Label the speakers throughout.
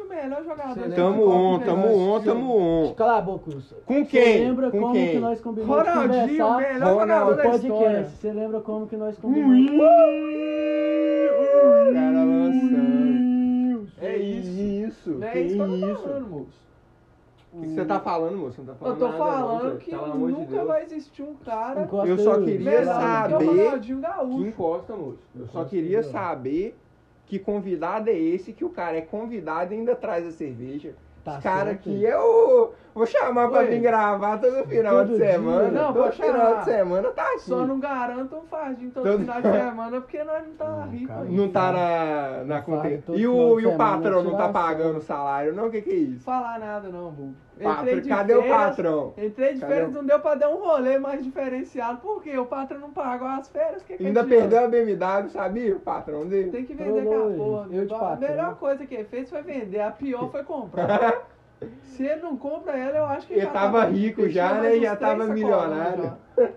Speaker 1: o melhor jogador.
Speaker 2: Você
Speaker 1: da
Speaker 2: lembra
Speaker 3: Né? Tamo
Speaker 1: equipe,
Speaker 3: on,
Speaker 1: o
Speaker 3: tamo
Speaker 1: melhor
Speaker 3: on,
Speaker 1: estilo.
Speaker 3: tamo on.
Speaker 2: Cala a boca, Wilson.
Speaker 3: Com
Speaker 2: Você
Speaker 3: quem?
Speaker 2: lembra
Speaker 3: Com
Speaker 2: como que
Speaker 3: quem?
Speaker 2: nós combinamos de
Speaker 1: Ronaldinho, o
Speaker 2: conversar
Speaker 1: melhor
Speaker 3: Ronaldo,
Speaker 1: jogador
Speaker 2: no
Speaker 1: da história.
Speaker 2: podcast? Você lembra como que nós combinamos?
Speaker 3: Os caras lançando.
Speaker 1: É isso.
Speaker 3: isso.
Speaker 1: Não é
Speaker 3: que
Speaker 1: isso que eu tô
Speaker 3: isso.
Speaker 1: falando,
Speaker 2: Hum.
Speaker 1: moço.
Speaker 3: O que que você tá falando, moço? Não tá
Speaker 1: Eu
Speaker 3: falando
Speaker 1: tô
Speaker 3: nada,
Speaker 1: falando
Speaker 3: não,
Speaker 1: que
Speaker 3: pelo amor de
Speaker 1: nunca
Speaker 3: Deus.
Speaker 1: vai existir um cara
Speaker 2: Encosta
Speaker 3: Eu só
Speaker 2: aí,
Speaker 3: queria
Speaker 2: Wilson.
Speaker 1: melhor que é o
Speaker 3: saber-
Speaker 1: Ronaldinho
Speaker 3: Que
Speaker 1: Gaúcho.
Speaker 3: encosta, moço. Eu só
Speaker 2: Encosta,
Speaker 3: queria
Speaker 2: não.
Speaker 3: saber que convidado é esse, que o cara é convidado e ainda traz a cerveja.
Speaker 2: Tá
Speaker 3: Os cara
Speaker 2: certo,
Speaker 3: que
Speaker 2: hein?
Speaker 3: eu vou chamar pra
Speaker 1: Oi.
Speaker 3: vir gravar todo final
Speaker 2: Todo
Speaker 3: de
Speaker 2: dia.
Speaker 3: semana.
Speaker 1: Não,
Speaker 3: todo
Speaker 1: pode
Speaker 3: final
Speaker 1: chamar.
Speaker 3: de semana tá aqui.
Speaker 1: Só não garanto um fardinho todo
Speaker 3: Todo-
Speaker 1: final de semana porque nós não tá
Speaker 2: Não,
Speaker 1: rico
Speaker 2: cara.
Speaker 1: ainda.
Speaker 3: Não tá na, na
Speaker 2: Fala
Speaker 3: conta.
Speaker 2: todo
Speaker 3: E
Speaker 2: final
Speaker 3: o,
Speaker 2: de
Speaker 3: e o
Speaker 2: semana,
Speaker 3: patrão não tá
Speaker 2: tiração.
Speaker 3: pagando o salário, não? O que, que é
Speaker 1: Não
Speaker 3: isso?
Speaker 1: falar nada não, Bubu.
Speaker 3: Patro, cadê o patrão?
Speaker 1: Entrei de
Speaker 3: Cadê
Speaker 1: férias,
Speaker 3: o-
Speaker 1: não deu pra dar um rolê mais diferenciado. Por quê? O patrão não pagou as férias. Que que
Speaker 3: Ainda
Speaker 1: adianta?
Speaker 3: perdeu a BMW, sabia? O patrão dele.
Speaker 1: Tem que vender
Speaker 2: Trollou
Speaker 1: aquela
Speaker 2: ele.
Speaker 1: porra.
Speaker 2: Eu de
Speaker 1: a
Speaker 2: patrão.
Speaker 1: melhor coisa que ele fez foi vender. A pior foi comprar. Se ele não compra ela, eu acho que
Speaker 3: Ele
Speaker 1: já tá
Speaker 3: tava rico
Speaker 1: ele
Speaker 3: já,
Speaker 1: tinha
Speaker 3: né?
Speaker 1: mais
Speaker 3: Já
Speaker 1: uns
Speaker 3: tava
Speaker 1: três sacolão
Speaker 3: milionário.
Speaker 1: já.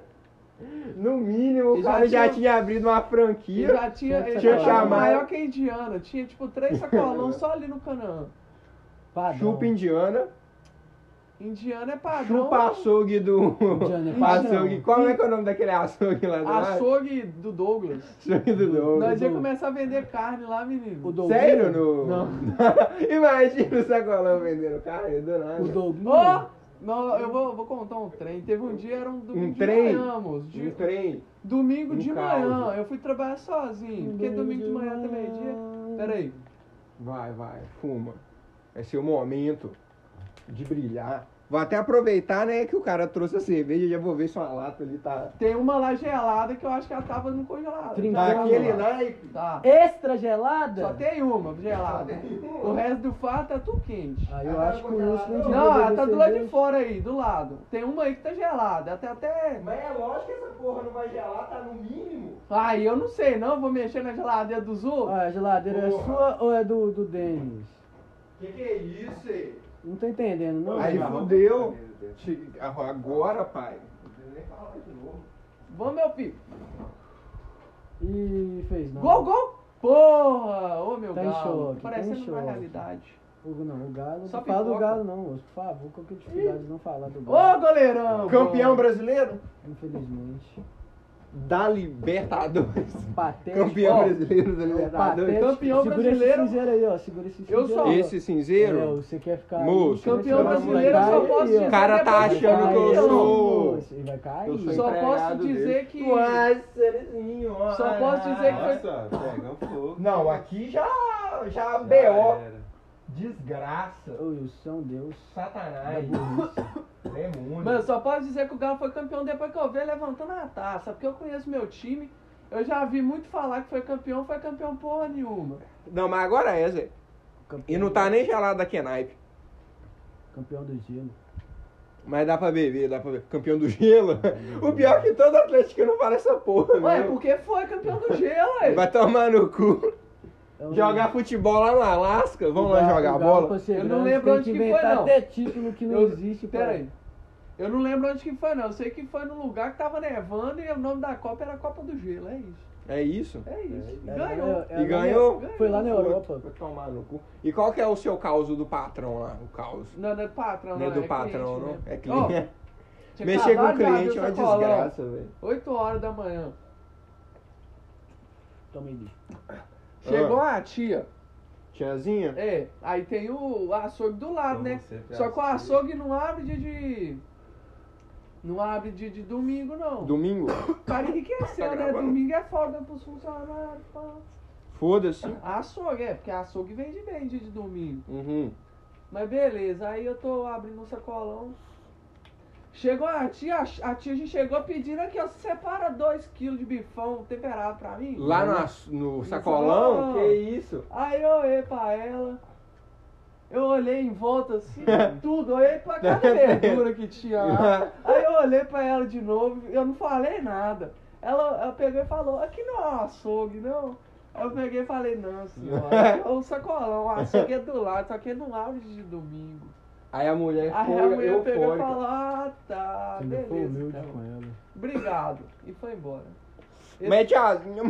Speaker 3: No mínimo, o
Speaker 1: Ele já
Speaker 3: cara já
Speaker 1: tinha-
Speaker 3: tinha abrido uma
Speaker 1: Ele
Speaker 3: franquia.
Speaker 1: já tinha, ele
Speaker 2: Tinha
Speaker 1: já tava
Speaker 3: chamado.
Speaker 1: maior que a Indiana. Tinha tipo três sacolão só ali no Canaã.
Speaker 2: Padrão.
Speaker 3: Chupa indiana,
Speaker 1: Indiana é padrão.
Speaker 3: chupa açougue do.
Speaker 2: Indiana é padrão.
Speaker 3: açougue. Qual é que é o nome daquele açougue lá do lado?
Speaker 1: Açougue é do Douglas.
Speaker 3: né? Açougue do
Speaker 1: Nós
Speaker 3: Douglas.
Speaker 1: ia começar a vender carne lá, menino.
Speaker 2: O Douglas.
Speaker 3: Sério? No...
Speaker 1: Não.
Speaker 3: Imagina o sacolão vendendo carne do nada.
Speaker 2: O Douglas.
Speaker 1: Ó! Não, eu vou, vou contar um trem. Teve um dia, era um domingo
Speaker 3: trem?
Speaker 1: de manhã, moço. De-
Speaker 3: Um trem.
Speaker 1: domingo
Speaker 3: Um
Speaker 1: de
Speaker 3: caos.
Speaker 1: manhã.
Speaker 2: né?
Speaker 1: Eu fui trabalhar sozinho. Porque domingo de manhã até meio-dia. Peraí.
Speaker 3: Vai, vai, fuma. É seu momento de brilhar. Vou até aproveitar, né, que o cara trouxe a cerveja, já vou ver se uma lata ali tá.
Speaker 1: Tem uma lá gelada que eu acho que ela tava no congelado.
Speaker 2: Trinta.
Speaker 3: Tá
Speaker 2: Então,
Speaker 3: aquele
Speaker 2: vamos lá.
Speaker 3: naipe.
Speaker 1: Tá.
Speaker 2: Extra gelada?
Speaker 1: Só tem uma gelada. O resto do fato tá tudo quente.
Speaker 2: Aí eu acho que o Wilson não devia
Speaker 1: Não, ela
Speaker 2: beber
Speaker 1: tá do lado de
Speaker 2: cerveja.
Speaker 1: fora aí, do lado. Tem uma aí que tá gelada. Até até.
Speaker 3: Mas é lógico que essa porra não vai gelar, tá no mínimo.
Speaker 1: Ai, eu não sei não, vou mexer na geladeira dos outros.
Speaker 2: Ah, a geladeira é
Speaker 3: Porra.
Speaker 2: sua ou é do, do Denis?
Speaker 3: Que que é isso, aí?
Speaker 2: Não tô entendendo, não.
Speaker 3: Aí
Speaker 2: Wilson.
Speaker 3: fudeu. Te- Agora, pai.
Speaker 1: Vamos, meu filho.
Speaker 2: E fez, não.
Speaker 1: Gol, gol! Porra! Ô meu
Speaker 2: Tá em
Speaker 1: galo,
Speaker 2: choque, tá em
Speaker 1: parecendo uma
Speaker 2: choque.
Speaker 1: realidade.
Speaker 2: O, não, o Galo.
Speaker 1: Só
Speaker 2: não fala do
Speaker 1: pipoca.
Speaker 2: Galo, não, moço. Por favor, qualquer dificuldade de não falar do
Speaker 1: Ô
Speaker 2: Galo. Tá
Speaker 1: goleirão!
Speaker 3: Campeão
Speaker 1: bom.
Speaker 3: brasileiro?
Speaker 2: Infelizmente.
Speaker 3: Da Libertadores.
Speaker 2: Patético.
Speaker 3: Campeão
Speaker 2: Ó,
Speaker 3: brasileiro da
Speaker 2: patético.
Speaker 3: Libertadores.
Speaker 1: Campeão
Speaker 2: segura
Speaker 1: brasileiro.
Speaker 2: Esse cinzeiro aí, ó. Segura esse
Speaker 1: Eu
Speaker 2: cinzeiro.
Speaker 1: sou-
Speaker 3: Esse cinzeiro.
Speaker 2: É, você quer ficar.
Speaker 3: Moço,
Speaker 1: Campeão
Speaker 3: Pelo
Speaker 1: brasileiro, eu
Speaker 3: amor
Speaker 1: só
Speaker 3: de
Speaker 1: posso
Speaker 3: Deus.
Speaker 1: dizer.
Speaker 3: O cara tá
Speaker 1: depois de
Speaker 3: achando que eu
Speaker 1: campeão.
Speaker 3: sou-
Speaker 2: Ele vai cair.
Speaker 3: Eu sou
Speaker 1: Só posso
Speaker 3: empregado
Speaker 1: dizer
Speaker 3: dele.
Speaker 1: que-
Speaker 3: Uai, serezinho, ó.
Speaker 1: Só posso dizer que foi-
Speaker 4: Nossa, pega um fogo.
Speaker 3: Não, aqui já. Já
Speaker 4: Já
Speaker 3: B.O.
Speaker 4: era.
Speaker 3: Desgraça.
Speaker 2: Ô, Wilson, é um Deus.
Speaker 3: Satanás.
Speaker 4: É
Speaker 3: Demônio.
Speaker 1: Mano, eu só posso dizer que o Galo foi campeão depois que eu vi ele levantando a taça, porque eu conheço meu time. Eu já vi muito falar que foi campeão, foi campeão porra nenhuma.
Speaker 3: Não, mas agora é, Zé.
Speaker 2: Campeão,
Speaker 3: E não tá nem gelado da Kenaipe.
Speaker 2: Campeão do gelo.
Speaker 3: Mas dá pra beber, dá pra beber. Campeão do gelo. O pior é que todo Atlético não fala essa porra,
Speaker 1: Ué,
Speaker 3: né?
Speaker 1: porque foi campeão do gelo, ué.
Speaker 3: Vai tomar no cu.
Speaker 2: Então,
Speaker 3: Jogar futebol lá no Alasca. Vamos lá jogar a
Speaker 2: o Galo
Speaker 3: bola.
Speaker 2: pra ser
Speaker 1: Eu não
Speaker 2: grande,
Speaker 1: lembro
Speaker 2: tem
Speaker 1: onde que
Speaker 2: que
Speaker 1: foi,
Speaker 2: inventar
Speaker 1: não.
Speaker 2: até título que não
Speaker 1: Eu-
Speaker 2: existe.
Speaker 1: Pera
Speaker 2: pra-
Speaker 1: aí. Eu não lembro onde que foi, não. Eu sei que foi num lugar que tava nevando e o nome da Copa era Copa do Gelo. É isso.
Speaker 3: É isso.
Speaker 1: É isso.
Speaker 2: É,
Speaker 1: Ganhou.
Speaker 2: é, é,
Speaker 3: E ganhou?
Speaker 2: é, Foi lá na Europa.
Speaker 3: Vai tomar no cu. E qual que é o seu causo do patrão lá? O causo.
Speaker 1: Não, não é do patrão,
Speaker 3: Não é do patrão,
Speaker 1: cliente,
Speaker 3: não.
Speaker 1: né?
Speaker 3: É cliente.
Speaker 1: Ó, tinha
Speaker 3: Mexer com o
Speaker 1: acabado de abrir
Speaker 3: cliente é uma
Speaker 1: sacolão.
Speaker 3: desgraça, Ah. velho.
Speaker 1: 8 horas da manhã.
Speaker 2: Toma aí.
Speaker 1: Chegou a tia.
Speaker 3: Tiazinha?
Speaker 1: É, aí tem o açougue do lado,
Speaker 4: Como
Speaker 1: né?
Speaker 4: sempre
Speaker 1: Só que o
Speaker 4: açougue.
Speaker 1: açougue não abre dia de. Não abre dia de domingo, não.
Speaker 3: Domingo?
Speaker 1: Cara, o que, que é seu, né?
Speaker 3: gravando?
Speaker 1: Domingo é folga pros funcionários. pá.
Speaker 3: Foda-se.
Speaker 1: Açougue, é, porque açougue vende bem dia de domingo.
Speaker 3: Uhum.
Speaker 1: Mas beleza, aí eu tô abrindo um sacolão. Chegou a tia, a tia já chegou pedindo aqui, ó, separa 2kg de bifão temperado pra mim.
Speaker 3: Lá no, aç- no sacolão?
Speaker 1: sacolão.
Speaker 3: Que isso?
Speaker 1: Aí eu olhei pra ela, eu olhei em volta assim, tudo, olhei pra cada verdura que tinha lá. Aí eu olhei pra ela de novo, eu não falei nada. Ela, ela pegou e falou, aqui não é um açougue, não. Aí eu peguei e falei, não, senhora, aqui é um sacolão, o açougue é do lado, só que não abre de domingo.
Speaker 3: Aí a mulher
Speaker 1: Aí
Speaker 3: foi
Speaker 1: a mulher pegou e
Speaker 3: eufórica.
Speaker 1: falou, ah, tá,
Speaker 2: Você ainda foi
Speaker 1: beleza,
Speaker 2: humilde
Speaker 1: então.
Speaker 2: com ela.
Speaker 1: Obrigado. E foi embora.
Speaker 3: Mas tiazinha,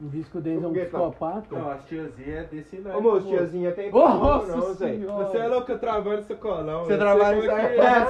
Speaker 2: O risco deles é um
Speaker 3: Por que, tá? cara?
Speaker 2: psicopata.
Speaker 4: Não, as tiazinhas é desse não.
Speaker 3: Ô, moço, tiazinha tem
Speaker 1: Ô,
Speaker 3: problema
Speaker 1: nossa
Speaker 3: não, Zé.
Speaker 1: senhora.
Speaker 4: Você é louco, eu trabalho no sacolão.
Speaker 3: Você
Speaker 4: eu
Speaker 3: trabalha
Speaker 4: sei como
Speaker 3: no
Speaker 4: é que
Speaker 3: sacolão.
Speaker 4: é,
Speaker 3: É,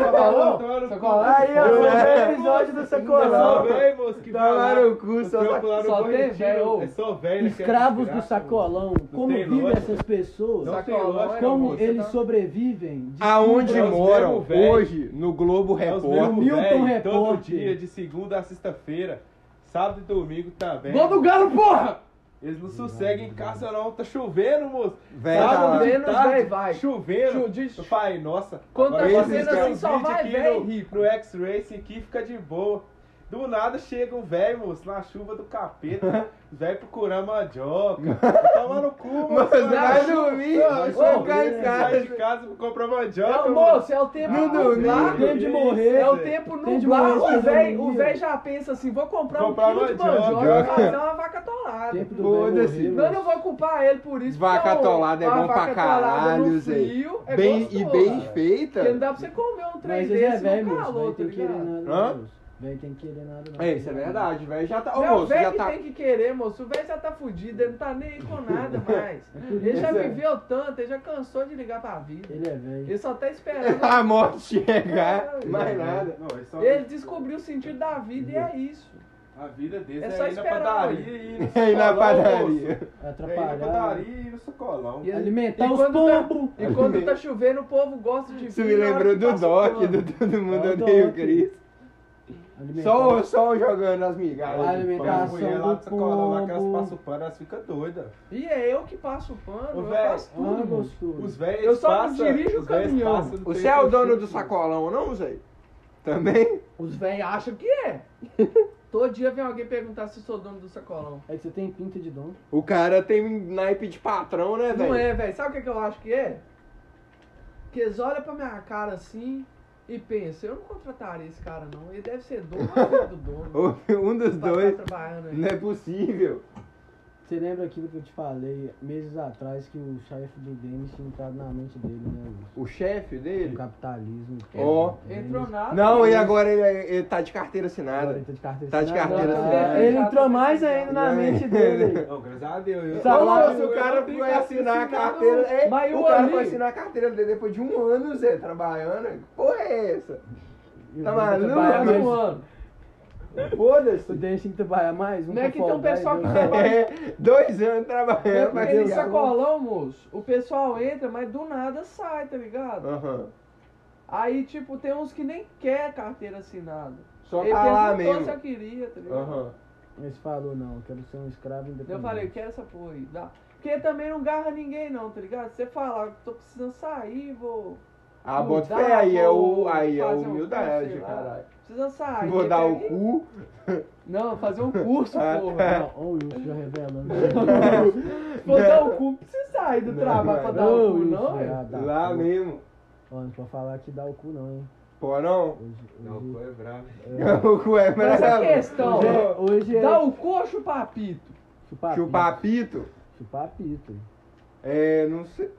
Speaker 1: sacolão.
Speaker 4: tomar no cu.
Speaker 1: Sacolão.
Speaker 3: Aí, ó, foi
Speaker 1: o episódio do Sacolão.
Speaker 4: Só velho, moço, que
Speaker 3: Tomaram
Speaker 4: vai lá.
Speaker 3: o cu, só-
Speaker 4: O trampo lá no
Speaker 1: só
Speaker 4: Bom
Speaker 1: tem
Speaker 4: Retiro,
Speaker 1: velho, ô.
Speaker 4: É só velho. que é
Speaker 2: Escravos do
Speaker 4: desgraça,
Speaker 2: sacolão.
Speaker 4: moço. Não
Speaker 2: Como
Speaker 4: tem
Speaker 2: vivem
Speaker 4: lógica.
Speaker 2: essas pessoas?
Speaker 4: Não tem
Speaker 1: Sacolão,
Speaker 4: lógica,
Speaker 1: não,
Speaker 2: Como
Speaker 4: moço.
Speaker 2: eles sobrevivem? De
Speaker 3: Aonde
Speaker 4: Desculpa, é
Speaker 3: moram
Speaker 4: os mesmo velho.
Speaker 3: hoje no Globo
Speaker 4: É os
Speaker 3: Repórter?
Speaker 4: mesmos
Speaker 2: Milton
Speaker 4: velho, Todo
Speaker 2: Repórter.
Speaker 4: dia, de segunda a sexta-feira. Sábado e domingo tá também.
Speaker 1: Gol do Galo, porra!
Speaker 4: Eles não sosseguem em casa não, tá chovendo, moço.
Speaker 3: Velho,
Speaker 4: Sábado
Speaker 3: tá lá.
Speaker 4: de
Speaker 1: Chovendo,
Speaker 4: tarde,
Speaker 1: velho, vai.
Speaker 4: Chovendo.
Speaker 1: Chu- de-
Speaker 4: Pai, nossa.
Speaker 1: Quando
Speaker 4: agora
Speaker 3: tá
Speaker 4: vocês
Speaker 3: chovendo
Speaker 4: querem
Speaker 3: assim,
Speaker 4: um
Speaker 1: só
Speaker 4: vídeo
Speaker 1: vai
Speaker 4: aqui
Speaker 1: velho
Speaker 4: no-
Speaker 1: e rico.
Speaker 4: No X-Race aqui fica de boa. Do nada chega um velho, moço, na chuva do capeta. Os velho procurar mandioca. Toma no cu, moço.
Speaker 3: Mas vai
Speaker 4: chuva.
Speaker 3: dormir.
Speaker 4: Não, é
Speaker 3: Ô,
Speaker 4: chuva,
Speaker 3: cai em
Speaker 4: sai
Speaker 3: casa.
Speaker 4: de casa pra comprar
Speaker 1: É
Speaker 4: mandioca,
Speaker 1: o moço, é o tempo
Speaker 3: Não dormi.
Speaker 1: nublado.
Speaker 2: Tem de morrer.
Speaker 1: É o tempo
Speaker 2: Tem de
Speaker 1: nublado.
Speaker 2: morrer,
Speaker 1: O velho o
Speaker 2: pandemia.
Speaker 1: véi já pensa assim, vou comprar um
Speaker 4: Comprar
Speaker 1: quilo de
Speaker 4: mandioca.
Speaker 1: mandioca e fazer uma vaca atolada.
Speaker 2: é. Tempo do
Speaker 3: Foda-se.
Speaker 1: Não,
Speaker 2: velho
Speaker 1: eu
Speaker 2: morrer,
Speaker 1: não vou culpar ele por isso.
Speaker 3: Vaca
Speaker 1: porque é um-
Speaker 3: atolada é
Speaker 1: uma
Speaker 3: bom pra
Speaker 1: vaca atolada no
Speaker 3: caralho, Zé.
Speaker 1: frio é
Speaker 3: bem,
Speaker 1: gostoso,
Speaker 3: e bem
Speaker 1: cara.
Speaker 3: feita.
Speaker 1: Porque não dá pra você comer um trem
Speaker 2: Mas eles é
Speaker 1: desse
Speaker 2: velho,
Speaker 1: no
Speaker 2: moço.
Speaker 1: calor,
Speaker 2: Velho
Speaker 1: tá
Speaker 2: tem que querer
Speaker 1: ligado?
Speaker 2: nada,
Speaker 3: Hã?
Speaker 2: não, moço. Velho tem que querer nada, não.
Speaker 3: É, isso é verdade, velho. Já tá. Ô,
Speaker 1: Não, o
Speaker 3: moço, já
Speaker 1: velho que
Speaker 3: tá.
Speaker 1: tem que querer, moço. O velho já tá fudido, ele não tá nem aí com nada mais. Ele já
Speaker 3: Isso é.
Speaker 1: viveu tanto, ele já cansou de ligar pra vida.
Speaker 2: Ele é velho.
Speaker 1: Ele só tá esperando.
Speaker 3: A morte chegar. Mais nada.
Speaker 4: Não, é só-
Speaker 1: Ele descobriu o sentido da vida e é isso.
Speaker 4: A vida desse
Speaker 1: É
Speaker 4: é,
Speaker 1: só
Speaker 4: ir na
Speaker 1: esperar,
Speaker 4: padaria e ir no
Speaker 3: É ir na
Speaker 4: sacolão,
Speaker 3: padaria.
Speaker 4: moço. É ir na
Speaker 2: Atrapalhar.
Speaker 4: padaria e ir no sacolão.
Speaker 1: E ele-
Speaker 2: Alimentar
Speaker 1: e
Speaker 2: os
Speaker 1: quando tá-
Speaker 2: pombos.
Speaker 1: E quando tá chovendo, o povo gosta de vir.
Speaker 3: Isso
Speaker 1: na
Speaker 3: me
Speaker 1: hora
Speaker 3: lembrou
Speaker 1: que
Speaker 3: do
Speaker 1: passa o
Speaker 3: Doc,
Speaker 1: pano.
Speaker 3: do Todo
Speaker 2: É
Speaker 3: Mundo
Speaker 2: o
Speaker 3: Odeia o
Speaker 2: Doc.
Speaker 3: Chris.
Speaker 2: Alimentar
Speaker 3: Só, o-
Speaker 2: os-
Speaker 3: só o jogando as migalhas. de
Speaker 2: Alimenta-
Speaker 3: pão.
Speaker 4: As
Speaker 2: Alimentação
Speaker 4: mulheres lá
Speaker 2: do
Speaker 4: do sacolão, lá que elas
Speaker 2: povo.
Speaker 4: passam o pano, elas ficam doidas.
Speaker 1: E é eu que passo o pano,
Speaker 4: Ô,
Speaker 1: eu
Speaker 4: véi,
Speaker 1: faço tudo.
Speaker 2: Ah,
Speaker 1: mano.
Speaker 2: gostoso.
Speaker 4: Os velhos
Speaker 1: Eu só não
Speaker 4: passam-
Speaker 1: dirijo o
Speaker 4: os velhos
Speaker 1: caminhão.
Speaker 4: passam do
Speaker 3: Você
Speaker 4: tempo
Speaker 3: é o
Speaker 4: do
Speaker 3: dono
Speaker 4: chute,
Speaker 3: do
Speaker 4: moço.
Speaker 3: sacolão, não, Zé? Também?
Speaker 1: Os velhos acham que é. Todo dia vem alguém perguntar se sou dono do sacolão.
Speaker 2: É que você tem pinta de dom.
Speaker 3: O cara tem um naipe de patrão, né, velho?
Speaker 1: Não é, velho. Sabe o que, que eu acho que é? Que eles olham pra minha cara assim e pensam, eu não contrataria esse cara não. Ele deve ser dono ou filho do dono.
Speaker 3: Um dos
Speaker 1: Pra
Speaker 3: dois.
Speaker 1: ficar trabalhando aí.
Speaker 3: Não é possível.
Speaker 2: Você lembra aquilo que eu te falei meses atrás que o chefe do game tinha entrado na mente dele, né, Lúcio?
Speaker 3: O chefe dele?
Speaker 2: O capitalismo.
Speaker 3: Ó.
Speaker 2: É,
Speaker 1: Entrou
Speaker 2: isso.
Speaker 1: nada.
Speaker 3: Não, e
Speaker 1: ele
Speaker 3: agora ele, ele tá de carteira
Speaker 2: Agora
Speaker 3: assinada.
Speaker 2: ele tá de carteira
Speaker 3: Tá de
Speaker 2: assinada.
Speaker 3: carteira
Speaker 2: Ah,
Speaker 3: assinada. É. Tá
Speaker 2: Ele entrou mais ainda na
Speaker 3: Não.
Speaker 2: mente dele.
Speaker 4: Não, graças a Deus. Eu...
Speaker 1: tá
Speaker 2: Sabe- Salário-
Speaker 3: Ô, se o cara
Speaker 4: Eu tenho
Speaker 3: foi
Speaker 4: que
Speaker 3: assinar a
Speaker 4: assinar
Speaker 3: carteira. É,
Speaker 1: Mas
Speaker 3: o
Speaker 1: eu
Speaker 3: cara
Speaker 1: ali-
Speaker 3: foi assinar a carteira dele depois de um ano, Zé, trabalhando. Que porra é essa?
Speaker 2: E o
Speaker 3: Tá
Speaker 2: Dentinho
Speaker 3: maluco?
Speaker 2: trabalha mais-
Speaker 1: um ano.
Speaker 2: O
Speaker 3: Foda-se.
Speaker 2: Dentinho trabalha mais um.
Speaker 1: Não é que
Speaker 2: pra
Speaker 1: tem um
Speaker 2: folgar,
Speaker 1: pessoal que
Speaker 2: entendeu?
Speaker 1: trabalha-
Speaker 3: É, dois anos trabalhando pra
Speaker 1: Aquele
Speaker 2: Deus.
Speaker 3: criar.
Speaker 1: tá sacolão, moço. O pessoal entra, mas do nada sai, tá ligado?
Speaker 3: Aham.
Speaker 1: Aí, tipo, tem uns que nem quer carteira assinada.
Speaker 3: Só
Speaker 1: ele
Speaker 3: tá lá
Speaker 1: perguntou
Speaker 3: mesmo.
Speaker 1: se eu queria, tá ligado?
Speaker 3: Aham.
Speaker 2: Ele falou, não, eu quero ser um escravo independente.
Speaker 1: Eu falei, eu quero essa porra aí, dá. Porque também não garra ninguém não, tá ligado? Você fala, tô precisando sair, vou...
Speaker 3: Ah,
Speaker 1: Não
Speaker 3: bota
Speaker 1: dá,
Speaker 3: fé, aí é o.
Speaker 1: vou
Speaker 3: Aí é
Speaker 1: fazer um curso,
Speaker 3: humildade,
Speaker 1: sei lá.
Speaker 3: caralho.
Speaker 1: Precisando sair.
Speaker 3: Vou
Speaker 1: Aí
Speaker 3: dar
Speaker 1: pega
Speaker 3: o
Speaker 1: e-
Speaker 3: cu.
Speaker 1: Não, fazer um curso,
Speaker 3: Ah,
Speaker 1: porra.
Speaker 2: Não, Ó, o Wilson já né? revelando.
Speaker 1: Vou dar o cu, precisa sair do
Speaker 3: é. Não,
Speaker 1: trabalho pra
Speaker 3: vai.
Speaker 1: dar o
Speaker 2: Ô,
Speaker 1: cu,
Speaker 2: Wilson,
Speaker 1: não,
Speaker 2: já
Speaker 1: é?
Speaker 2: dá
Speaker 3: Lá
Speaker 2: cu.
Speaker 3: mesmo.
Speaker 2: Ó, não pode falar que dá o cu, não, hein?
Speaker 3: Pô, não?
Speaker 2: Hoje,
Speaker 4: Não, é
Speaker 2: hoje-
Speaker 4: foi bravo.
Speaker 3: O cu é
Speaker 1: Mas a
Speaker 3: brabo.
Speaker 1: questão,
Speaker 2: hoje
Speaker 1: é,
Speaker 2: é, hoje é
Speaker 1: dá o cu ou chupa pito?
Speaker 2: chupar
Speaker 3: Chupar pito?
Speaker 2: pito. Chupar pito.
Speaker 3: É, não sei.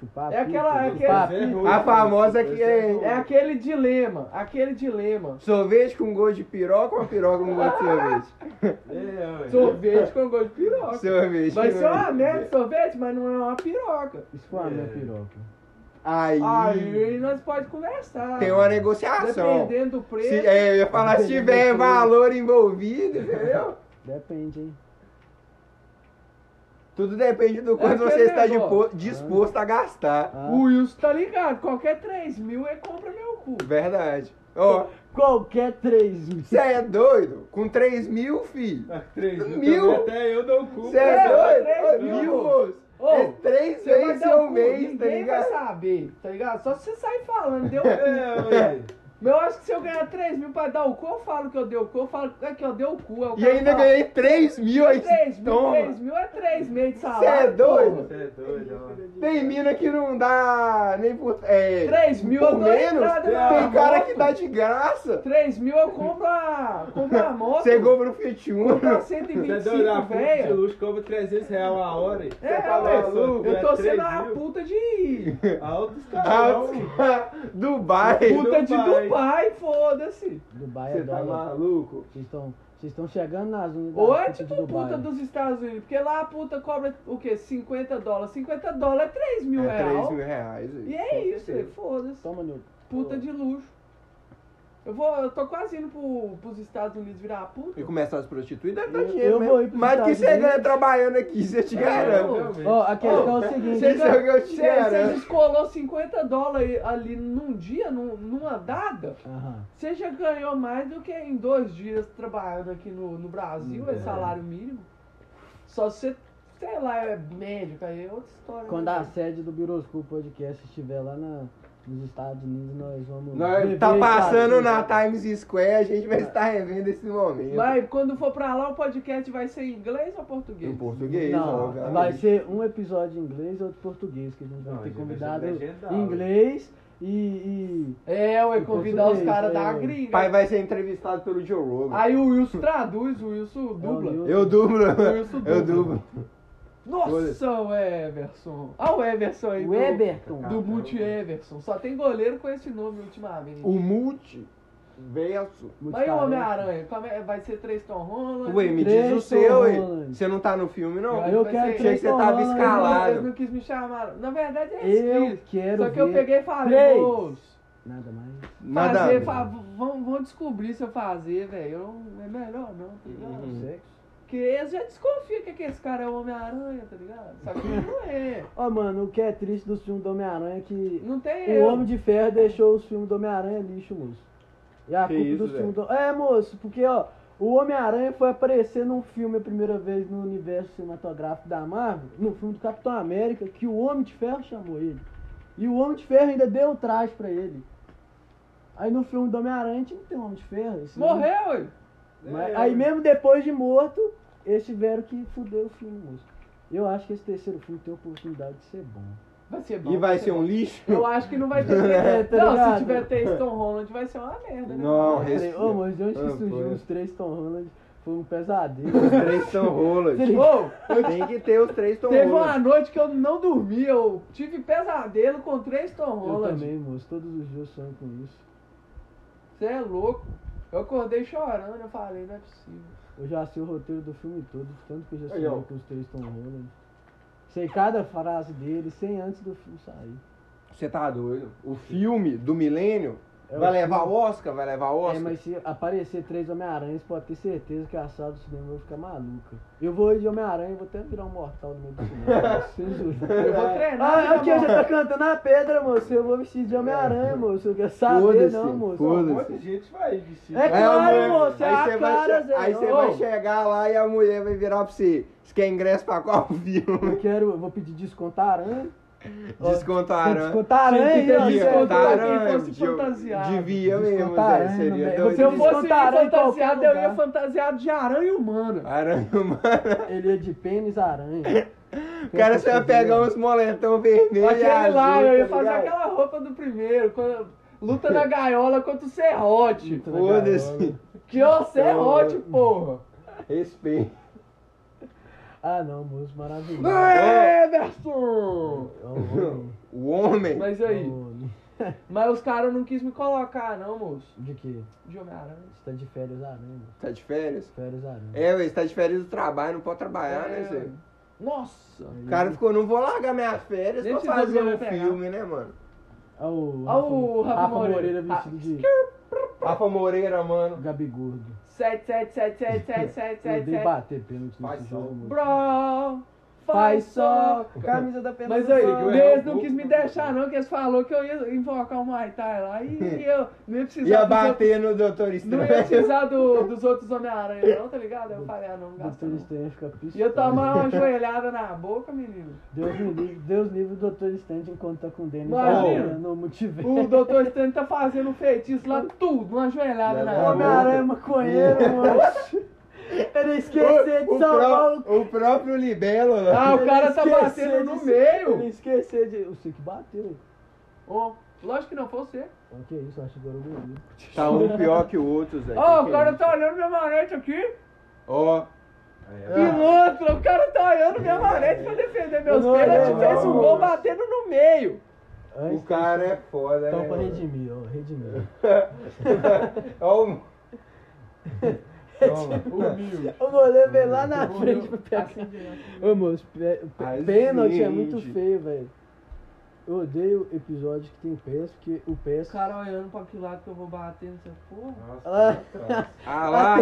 Speaker 2: Chupar
Speaker 1: É
Speaker 2: pito,
Speaker 1: aquela- é
Speaker 2: chupar
Speaker 1: aquele-
Speaker 2: pito.
Speaker 3: A famosa que é-
Speaker 1: É aquele dilema, aquele dilema.
Speaker 3: Sorvete com gosto de piroca ou uma piroca com gosto de sorvete?
Speaker 4: É, ué.
Speaker 1: Sorvete com gosto de piroca.
Speaker 3: Sorvete.
Speaker 1: Vai
Speaker 3: com
Speaker 1: ser uma
Speaker 3: gosto é de
Speaker 1: merda de sorvete, mas não é uma piroca.
Speaker 2: Isso foi uma minha
Speaker 4: É.
Speaker 2: piroca.
Speaker 3: Aí,
Speaker 1: Aí nós pode conversar.
Speaker 3: tem uma negociação.
Speaker 1: Dependendo do preço.
Speaker 3: Se, é, eu ia falar, se tiver
Speaker 2: Dependendo do preço.
Speaker 3: valor envolvido, entendeu?
Speaker 2: Depende, hein?
Speaker 3: Tudo depende do quanto
Speaker 1: aquele
Speaker 3: você está
Speaker 1: negócio.
Speaker 3: dipo- disposto a gastar.
Speaker 2: Ah,
Speaker 1: O Wilson tá ligado, qualquer 3 mil ele compra meu cu.
Speaker 3: Verdade. Ó,
Speaker 2: Qualquer três mil.
Speaker 3: você é doido? Com 3 mil, filho.
Speaker 4: Três
Speaker 3: Mil?
Speaker 4: mil. Até eu dou o cu.
Speaker 3: Você é
Speaker 1: mano.
Speaker 3: doido?
Speaker 1: Três
Speaker 3: Ô,
Speaker 1: mil,
Speaker 3: mil,
Speaker 1: moço.
Speaker 3: moço.
Speaker 1: Ô,
Speaker 3: É três
Speaker 1: Você vai
Speaker 3: vezes
Speaker 1: dar o
Speaker 3: ao
Speaker 1: cu,
Speaker 3: mês, tá
Speaker 1: ninguém vai
Speaker 3: ligado?
Speaker 1: saber, tá ligado? Só se você sair falando, deu
Speaker 4: É,
Speaker 1: cu.
Speaker 4: ué.
Speaker 1: Mas eu acho que se eu ganhar 3 mil pra dar o cu, eu falo que eu dei o cu, eu falo é que eu dei o cu. aí o
Speaker 3: E
Speaker 1: cara
Speaker 3: ainda
Speaker 1: fala,
Speaker 3: ganhei 3 mil aí.
Speaker 1: 3 mil,
Speaker 3: Toma.
Speaker 1: 3 mil é 3 meses de
Speaker 3: Você
Speaker 1: salário.
Speaker 3: é doido?
Speaker 4: Você é doido, ó.
Speaker 3: Tem mina que não dá nem por. É,
Speaker 1: 3 mil
Speaker 3: por
Speaker 1: eu dou
Speaker 3: menos.
Speaker 1: entrada
Speaker 3: Tem
Speaker 1: na
Speaker 3: cara
Speaker 1: moto.
Speaker 3: que dá de graça.
Speaker 1: 3 mil eu compro a, compro a moto.
Speaker 3: Você compra um Fiat Uno.
Speaker 1: Tá
Speaker 4: Você é
Speaker 1: 125,
Speaker 4: doido,
Speaker 3: ah,
Speaker 4: a puta de
Speaker 1: velho.
Speaker 4: luxo cobra 300 reais a hora. hein?
Speaker 1: É,
Speaker 4: Você tá
Speaker 1: ué,
Speaker 4: maluco,
Speaker 1: eu
Speaker 4: é
Speaker 1: tô
Speaker 4: três
Speaker 1: sendo a
Speaker 4: mil.
Speaker 1: puta de
Speaker 3: Dubai.
Speaker 4: Altos
Speaker 3: Ah,
Speaker 4: caralho.
Speaker 3: Dubai.
Speaker 1: Puta de
Speaker 4: Dubai.
Speaker 1: Dubai, foda-se.
Speaker 2: Dubai é
Speaker 3: Você tá
Speaker 2: dólar.
Speaker 3: maluco?
Speaker 2: Vocês estão vocês estão chegando nas unidades
Speaker 1: Ou é
Speaker 2: puta de
Speaker 1: tipo puta
Speaker 2: Dubai. né?
Speaker 1: dos Estados Unidos, porque lá a puta cobra o quê? 50 dólares. 50 dólares é 3 mil
Speaker 3: é 3
Speaker 1: reais.
Speaker 3: mil reais.
Speaker 1: E é
Speaker 3: com
Speaker 1: isso,
Speaker 3: certeza. Então,
Speaker 1: foda-se.
Speaker 2: Toma, Nilton.
Speaker 1: Puta de luxo. Eu, vou, eu tô quase indo pro, pros Estados Unidos virar puta.
Speaker 3: E começar as prostituir, deve dar
Speaker 2: Eu-
Speaker 3: dinheiro
Speaker 2: eu
Speaker 3: mesmo.
Speaker 2: vou ir pros
Speaker 3: Mais do que
Speaker 2: Estados
Speaker 3: você ganha
Speaker 2: Unidos.
Speaker 3: trabalhando aqui, você
Speaker 1: É,
Speaker 3: te garante.
Speaker 4: É, Realmente.
Speaker 2: Ó, a questão é o seguinte.
Speaker 3: Você
Speaker 1: Cara,
Speaker 3: sabe que eu né? te
Speaker 1: Você você
Speaker 3: garanto.
Speaker 1: descolou 50 dólares ali num dia, num- numa dada.
Speaker 2: Aham.
Speaker 1: Você já ganhou mais do que em dois dias trabalhando aqui no, no Brasil, é
Speaker 3: É.
Speaker 1: salário mínimo. Só se você, sei lá, é médico, aí é outra história.
Speaker 2: Quando
Speaker 1: né?
Speaker 2: a sede do Biroscope Podcast estiver lá na- nos Estados Unidos, nós vamos.
Speaker 3: Nós
Speaker 2: beber
Speaker 3: tá
Speaker 2: e fazer.
Speaker 3: passando na Times Square, a gente vai
Speaker 1: É.
Speaker 3: estar revendo esse momento.
Speaker 1: Mas quando for pra lá, o podcast vai ser em inglês ou português?
Speaker 3: Em português,
Speaker 2: Não,
Speaker 3: obviamente.
Speaker 2: vai ser um episódio em inglês e outro em português, que a gente vai
Speaker 4: Não, a
Speaker 2: ter
Speaker 4: gente vai
Speaker 2: convidado
Speaker 4: ser legendado.
Speaker 2: em inglês e. e-
Speaker 1: É, ué,
Speaker 2: Em
Speaker 1: convidar os
Speaker 2: português,
Speaker 1: caras
Speaker 2: é.
Speaker 1: da gringa.
Speaker 3: Pai vai ser entrevistado pelo Joe Rogan.
Speaker 1: Aí o Wilson traduz, o Wilson
Speaker 2: É o
Speaker 1: dubla.
Speaker 2: Wilson.
Speaker 3: Eu dublo.
Speaker 1: Wilson dubla.
Speaker 3: Eu dublo.
Speaker 1: Nossa, o Everson. Olha o Everson aí.
Speaker 2: O
Speaker 1: do-
Speaker 2: Everton.
Speaker 1: Do Multi Everson. Só tem goleiro com esse nome ultimamente.
Speaker 3: O
Speaker 1: Mas e o
Speaker 3: multiverso.
Speaker 2: multitalento.
Speaker 1: Homem-Aranha? Como é- Vai ser três Tom Holland?
Speaker 3: Ué, me diz
Speaker 2: Três
Speaker 3: o seu, ué.
Speaker 2: Holland.
Speaker 3: Você não tá no filme, não?
Speaker 2: Eu
Speaker 1: Vai
Speaker 2: quero
Speaker 1: ser-
Speaker 2: três
Speaker 3: Achei que você tava
Speaker 2: Holland.
Speaker 3: escalado.
Speaker 1: Eles não quis me chamar. Na verdade é
Speaker 2: Eu
Speaker 1: isso.
Speaker 2: quero.
Speaker 1: Só que eu
Speaker 2: ver
Speaker 1: peguei e falei,
Speaker 2: três.
Speaker 1: moço,
Speaker 2: Nada mais.
Speaker 3: Nada. a
Speaker 1: fazer,
Speaker 3: ver.
Speaker 1: fa- vão, vão descobrir se eu fazer, velho. Eu não- É melhor não, tá ligado?
Speaker 3: Uhum.
Speaker 2: Sexo.
Speaker 1: Porque eles já desconfiam que aquele cara é o Homem-Aranha, tá ligado? Só que não é.
Speaker 2: Ó, mano, o que é triste dos filmes do Homem-Aranha é que
Speaker 1: Não tem
Speaker 2: o
Speaker 1: eu.
Speaker 2: Homem de Ferro deixou os filmes do Homem-Aranha lixo, moço. E a
Speaker 3: Que
Speaker 2: culpa
Speaker 3: isso,
Speaker 2: dos
Speaker 3: velho?
Speaker 2: filmes do. É, moço, porque, ó, o Homem-Aranha foi aparecer num filme a primeira vez no universo cinematográfico da Marvel, no filme do Capitão América, que o Homem de Ferro chamou ele. E o Homem de Ferro ainda deu o traje pra ele. Aí no filme do Homem-Aranha a gente não tem um Homem de Ferro. esse filme-
Speaker 1: Morreu, ué.
Speaker 3: É.
Speaker 2: Mas- aí mesmo depois de morto, eles tiveram que fuder o filme, moço. Eu acho que esse terceiro filme tem oportunidade de ser bom.
Speaker 1: Vai ser bom.
Speaker 3: E vai ser
Speaker 1: bom.
Speaker 3: um lixo?
Speaker 1: Eu acho que não vai ter.
Speaker 2: É, tá
Speaker 1: não,
Speaker 2: ligado?
Speaker 1: se tiver três Tom Holland, vai ser uma merda, né?
Speaker 3: Não,
Speaker 2: Eu falei, ô,
Speaker 3: respira.
Speaker 2: mas de onde que
Speaker 3: Ah,
Speaker 2: surgiu
Speaker 3: foi.
Speaker 2: os três Tom Holland? Foi um pesadelo.
Speaker 3: Os três são rolas.
Speaker 1: Ô,
Speaker 3: Tem que ter os três Tom
Speaker 1: teve uma
Speaker 3: Holland.
Speaker 1: noite que eu não dormi, eu tive pesadelo com três Tom
Speaker 2: eu
Speaker 1: Holland.
Speaker 2: também, moço. Todos os dias eu sonho com isso.
Speaker 1: Você é louco. Eu acordei chorando, eu falei, não é possível.
Speaker 2: Eu já sei o roteiro do filme todo, de tanto que eu já
Speaker 3: Aí, ó.
Speaker 2: sonhei com os três Tom Holland. Sei cada frase dele, sem antes do filme sair.
Speaker 3: Você tá doido? O filme do milênio
Speaker 2: É
Speaker 3: vai
Speaker 2: o
Speaker 3: levar
Speaker 2: filme-
Speaker 3: Oscar? Vai levar Oscar?
Speaker 2: É, mas se aparecer três Homem-Aranhas, pode ter certeza que a sala do cinema vai ficar maluca. Eu vou de Homem-Aranha e vou até virar um mortal no meio do cinema. sem juro.
Speaker 1: Eu vou treinar.
Speaker 2: Ah,
Speaker 3: né,
Speaker 1: virar
Speaker 2: aqui eu já
Speaker 1: mortal.
Speaker 2: tá cantando a pedra, moço. Eu vou vestir de Homem-Aranha, moço. Eu quero saber,
Speaker 3: É. Foda-se,
Speaker 2: não, moço.
Speaker 3: foda-se.
Speaker 4: Um monte de gente vai vestir.
Speaker 2: É
Speaker 3: Aí a
Speaker 2: claro,
Speaker 3: mulher-
Speaker 2: moço, é
Speaker 3: aí
Speaker 2: a
Speaker 3: você vai
Speaker 2: cara,
Speaker 3: che-
Speaker 2: Zé.
Speaker 3: Aí você
Speaker 2: Ô.
Speaker 3: vai chegar lá e a mulher vai virar pra você. Você quer ingresso pra qual filme?
Speaker 2: Eu quero, eu vou pedir desconto à aranha.
Speaker 3: Descontaram. né?
Speaker 2: Desconto à
Speaker 1: Tinha
Speaker 2: aranha,
Speaker 1: que ter
Speaker 2: ó, Zé.
Speaker 1: desconto à aranha. fosse fantasiado. é,
Speaker 3: Devia mesmo,
Speaker 2: Descontaram,
Speaker 3: Zé. Seria
Speaker 2: velho.
Speaker 3: doido.
Speaker 1: Se eu fosse
Speaker 2: Descontar aranha em qualquer
Speaker 1: fantasiado, eu ia
Speaker 2: lugar.
Speaker 1: fantasiado de aranha humana.
Speaker 3: Aranha humana.
Speaker 2: Ele é de pênis aranha.
Speaker 3: O cara só ia pegar uns moletão vermelho. e
Speaker 1: Aquele
Speaker 3: azul,
Speaker 1: lá, eu ia
Speaker 3: tá
Speaker 1: fazer
Speaker 3: ligado?
Speaker 1: aquela roupa do primeiro. quando- luta na gaiola contra o serrote.
Speaker 2: Luta na
Speaker 3: Foda-se.
Speaker 1: Que ó, serrote, porra.
Speaker 3: Respeito.
Speaker 2: Ah, não, moço, maravilhoso.
Speaker 1: É, Everson!
Speaker 2: É um homem,
Speaker 3: O homem.
Speaker 1: Mas
Speaker 2: é
Speaker 1: aí,
Speaker 2: um homem.
Speaker 1: mas os caras não quis me colocar, não, moço.
Speaker 2: De quê?
Speaker 1: De Homem-Aranha.
Speaker 2: Você tá de férias aranha, moço.
Speaker 3: Tá de férias?
Speaker 2: Férias aranha.
Speaker 3: É, ué, você tá de férias do trabalho, não pode trabalhar, né, Zé?
Speaker 1: É. Nossa!
Speaker 3: O cara ficou, não vou largar minhas férias
Speaker 1: Deixa
Speaker 3: pra
Speaker 1: eu
Speaker 3: fazer
Speaker 1: ver,
Speaker 3: um
Speaker 1: pegar.
Speaker 3: filme, né, mano?
Speaker 2: Olha Ah, o
Speaker 1: Olha o Rafa Moreira. Ah,
Speaker 2: vestido de
Speaker 3: Rafa Moreira, mano.
Speaker 2: Gabigordo.
Speaker 1: 7, 7, 7, 7, 7, 7,
Speaker 2: Eu
Speaker 1: 7,
Speaker 2: dei
Speaker 1: 7.
Speaker 2: bater pênalti
Speaker 3: Faz
Speaker 2: nesse jogo,
Speaker 3: sol.
Speaker 2: moço.
Speaker 1: Bro! Faz sol!
Speaker 2: Camisa da pênalti.
Speaker 1: Mas aí,
Speaker 4: eu errar
Speaker 1: eles
Speaker 4: um
Speaker 1: não
Speaker 4: pouco,
Speaker 1: quis me
Speaker 4: não.
Speaker 1: deixar, não, que eles falaram que eu ia invocar o Muay Thai lá. E eu não ia precisar.
Speaker 3: Ia
Speaker 1: dos outros-
Speaker 3: bater né? no Doutor
Speaker 1: Não ia
Speaker 3: Estranho.
Speaker 1: precisar do- dos outros Homem-Aranha, não, tá ligado? Eu falei, ah, não, não gasta
Speaker 2: Doutor
Speaker 1: não.
Speaker 2: Estranho fica pistola.
Speaker 1: E eu tomar uma joelhada na boca, menino.
Speaker 2: Deus me livre, Deus livre o Doutor Estranho de encontrar com o Denis
Speaker 1: Imagina.
Speaker 2: Aranha no multiverso.
Speaker 1: O doutor Stan tá fazendo um feitiço lá, tudo, uma joelhada na
Speaker 3: Não,
Speaker 1: boca.
Speaker 2: Homem-Aranha é maconheiro, moço. Ele esqueceu de
Speaker 3: O, o
Speaker 2: salvar o...
Speaker 3: pró- o próprio Libelo, né?
Speaker 1: Ah, o
Speaker 2: Ele
Speaker 1: cara tá
Speaker 2: esqueceu
Speaker 1: batendo no
Speaker 2: de- Ele
Speaker 1: meio.
Speaker 2: esqueceu de... O Sick bateu.
Speaker 1: Ô, lógico que não foi você.
Speaker 2: Ó, que isso, acho que agora eu dormi.
Speaker 3: tá um pior que é o outro, Zé.
Speaker 1: Ô, o cara tá olhando minha manete aqui.
Speaker 3: Ó,
Speaker 1: Pilantra, o cara tá olhando minha manete pra defender meus
Speaker 2: Não,
Speaker 1: pênaltis.
Speaker 2: não,
Speaker 1: Fez um
Speaker 2: não.
Speaker 1: gol batendo no meio.
Speaker 3: O
Speaker 2: Antes-
Speaker 3: cara é foda,
Speaker 2: Então,
Speaker 3: né?
Speaker 2: pra
Speaker 3: mano?
Speaker 2: redimir, ó, redimir.
Speaker 3: Ó, o- Toma.
Speaker 1: Humilde.
Speaker 2: O goleiro veio lá na frente pra
Speaker 1: Humilde.
Speaker 2: pegar.
Speaker 1: Assim, assim.
Speaker 2: Ô, moço, pe- pe-
Speaker 3: Ai,
Speaker 2: pênalti é
Speaker 3: gente.
Speaker 2: muito feio, velho. Eu odeio episódio que tem PES, porque o PES.
Speaker 1: Os caras olhando pra que lado que eu vou bater nessa porra.
Speaker 4: Nossa, cara.
Speaker 3: Ah lá,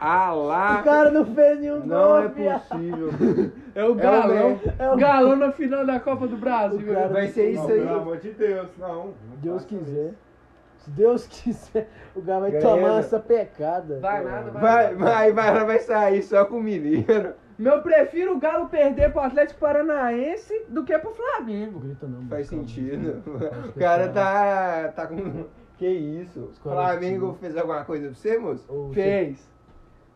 Speaker 3: ah lá.
Speaker 2: O cara não fez nenhum
Speaker 3: Não é
Speaker 2: gol, viado.
Speaker 3: possível.
Speaker 1: É o
Speaker 3: galão.
Speaker 1: galão.
Speaker 2: É o-
Speaker 1: Galão na final da Copa do Brasil.
Speaker 2: É O cara-
Speaker 3: Vai ser isso
Speaker 4: Não,
Speaker 3: aí.
Speaker 4: Pelo amor de Deus, não. não
Speaker 2: Deus
Speaker 4: faça
Speaker 2: quiser.
Speaker 4: isso.
Speaker 2: Se Deus quiser, o cara vai
Speaker 3: Ganha,
Speaker 2: tomar
Speaker 3: né?
Speaker 2: essa pecada.
Speaker 1: Vai nada, vai.
Speaker 3: Vai,
Speaker 1: nada.
Speaker 3: vai, vai, ela vai sair só com o mineiro.
Speaker 1: Meu, prefiro o Galo perder pro Atlético Paranaense do que pro Flamengo.
Speaker 2: Grita não,
Speaker 3: Faz
Speaker 2: calma.
Speaker 3: sentido. O cara tá. tá com. Que isso? Flamengo fez alguma coisa pra você, moço?
Speaker 2: Ô, cê-
Speaker 1: Fez.
Speaker 4: Isso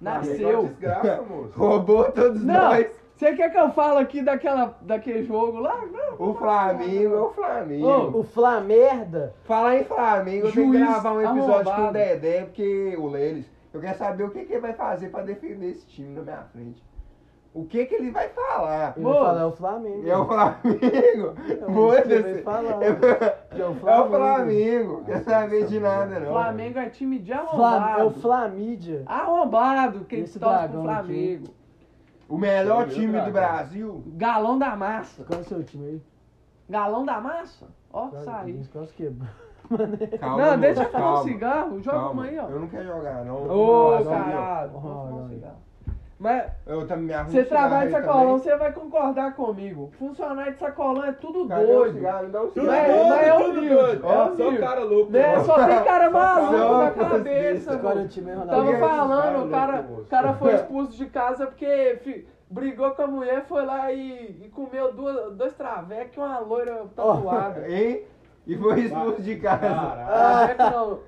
Speaker 4: é uma
Speaker 1: Nasceu.
Speaker 4: desgraça, moço.
Speaker 3: Roubou todos
Speaker 1: Não,
Speaker 3: nós.
Speaker 1: você quer que eu fale aqui daquela, daquele jogo lá? Não.
Speaker 3: O Flamengo é o Flamengo.
Speaker 1: Ô,
Speaker 2: O Flamerda.
Speaker 3: Falar em Flamengo, eu tenho que
Speaker 1: Juiz tá
Speaker 3: gravar um episódio com o
Speaker 1: arrombado.
Speaker 3: Dedé, porque o Leles, eu quero saber o que, que ele vai fazer pra defender esse time na minha frente. O que, que ele vai falar?
Speaker 2: Eu
Speaker 1: Ô,
Speaker 2: vou falar, é o Flamengo.
Speaker 3: É o Flamengo?
Speaker 1: É
Speaker 2: isso que ele
Speaker 3: Foda-se.
Speaker 2: vai falar.
Speaker 3: É-
Speaker 2: Que é o
Speaker 3: É o
Speaker 2: Flamengo.
Speaker 3: Flamengo. Quer saber de nada, não.
Speaker 1: Flamengo é time de
Speaker 2: Fla-
Speaker 1: arrombado.
Speaker 2: É o Flamídia.
Speaker 1: Arrombado que
Speaker 2: Esse
Speaker 1: torce pro
Speaker 2: dragão aqui.
Speaker 1: Flamengo.
Speaker 3: O melhor
Speaker 4: Sério,
Speaker 3: time do
Speaker 4: cara?
Speaker 3: Brasil.
Speaker 1: Galão da massa.
Speaker 2: Qual é o seu time aí?
Speaker 1: Galão da massa? Ó, saiu.
Speaker 2: Quase quebrou. Mané.
Speaker 3: Calma,
Speaker 1: não, deixa eu
Speaker 3: moço,
Speaker 1: fumar um
Speaker 3: calma,
Speaker 1: cigarro. Joga
Speaker 3: calma.
Speaker 1: uma aí, ó.
Speaker 3: Eu não quero jogar, não.
Speaker 1: Ô,
Speaker 3: Nossa,
Speaker 1: caralho.
Speaker 2: viu?
Speaker 1: Vou fumar um
Speaker 2: Olha,
Speaker 1: cigarro. Mas
Speaker 3: Eu, eu também me arrumo
Speaker 1: você
Speaker 3: um cigarro
Speaker 1: trabalha
Speaker 3: aí
Speaker 1: de sacolão,
Speaker 3: também.
Speaker 1: você vai concordar comigo. Funcionário de sacolão é tudo
Speaker 3: Cadê o
Speaker 1: doido.
Speaker 3: cigarro? Me dá um
Speaker 4: Tudo
Speaker 1: Mas-
Speaker 3: cigarro.
Speaker 1: mas é
Speaker 4: doido, tudo
Speaker 1: humilde,
Speaker 4: doido.
Speaker 1: é
Speaker 4: Só
Speaker 1: humilde.
Speaker 4: o cara louco.
Speaker 1: Né?
Speaker 4: mano.
Speaker 1: Só tem cara maluco na
Speaker 3: Só pra
Speaker 1: cabeça,
Speaker 3: vocês,
Speaker 2: Qual é
Speaker 1: mano.
Speaker 2: o time aí,
Speaker 1: Tava
Speaker 3: Porque
Speaker 2: Ronaldo?
Speaker 3: é
Speaker 1: falando, o cara,
Speaker 4: maluco,
Speaker 1: o cara foi
Speaker 3: moço.
Speaker 1: expulso de casa porque fi, brigou com a mulher, foi lá e, e comeu duas, dois travecos e uma loira tatuada.
Speaker 3: Hein? E foi expulso de casa.
Speaker 4: Caralho.
Speaker 1: Traveco não.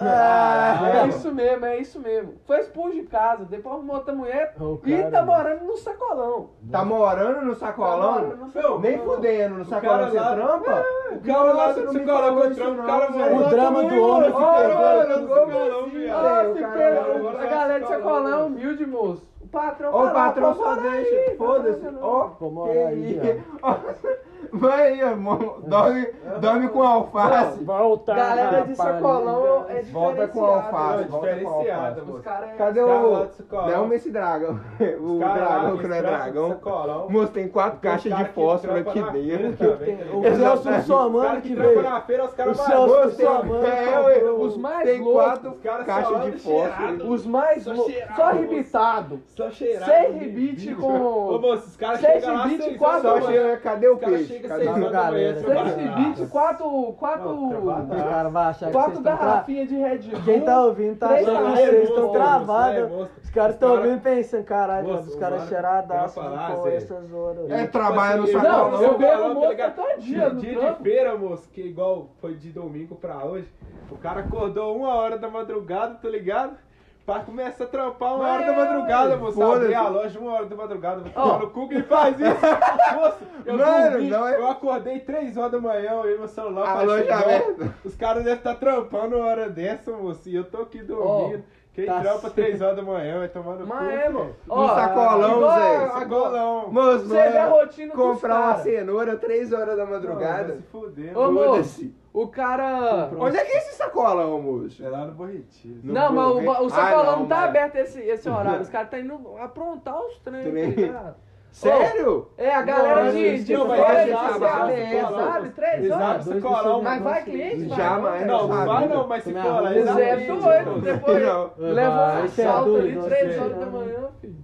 Speaker 3: Ah,
Speaker 1: É isso mesmo, é isso mesmo. Foi expulso de casa, depois arrumou outra mulher
Speaker 2: Ô,
Speaker 1: e tá
Speaker 2: cara. é um
Speaker 1: morando no sacolão.
Speaker 3: Tá morando no
Speaker 1: Tá
Speaker 3: sacolão?
Speaker 1: morando no
Speaker 4: Meu,
Speaker 3: Nem
Speaker 1: sacolão.
Speaker 3: fudendo, no
Speaker 4: cara
Speaker 3: sacolão você
Speaker 4: lá- É,
Speaker 3: trampa?
Speaker 4: O cara lá
Speaker 3: Você não
Speaker 4: se
Speaker 3: me
Speaker 4: colocou
Speaker 3: falou
Speaker 4: o trampo,
Speaker 3: isso
Speaker 4: o cara
Speaker 3: não,
Speaker 4: morreu.
Speaker 3: velho.
Speaker 2: O drama do homem
Speaker 3: Ô,
Speaker 4: Olha,
Speaker 3: mano, como
Speaker 4: mano,
Speaker 3: assim,
Speaker 4: viado.
Speaker 1: Ah,
Speaker 3: velho?
Speaker 1: se
Speaker 3: O cara-
Speaker 1: pega-
Speaker 4: vai
Speaker 1: a
Speaker 4: no
Speaker 1: galera de
Speaker 4: sacolão.
Speaker 1: sacolão é humilde, moço. O patrão
Speaker 3: Ó,
Speaker 1: fala,
Speaker 3: o patrão
Speaker 1: "Pô,
Speaker 3: só
Speaker 1: mora aí,
Speaker 3: deixa,
Speaker 1: tá
Speaker 3: foda-se.
Speaker 1: morando
Speaker 3: Ó,
Speaker 1: lá."
Speaker 2: Vou
Speaker 3: que
Speaker 2: morar aí,
Speaker 3: isso. Vai aí, irmão. Dorme, dorme com alface.
Speaker 2: Volta.
Speaker 1: Galera de
Speaker 2: rapaz.
Speaker 1: sacolão é
Speaker 3: Volta com
Speaker 1: diferenciada.
Speaker 3: alface,
Speaker 4: Não,
Speaker 3: volta com
Speaker 4: diferenciado,
Speaker 3: alface.
Speaker 1: Os
Speaker 4: moço.
Speaker 1: caras é...
Speaker 3: Cadê
Speaker 4: Os caras lá
Speaker 3: o...
Speaker 4: do sacolão.
Speaker 3: Dá um esse dragão. O
Speaker 4: Cara,
Speaker 3: dragão
Speaker 4: que
Speaker 3: que não é
Speaker 4: trampa de
Speaker 3: dragão.
Speaker 4: sacolão.
Speaker 3: Moço, tem quatro caixas
Speaker 4: cara
Speaker 3: de
Speaker 4: que
Speaker 3: fósforo
Speaker 4: trampa
Speaker 3: aqui
Speaker 4: na
Speaker 3: dentro.
Speaker 4: feira também. né?
Speaker 2: Tem- O
Speaker 3: Exatamente.
Speaker 2: Celso
Speaker 4: Os
Speaker 2: Somano
Speaker 4: caras
Speaker 2: que
Speaker 4: que trampam
Speaker 2: veio.
Speaker 4: na feira, os
Speaker 2: O
Speaker 4: caras
Speaker 2: Celso-
Speaker 4: vagam.
Speaker 3: Moço, tem-
Speaker 2: sua mãe
Speaker 3: é,
Speaker 2: comprou-
Speaker 3: ué,
Speaker 1: Os mais
Speaker 3: tem
Speaker 1: loucos,
Speaker 3: quatro
Speaker 4: os caras
Speaker 3: caixas
Speaker 4: só
Speaker 3: de
Speaker 4: cheirado.
Speaker 3: fósforo.
Speaker 1: é Os mais
Speaker 4: Só
Speaker 1: loucos,
Speaker 4: cheirado,
Speaker 1: só
Speaker 4: moço.
Speaker 1: rebitado.
Speaker 4: Só cheirado.
Speaker 1: Sem rebite
Speaker 4: Ô,
Speaker 1: com...
Speaker 4: moço, os caras
Speaker 1: Seis
Speaker 4: chegam lá
Speaker 1: e vinte e
Speaker 4: seis
Speaker 1: quatro,
Speaker 4: horas
Speaker 1: mano.
Speaker 3: Só
Speaker 4: da
Speaker 3: chega,
Speaker 4: manhã.
Speaker 3: cadê o
Speaker 4: Os caras
Speaker 3: peixe?
Speaker 4: chegam
Speaker 3: Cadê
Speaker 4: seis
Speaker 3: o
Speaker 4: horas da manhã.
Speaker 2: Galera,
Speaker 4: trabalhando.
Speaker 1: Sem rebite, quatro...
Speaker 2: Os
Speaker 1: Quatro...
Speaker 4: trabalhado.
Speaker 2: caras vão achar que vocês
Speaker 1: Quatro
Speaker 2: estão tra...
Speaker 1: garrafinhas de Red Bull.
Speaker 2: Quem tá ouvindo tá
Speaker 4: é
Speaker 1: Três
Speaker 2: achando que
Speaker 1: garrafas.
Speaker 2: vocês estão
Speaker 1: Moço,
Speaker 2: travados.
Speaker 4: moço, moço.
Speaker 2: Os caras estão
Speaker 4: Os cara-
Speaker 2: ouvindo pensando, caralho,
Speaker 4: Moço,
Speaker 2: os
Speaker 4: o
Speaker 2: caras
Speaker 4: mano-
Speaker 2: cheiradaços
Speaker 4: quero falar,
Speaker 2: com
Speaker 4: Zé.
Speaker 2: essas horas.
Speaker 3: É
Speaker 2: aí.
Speaker 3: trabalho no
Speaker 4: Tipo assim,
Speaker 3: sacolão.
Speaker 1: Não, eu
Speaker 4: o Barão,
Speaker 1: bebo moço
Speaker 4: tá ligado?
Speaker 1: todo dia no
Speaker 4: Dia
Speaker 1: trampo.
Speaker 4: de feira, moço, que igual foi de domingo pra hoje. O cara acordou uma hora da madrugada, tá ligado? Pra começar a trampar uma
Speaker 1: Mas
Speaker 4: hora da
Speaker 1: é,
Speaker 4: madrugada,
Speaker 3: ué,
Speaker 4: moço.
Speaker 3: foda-se.
Speaker 4: Abrir a loja uma hora da madrugada. Vou
Speaker 1: Ó.
Speaker 4: tomar no cu que ele faz isso. moço, eu
Speaker 3: Mano,
Speaker 4: dormi,
Speaker 3: não é-
Speaker 4: eu acordei 3 horas da manhã, eu olhei meu celular.
Speaker 3: A
Speaker 4: falei,
Speaker 3: loja
Speaker 4: "Chegou".
Speaker 3: aberta.
Speaker 4: Os caras devem estar trampando uma hora dessa, moço. E eu tô aqui dormindo. Quem
Speaker 2: tá
Speaker 4: trampa
Speaker 2: c-
Speaker 4: 3 horas da manhã vai tomar no cu.
Speaker 1: Mas é, mano.
Speaker 3: No sacolão,
Speaker 1: igual
Speaker 3: Zé.
Speaker 1: a-
Speaker 4: Agora não.
Speaker 3: Moço,
Speaker 1: Você vê a
Speaker 3: mano,
Speaker 1: rotina dos
Speaker 3: comprar uma
Speaker 1: cara.
Speaker 3: cenoura 3 horas da
Speaker 4: Vai
Speaker 3: madrugada.
Speaker 4: Se fuder,
Speaker 1: Ô,
Speaker 4: moço.
Speaker 1: moço,
Speaker 3: Foda-se.
Speaker 1: o cara...
Speaker 3: Onde é que é esse sacolão, moço?
Speaker 4: É lá no Borretido.
Speaker 1: Não,
Speaker 3: Não,
Speaker 1: mas
Speaker 3: não,
Speaker 1: o,
Speaker 3: né?
Speaker 1: o sacolão
Speaker 3: Ah, não,
Speaker 1: não tá
Speaker 3: mas-
Speaker 1: aberto esse, esse horário. Os caras tá indo aprontar os trens,
Speaker 3: Trem.
Speaker 1: tá ligado?
Speaker 3: Sério?
Speaker 1: É, a galera
Speaker 3: Não,
Speaker 1: de, de
Speaker 3: não, mas é
Speaker 1: fora
Speaker 3: esse
Speaker 1: de
Speaker 3: sacolão,
Speaker 1: Ceará,
Speaker 3: esse
Speaker 1: sabe?
Speaker 4: sacolão,
Speaker 1: Três
Speaker 4: exato.
Speaker 1: horas.
Speaker 2: Dois
Speaker 4: sacolão,
Speaker 2: pessoas
Speaker 1: mas
Speaker 2: não
Speaker 1: vai
Speaker 2: se-
Speaker 1: cliente, vai.
Speaker 3: Jamais.
Speaker 4: Não,
Speaker 3: sabe?
Speaker 4: não vai não, mas se
Speaker 2: Minha
Speaker 4: for lá, tipo,
Speaker 2: mãe-
Speaker 1: O Zé é
Speaker 4: exatamente,
Speaker 1: doido,
Speaker 4: moço.
Speaker 1: depois
Speaker 3: Não.
Speaker 1: leva
Speaker 2: Vai,
Speaker 1: um
Speaker 2: isso é
Speaker 1: salto ali
Speaker 2: doido,
Speaker 1: três
Speaker 2: você.
Speaker 1: horas da manhã, filho.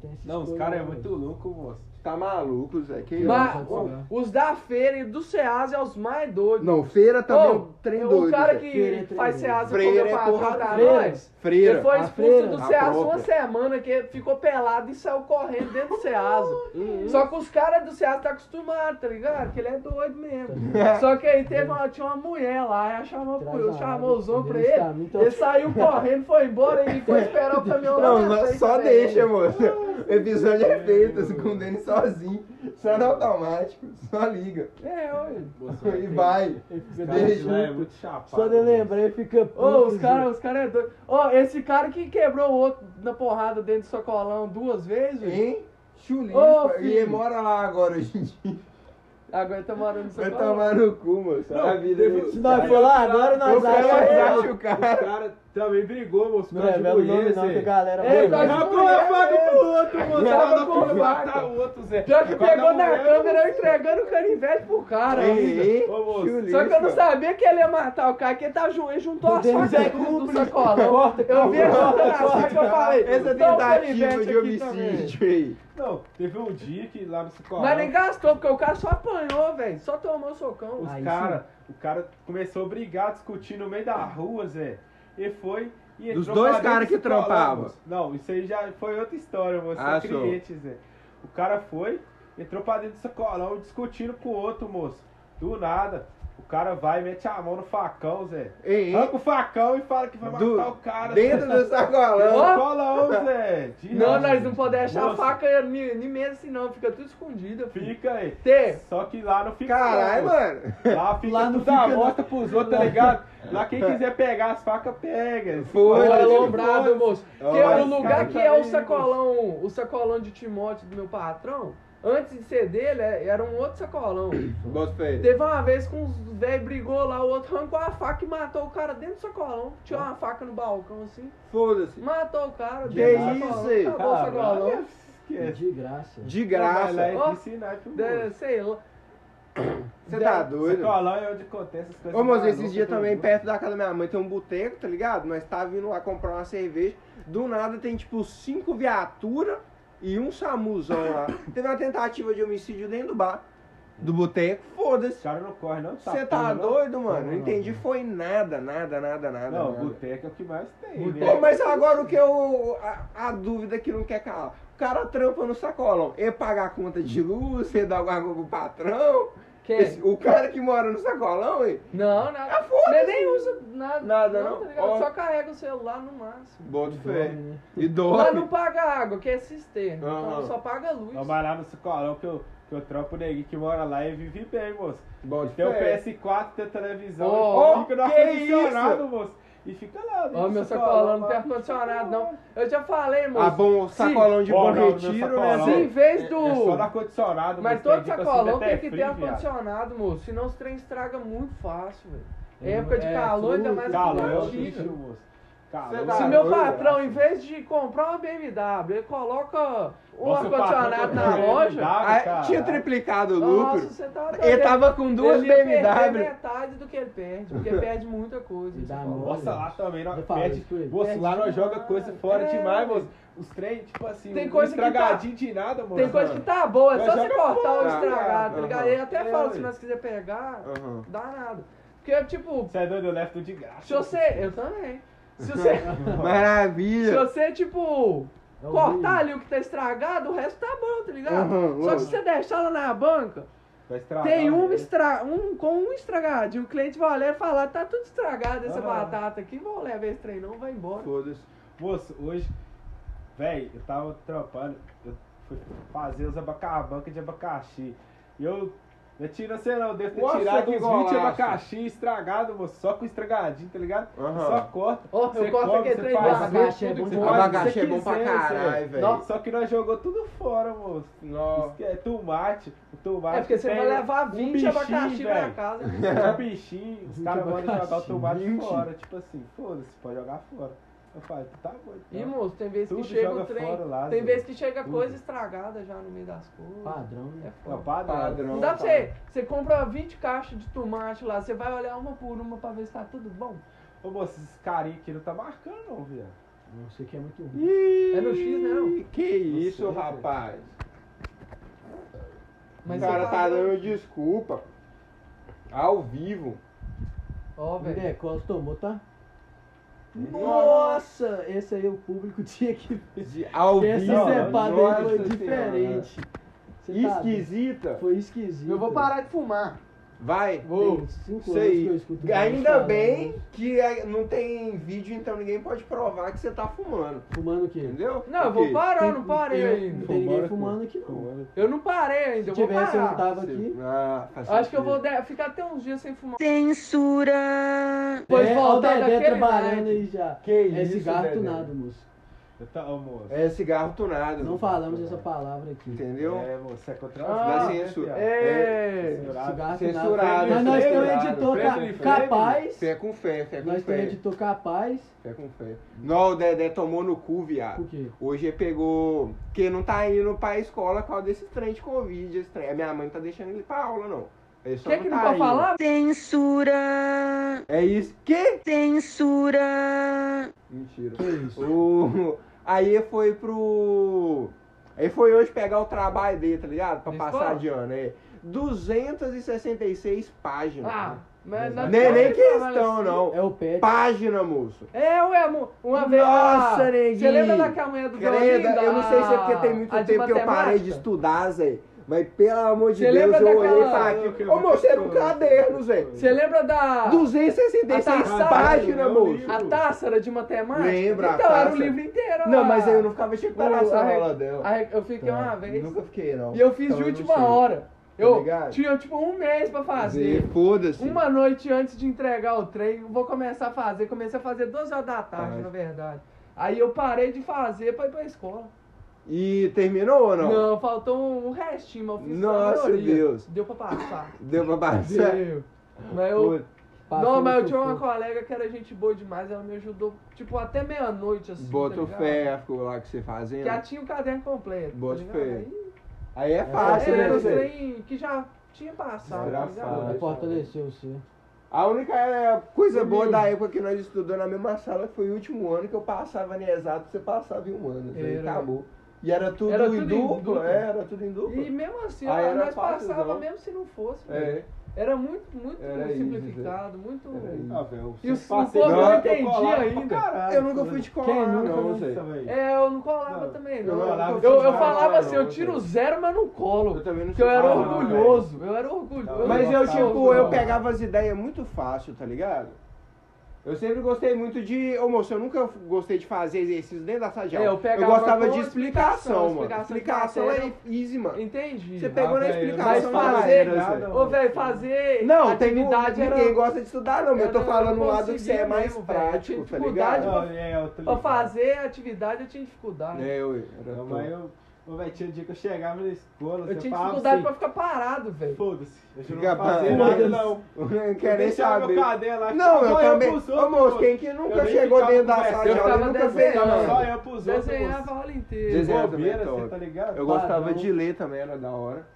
Speaker 2: Tem essas
Speaker 4: Não, os
Speaker 2: coisas,
Speaker 4: caras é
Speaker 2: né,
Speaker 4: muito
Speaker 2: velho?
Speaker 4: louco, moço.
Speaker 3: Tá maluco, Zé? Que
Speaker 1: Mas
Speaker 2: pode
Speaker 1: o-
Speaker 2: falar.
Speaker 1: os da feira e do Ceasa é os mais doidos.
Speaker 3: Não, feira também é um
Speaker 1: Ô,
Speaker 3: trem
Speaker 1: o
Speaker 3: doido.
Speaker 1: cara
Speaker 3: Zé.
Speaker 1: que
Speaker 2: Feira é trem
Speaker 1: faz
Speaker 2: doido.
Speaker 1: Ceasa
Speaker 3: Freira
Speaker 1: comeu
Speaker 3: é
Speaker 1: pra
Speaker 3: porra
Speaker 1: pra
Speaker 2: feira.
Speaker 1: nós.
Speaker 3: Freira.
Speaker 1: Ele foi
Speaker 2: A
Speaker 1: expulso
Speaker 2: freira,
Speaker 1: do
Speaker 3: a
Speaker 1: Ceasa
Speaker 3: própria.
Speaker 1: uma semana, que ficou pelado e saiu correndo dentro do Ceasa. Só que os caras do Ceasa tá acostumados, tá ligado? Que ele é doido mesmo. Só que aí teve uma, tinha uma mulher lá, ela chamou,
Speaker 2: Traz
Speaker 1: pro-
Speaker 2: a
Speaker 1: chamou os
Speaker 2: água,
Speaker 1: homens pra
Speaker 2: Deus
Speaker 1: ele.
Speaker 2: tá muito-
Speaker 1: Ele saiu correndo, foi embora e foi esperar o caminhão lá.
Speaker 3: Não,
Speaker 1: na
Speaker 3: mas
Speaker 1: frente
Speaker 3: só
Speaker 1: também.
Speaker 3: deixa, moço. O episódio é feito com o Denis sozinho. Só no automático. Só liga.
Speaker 1: É, olha.
Speaker 4: Moço,
Speaker 3: E vai.
Speaker 2: Ele fica
Speaker 4: Os
Speaker 3: Cara,
Speaker 4: caras de
Speaker 3: Beijo.
Speaker 4: lá é
Speaker 2: deixando.
Speaker 4: muito chapado.
Speaker 2: Só de lembrar, ele fica.
Speaker 1: Ô, os caras os cara é doido. Ô, esse cara que quebrou o outro na porrada dentro do sacolão duas vezes, velho.
Speaker 3: Hein? Chulinho.
Speaker 1: Ô,
Speaker 3: e ele
Speaker 1: filho.
Speaker 3: mora lá agora hoje em dia.
Speaker 1: Agora tá morando em São
Speaker 3: Vai
Speaker 1: Paulo.
Speaker 3: tomar no cu, moço.
Speaker 4: Não,
Speaker 3: a vida é né?
Speaker 4: teve-
Speaker 2: Se
Speaker 3: gente-
Speaker 2: nós for lá agora, nós
Speaker 3: Eu quero
Speaker 2: achamos.
Speaker 3: achar o cara.
Speaker 4: também brigou, moço. por
Speaker 2: Não
Speaker 4: causa de
Speaker 2: revela o nome
Speaker 4: mulher,
Speaker 2: não, que
Speaker 4: Zé.
Speaker 2: é, né? a galera
Speaker 1: Ei,
Speaker 2: vai
Speaker 1: nós-
Speaker 2: ver.
Speaker 4: Abriu a faca é pro outro,
Speaker 1: Tava
Speaker 4: moço. Tava
Speaker 1: com
Speaker 4: pra
Speaker 1: faca.
Speaker 4: matar o outro, Zé. é,
Speaker 1: Pior que
Speaker 4: Vai dar
Speaker 1: pegou na
Speaker 4: mulher,
Speaker 1: câmera eu entregando o canivete pro cara ainda.
Speaker 3: Ei,
Speaker 4: Ô, moço.
Speaker 3: chulisca.
Speaker 1: Só que eu não sabia que ele ia matar o cara, que ele tá ju- ele juntou as
Speaker 2: Podemos
Speaker 1: facas
Speaker 2: é
Speaker 1: aqui do do sacolão.
Speaker 2: Corta,
Speaker 1: Eu vi a
Speaker 2: corta,
Speaker 1: junta na
Speaker 2: corta.
Speaker 1: faca, eu falei.
Speaker 3: Essa é
Speaker 1: "Dá um
Speaker 3: tentativa
Speaker 1: canivete
Speaker 3: de
Speaker 1: aqui também."
Speaker 3: homicídio aí.
Speaker 4: Não, teve um dia que lá no Cicorão,
Speaker 1: Mas nem gastou, porque o cara só apanhou, velho. Só tomou socão.
Speaker 4: os
Speaker 2: Aí
Speaker 4: cara, o cara começou a brigar, discutir no meio da rua, Zé. E foi... E
Speaker 3: Dos
Speaker 4: entrou
Speaker 3: dois
Speaker 4: pra dentro
Speaker 3: cara
Speaker 4: do
Speaker 3: que
Speaker 4: Cicorão,
Speaker 3: trampava.
Speaker 4: moço. Não, isso aí já foi outra história, moço.
Speaker 3: Ah,
Speaker 4: Ah, cliente, Zé. O cara foi, entrou pra dentro do sacolão, discutindo com o outro, moço. Do nada. O cara vai, mete a mão no facão, Zé.
Speaker 3: Ei,
Speaker 4: Arranca o facão e fala que vai matar
Speaker 3: do-
Speaker 4: o cara.
Speaker 3: dentro do sacolão.
Speaker 1: Ó.
Speaker 4: Colão, Zé. De
Speaker 1: Não,
Speaker 4: raiva.
Speaker 1: nós não podemos deixar a
Speaker 4: Moço,
Speaker 1: faca nem nem mesmo assim, não. Fica tudo escondida. filho.
Speaker 4: Fica aí.
Speaker 1: Tê,
Speaker 4: Só que lá não fica.
Speaker 3: Caralho,
Speaker 4: não,
Speaker 3: mano.
Speaker 4: moço. Lá fica
Speaker 2: Lá não
Speaker 4: tudo à
Speaker 2: fica, não.
Speaker 4: mostra pros outros, tá ligado? Lá quem quiser pegar as facas, pega.
Speaker 3: É. Foi,
Speaker 1: Olha,
Speaker 3: Olha,
Speaker 1: alombrado, moço.
Speaker 3: Ó,
Speaker 1: Que é o
Speaker 3: mas
Speaker 1: lugar
Speaker 4: cara,
Speaker 1: que é o
Speaker 4: também,
Speaker 1: sacolão, o sacolão de Timóteo do meu patrão, antes de ser dele, é- era um outro sacolão.
Speaker 3: Bota fé.
Speaker 1: Teve uma vez que uns velhos brigou lá, o outro arrancou a faca e matou o cara dentro do sacolão. Tinha uma faca no balcão assim,
Speaker 3: Foda-se.
Speaker 1: matou o cara
Speaker 3: Que
Speaker 1: dentro do
Speaker 3: isso,
Speaker 1: sacolão.
Speaker 3: hein?
Speaker 1: Acabou o sacolão.
Speaker 4: Esquece.
Speaker 2: De graça.
Speaker 3: De
Speaker 4: Vai lá
Speaker 3: graça.
Speaker 4: e
Speaker 1: Ó.
Speaker 4: ensinar pro
Speaker 1: De- É, sei lá.
Speaker 3: Você tá doido?
Speaker 4: Colão é onde acontece essas coisas.
Speaker 3: Ô, moço,
Speaker 4: malucas,
Speaker 3: esses dias
Speaker 4: tudo.
Speaker 3: também, perto da casa da minha mãe, tem um boteco, tá ligado? Nós tá vindo lá comprar uma cerveja. Do nada tem, tipo, cinco viaturas e um samuzão lá. Teve uma tentativa de homicídio dentro do bar, do boteco.
Speaker 4: Os
Speaker 3: Foda-se.
Speaker 4: caras não correm, não.
Speaker 3: Você tá
Speaker 4: tapando, não.
Speaker 3: doido, mano? Não
Speaker 4: não,
Speaker 3: entendi, foi nada, nada, nada, nada.
Speaker 4: Não,
Speaker 3: nada.
Speaker 4: boteca é o que mais tem.
Speaker 3: Pô,
Speaker 4: né?
Speaker 3: mas agora o que eu. A, a dúvida é que não quer calar. O cara trampa no sacolão. Ele pagar a conta de luz, ele dá alguma coisa pro patrão.
Speaker 1: Quem?
Speaker 3: Esse- o cara que mora no sacolão, ele.
Speaker 1: Não, nada.
Speaker 3: Ah, foda-se.
Speaker 1: Ele nem usa nada.
Speaker 3: Nada,
Speaker 1: não,
Speaker 3: não?
Speaker 1: tá ligado?
Speaker 3: Ó.
Speaker 1: Só carrega o celular no máximo.
Speaker 3: Bota fé.
Speaker 2: Dorme, né?
Speaker 3: E
Speaker 1: Lá
Speaker 3: dorme.
Speaker 1: não paga água, que é cisterna. Então
Speaker 3: Aham.
Speaker 1: só paga luz.
Speaker 4: Não, mas lá no Cicorão que eu, que eu trampo neguinho que mora lá e vive bem, moço.
Speaker 3: Bota
Speaker 4: Tem o
Speaker 3: fé.
Speaker 4: PS4, tem a televisão,
Speaker 1: Ó,
Speaker 4: e fica no
Speaker 3: que
Speaker 4: ar-condicionado, moço. E fica lá.
Speaker 1: Ó, meu sacolão não tem ar-condicionado, não. Eu já falei, moço.
Speaker 3: é Ah, bom, sacolão de
Speaker 4: Ó,
Speaker 3: bom
Speaker 4: não, meu
Speaker 3: retiro, né?
Speaker 4: sacolão.
Speaker 1: Se em vez do.
Speaker 4: É só no ar-condicionado,
Speaker 1: Mas
Speaker 4: moço,
Speaker 1: todo
Speaker 4: tem dia que eu
Speaker 1: sacolão
Speaker 4: sinto
Speaker 1: tem
Speaker 4: tipo assim, até é
Speaker 1: que ter
Speaker 4: frio, viado.
Speaker 1: ar-condicionado, moço. Senão os trem estraga muito fácil, velho.
Speaker 2: É,
Speaker 1: Época de
Speaker 2: é,
Speaker 1: calor, ainda
Speaker 2: tudo,
Speaker 1: mais
Speaker 4: Hum, Calor, eu
Speaker 1: que
Speaker 4: assisto, moço. Calor.
Speaker 3: Cê
Speaker 1: Se
Speaker 3: tá
Speaker 1: meu
Speaker 3: doido,
Speaker 1: né? patrão, em vez de comprar uma BMW, ele coloca um
Speaker 4: Nossa, o
Speaker 1: ar-condicionado
Speaker 4: patrão tá
Speaker 1: na
Speaker 4: comprou
Speaker 1: loja.
Speaker 4: BMW.
Speaker 3: Ah,
Speaker 4: Caralho.
Speaker 3: tinha triplicado o
Speaker 1: Nossa,
Speaker 3: lucro.
Speaker 1: você tá doido.
Speaker 3: Ele tava com duas
Speaker 1: Ele ia perder né?
Speaker 3: BMW.
Speaker 1: metade do que ele perde, porque perde muita coisa.
Speaker 2: Me dá
Speaker 1: sacolão.
Speaker 2: mole.
Speaker 4: Nossa, lá também,
Speaker 2: Eu
Speaker 4: nós
Speaker 2: falo
Speaker 4: perde.
Speaker 2: isso com ele.
Speaker 4: Moço, lá nós
Speaker 1: Perde
Speaker 4: joga
Speaker 1: demais.
Speaker 4: coisa fora
Speaker 1: É,
Speaker 4: demais,
Speaker 1: velho.
Speaker 4: moço. Os trem, tipo assim,
Speaker 1: Tem
Speaker 4: um
Speaker 1: coisa que tá-
Speaker 4: estragadinho de nada, moço.
Speaker 1: Tem coisa que tá boa, é
Speaker 4: Mas
Speaker 1: só você
Speaker 4: joga
Speaker 1: cortar ou
Speaker 4: fora,
Speaker 1: estragar, tá
Speaker 3: cara.
Speaker 1: ligado?
Speaker 3: Aham.
Speaker 1: Ele até
Speaker 4: É,
Speaker 1: fala,
Speaker 4: ué.
Speaker 1: se nós quiser pegar,
Speaker 4: Ah.
Speaker 3: Aham.
Speaker 1: dá nada. Porque, tipo,
Speaker 4: Você é doido, eu levo tudo de graça.
Speaker 1: se você... Eu também. Se você... Se
Speaker 3: Maravilha.
Speaker 1: você, tipo,
Speaker 2: É o
Speaker 1: cortar
Speaker 2: mínimo.
Speaker 1: ali o que tá estragado, o resto tá bom, tá ligado?
Speaker 3: Aham,
Speaker 1: Só que
Speaker 3: lógico.
Speaker 1: se você deixar lá na banca,
Speaker 4: Vai estragar,
Speaker 1: tem uma
Speaker 4: né?
Speaker 1: estra... um com um estragadinho. O cliente vai olhar e falar, tá tudo estragado essa
Speaker 4: Ah.
Speaker 1: batata aqui, vou levar esse trem não, vai embora.
Speaker 3: Foda-se.
Speaker 4: Moço, hoje, velho, eu tava trampando, eu fui fazer os abacabancas de abacaxi. E eu, eu tiro, sei lá, eu devo ter
Speaker 3: Nossa,
Speaker 4: tirado
Speaker 3: que
Speaker 4: uns 20
Speaker 3: golaço.
Speaker 4: abacaxi estragado, moço, só com estragadinho, tá ligado?
Speaker 3: Aham.
Speaker 4: Só corta.
Speaker 1: Ó, eu
Speaker 4: você
Speaker 1: corto
Speaker 4: come,
Speaker 1: aquele
Speaker 4: você
Speaker 1: trem
Speaker 4: faz,
Speaker 1: lá.
Speaker 4: vê
Speaker 2: Abacaxi é
Speaker 4: tudo
Speaker 2: bom
Speaker 4: que você
Speaker 2: demais.
Speaker 4: faz,
Speaker 3: Abacaxi é
Speaker 4: você
Speaker 3: bom pra
Speaker 4: quiser, você-
Speaker 3: caralho, velho.
Speaker 4: Nossa, Só que nós jogou tudo fora, moço.
Speaker 3: Nó.
Speaker 4: Isso que é tomate, o tomate.
Speaker 1: É porque você
Speaker 4: tem
Speaker 1: vai levar
Speaker 4: um
Speaker 1: 20
Speaker 4: bichinho,
Speaker 1: abacaxi pra
Speaker 4: velho.
Speaker 1: casa.
Speaker 4: Um bichinho, os
Speaker 2: 20
Speaker 4: caras mandam jogar o
Speaker 2: abacaxi,
Speaker 4: tomate
Speaker 3: 20.
Speaker 4: fora. Tipo assim, foda-se, pode jogar fora. Eu falei, tá bom.
Speaker 1: E,
Speaker 4: então.
Speaker 1: moço, tem vezes que
Speaker 4: Tudo
Speaker 1: chega
Speaker 4: joga
Speaker 1: o trem.
Speaker 4: fora lá,
Speaker 1: tem
Speaker 4: Zé.
Speaker 1: vezes que chega
Speaker 4: Tudo.
Speaker 1: coisa estragada já no meio das coisas.
Speaker 2: Padrão,
Speaker 1: É
Speaker 2: né?
Speaker 4: Não,
Speaker 1: foda.
Speaker 4: padrão.
Speaker 3: Padrão.
Speaker 1: Não dá pra
Speaker 3: tá.
Speaker 1: você. Você compra 20 caixas de tomate lá, você vai olhar uma por uma pra ver se tá tudo bom.
Speaker 4: Ô, moço, esses carinha aqui não tá marcando, não, viado.
Speaker 2: Não sei que é muito ruim.
Speaker 3: Ih,
Speaker 1: É no X, né, não?
Speaker 3: Que isso,
Speaker 4: Não sei,
Speaker 3: rapaz. O
Speaker 1: você
Speaker 3: cara tá
Speaker 1: paga-
Speaker 3: dando desculpa. Ao vivo.
Speaker 1: Ó, velho.
Speaker 2: Né, Costa tomou, tá?
Speaker 3: Nossa!
Speaker 2: Nossa, esse aí é o público tinha que
Speaker 3: De- ao
Speaker 2: Esse
Speaker 3: vivo.
Speaker 2: Zepado aí foi
Speaker 3: Nossa
Speaker 2: diferente. Você tá
Speaker 3: Esquisita.
Speaker 2: doido? Foi esquisito.
Speaker 1: Eu vou parar de fumar.
Speaker 3: Vai.
Speaker 2: Tem cinco anos que eu
Speaker 3: Sei.
Speaker 2: escuto
Speaker 3: Ainda
Speaker 2: falando.
Speaker 3: bem que eh, não tem vídeo, então ninguém pode provar que você tá fumando.
Speaker 2: Fumando o quê?
Speaker 3: Entendeu?
Speaker 1: Não, eu vou
Speaker 3: Porque
Speaker 1: parar, eu
Speaker 2: Tem-
Speaker 1: não parei
Speaker 2: tem-
Speaker 1: ainda.
Speaker 2: Não tem ninguém
Speaker 4: Fumando,
Speaker 2: fumando aqui não.
Speaker 4: Fumando.
Speaker 1: Eu não parei ainda,
Speaker 2: Se
Speaker 1: eu vou
Speaker 2: tivesse, eu não
Speaker 3: tá
Speaker 1: parar.
Speaker 2: tava aqui.
Speaker 3: você- Ah, faz
Speaker 1: Acho que eu
Speaker 3: sentido.
Speaker 1: vou de- ficar até uns dias sem fumar.
Speaker 5: Censura.
Speaker 1: Depois
Speaker 2: É,
Speaker 1: voltar
Speaker 2: olha o É, Dedé
Speaker 1: daquele
Speaker 2: trabalhando
Speaker 1: naipe.
Speaker 2: aí já.
Speaker 3: Que
Speaker 2: é
Speaker 3: isso,
Speaker 2: cigarro
Speaker 3: Dedé?
Speaker 2: tunado, moço.
Speaker 4: Tá, ô, moço.
Speaker 3: É cigarro tunado.
Speaker 2: Não falamos essa palavra aqui.
Speaker 3: Entendeu?
Speaker 4: É, moço, é contra
Speaker 1: Ah,
Speaker 3: Dá censura.
Speaker 1: É.
Speaker 4: Censurado.
Speaker 2: Cigarro tunado.
Speaker 3: Censurado,
Speaker 2: Mas nós temos um
Speaker 4: censurado.
Speaker 2: editor ca-
Speaker 4: Frente de frente.
Speaker 2: capaz.
Speaker 3: Fé com fé, fé com
Speaker 2: Nós temos um
Speaker 3: fé.
Speaker 2: editor capaz.
Speaker 3: Fé com fé. Não, o Dedé tomou no cu, viado.
Speaker 2: Por quê?
Speaker 3: Hoje ele pegou. Porque não tá indo pra escola por causa desse trem de Covid. Esse trem. A minha mãe não tá deixando ele pra aula, não. Ele só
Speaker 1: Quer que não
Speaker 3: tá
Speaker 1: pode
Speaker 3: indo.
Speaker 1: falar?
Speaker 6: Censura!
Speaker 3: É isso. Que?
Speaker 6: Censura!
Speaker 3: Mentira.
Speaker 2: Que isso?
Speaker 3: O... Aí ele foi pro. Aí foi hoje pegar o trabalho dele, tá ligado? Pra
Speaker 1: Na
Speaker 3: passar
Speaker 1: escola?
Speaker 3: de ano, é. 266 páginas.
Speaker 1: Ah, mas nós
Speaker 3: nem, nem
Speaker 1: temos que falar
Speaker 3: questão,
Speaker 1: assim.
Speaker 3: não.
Speaker 2: É o pet.
Speaker 3: Página, moço.
Speaker 1: É, ué, mu- uma vez.
Speaker 3: Nossa,
Speaker 1: ah,
Speaker 3: neguinho.
Speaker 1: Você lembra daquela manhã do
Speaker 3: Creda,
Speaker 1: Dolinda?
Speaker 3: eu não sei se é
Speaker 1: Ah,
Speaker 3: porque tem muito
Speaker 1: a de
Speaker 3: tempo que eu parei de
Speaker 1: matemática?
Speaker 3: estudar, Zé. Mas pelo amor de
Speaker 1: Você
Speaker 3: Deus,
Speaker 1: lembra
Speaker 3: eu olhei
Speaker 1: daquela-
Speaker 3: pra aqui. Ô, moço, era um caderno, Zé.
Speaker 1: Você lembra Ah, tá. da.
Speaker 3: 266
Speaker 1: A taça-
Speaker 3: páginas,
Speaker 4: Eu li.
Speaker 3: moço.
Speaker 1: A taça era de matemática?
Speaker 3: Lembra, a
Speaker 1: Então, era o
Speaker 3: taça.
Speaker 1: livro inteiro.
Speaker 3: Não,
Speaker 1: a-
Speaker 3: mas eu não ficava cheio
Speaker 1: o-
Speaker 3: para essa
Speaker 1: a-
Speaker 3: aula dela.
Speaker 1: a- Eu fiquei uma vez.
Speaker 3: Nunca fiquei, não.
Speaker 1: ah, tá E eu fiz
Speaker 3: Então
Speaker 1: de
Speaker 3: eu não
Speaker 1: última
Speaker 3: sei.
Speaker 1: hora. Eu
Speaker 3: ligado?
Speaker 1: tinha tipo um mês pra fazer.
Speaker 3: Zé, Foda-se.
Speaker 1: Uma noite antes de entregar o trem, eu vou começar a fazer. Comecei a fazer 12 horas da tarde,
Speaker 3: Ah,
Speaker 1: na verdade. Aí eu parei de fazer pra ir pra escola.
Speaker 3: E terminou ou não?
Speaker 1: Não, faltou um restinho, mas eu fiz só a
Speaker 3: Nossa,
Speaker 1: maioria.
Speaker 3: Deus.
Speaker 1: Deu pra passar.
Speaker 3: Deu pra passar.
Speaker 1: Deu. Mas eu.
Speaker 2: Passou
Speaker 1: não, mas eu
Speaker 2: no
Speaker 1: tinha uma
Speaker 2: sufoco.
Speaker 1: colega que era gente boa demais, ela me ajudou, tipo, até meia-noite, assim. tá
Speaker 3: Bota o
Speaker 1: ligado?
Speaker 3: fé, ficou lá que você fazendo.
Speaker 1: Que ela tinha o caderno completo.
Speaker 3: Bota
Speaker 1: tá ligado?
Speaker 3: fé.
Speaker 1: Aí,
Speaker 3: Aí é
Speaker 1: Era,
Speaker 3: fácil, né,
Speaker 1: um
Speaker 3: Zé?
Speaker 1: trem que já tinha passado, tá
Speaker 4: Desgraçado.
Speaker 1: ligado?
Speaker 2: Ela Ah, é, Fortaleceu você.
Speaker 3: A única é, coisa boa da época que nós estudamos na mesma sala foi o último ano que eu passava em exato, você passava em um ano. Aí
Speaker 1: Era.
Speaker 3: acabou. E era tudo,
Speaker 1: Era
Speaker 3: em,
Speaker 1: tudo em
Speaker 3: dupla,
Speaker 1: dupla.
Speaker 3: é, era tudo em dupla.
Speaker 1: E mesmo assim,
Speaker 3: Aí era
Speaker 1: nós
Speaker 3: fácil,
Speaker 1: passava
Speaker 3: não.
Speaker 1: mesmo se não fosse. velho.
Speaker 3: É.
Speaker 1: Era muito, muito
Speaker 3: Era isso,
Speaker 1: simplificado, muito.
Speaker 3: Era isso.
Speaker 4: Ah, velho,
Speaker 1: E o-
Speaker 4: eu passei
Speaker 1: o povo
Speaker 4: mal,
Speaker 1: não
Speaker 4: eu
Speaker 1: entendia
Speaker 4: colava pra
Speaker 1: ainda.
Speaker 4: caralho,
Speaker 3: Eu nunca fui de colar,
Speaker 4: Quem nunca
Speaker 3: não,
Speaker 4: viu
Speaker 3: Zé.
Speaker 4: isso, velho?
Speaker 1: É, eu não colava
Speaker 4: Não,
Speaker 1: também,
Speaker 4: eu
Speaker 1: não.
Speaker 4: colava
Speaker 1: Eu, eu
Speaker 4: demais,
Speaker 1: falava
Speaker 4: não,
Speaker 1: assim, eu
Speaker 4: não,
Speaker 1: tiro
Speaker 4: velho.
Speaker 1: zero, mas não colo.
Speaker 3: Eu também não
Speaker 1: Porque eu era
Speaker 4: Ah,
Speaker 3: falar, velho.
Speaker 1: orgulhoso, eu era orgulhoso.
Speaker 3: Mas eu,
Speaker 4: gostava,
Speaker 3: tipo, eu
Speaker 4: não.
Speaker 3: pegava as ideias muito fácil, tá ligado? Eu sempre gostei muito de. Ô moço, eu nunca gostei de fazer exercício dentro da sala de
Speaker 1: É,
Speaker 3: aula.
Speaker 1: eu pegava
Speaker 3: gostava
Speaker 1: com
Speaker 3: de
Speaker 1: explicação,
Speaker 3: explicação, mano.
Speaker 1: explicação de
Speaker 3: Explicação é easy, mano.
Speaker 1: Entendi.
Speaker 3: Você pegou na
Speaker 4: velho, eu
Speaker 3: explicação
Speaker 1: não
Speaker 3: da
Speaker 1: sei
Speaker 3: era,
Speaker 4: nada,
Speaker 3: Zé.
Speaker 1: Ô, velho, fazer
Speaker 3: Não, tem um,
Speaker 1: atividade
Speaker 3: ninguém
Speaker 1: era...
Speaker 3: gosta de estudar, não, mas eu
Speaker 1: Eu
Speaker 3: tô
Speaker 1: não-
Speaker 3: falando
Speaker 1: eu
Speaker 3: um lado que você é
Speaker 1: consegui
Speaker 3: mais
Speaker 1: mesmo, velho. Eu
Speaker 3: prático,
Speaker 1: tinha
Speaker 3: tá
Speaker 1: dificuldade
Speaker 3: ligado?
Speaker 4: Não, é, eu tô
Speaker 1: Pra
Speaker 4: ligado.
Speaker 1: fazer atividade eu tinha dificuldade.
Speaker 3: É, eu era
Speaker 4: Não,
Speaker 3: todo.
Speaker 4: mas eu. Ô, velho, tinha dia que eu chegava na escola,
Speaker 1: Eu
Speaker 4: você
Speaker 1: tinha
Speaker 4: falava
Speaker 1: dificuldade pra
Speaker 4: assim,
Speaker 1: ficar parado, velho.
Speaker 4: Foda-se, eu já
Speaker 3: Fica
Speaker 4: não fazia
Speaker 3: bravo.
Speaker 4: nada, não.
Speaker 3: Eu
Speaker 4: Eu
Speaker 3: quero nem
Speaker 4: deixava
Speaker 3: saber.
Speaker 4: meu caderno lá,
Speaker 3: Não,
Speaker 4: ficava
Speaker 3: eu
Speaker 4: só eu
Speaker 3: também.
Speaker 4: pros
Speaker 3: Ô,
Speaker 4: outros,
Speaker 3: moço,
Speaker 4: é um pô.
Speaker 3: quem que nunca
Speaker 4: nem
Speaker 3: chegou
Speaker 4: ficava
Speaker 3: dentro da
Speaker 4: conversando,
Speaker 3: sala de aula
Speaker 1: ficava
Speaker 3: e nunca fez
Speaker 1: desenhando.
Speaker 3: nada?
Speaker 4: Só eu pros outros.
Speaker 1: Desenhava a
Speaker 4: moço.
Speaker 1: aula inteira.
Speaker 3: Desenho. Desenhava
Speaker 4: Bobeira,
Speaker 3: também,
Speaker 4: você tá ligado?
Speaker 3: Eu
Speaker 4: Eu...
Speaker 3: gostava
Speaker 2: Padrão.
Speaker 3: de ler também, era da hora.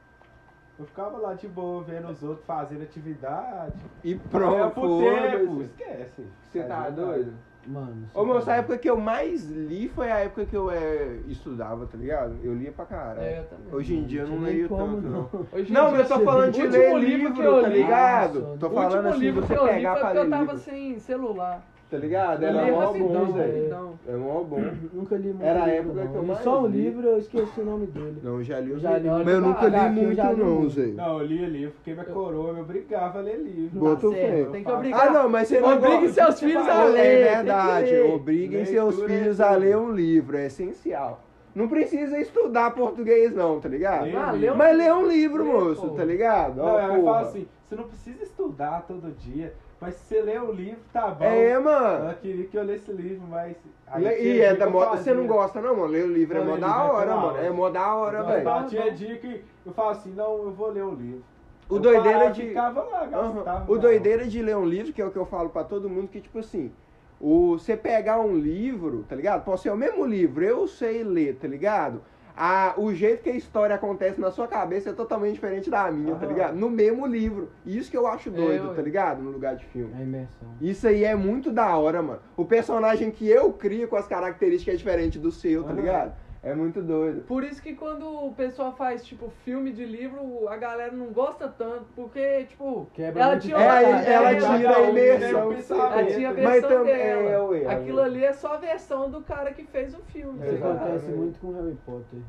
Speaker 4: ficava lá de boa, vendo os outros fazendo atividade.
Speaker 3: E
Speaker 4: Era
Speaker 3: pronto,
Speaker 4: pro tempo,
Speaker 3: foda-se.
Speaker 4: esquece.
Speaker 3: Você tá
Speaker 4: Fazia
Speaker 3: doido?
Speaker 2: Mano. tá
Speaker 3: Ô, moço, a
Speaker 2: sai
Speaker 3: época que eu mais li foi a época que eu é, estudava, tá ligado? Eu lia pra
Speaker 1: É,
Speaker 3: caralho.
Speaker 1: eu também.
Speaker 3: Hoje em dia eu não leio tanto, não.
Speaker 1: Hoje em
Speaker 3: Não,
Speaker 1: dia-
Speaker 3: mas eu tô falando
Speaker 1: O
Speaker 3: de
Speaker 1: último
Speaker 3: ler
Speaker 1: livro
Speaker 3: livro,
Speaker 1: que eu
Speaker 3: tá
Speaker 1: li-
Speaker 3: ligado?
Speaker 2: Nossa,
Speaker 3: tô
Speaker 1: o
Speaker 3: falando
Speaker 1: último
Speaker 3: assim,
Speaker 1: livro
Speaker 3: você
Speaker 1: que eu li
Speaker 3: pegar
Speaker 1: foi
Speaker 3: pra
Speaker 1: porque
Speaker 3: ler
Speaker 1: eu tava
Speaker 3: livro,
Speaker 1: sem celular.
Speaker 3: tá ligado?
Speaker 1: Eu
Speaker 3: Era
Speaker 1: li
Speaker 3: mó bom,
Speaker 1: rapidão,
Speaker 3: Zé.
Speaker 1: rapidão.
Speaker 3: É mó bom.
Speaker 2: Nunca li muito.
Speaker 3: Era a
Speaker 2: livro,
Speaker 3: época
Speaker 2: não.
Speaker 3: que eu
Speaker 2: Li
Speaker 3: mais
Speaker 2: Só um
Speaker 3: li.
Speaker 2: livro, eu esqueci o nome dele.
Speaker 3: Não, eu já li
Speaker 2: Eu
Speaker 3: os
Speaker 2: já li,
Speaker 3: livros. Mas
Speaker 2: olha,
Speaker 3: eu
Speaker 1: tá
Speaker 3: nunca
Speaker 2: pra
Speaker 3: li
Speaker 2: HQ eu já
Speaker 3: muito,
Speaker 2: li
Speaker 3: não,
Speaker 2: muito.
Speaker 3: Zé.
Speaker 4: Não, eu lia livro, porque minha coroa me obrigava a ler livro.
Speaker 3: Botou
Speaker 1: certo,
Speaker 3: fé.
Speaker 1: tem que
Speaker 3: Ah,
Speaker 1: obrigar.
Speaker 3: não, mas você não
Speaker 1: Obrigue
Speaker 3: gosta-
Speaker 1: seus filhos a
Speaker 3: É
Speaker 1: ler. tem que
Speaker 3: verdade.
Speaker 1: ler.
Speaker 3: Obriguem
Speaker 4: Leitura
Speaker 3: seus filhos
Speaker 4: é
Speaker 3: a
Speaker 4: tudo.
Speaker 3: ler um livro, é essencial. Não precisa estudar português, não, tá ligado?
Speaker 4: Leia um
Speaker 1: Ah,
Speaker 4: livro.
Speaker 1: leu-
Speaker 3: Mas lê um livro,
Speaker 1: Lê,
Speaker 3: moço,
Speaker 1: pô. é,
Speaker 3: tá ligado?
Speaker 4: Não,
Speaker 3: Ó,
Speaker 4: ela
Speaker 3: porra.
Speaker 4: fala assim, você não precisa estudar todo dia, mas se você ler o livro, tá bom.
Speaker 1: um-
Speaker 3: É, mano.
Speaker 4: Ela queria que eu lesse livro, mas...
Speaker 1: assim,
Speaker 4: aí
Speaker 3: Le-
Speaker 4: tinha
Speaker 3: E é
Speaker 4: dia
Speaker 3: da
Speaker 4: que eu
Speaker 3: moda. Você
Speaker 4: fazia.
Speaker 3: não gosta, não, mano? Ler o livro é
Speaker 4: Não,
Speaker 3: mó
Speaker 4: ler
Speaker 3: da
Speaker 4: livro é
Speaker 3: hora,
Speaker 4: com
Speaker 3: mano.
Speaker 4: aula.
Speaker 3: É mó da hora,
Speaker 4: Então,
Speaker 3: velho.
Speaker 4: tá, Tinha dia que eu falava assim, não, eu vou ler o livro.
Speaker 3: O
Speaker 4: Eu
Speaker 3: doideira
Speaker 4: parava,
Speaker 3: de.
Speaker 4: Ficava lá,
Speaker 3: Aham.
Speaker 4: gastava.
Speaker 3: O doideira de ler um livro, que é o que eu falo pra todo mundo, que tipo assim, o, você pegar um livro, tá ligado? Pode ser o mesmo livro, eu sei ler, tá ligado? A, o jeito que a história acontece na sua cabeça é totalmente diferente da minha, tá
Speaker 4: Aham.
Speaker 3: ligado? No mesmo livro. Isso que eu acho doido,
Speaker 1: ué.
Speaker 3: tá ligado? No lugar de filme.
Speaker 2: A imersão.
Speaker 3: Isso aí é muito da hora, mano. O personagem que eu crio com as características é diferente do seu, tá
Speaker 4: Aham.
Speaker 3: ligado? É muito doido.
Speaker 1: Por isso que quando o pessoal faz, tipo, filme de livro, a galera não gosta tanto, porque, tipo,
Speaker 2: Quebra
Speaker 1: ela
Speaker 2: muito
Speaker 1: tinha
Speaker 2: É,
Speaker 1: uma
Speaker 2: ela-
Speaker 1: ideia,
Speaker 3: ela
Speaker 4: Cada
Speaker 3: tira a
Speaker 4: um tem o
Speaker 3: imersão.
Speaker 4: pensamento.
Speaker 1: ela tinha a
Speaker 3: Mas
Speaker 1: versão
Speaker 3: tam-
Speaker 1: dela.
Speaker 3: é, ué,
Speaker 1: Aquilo
Speaker 3: ué.
Speaker 1: ali é só a versão do cara que fez o filme.
Speaker 2: Isso
Speaker 1: tá ligado?
Speaker 2: acontece
Speaker 3: Exatamente.
Speaker 2: muito com Harry Potter.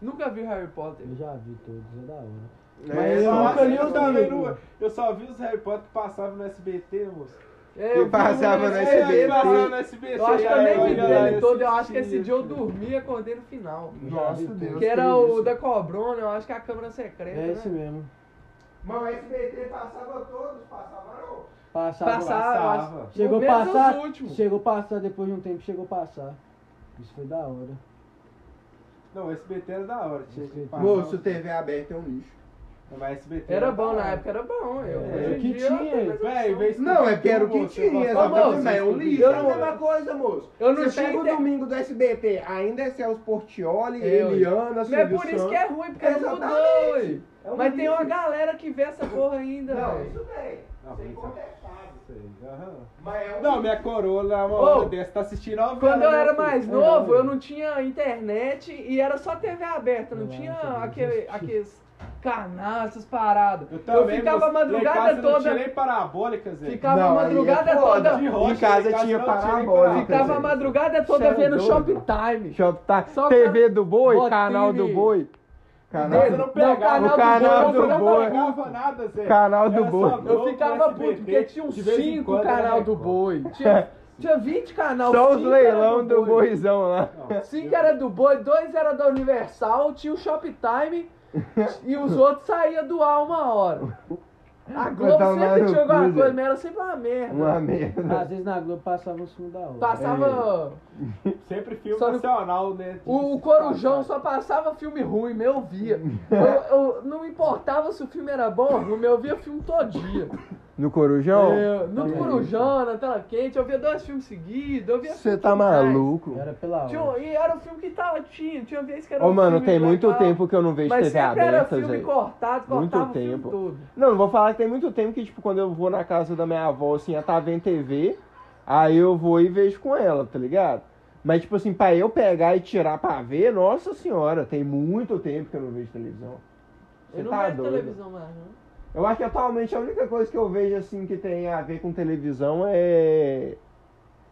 Speaker 1: Nunca vi Harry Potter.
Speaker 2: Eu já vi todos, é da hora.
Speaker 3: É,
Speaker 2: eu
Speaker 4: Eu, assim,
Speaker 3: só-
Speaker 2: nunca li
Speaker 4: eu,
Speaker 2: os
Speaker 4: também
Speaker 2: livros.
Speaker 4: não- eu só vi os Harry Potter que passavam no SBT, moço.
Speaker 1: É,
Speaker 3: E
Speaker 1: eu vi
Speaker 3: passava
Speaker 1: um-
Speaker 3: no
Speaker 1: é,
Speaker 3: SBT.
Speaker 1: eu passava-
Speaker 4: no SBT.
Speaker 1: Eu acho que eu
Speaker 4: aí
Speaker 1: nem vi
Speaker 4: olha lá,
Speaker 1: dele todo, eu acho que
Speaker 4: assistia,
Speaker 1: esse dia eu
Speaker 4: filho.
Speaker 1: dormi e acordei no final.
Speaker 3: Nossa,
Speaker 2: Eu já vi
Speaker 3: Deus.
Speaker 2: todos.
Speaker 1: Que era o
Speaker 3: isso.
Speaker 1: da Cobrona, eu acho que é a Câmara Secreta.
Speaker 2: É esse
Speaker 1: né?
Speaker 2: mesmo.
Speaker 3: Mano, o SBT passava todos, passava não.
Speaker 2: Passava.
Speaker 1: Passava, eu acho.
Speaker 4: Passava.
Speaker 2: Chegou a
Speaker 1: Pelo menos
Speaker 2: passar.
Speaker 1: os últimos.
Speaker 2: Chegou a passar, depois de um tempo chegou a passar. Isso foi da hora.
Speaker 4: Não, o SBT era da hora. Tinha que
Speaker 2: SBT.
Speaker 4: passar
Speaker 3: Moço,
Speaker 4: os-
Speaker 3: TV aberta é um lixo.
Speaker 4: Não, mas SBT
Speaker 1: Era
Speaker 4: da
Speaker 1: bom na
Speaker 4: hora.
Speaker 1: época, era bom. Eu,
Speaker 4: É,
Speaker 1: hoje
Speaker 2: o
Speaker 1: em
Speaker 2: que
Speaker 1: dia, eu
Speaker 2: tinha,
Speaker 1: tenho mais
Speaker 4: Véi,
Speaker 1: opção.
Speaker 4: vê se tá
Speaker 3: Não, é que era o que
Speaker 4: moço,
Speaker 3: tinha,
Speaker 4: eu gosto-
Speaker 1: exatamente,
Speaker 4: Ô, moço,
Speaker 3: é um lixo.
Speaker 1: eu
Speaker 3: É a
Speaker 1: não-
Speaker 3: mesma coisa, moço.
Speaker 1: Eu não
Speaker 3: Você pega
Speaker 1: tinha
Speaker 3: o
Speaker 1: ideia-
Speaker 3: domingo do SBT, ainda é Celso Portioli,
Speaker 1: Eu-
Speaker 3: Eliana,
Speaker 1: Mas é
Speaker 3: Silvio
Speaker 1: por isso
Speaker 3: Santos.
Speaker 1: que é ruim, porque não mudou,
Speaker 3: Exatamente.
Speaker 1: ué.
Speaker 3: É um
Speaker 1: Mas tem
Speaker 3: lixo.
Speaker 1: uma galera que vê essa porra ainda,
Speaker 3: Não,
Speaker 1: velho.
Speaker 3: isso tem.
Speaker 4: Não,
Speaker 3: Sem
Speaker 4: isso-
Speaker 3: contestado.
Speaker 4: Sei, aham.
Speaker 3: Mas é um
Speaker 4: Não, minha coroa na uma hora
Speaker 1: Ô,
Speaker 4: dessa tá assistindo novela.
Speaker 1: Quando eu
Speaker 4: né,
Speaker 1: era
Speaker 4: filho?
Speaker 1: mais
Speaker 4: É,
Speaker 1: novo,
Speaker 4: ué.
Speaker 1: eu não tinha internet e era só TV aberta, não
Speaker 2: Nossa,
Speaker 1: tinha
Speaker 2: não
Speaker 1: aquele,
Speaker 2: existia.
Speaker 1: aqueles canais, essas paradas.
Speaker 4: Eu,
Speaker 1: Eu,
Speaker 4: também,
Speaker 1: ficava a
Speaker 4: moço, lá em casa
Speaker 1: madrugada
Speaker 4: Não tinha
Speaker 1: toda,
Speaker 4: nem parabólica, Zé.
Speaker 1: ficava a
Speaker 3: Não, aí é
Speaker 1: madrugada
Speaker 3: foda.
Speaker 1: toda,
Speaker 4: De rocha,
Speaker 3: Em casa
Speaker 4: em casa
Speaker 3: tinha
Speaker 4: não tinha nem
Speaker 3: parabólica.
Speaker 4: parabólica.
Speaker 1: ficava a
Speaker 3: Zé.
Speaker 1: madrugada
Speaker 2: Cê
Speaker 1: toda
Speaker 2: é
Speaker 1: vendo
Speaker 2: doido.
Speaker 1: Shoptime.
Speaker 3: tá
Speaker 2: Shoptime.
Speaker 1: Só
Speaker 2: TV do Boi,
Speaker 1: Botini.
Speaker 2: canal do Boi.
Speaker 3: Canal.
Speaker 4: Você não pegava.
Speaker 1: Não,
Speaker 2: o canal do
Speaker 4: Você
Speaker 2: Boi.
Speaker 4: não pegava nada, Zé.
Speaker 2: Canal do
Speaker 4: Era só
Speaker 2: Boi.
Speaker 4: Globo,
Speaker 1: Eu ficava
Speaker 4: SBT,
Speaker 1: puto, porque tinha uns
Speaker 4: de vez em
Speaker 1: 5
Speaker 4: quando era
Speaker 1: canal do
Speaker 4: Record.
Speaker 1: boi. Tinha, tinha 20 canal.
Speaker 2: Só os
Speaker 1: cinco era
Speaker 2: leilão do boizão lá.
Speaker 4: Não,
Speaker 1: Cinco era do boi, dois era da Universal, tinha o Shoptime e os outros saíam do ar uma hora. A Globo
Speaker 3: Vai tomar
Speaker 1: sempre
Speaker 3: no
Speaker 1: tinha alguma
Speaker 3: cu,
Speaker 1: coisa,
Speaker 3: Zé.
Speaker 1: mas era sempre uma merda.
Speaker 3: Uma merda.
Speaker 2: Às vezes na Globo passava um filme da hora.
Speaker 1: Passava.
Speaker 4: Sempre filme
Speaker 1: Só no-
Speaker 4: nacional, né?
Speaker 1: O, o Corujão só passava filme ruim, mas eu via. Eu, eu- não importava se o filme era bom ou ruim, mas eu via filme todo dia.
Speaker 3: No Corujão?
Speaker 1: Eu- no
Speaker 2: Também.
Speaker 1: Corujão, na tela quente, eu via dois filmes seguidos, eu via
Speaker 3: Você
Speaker 1: filme
Speaker 3: tá
Speaker 1: demais.
Speaker 3: maluco?
Speaker 2: Era pela hora.
Speaker 1: Tinha um- e era um filme que tava, tinha, tinha vez que era
Speaker 3: Ô,
Speaker 1: um
Speaker 3: mano,
Speaker 1: filme
Speaker 3: tem muito
Speaker 1: legal,
Speaker 3: tempo que eu não vejo
Speaker 1: Mas
Speaker 3: TV
Speaker 1: sempre era
Speaker 3: aberta,
Speaker 1: filme
Speaker 3: Zé.
Speaker 1: cortado, cortava
Speaker 3: Muito
Speaker 1: o filme
Speaker 3: tempo.
Speaker 1: todo.
Speaker 3: Não, eu vou falar que tem muito tempo que, tipo, quando eu vou na casa da minha avó, assim, ela tá vendo TV, aí eu vou e vejo com ela, tá ligado? Mas, tipo assim, pra eu pegar e tirar pra ver, nossa senhora, tem muito tempo que eu não vejo televisão. Você
Speaker 1: Eu não
Speaker 3: tá
Speaker 1: vejo
Speaker 3: doido.
Speaker 1: televisão mais, não.
Speaker 3: Eu acho que atualmente a única coisa que eu vejo, assim, que tem a ver com televisão é...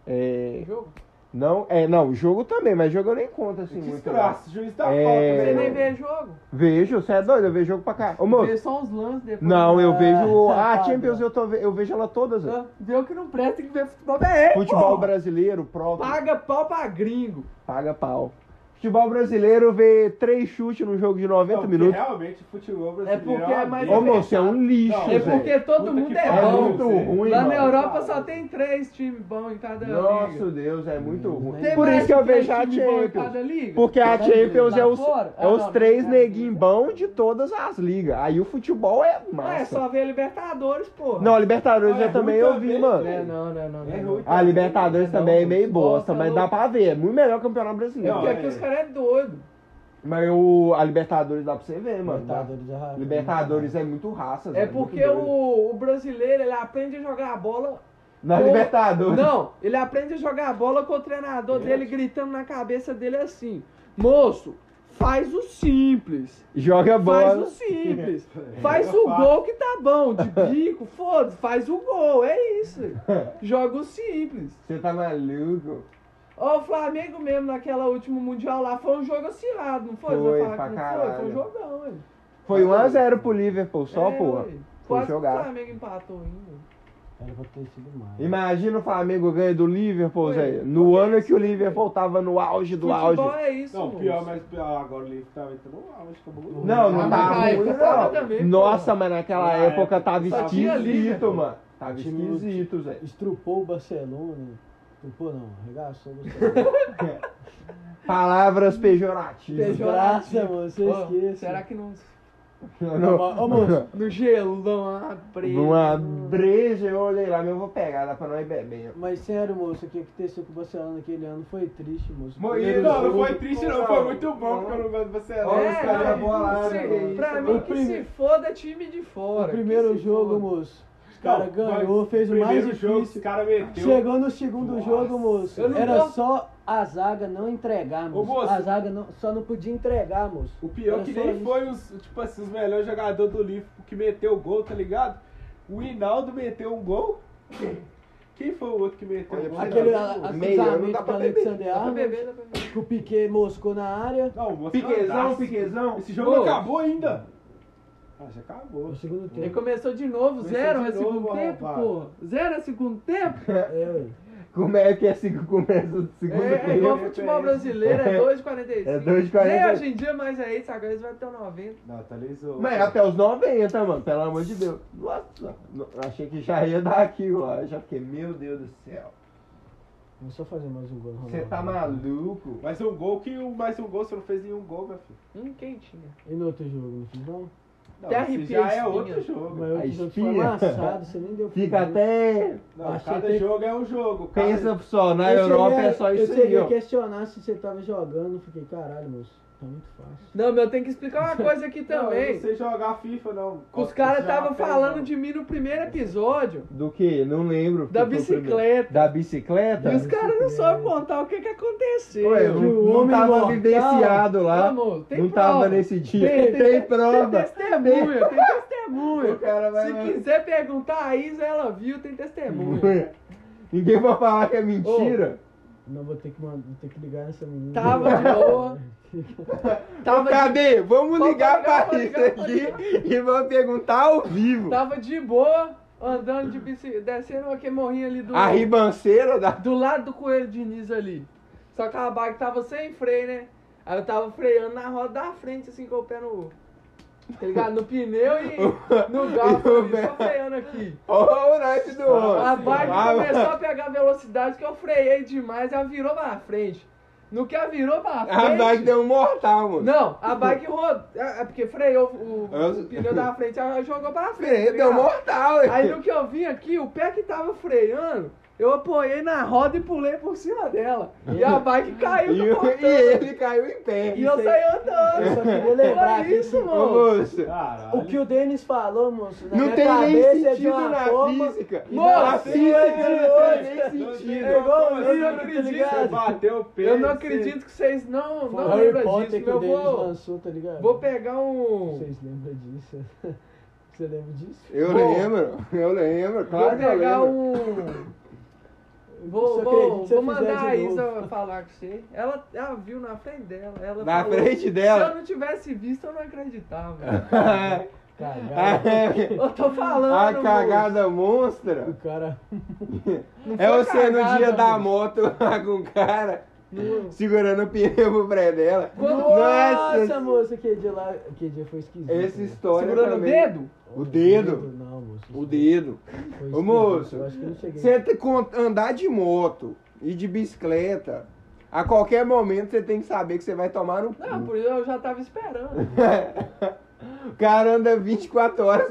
Speaker 3: É...
Speaker 1: Jogo.
Speaker 3: Não, é, não, jogo também, mas jogo eu nem conto, assim, muito.
Speaker 4: Desgraça, juiz da
Speaker 3: É.
Speaker 4: falta.
Speaker 1: Você
Speaker 4: né?
Speaker 1: nem vê jogo?
Speaker 3: Vejo, você é doido, eu vejo jogo pra cá. Ô, moço,
Speaker 1: Vê só uns lances depois.
Speaker 3: não, eu
Speaker 2: Ah,
Speaker 3: vejo... Ah,
Speaker 2: safado.
Speaker 3: Champions, eu, tô, ve- eu vejo ela todas, Zé.
Speaker 1: Ah, Vê o que não presta, tem que ver futebol BR,
Speaker 3: Futebol
Speaker 1: pô.
Speaker 3: brasileiro próprio.
Speaker 1: Paga pau pra gringo.
Speaker 3: Paga pau. Futebol brasileiro vê três chutes num jogo de 90
Speaker 4: Não,
Speaker 3: minutos.
Speaker 4: porque Realmente, o futebol brasileiro.
Speaker 1: É porque é
Speaker 4: uma
Speaker 1: mais
Speaker 3: Ô,
Speaker 4: merda.
Speaker 1: ou
Speaker 3: moço, é um lixo,
Speaker 4: Não,
Speaker 1: É
Speaker 3: velho.
Speaker 1: porque todo
Speaker 4: Puta
Speaker 1: mundo
Speaker 4: que
Speaker 1: é
Speaker 3: É
Speaker 4: pariu,
Speaker 1: bom.
Speaker 3: muito
Speaker 4: Zé.
Speaker 3: ruim,
Speaker 1: Lá na
Speaker 3: mano.
Speaker 1: Europa só tem três times bons em cada liga.
Speaker 3: Nossa, Deus, é muito ruim.
Speaker 1: Tem
Speaker 3: Por
Speaker 1: mais
Speaker 3: isso que eu
Speaker 1: três
Speaker 3: vejo a
Speaker 1: times bons em
Speaker 3: Champions.
Speaker 1: cada liga?
Speaker 3: Porque a
Speaker 1: Cada liga
Speaker 3: Champions
Speaker 1: lá
Speaker 3: é os,
Speaker 1: fora?
Speaker 3: é
Speaker 1: Ah,
Speaker 3: os
Speaker 1: não,
Speaker 3: três
Speaker 1: não é
Speaker 3: neguinhos bons de todas as ligas. Aí o futebol é
Speaker 1: Não é
Speaker 3: massa.
Speaker 1: só ver a Libertadores, porra.
Speaker 3: Não, a Libertadores
Speaker 4: Ah, é
Speaker 3: eu também
Speaker 4: ruim
Speaker 3: eu vi,
Speaker 4: também,
Speaker 3: mano.
Speaker 1: É, não, não, não.
Speaker 4: É
Speaker 1: não.
Speaker 4: ruim.
Speaker 3: A Libertadores
Speaker 1: Não,
Speaker 3: também é meio
Speaker 1: não,
Speaker 3: bosta,
Speaker 1: não,
Speaker 3: mas
Speaker 1: não.
Speaker 3: dá pra ver. É muito melhor que o Campeonato
Speaker 1: É
Speaker 3: Brasileiro.
Speaker 1: porque
Speaker 4: Não,
Speaker 1: aqui
Speaker 4: é.
Speaker 1: os caras é doido.
Speaker 3: Mas o, a Libertadores dá pra você ver, mano. Dá-
Speaker 2: Libertadores é rápido.
Speaker 3: Libertadores é muito raça, Zé,
Speaker 1: É
Speaker 3: muito
Speaker 1: porque
Speaker 3: doido.
Speaker 1: o, o brasileiro, ele aprende a jogar a bola.
Speaker 3: Na
Speaker 1: o-
Speaker 3: Libertadores.
Speaker 1: Não, ele aprende a jogar a bola com o treinador dele gritando na cabeça dele assim: Moço, faz o simples.
Speaker 3: Joga
Speaker 1: Faz o
Speaker 3: bola.
Speaker 1: simples.
Speaker 4: É,
Speaker 1: Faz
Speaker 4: eu
Speaker 1: o
Speaker 4: faço.
Speaker 1: gol que tá bom. De bico, foda-se, faz o gol. É isso. Joga o simples.
Speaker 3: Você tá maluco?
Speaker 1: Ó, o Flamengo mesmo, naquela última Mundial lá, foi um jogo acirrado, não foi? Você vai
Speaker 3: Foi,
Speaker 1: falar
Speaker 3: pra
Speaker 1: que não foi? Foi um
Speaker 3: caralho.
Speaker 1: jogão, ué.
Speaker 3: Foi 1x0 pro Liverpool só,
Speaker 1: É,
Speaker 3: porra.
Speaker 1: ué.
Speaker 3: Foi
Speaker 1: Quase que o
Speaker 3: jogar.
Speaker 1: Flamengo empatou ainda.
Speaker 2: Era pra ter sido mais.
Speaker 3: Imagina o Flamengo ganha do Liverpool,
Speaker 1: Foi.
Speaker 3: Zé. No ano que o Liverpool tava no auge do auge.
Speaker 1: Futebol é isso,
Speaker 4: Não,
Speaker 1: moço.
Speaker 4: pior, mas pior, agora o livro tá entrando auge, acabou.
Speaker 3: Não,
Speaker 1: Ah,
Speaker 3: não
Speaker 1: mas
Speaker 3: tava
Speaker 1: naquela
Speaker 3: ruim,
Speaker 1: época tava
Speaker 3: não.
Speaker 1: também,
Speaker 3: Nossa,
Speaker 1: porra.
Speaker 3: mas naquela
Speaker 4: Na
Speaker 3: época
Speaker 4: época
Speaker 3: tava
Speaker 1: só tinha
Speaker 3: esquisito,
Speaker 1: Liverpool. um
Speaker 3: mano. Tava
Speaker 2: Time-
Speaker 3: esquisito, Zé.
Speaker 2: Estrupou o Barcelona. Estrupou não, arregaçou o Barcelona.
Speaker 3: Palavras pejorativas.
Speaker 1: Pejorativo.
Speaker 2: Desgraça, mano, você
Speaker 1: Ô,
Speaker 2: esquece.
Speaker 1: Será que não...
Speaker 2: Não, mas- Ô, moço.
Speaker 1: No gelo, não abre.
Speaker 3: Uma breja, eu olhei lá, mas eu vou pegar, dá pra nós beber.
Speaker 2: Mas sério, moço, o que aconteceu com o Barcelona naquele ano foi triste, moço.
Speaker 3: Mo-
Speaker 2: Primeiro
Speaker 4: Não, não
Speaker 2: jogo-
Speaker 4: foi triste, não. Foi muito bom, porque eu não gosto de você. não.
Speaker 3: Olha
Speaker 1: É,
Speaker 3: os
Speaker 4: Esse
Speaker 3: caras
Speaker 4: cara é
Speaker 1: não,
Speaker 3: boa lá,
Speaker 1: não
Speaker 3: né,
Speaker 1: sei.
Speaker 3: mano?
Speaker 1: Pra
Speaker 3: Isso
Speaker 1: mim,
Speaker 2: é
Speaker 1: que
Speaker 2: bom.
Speaker 1: se foda é time de
Speaker 2: O
Speaker 1: fora.
Speaker 2: primeiro
Speaker 1: que se
Speaker 2: jogo,
Speaker 1: foda.
Speaker 2: moço. Os caras
Speaker 4: Não, mas
Speaker 2: ganhou, fez o mais
Speaker 4: primeiro jogo,
Speaker 2: difícil.
Speaker 4: Os caras meteu.
Speaker 2: Chegou no segundo
Speaker 4: Nossa.
Speaker 2: jogo, moço.
Speaker 1: Eu não
Speaker 2: Era
Speaker 1: tô-
Speaker 2: só a zaga não entregar, moço.
Speaker 4: moço.
Speaker 2: A zaga não- só não podia entregar, moço.
Speaker 4: O pior
Speaker 2: Era
Speaker 4: que
Speaker 2: É só
Speaker 4: nem
Speaker 2: isso.
Speaker 4: foi os, tipo assim, os melhores jogadores do Liverpool que meteu o gol, tá ligado? O Hinaldo meteu um gol. Quem foi o outro que meteu
Speaker 3: Olha,
Speaker 4: o gol?
Speaker 2: Aquele
Speaker 4: Não,
Speaker 2: a- a-
Speaker 3: Meio ano dá
Speaker 2: cruzamento do
Speaker 3: pra beber.
Speaker 2: Alexander
Speaker 1: Dá pra
Speaker 2: Arnold,
Speaker 1: beber, dá pra beber.
Speaker 2: que o Piquet moscou na área.
Speaker 4: Não, moço,
Speaker 3: Piquezão,
Speaker 4: fantástico.
Speaker 3: piquezão.
Speaker 4: Esse jogo
Speaker 1: Ô.
Speaker 4: não acabou ainda. Ah, já acabou.
Speaker 2: No segundo
Speaker 1: Ele
Speaker 2: tempo.
Speaker 1: Né? começou de novo,
Speaker 4: Começou
Speaker 1: zero
Speaker 4: de
Speaker 1: é segundo
Speaker 4: novo,
Speaker 1: tempo,
Speaker 4: rapaz.
Speaker 1: porra. Zero é segundo tempo?
Speaker 2: É, ué.
Speaker 3: Como é que é assim que começa o segundo
Speaker 1: É, é
Speaker 3: tempo?
Speaker 1: igual futebol brasileiro, é 2,45.
Speaker 3: É 2,45.
Speaker 1: Nem hoje em dia mais é isso, agora eles vão até o 90.
Speaker 4: Não, atualizou.
Speaker 3: Mas é até os 90, mano, pelo amor de Deus. Nossa, não- achei que já ia dar aqui, ó. Eu Já fiquei, meu Deus do céu.
Speaker 2: Vamos só fazer mais um gol no
Speaker 7: Você
Speaker 2: Ronaldo.
Speaker 7: tá maluco?
Speaker 4: Mais um gol que um, mais um gol, você não fez nenhum gol, meu filho.
Speaker 1: Hum, quentinha.
Speaker 2: E no outro jogo, não fiz não?
Speaker 4: Não,
Speaker 1: Até
Speaker 4: esse
Speaker 1: arrepia a
Speaker 4: já é
Speaker 1: espinha.
Speaker 4: outro jogo.
Speaker 2: Mas o outro
Speaker 7: A
Speaker 2: jogo foi
Speaker 7: espinha.
Speaker 2: amassado, você nem deu
Speaker 3: Fica
Speaker 2: fim, né?
Speaker 3: até.
Speaker 4: Não,
Speaker 2: Acho que
Speaker 4: cada
Speaker 2: tem-
Speaker 4: jogo é um jogo. Cada...
Speaker 3: Pensa só, na
Speaker 2: Eu
Speaker 3: Europa
Speaker 2: cheguei-
Speaker 3: é só isso
Speaker 2: Eu cheguei
Speaker 3: aí,
Speaker 2: a
Speaker 3: ó.
Speaker 2: questionar se você tava jogando, fiquei, caralho, moço, tá muito fácil.
Speaker 1: Não, mas eu tenho que explicar uma coisa aqui
Speaker 4: Não, eu não
Speaker 1: também.
Speaker 4: sei jogar FIFA, não.
Speaker 1: Os
Speaker 4: Gosto
Speaker 1: caras
Speaker 4: de jogar
Speaker 1: estavam
Speaker 4: pé,
Speaker 1: falando
Speaker 4: não.
Speaker 1: de mim no primeiro episódio
Speaker 3: Do que? Não lembro.
Speaker 1: da
Speaker 3: porque foi o primeiro.
Speaker 1: bicicleta.
Speaker 3: Da
Speaker 1: E os
Speaker 3: bicicleta?
Speaker 1: caras não sabem contar o que que aconteceu.
Speaker 3: Ué, não,
Speaker 2: Que o
Speaker 3: não
Speaker 2: homem
Speaker 3: tava
Speaker 2: mortal.
Speaker 3: vivenciado lá.
Speaker 1: Amor, tem
Speaker 3: não
Speaker 1: prova.
Speaker 3: tava nesse dia.
Speaker 1: Tem-
Speaker 3: Tem,
Speaker 1: tem- Tem
Speaker 3: prova.
Speaker 1: testemunha, tem testemunha.
Speaker 3: O cara vai-
Speaker 1: Se quiser perguntar a Isa, ela viu, tem testemunha.
Speaker 3: é? Ninguém vai falar que é mentira.
Speaker 2: Não, vou ter que, mandar, vou ter que ligar nessa menina.
Speaker 1: Tava de boa. Tava de,
Speaker 3: Cadê? Vamos
Speaker 1: Vamos
Speaker 3: ligar
Speaker 1: ligar,
Speaker 3: pra
Speaker 1: vamos
Speaker 3: isso
Speaker 1: ligar, Tá vamos
Speaker 3: aqui e vamos perguntar ao vivo.
Speaker 1: tava de boa, andando de bicicleta, descendo aquele morrinho ali do,
Speaker 3: A ribanceira da.
Speaker 1: do lado do Coelho Diniz ali. Só que a bike tava sem freio, né? Aí eu tava freando na roda da frente, assim, com o pé no... Tá ligado? No pneu e no galfo, ali, só freando aqui.
Speaker 3: Ô, o knife do homem.
Speaker 1: A bike
Speaker 3: Ah,
Speaker 1: começou a pegar velocidade que eu freiei demais, ela virou pra frente. No que ela virou pra frente.
Speaker 3: A bike deu um mortal, mano.
Speaker 1: Não, a bike rodou. É é porque freou o,
Speaker 3: Eu-
Speaker 1: o pneu da frente, ela jogou pra frente.
Speaker 3: Freio
Speaker 1: tá
Speaker 3: deu
Speaker 1: ligado?
Speaker 3: mortal, hein?
Speaker 1: Aí no que eu vim aqui, o pé que tava freando, eu apoiei na roda e pulei por cima dela. E a bike
Speaker 3: E,
Speaker 1: caiu no
Speaker 3: o- e
Speaker 1: portão.
Speaker 3: ele caiu em pé.
Speaker 1: E eu saí andando.
Speaker 2: Eu só queria lembrar
Speaker 1: Foi
Speaker 2: que
Speaker 1: isso,
Speaker 2: esse-
Speaker 3: Ô,
Speaker 1: mano.
Speaker 3: moço,
Speaker 4: Caralho.
Speaker 2: O que o Denis falou, moço, na
Speaker 3: não
Speaker 2: minha
Speaker 3: tem nem
Speaker 2: cabeça é de
Speaker 3: sentido
Speaker 2: uma
Speaker 3: na
Speaker 2: forma...
Speaker 3: física.
Speaker 1: Moço,
Speaker 3: Na
Speaker 2: é
Speaker 1: é
Speaker 3: física não tem nem
Speaker 4: Não tem
Speaker 3: sentido. assim?
Speaker 4: como,
Speaker 2: igual tá
Speaker 4: você
Speaker 1: eu
Speaker 4: não
Speaker 1: não
Speaker 4: acredita,
Speaker 1: acredito.
Speaker 4: Você bateu o pé.
Speaker 1: Eu não
Speaker 4: você-
Speaker 1: acredito que vocês não,
Speaker 2: Foi
Speaker 1: não
Speaker 2: Harry
Speaker 1: lembram
Speaker 2: Potter
Speaker 1: disso,
Speaker 2: que o
Speaker 1: meu
Speaker 2: Denis
Speaker 1: vou.
Speaker 2: lançou, tá ligado?
Speaker 1: Vou pegar um.
Speaker 2: Vocês lembram disso? Você lembra disso?
Speaker 3: Eu
Speaker 1: Bom,
Speaker 3: lembro, eu
Speaker 1: Vou
Speaker 3: lembro, claro que eu
Speaker 1: pegar
Speaker 3: lembro.
Speaker 1: um.
Speaker 2: Eu
Speaker 1: Vou,
Speaker 2: só
Speaker 1: vou,
Speaker 2: acredito se
Speaker 1: vou
Speaker 2: eu fizer
Speaker 1: mandar a
Speaker 2: de novo.
Speaker 1: Isa falar com você. Ela, ela viu na frente dela. Ela
Speaker 3: Na
Speaker 1: falou,
Speaker 3: frente dela. É.
Speaker 1: Se eu não tivesse visto, eu não acreditava.
Speaker 2: Cagada.
Speaker 3: A
Speaker 1: eu tô falando.
Speaker 3: cagada
Speaker 2: O
Speaker 3: monstra
Speaker 2: cara...
Speaker 1: moço. Não
Speaker 3: é
Speaker 1: foi
Speaker 3: você no
Speaker 1: cagada,
Speaker 3: dia da
Speaker 1: moço.
Speaker 3: moto lá com o cara
Speaker 1: Não.
Speaker 3: segurando o pneu pro pré dela. é
Speaker 1: Nossa,
Speaker 2: Nossa, Ah, moça, aquele dia lá... Aquele dia foi esquisito.
Speaker 3: Essa
Speaker 2: né?
Speaker 3: história
Speaker 1: Segurando o
Speaker 3: também.
Speaker 1: dedo?
Speaker 3: O dedo.
Speaker 2: Não, moço.
Speaker 3: O dedo.
Speaker 2: Foi
Speaker 3: Ô,
Speaker 2: esquisito,
Speaker 3: moço,
Speaker 2: eu acho que eu não cheguei.
Speaker 3: Você tem que andar de moto e de bicicleta. A qualquer momento você tem que saber que você vai tomar no cu.
Speaker 1: Não, por isso eu já tava esperando.
Speaker 3: O cara anda 24 horas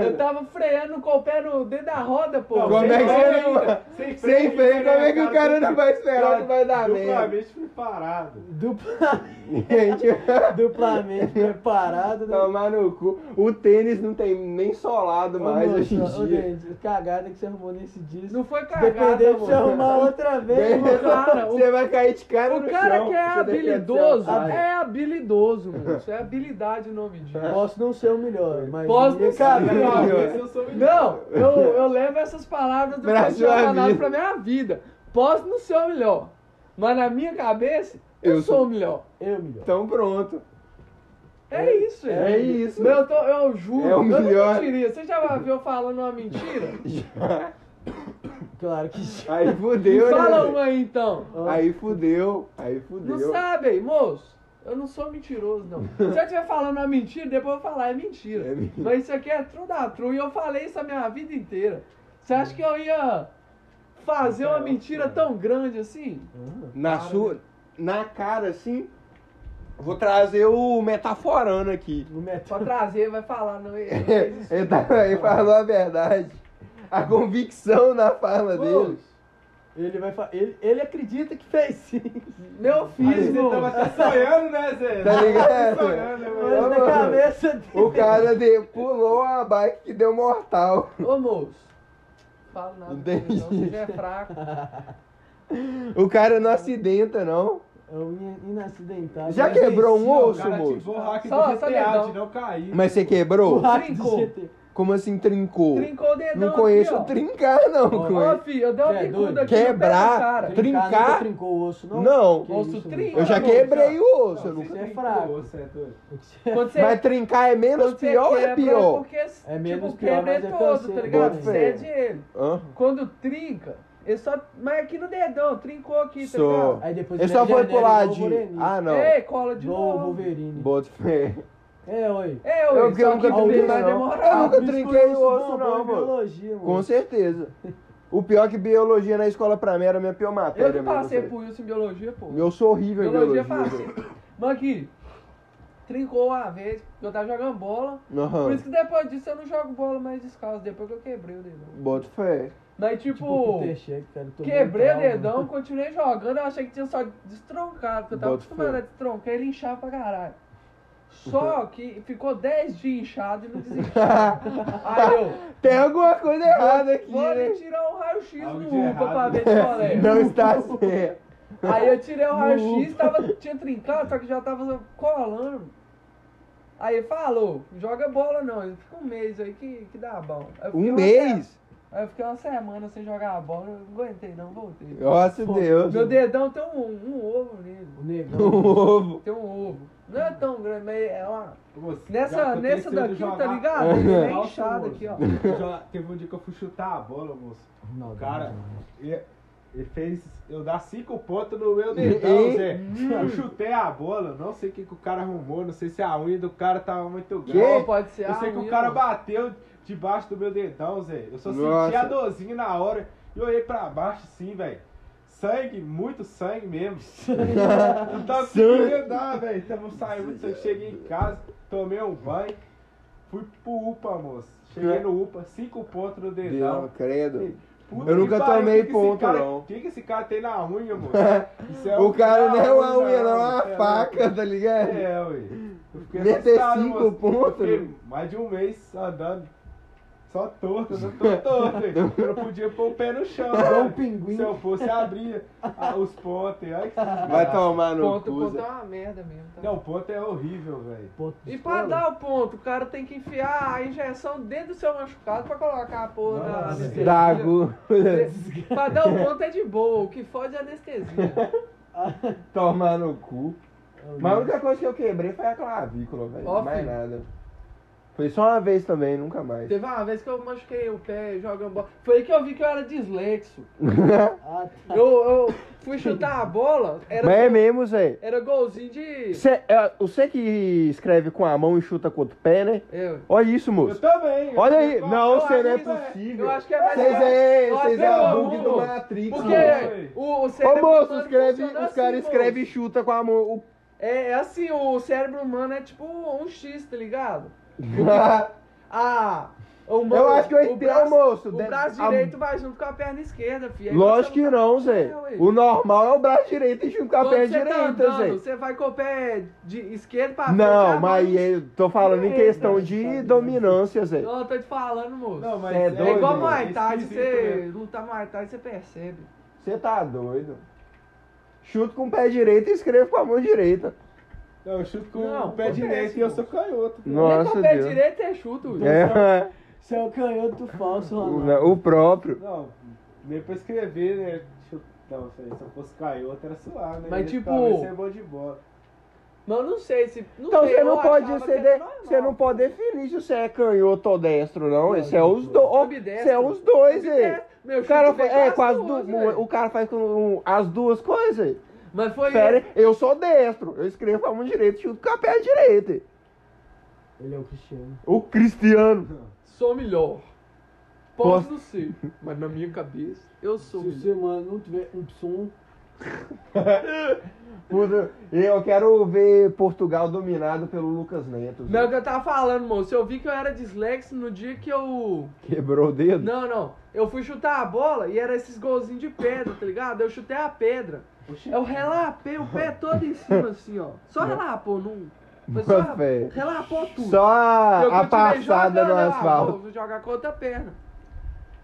Speaker 1: Eu tava freando com o pé no dedo da roda, pô.
Speaker 4: Não,
Speaker 3: Como
Speaker 4: sem
Speaker 3: é que
Speaker 4: freio
Speaker 3: você não-
Speaker 4: ainda, Sem
Speaker 3: Sem freio, como é que o cara não vai esperar
Speaker 4: Cara,
Speaker 3: que vai dar merda?
Speaker 4: Duplamente preparado.
Speaker 2: Dupla...
Speaker 3: Gente,
Speaker 2: Duplamente preparado, né?
Speaker 3: tomar no cu. O tênis não tem nem solado
Speaker 2: Ô,
Speaker 3: mais
Speaker 2: moço,
Speaker 3: hoje
Speaker 2: ô,
Speaker 3: em dia.
Speaker 2: Denis, cagada que você arrumou nesse dia.
Speaker 1: Não foi
Speaker 2: Depender
Speaker 1: cagada,
Speaker 2: de
Speaker 1: moço.
Speaker 2: você arrumar outra vez.
Speaker 3: Bem-
Speaker 1: cara, o-
Speaker 3: você vai cair de cara
Speaker 1: O
Speaker 3: no
Speaker 1: cara
Speaker 3: chão.
Speaker 1: que é
Speaker 3: Você deve ser
Speaker 1: habilidoso,
Speaker 3: otário.
Speaker 1: é habilidoso, moço. É habilidade o nome disso.
Speaker 2: Posso não ser o melhor, mas.
Speaker 1: Posso não ser o
Speaker 2: Cagada.
Speaker 1: melhor.
Speaker 4: Esse eu sou o
Speaker 1: Não, eu, eu levo essas palavras do
Speaker 3: Pra
Speaker 1: Cristiano
Speaker 3: sua
Speaker 1: Ronaldo
Speaker 3: é vida.
Speaker 1: pra minha vida. Posso não ser o melhor, mas na minha cabeça eu,
Speaker 3: Eu
Speaker 1: sou
Speaker 3: sou.
Speaker 1: o melhor.
Speaker 2: Eu, melhor.
Speaker 3: Então pronto.
Speaker 1: É isso,
Speaker 3: É
Speaker 1: gente.
Speaker 3: isso.
Speaker 1: Meu, eu, tô- eu juro,
Speaker 3: É o
Speaker 1: eu
Speaker 3: melhor.
Speaker 1: não mentiria. Você já viu eu falando uma mentira?
Speaker 2: Claro que sim.
Speaker 3: Aí fudeu, né?
Speaker 1: Fala
Speaker 3: velho?
Speaker 1: uma aí então.
Speaker 3: Aí fudeu. Aí fudeu.
Speaker 1: Não sabe, aí, moço. Eu não sou mentiroso, não. Se eu estiver falando uma mentira, depois eu vou falar, é mentira.
Speaker 3: É mentira.
Speaker 1: Mas isso aqui é true da true e eu falei isso a minha vida inteira. Você acha que eu ia fazer
Speaker 3: Então,
Speaker 1: uma
Speaker 3: é.
Speaker 1: mentira tão grande assim?
Speaker 3: Na
Speaker 1: né?
Speaker 3: sua. Na cara, assim. Vou trazer o metaforando aqui.
Speaker 2: No
Speaker 1: Pra
Speaker 2: metal.
Speaker 1: trazer, vai falar, não ele não fez isso.
Speaker 3: ele, tá- ele falou a verdade. A convicção na fala dele.
Speaker 2: Ele vai fa... ele, ele acredita que fez sim.
Speaker 1: Meu
Speaker 4: Aí
Speaker 1: filho,
Speaker 4: você tava até sonhando, né, Zé?
Speaker 3: Tá ligado?
Speaker 4: Sonhando, né, mano?
Speaker 2: Mas na
Speaker 3: mano.
Speaker 2: cabeça dele.
Speaker 3: O cara de- pulou a bike que deu mortal.
Speaker 1: ô moço. Fala nada,
Speaker 3: Não
Speaker 1: não,
Speaker 3: tem
Speaker 1: não
Speaker 3: jeito.
Speaker 1: seja fraco.
Speaker 3: O cara não acidenta, não.
Speaker 2: É um in- inaccidentável.
Speaker 3: Já
Speaker 2: Mas
Speaker 3: quebrou um
Speaker 4: é Não, o
Speaker 3: osso,
Speaker 4: cara
Speaker 3: moço?
Speaker 4: ativou o hack do
Speaker 1: Só- só
Speaker 4: GTA
Speaker 1: dedão.
Speaker 4: de não cair.
Speaker 3: Mas você
Speaker 2: O
Speaker 3: quebrou?
Speaker 2: hack do
Speaker 1: Trincou.
Speaker 2: GT.
Speaker 3: Como assim trincou?
Speaker 1: Trincou o dedão
Speaker 3: Não conheço
Speaker 1: aqui, ó.
Speaker 3: trincar, não.
Speaker 2: Ó,
Speaker 1: Ó,
Speaker 3: conheço.
Speaker 1: filho, eu dei uma
Speaker 2: Cê é doido?
Speaker 1: bicuda aqui
Speaker 3: Quebrar.
Speaker 1: no pé do cara.
Speaker 3: Trincar?
Speaker 2: nunca trincou o osso, não?
Speaker 3: Não.
Speaker 2: Que
Speaker 1: Osso
Speaker 2: isso,
Speaker 1: trinca.
Speaker 3: Eu já
Speaker 1: Não,
Speaker 3: quebrei o osso. eu
Speaker 4: Não,
Speaker 3: nunca-
Speaker 2: você é
Speaker 4: trincou
Speaker 2: fraco.
Speaker 4: o osso, é doido.
Speaker 2: moço? Você-
Speaker 1: Quando você
Speaker 3: Mas trincar é menos
Speaker 1: Quando você
Speaker 3: pior ou é
Speaker 1: quebra,
Speaker 3: pior?
Speaker 1: porque,
Speaker 2: É menos
Speaker 1: tipo,
Speaker 2: pior,
Speaker 1: quebra
Speaker 2: mas é
Speaker 1: todo, tá
Speaker 2: canseiro.
Speaker 1: ligado?
Speaker 3: Bota fé.
Speaker 1: Cede ele.
Speaker 3: Hã?
Speaker 1: Quando trinca, ele só. Mas aqui no dedão, trincou aqui, tá
Speaker 3: Só.
Speaker 1: ligado?
Speaker 2: Aí depois
Speaker 3: Ele só
Speaker 2: ele é
Speaker 3: foi
Speaker 2: genérico,
Speaker 3: pro
Speaker 2: igual o
Speaker 3: ladinho.
Speaker 2: Moreninho.
Speaker 3: Ah, não.
Speaker 1: Ei, cola de
Speaker 2: Igual o
Speaker 1: novo.
Speaker 2: Wolverine.
Speaker 3: Bota fé.
Speaker 2: É, oi.
Speaker 1: É,
Speaker 3: Eu
Speaker 1: eu
Speaker 3: que eu
Speaker 1: só
Speaker 3: nunca
Speaker 1: que o bebê
Speaker 3: trinquei,
Speaker 1: vai
Speaker 3: não.
Speaker 1: demorar.
Speaker 3: Eu nunca trinquei o osso, não, mano.
Speaker 2: mano.
Speaker 3: Com certeza. O pior é que biologia na escola pra mim era a minha pior
Speaker 1: Eu
Speaker 3: matéria.
Speaker 1: que passei
Speaker 3: mesmo, assim.
Speaker 1: por isso em biologia, pô.
Speaker 3: Eu sou horrível em
Speaker 1: biologia
Speaker 3: biologia.
Speaker 1: é fácil. Mas aqui, trincou uma vez, eu tava jogando bola.
Speaker 3: velho. Aham.
Speaker 1: Por isso que depois disso eu não jogo bola mais descalço, depois que eu quebrei o dedão.
Speaker 3: Bota fé.
Speaker 1: Daí,
Speaker 2: Tipo,
Speaker 1: tipo,
Speaker 2: Kuterchek, cara, eu
Speaker 3: né,
Speaker 2: tô
Speaker 1: quebrei o
Speaker 2: muito calmo. né?
Speaker 1: dedão, continuei jogando, eu achei que tinha só destroncado, porque eu tava
Speaker 3: Bota
Speaker 1: acostumado
Speaker 3: fé.
Speaker 1: a destroncar ele inchava pra caralho. Só que ficou 10 dias inchado e não desistiu. Aí eu,
Speaker 3: Tem alguma coisa errada aqui.
Speaker 1: bora
Speaker 3: Né?
Speaker 1: tirar um raio-x
Speaker 4: Algo
Speaker 1: no
Speaker 4: de
Speaker 1: UPA pra
Speaker 4: errado.
Speaker 1: ver de colégio.
Speaker 3: Não está certo.
Speaker 1: Aí eu tirei o raio-x, tava, tinha trincado, só que já tava colando. Aí ele falou, joga bola não, ele fica um mês aí que, que dá bom. Aí eu fiquei
Speaker 3: Um
Speaker 1: uma
Speaker 3: mês?
Speaker 1: se- Aí eu fiquei uma semana sem jogar a bola, eu não aguentei não, voltei.
Speaker 3: Nossa, Deus.
Speaker 1: Meu dedão tem um, um ovo nele,
Speaker 2: O
Speaker 3: Um
Speaker 2: negão.
Speaker 3: ovo.
Speaker 1: tem um ovo. Não é tão grande, mas é uma...
Speaker 4: Moço, já
Speaker 1: Nessa,
Speaker 4: aconteceu
Speaker 1: nessa
Speaker 4: de
Speaker 1: daqui,
Speaker 4: jogar- um
Speaker 1: tá ligado? Ele é
Speaker 4: Nossa,
Speaker 1: inchado
Speaker 4: moço.
Speaker 1: aqui, ó.
Speaker 4: Já- Teve um dia que eu fui chutar a bola, moço.
Speaker 2: Não,
Speaker 4: O cara,
Speaker 2: não, não.
Speaker 4: ele, ele fez eu dar cinco pontos no meu dedão,
Speaker 3: Ih.
Speaker 4: Zé.
Speaker 1: Hum.
Speaker 4: Eu chutei a bola, não sei o que, que o cara arrumou, não sei se a unha do cara tava muito grande.
Speaker 1: Não, pode ser
Speaker 4: Eu sei que
Speaker 1: ruim,
Speaker 4: o cara
Speaker 1: ó.
Speaker 4: bateu debaixo do meu dedão, Zé. Eu só senti
Speaker 3: Nossa.
Speaker 4: a dorzinha na hora e olhei pra baixo assim, velho. Sangue, muito sangue mesmo. Não tava conseguindo andar, velho. Tava saindo muito sangue. Cheguei em casa, tomei um banho, fui pro UPA, moço.
Speaker 3: É.
Speaker 4: Cheguei no UPA, cinco pontos no dedão.
Speaker 3: Deus, credo.
Speaker 4: Puta
Speaker 3: Eu
Speaker 4: que
Speaker 3: nunca
Speaker 4: pariu,
Speaker 3: tomei
Speaker 4: que que esse
Speaker 3: ponto,
Speaker 4: cara-
Speaker 3: não.
Speaker 4: O que, que esse cara tem na unha, mano? Isso é
Speaker 3: O cara não é uma
Speaker 4: da
Speaker 3: unha, não, é
Speaker 4: isso
Speaker 3: uma faca, tá ligado?
Speaker 4: É, ué. Eu fiquei
Speaker 3: Meter
Speaker 4: assustado,
Speaker 3: cinco
Speaker 4: moço.
Speaker 3: pontos?
Speaker 4: Eu fiquei mais de um mês andando. Só torto, eu tô torto, ué. Eu não podia pôr o pé no chão,
Speaker 2: Igual
Speaker 4: ué.
Speaker 2: um pinguim.
Speaker 4: Se eu fosse abrir os pontos, olha
Speaker 3: Vai
Speaker 4: que
Speaker 3: tá-
Speaker 4: desgraça.
Speaker 3: tomar no
Speaker 1: Ponto,
Speaker 3: cu.
Speaker 1: ponto
Speaker 3: Zé.
Speaker 1: é uma merda mesmo, tá?
Speaker 4: Não, ponto é horrível, velho.
Speaker 2: Ponto
Speaker 1: E
Speaker 2: de
Speaker 1: pra
Speaker 2: escola.
Speaker 1: dar o ponto, o cara tem que enfiar a injeção dentro do seu machucado pra colocar a porra da
Speaker 4: Nossa.
Speaker 1: anestesia.
Speaker 3: Da agulha.
Speaker 1: Pra dar o ponto é de boa, o que fode é anestesia.
Speaker 3: Tomar no cu.
Speaker 2: Eu
Speaker 3: Mas a única coisa que eu quebrei foi a clavícula, velho.
Speaker 1: Uhum. Ó,
Speaker 3: Mais
Speaker 1: filho.
Speaker 3: nada. Foi só uma vez também, nunca mais.
Speaker 1: Teve uma vez que eu machuquei o pé jogando bola. Foi aí que eu vi que eu era dislexo.
Speaker 2: Ah, tá.
Speaker 1: Eu, eu fui chutar a bola, era,
Speaker 3: Mas é mesmo, Zé.
Speaker 1: era golzinho de.
Speaker 3: Cê- é, Você que escreve com a mão e chuta com o outro pé, né?
Speaker 1: Eu,
Speaker 3: Olha isso,
Speaker 4: Eu
Speaker 3: moço.
Speaker 4: também. eu
Speaker 3: Olha
Speaker 4: fiquei
Speaker 3: aí.
Speaker 4: com a-
Speaker 3: Não,
Speaker 1: eu
Speaker 3: você não é
Speaker 1: acho que-
Speaker 3: possível.
Speaker 1: eu acho que é mais.
Speaker 3: Vocês é,
Speaker 1: eu acho
Speaker 3: vocês
Speaker 1: que
Speaker 3: é
Speaker 1: é
Speaker 3: o
Speaker 1: bom,
Speaker 3: bug do
Speaker 1: pô.
Speaker 3: Matrix,
Speaker 1: Porque
Speaker 3: mano.
Speaker 4: mano.
Speaker 1: o, o
Speaker 3: Ô,
Speaker 1: cérebro.
Speaker 3: moço,
Speaker 1: humano
Speaker 3: escreve,
Speaker 1: funciona
Speaker 3: os
Speaker 1: assim,
Speaker 3: caras
Speaker 1: moço.
Speaker 3: escrevem e chuta com a mão. O...
Speaker 1: É, é assim, o cérebro humano é tipo um X, tá ligado? Ah, o humano,
Speaker 3: Eu acho que eu entendo,
Speaker 1: braço-
Speaker 3: moço.
Speaker 1: O
Speaker 3: De-
Speaker 1: braço
Speaker 3: a-
Speaker 1: direito vai junto com a perna esquerda, filho. Aí
Speaker 3: Lógico
Speaker 1: você
Speaker 3: que não, Zé.
Speaker 1: É, ué.
Speaker 3: O normal é o braço direito e chuta com a
Speaker 1: Quando
Speaker 3: perna
Speaker 1: você tá
Speaker 3: direita,
Speaker 1: andando,
Speaker 3: Zé.
Speaker 1: Você vai com o pé de esquerda pra frente.
Speaker 3: Não,
Speaker 1: a
Speaker 3: mas
Speaker 1: mão-
Speaker 3: eu tô falando em
Speaker 1: Direita,
Speaker 3: questão de dominância, Zé.
Speaker 1: Não, eu tô te falando, moço.
Speaker 4: Não, mas
Speaker 3: Cê é
Speaker 1: é
Speaker 3: doido,
Speaker 1: igual
Speaker 3: mano.
Speaker 1: Muay Thai,
Speaker 4: esquisito
Speaker 1: você
Speaker 4: mesmo.
Speaker 1: lutar Muay Thai, você percebe.
Speaker 3: Você tá doido? Chuto com o pé direito e escrevo com a mão direita.
Speaker 4: Não, eu chuto com
Speaker 1: Não,
Speaker 4: o pé
Speaker 1: acontece,
Speaker 4: direito e eu
Speaker 1: moço.
Speaker 4: sou canhoto. tá?
Speaker 1: Nem com
Speaker 3: Nossa,
Speaker 1: o pé
Speaker 3: Deus.
Speaker 1: direito é chuto. Will.
Speaker 3: É,
Speaker 2: Você é o canhoto falso, Ronaldo.
Speaker 3: o, o próprio.
Speaker 4: Não, nem pra escrever, né? Chu- Não, sei, se eu fosse canhoto era suave, né?
Speaker 1: Mas,
Speaker 4: Ia
Speaker 1: tipo-
Speaker 4: talvez ser bom de bola.
Speaker 1: Mas eu não sei se... Não
Speaker 3: Então
Speaker 1: sei,
Speaker 3: você
Speaker 1: eu
Speaker 3: não pode
Speaker 1: achava que
Speaker 3: você,
Speaker 1: era
Speaker 3: de-
Speaker 1: normal.
Speaker 3: você não pode definir se você é canhoto ou destro, não. Esse é os dois.
Speaker 1: Ambidestro.
Speaker 3: Você é os dois,
Speaker 1: Ambidestro.
Speaker 3: Zé.
Speaker 1: Meu
Speaker 3: O cara
Speaker 1: chute
Speaker 3: faz,
Speaker 1: veio
Speaker 3: é,
Speaker 1: com
Speaker 3: com as
Speaker 1: duas, né?
Speaker 3: du-
Speaker 1: velho.
Speaker 3: o cara faz com um, as duas coisas.
Speaker 1: Mas foi...
Speaker 3: Pera, eu sou destro, eu escrevo com a mão direita, chuto com a perna direita.
Speaker 2: Ele é o Cristiano.
Speaker 3: O Cristiano.
Speaker 1: Sou melhor. Posso
Speaker 3: Posso-
Speaker 1: não ser, mas na minha cabeça eu sou
Speaker 2: Se
Speaker 1: melhor.
Speaker 2: você, mano, não tiver um som,
Speaker 3: Puta, Eu quero ver Portugal dominado pelo Lucas Neto. Zé.
Speaker 1: Mas é o que eu tava falando, moço. Eu vi que eu era dislexo no dia que eu...
Speaker 3: Quebrou o dedo?
Speaker 1: Não, não. Eu fui chutar a bola e era esses golzinhos de pedra, tá ligado? Eu chutei a pedra. Eu relapei o pé todo em cima, assim, ó. Só relapou, não. Foi só
Speaker 3: Bota fé.
Speaker 1: relapou tudo.
Speaker 3: Só
Speaker 1: Eu
Speaker 3: a,
Speaker 1: continuei
Speaker 3: a passada
Speaker 1: jogando,
Speaker 3: no
Speaker 1: eu, ah,
Speaker 3: asfalto.
Speaker 1: Vou jogar com outra perna.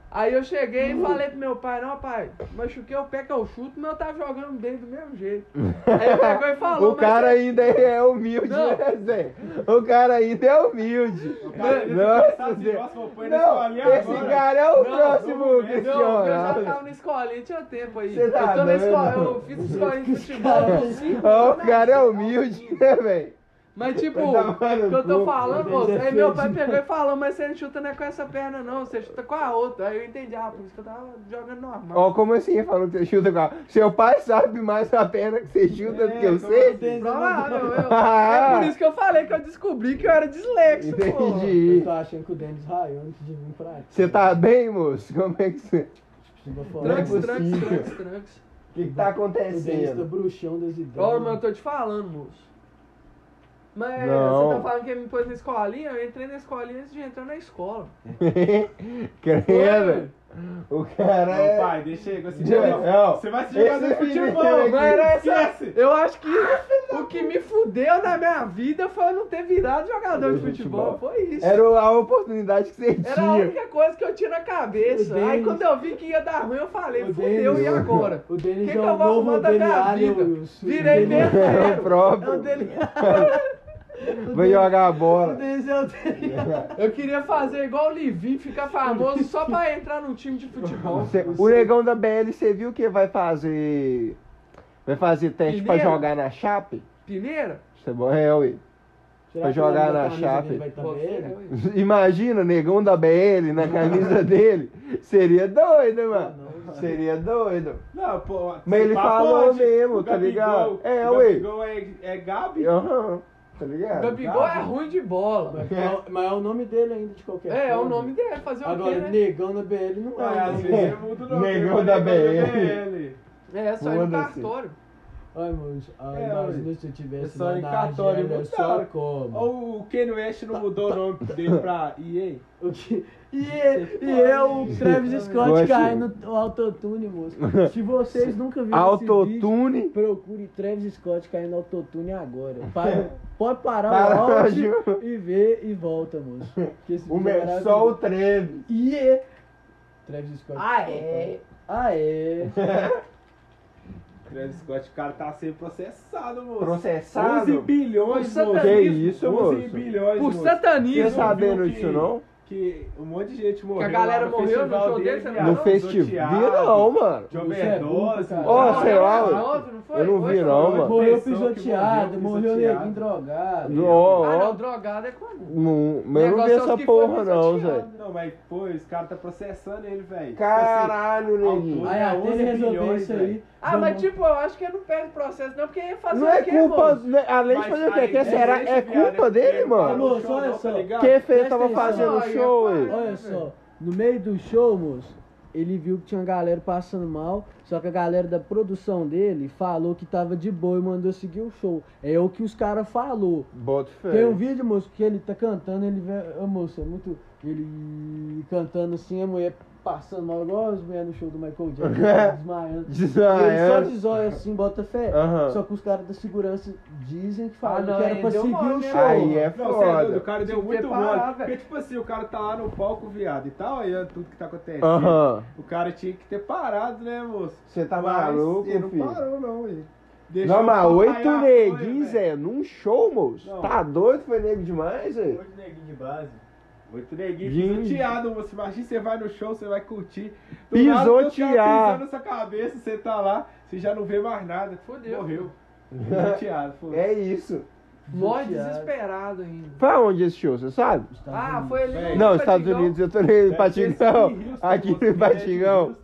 Speaker 1: Aí eu cheguei e
Speaker 3: Uh.
Speaker 1: falei pro meu pai, não, pai, machuquei o pé que eu chuto, mas eu tava jogando bem do mesmo jeito. Aí ele pegou e falou,
Speaker 3: o cara
Speaker 1: mas...
Speaker 3: ainda é humilde,
Speaker 1: Não.
Speaker 3: né, Zé? O cara ainda é humilde.
Speaker 4: Cara, ele
Speaker 3: Nossa,
Speaker 4: tá assim,
Speaker 3: Deus.
Speaker 4: nossa, vou pôr nesse
Speaker 3: Não,
Speaker 4: olhar
Speaker 3: esse
Speaker 4: agora.
Speaker 3: cara é o
Speaker 4: Não,
Speaker 3: próximo
Speaker 4: vamos ver.
Speaker 1: Não, eu já
Speaker 3: Cristiano.
Speaker 1: tava na escolinha, tinha tempo aí.
Speaker 3: Cê tá
Speaker 1: eu tô na
Speaker 3: doido?
Speaker 1: escola, eu fiz escolinha de futebol. eu cinco
Speaker 3: Ó,
Speaker 1: anos,
Speaker 3: o cara é
Speaker 1: eu-
Speaker 3: humilde, né, velho?
Speaker 1: Mas tipo,
Speaker 3: Vai dar mais no
Speaker 1: o que eu tô
Speaker 3: cu,
Speaker 1: falando,
Speaker 2: vai
Speaker 1: moço,
Speaker 2: defender.
Speaker 1: aí meu pai pegou e falou, mas você não chuta não é com essa perna não, você chuta com a outra. Aí eu entendi, ah, por isso que eu tava jogando normal.
Speaker 3: Ó, como assim falando que você chuta com a... Seu pai sabe mais a perna que você chuta
Speaker 1: É,
Speaker 3: do que eu
Speaker 4: como
Speaker 3: sei?
Speaker 4: assim?
Speaker 1: Provável, eu. É por isso que eu falei que eu descobri que eu era dislexo, pô.
Speaker 3: Entendi. tá
Speaker 2: eu tô achando que o Denis raiou antes de vir pra aqui.
Speaker 3: Você tá bem, moço? Como é que você...
Speaker 2: Vou falar.
Speaker 1: Tranks, tranks,
Speaker 3: possível.
Speaker 1: tranks, tranks.
Speaker 3: O que,
Speaker 2: O
Speaker 3: que tá
Speaker 2: Denis tá
Speaker 3: acontecendo?
Speaker 2: bruxão das ideias.
Speaker 1: Ó, mas eu tô te falando, moço. Mas
Speaker 3: Não.
Speaker 1: você tá falando que me pôs na escolinha? Eu entrei na escolinha antes de entrar na escola.
Speaker 3: É, Credo. O cara
Speaker 4: Não,
Speaker 3: é.
Speaker 4: pai, deixa aí com esse
Speaker 3: Não, não.
Speaker 4: Você vai se jogar
Speaker 3: Esse
Speaker 4: no
Speaker 3: filho
Speaker 4: futebol,
Speaker 3: é-
Speaker 1: Mas era essa.
Speaker 4: Esquece.
Speaker 1: Eu acho que o que me fudeu na minha vida foi eu não ter virado jogador de futebol. Foi isso.
Speaker 3: Era a oportunidade que você
Speaker 1: Era a
Speaker 3: tinha.
Speaker 1: única coisa que eu tinha na cabeça.
Speaker 2: Meu
Speaker 1: Aí
Speaker 2: Deus.
Speaker 1: quando eu vi que ia dar ruim, eu falei,
Speaker 2: Meu
Speaker 1: fudeu,
Speaker 2: Deus.
Speaker 1: e agora?
Speaker 2: O Denis
Speaker 1: Quem
Speaker 2: é
Speaker 1: que
Speaker 2: o
Speaker 1: eu vou
Speaker 2: novo
Speaker 1: arrumar da
Speaker 2: Dele
Speaker 1: minha
Speaker 2: Alli,
Speaker 1: vida?
Speaker 2: Wilson.
Speaker 1: Virei
Speaker 2: O Dele-
Speaker 1: mesmo.
Speaker 3: É o
Speaker 1: É o
Speaker 3: próprio.
Speaker 1: dele.
Speaker 3: Vai jogar a
Speaker 2: O
Speaker 3: bola.
Speaker 2: Denis é o Dele Alli.
Speaker 1: Eu queria fazer igual o Livinho, ficar famoso só pra entrar num time de futebol.
Speaker 3: Cê- o negão da BL, você viu que vai fazer. Vai fazer teste pra
Speaker 1: Mineiro?
Speaker 3: jogar na Chape?
Speaker 1: Peneira?
Speaker 3: Isso é bom, é, ué.
Speaker 2: Será que
Speaker 3: jogar
Speaker 2: o Dele
Speaker 3: na
Speaker 2: Alli
Speaker 3: Chape.
Speaker 2: vai tá estar bem?
Speaker 1: Você- é
Speaker 3: Imagina, negão da BL na camisa dele. Seria doido, mano.
Speaker 2: Não,
Speaker 3: Seria doido.
Speaker 4: Não, pô.
Speaker 3: Mas ele
Speaker 4: papo
Speaker 3: falou
Speaker 4: onde?
Speaker 3: mesmo,
Speaker 4: O
Speaker 3: tá ligado? É,
Speaker 4: o
Speaker 3: ué.
Speaker 4: Gabigol é, é Gabi.
Speaker 3: Aham, tá ligado?
Speaker 1: Gabigol é ruim de bola.
Speaker 2: mas é o- Mas é o nome dele ainda, de qualquer
Speaker 1: É, é
Speaker 2: forma.
Speaker 1: o nome dele, fazer o quê,
Speaker 2: Agora,
Speaker 1: né?
Speaker 2: negão na BL não
Speaker 4: Ué,
Speaker 2: é.
Speaker 4: às
Speaker 2: né?
Speaker 4: vezes eu mudo o nome.
Speaker 3: Negão
Speaker 4: eu
Speaker 3: da
Speaker 4: falei, negão
Speaker 3: BL.
Speaker 1: É, só ir no
Speaker 3: Foda-se.
Speaker 1: cartório.
Speaker 2: Ai, moço, ai,
Speaker 4: É,
Speaker 2: imagina
Speaker 4: olha,
Speaker 2: se eu tivesse
Speaker 4: é só
Speaker 2: lá
Speaker 4: em
Speaker 2: na
Speaker 4: cartório,
Speaker 2: Argélia, eu
Speaker 4: muito da
Speaker 2: só
Speaker 4: hora.
Speaker 2: como.
Speaker 4: Ou o Ken West não mudou o nome dele pra EA?
Speaker 2: O que- E, é- e eu, o Travis
Speaker 3: Eu
Speaker 2: Scott
Speaker 3: acho-
Speaker 2: caindo no autotune, moço. Se vocês nunca viram esse vídeo,
Speaker 3: Autotune.
Speaker 2: procure Travis Scott caindo no autotune agora. Para- pode parar
Speaker 3: Para,
Speaker 2: o áudio
Speaker 3: Gil.
Speaker 2: e ver e volta, moço. Porque esse
Speaker 3: O
Speaker 2: vídeo é
Speaker 3: meu, só o
Speaker 2: maravilhoso.
Speaker 3: treve.
Speaker 2: E é- Travis Scott.
Speaker 1: Ah, é?
Speaker 2: Ah, é.
Speaker 4: Travis Scott, o cara tá sendo processado, moço.
Speaker 3: Processado.
Speaker 4: 11 bilhões,
Speaker 1: Por
Speaker 4: moço.
Speaker 3: Que isso,
Speaker 4: 11
Speaker 3: moço?
Speaker 4: bilhões,
Speaker 1: Por
Speaker 4: moço.
Speaker 3: Você
Speaker 1: satanismo.
Speaker 3: sabendo
Speaker 4: viu
Speaker 3: disso,
Speaker 4: que-
Speaker 3: não?
Speaker 4: Que um monte de gente morreu.
Speaker 1: galera
Speaker 4: lá no
Speaker 1: morreu no
Speaker 4: festival
Speaker 1: show dele, você não
Speaker 4: viado,
Speaker 1: viu?
Speaker 3: No festival,
Speaker 4: pisoteado,
Speaker 3: não, mano.
Speaker 4: De
Speaker 2: Isso é burro,
Speaker 4: overdose.
Speaker 2: cara.
Speaker 3: Ó,
Speaker 1: Ah,
Speaker 4: mano.
Speaker 3: sei lá, ué.
Speaker 1: é não foi?
Speaker 3: Eu não
Speaker 1: Foi,
Speaker 3: vi,
Speaker 1: foi.
Speaker 3: não, mano.
Speaker 2: Morreu
Speaker 4: Pessoa que
Speaker 2: pisoteado,
Speaker 4: morreu
Speaker 2: morreu
Speaker 4: pisoteado.
Speaker 2: neguinho drogado.
Speaker 3: Ó,
Speaker 1: Ah, não,
Speaker 3: ó.
Speaker 1: drogado é comum.
Speaker 3: Não, mas eu não vi
Speaker 1: Negócio é os
Speaker 3: essa
Speaker 1: que
Speaker 3: porra,
Speaker 1: foram
Speaker 3: não,
Speaker 1: sorteados.
Speaker 3: velho.
Speaker 4: Não, mas pô, os caras tá processando ele, velho. Tipo assim,
Speaker 3: Caralho, neguinho.
Speaker 2: Aí até ele
Speaker 4: 11
Speaker 2: resolveu
Speaker 4: bilhões,
Speaker 2: isso aí.
Speaker 4: velho.
Speaker 1: Ah, mas tipo, eu acho que ele não perde processo, não, porque ele fazer
Speaker 3: Não
Speaker 1: o
Speaker 3: é
Speaker 1: quê,
Speaker 3: culpa.
Speaker 1: moço?
Speaker 3: né, Além de
Speaker 4: Mas
Speaker 3: fazer o quê?
Speaker 4: aí,
Speaker 3: Que será?
Speaker 4: esse
Speaker 3: É
Speaker 4: viado
Speaker 3: culpa dele,
Speaker 4: ele
Speaker 3: mano?
Speaker 4: parou no
Speaker 2: Moço,
Speaker 4: show,
Speaker 2: olha
Speaker 4: não,
Speaker 2: só.
Speaker 4: tá ligado?
Speaker 3: Que feio tava
Speaker 2: Presta atenção,
Speaker 3: fazendo
Speaker 1: ó, e
Speaker 3: show,
Speaker 1: é
Speaker 3: ué.
Speaker 1: claro.
Speaker 2: Olha só, no meio do show, moço, ele viu que tinha uma galera passando mal, só que a galera da produção dele falou que tava de boa e mandou seguir o show. É o que os caras falou.
Speaker 3: Bota fé.
Speaker 2: Tem um vídeo, moço, que ele tá cantando, ele vê, ô, moço, é muito ele cantando assim, a mulher passando mal igual as mulheres no show do Michael Jackson, desmaiando. Ele só
Speaker 3: Desaiando.
Speaker 2: desóia assim, bota fé.
Speaker 3: Aham.
Speaker 2: Só que os caras da segurança dizem que
Speaker 1: Ah,
Speaker 2: falaram
Speaker 1: não,
Speaker 2: que era
Speaker 1: aí
Speaker 2: pra
Speaker 1: deu
Speaker 2: seguir
Speaker 1: mole,
Speaker 2: o
Speaker 1: né?
Speaker 2: show.
Speaker 3: Aí é
Speaker 4: Não, você é doido, o
Speaker 3: foda.
Speaker 4: cara deu
Speaker 1: Se
Speaker 4: muito
Speaker 1: preparar,
Speaker 4: mole. Porque,
Speaker 1: velho.
Speaker 4: tipo assim, o cara tá lá no palco, viado, e tá olhando tudo que tá acontecendo.
Speaker 3: Aham.
Speaker 4: O cara tinha que ter parado, né, moço?
Speaker 3: Você tá
Speaker 4: Mas
Speaker 3: maluco,
Speaker 4: ele não
Speaker 3: filho?
Speaker 4: parou, não, ele.
Speaker 3: Não, mas oito neguinhos,
Speaker 4: é.
Speaker 3: Zé, num show, moço.
Speaker 4: Não.
Speaker 3: Tá doido, foi nego demais, Zé.
Speaker 8: Hoje neguinho de base.
Speaker 4: Oito neguinhos
Speaker 3: Gente.
Speaker 4: pisoteado, moço. Imagina, você vai no show, você vai curtir. Do nada,
Speaker 3: Pisotear.
Speaker 4: o cara pisando na sua cabeça, você tá lá, você já não vê mais nada.
Speaker 1: Fudeu.
Speaker 4: Morreu. Pisoteado, foi.
Speaker 3: É isso.
Speaker 1: Morre
Speaker 2: Judiado. Tá
Speaker 1: desesperado ainda.
Speaker 3: Pra onde esse show, você sabe?
Speaker 1: Ah, foi ali
Speaker 4: Véi.
Speaker 1: no
Speaker 3: Não, Estados
Speaker 1: Patigão.
Speaker 3: Unidos, eu tô
Speaker 4: É,
Speaker 3: no Ipatingão. Aqui no Ipatingão.
Speaker 4: tá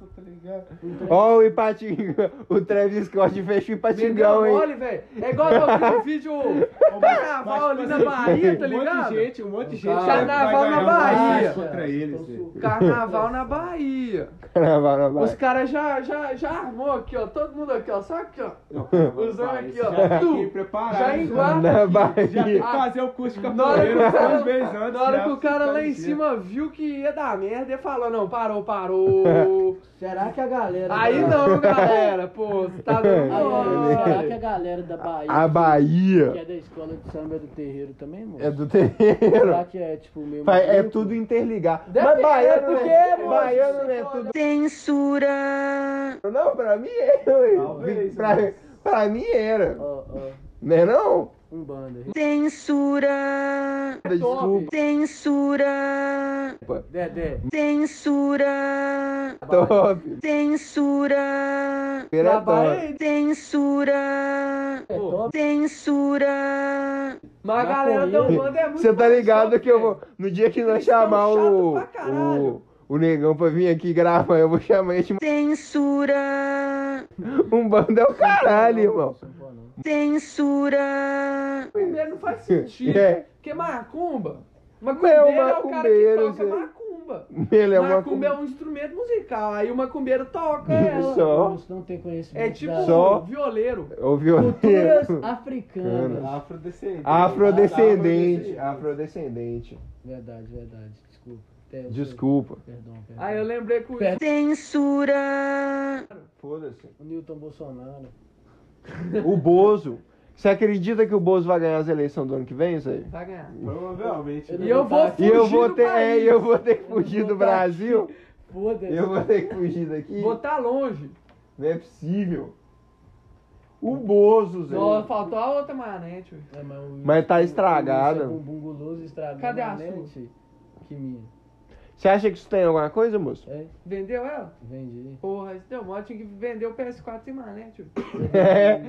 Speaker 3: Ó, o Ipatingão. O Travis Scott fecha o
Speaker 1: Me
Speaker 3: Ipatingão,
Speaker 1: deu
Speaker 3: hein?
Speaker 1: mole, velho. É igual eu vi no vídeo o carnaval ali na Bahia, tá
Speaker 4: Um monte de
Speaker 1: ligado?
Speaker 4: gente, um monte de gente.
Speaker 1: Carnaval
Speaker 4: vai
Speaker 1: na
Speaker 4: ganhar um
Speaker 1: Bahia.
Speaker 4: país Contra
Speaker 2: Então,
Speaker 4: eles, velho.
Speaker 1: Carnaval na Bahia.
Speaker 3: Carnaval,
Speaker 1: Os
Speaker 3: carnaval.
Speaker 1: caras já, já, já armou aqui, ó. Todo mundo aqui, ó. Só aqui, ó. Os homens aqui, ó.
Speaker 4: Já tá aqui
Speaker 1: Tu,
Speaker 4: preparado.
Speaker 1: já enguarda.
Speaker 3: Na
Speaker 4: Já tem que
Speaker 3: Bahia.
Speaker 4: fazer o curso de
Speaker 1: é Na hora que o
Speaker 4: capoeira
Speaker 1: cara,
Speaker 4: três meses antes.
Speaker 1: na hora
Speaker 4: já,
Speaker 1: que o cara lá em
Speaker 4: pra
Speaker 1: cima viu que ia dar merda, ele falou, não, parou, parou.
Speaker 2: Será que a galera.
Speaker 1: Aí
Speaker 2: da-
Speaker 1: não, galera, pô, você tá dando
Speaker 2: Aí, é, será que
Speaker 1: mole.
Speaker 2: a galera da Bahia.
Speaker 3: A
Speaker 2: Que
Speaker 3: Bahia
Speaker 2: é da escola de samba é do terreiro também, moço?
Speaker 3: é do terreiro.
Speaker 2: Será que é tipo meio.
Speaker 3: Pai, É
Speaker 2: maluco?
Speaker 3: tudo interligado. Mas
Speaker 1: Depende,
Speaker 3: baiano,
Speaker 1: porque,
Speaker 3: né?
Speaker 1: moço,
Speaker 3: Baiano
Speaker 1: se
Speaker 3: não é
Speaker 1: for
Speaker 3: tudo.
Speaker 9: censura,
Speaker 3: Não, pra mim é. ué.
Speaker 4: Talvez,
Speaker 3: pra,
Speaker 4: mas-
Speaker 3: pra mim era.
Speaker 2: Ó, ó,
Speaker 3: Né não?
Speaker 2: um bando.
Speaker 9: censura,
Speaker 3: Desculpa.
Speaker 9: censura,
Speaker 2: Dedé.
Speaker 9: censura,
Speaker 3: Top.
Speaker 9: censura,
Speaker 3: Era top.
Speaker 9: censura,
Speaker 2: É
Speaker 1: Pô,
Speaker 2: top.
Speaker 9: censura,
Speaker 1: Mas a galera da Umbanda é muito
Speaker 3: Você tá
Speaker 1: mais
Speaker 3: ligado
Speaker 1: top,
Speaker 3: que eu
Speaker 1: velho.
Speaker 3: vou. No dia que nós
Speaker 1: Eles tão
Speaker 3: chamar
Speaker 1: tá chato
Speaker 3: o,
Speaker 1: pra caralho.
Speaker 3: o. O negão pra vir aqui gravar, eu vou chamar ele de
Speaker 9: censura,
Speaker 3: um bando é o caralho, irmão.
Speaker 9: censura,
Speaker 1: Macumbeiro não faz sentido.
Speaker 3: É. um
Speaker 1: Porque macumba. Macumbeiro é o cara que
Speaker 3: macumbeiro,
Speaker 1: toca
Speaker 3: gente.
Speaker 1: macumba. macumba.
Speaker 3: Ele é uma
Speaker 1: macumba é um instrumento musical. Aí o macumbeiro toca ela.
Speaker 3: Só.
Speaker 2: Isso não tem conhecimento.
Speaker 1: né? É tipo
Speaker 2: da-
Speaker 3: Só.
Speaker 1: um violeiro.
Speaker 3: Ouviu?
Speaker 1: é
Speaker 2: Culturas africanas.
Speaker 4: Afrodescendente.
Speaker 3: Afrodescendente.
Speaker 4: Afrodescendente.
Speaker 1: Tá,
Speaker 3: Afrodescendente.
Speaker 2: Verdade, verdade. Desculpa. Até eu
Speaker 3: Desculpa.
Speaker 2: sei. Perdão, perdão.
Speaker 1: Aí eu lembrei com
Speaker 2: Pera-
Speaker 9: censura,
Speaker 3: Foda-se.
Speaker 2: O Newton Bolsonaro.
Speaker 3: O Bozo. Você acredita que o Bozo vai ganhar as eleições do ano que vem, isso aí?
Speaker 1: Vai ganhar.
Speaker 4: Provavelmente.
Speaker 2: Eu
Speaker 4: né?
Speaker 1: E eu vou
Speaker 3: E
Speaker 1: fugir
Speaker 3: eu vou
Speaker 1: Tá do
Speaker 3: ter, é,
Speaker 1: país.
Speaker 3: e eu vou ter que fugir do
Speaker 2: vou tá
Speaker 3: Brasil.
Speaker 2: Foda-se.
Speaker 3: Eu vou ter que fugir daqui.
Speaker 1: Vou tá longe.
Speaker 3: Não é possível. O Bozo, Zé.
Speaker 1: Ó, faltou a outra manete. ué.
Speaker 2: É, mas, o-
Speaker 3: Mas tá
Speaker 2: o-
Speaker 3: estragada.
Speaker 2: o- o bumbum guloso estragado.
Speaker 1: Cadê a
Speaker 2: net? Que minha.
Speaker 3: Você acha que isso tem alguma coisa, moço?
Speaker 2: É,
Speaker 1: Vendeu ela?
Speaker 2: vendi.
Speaker 1: Porra, isso deu mó. Tinha que vender o PS4 sem manete. ué.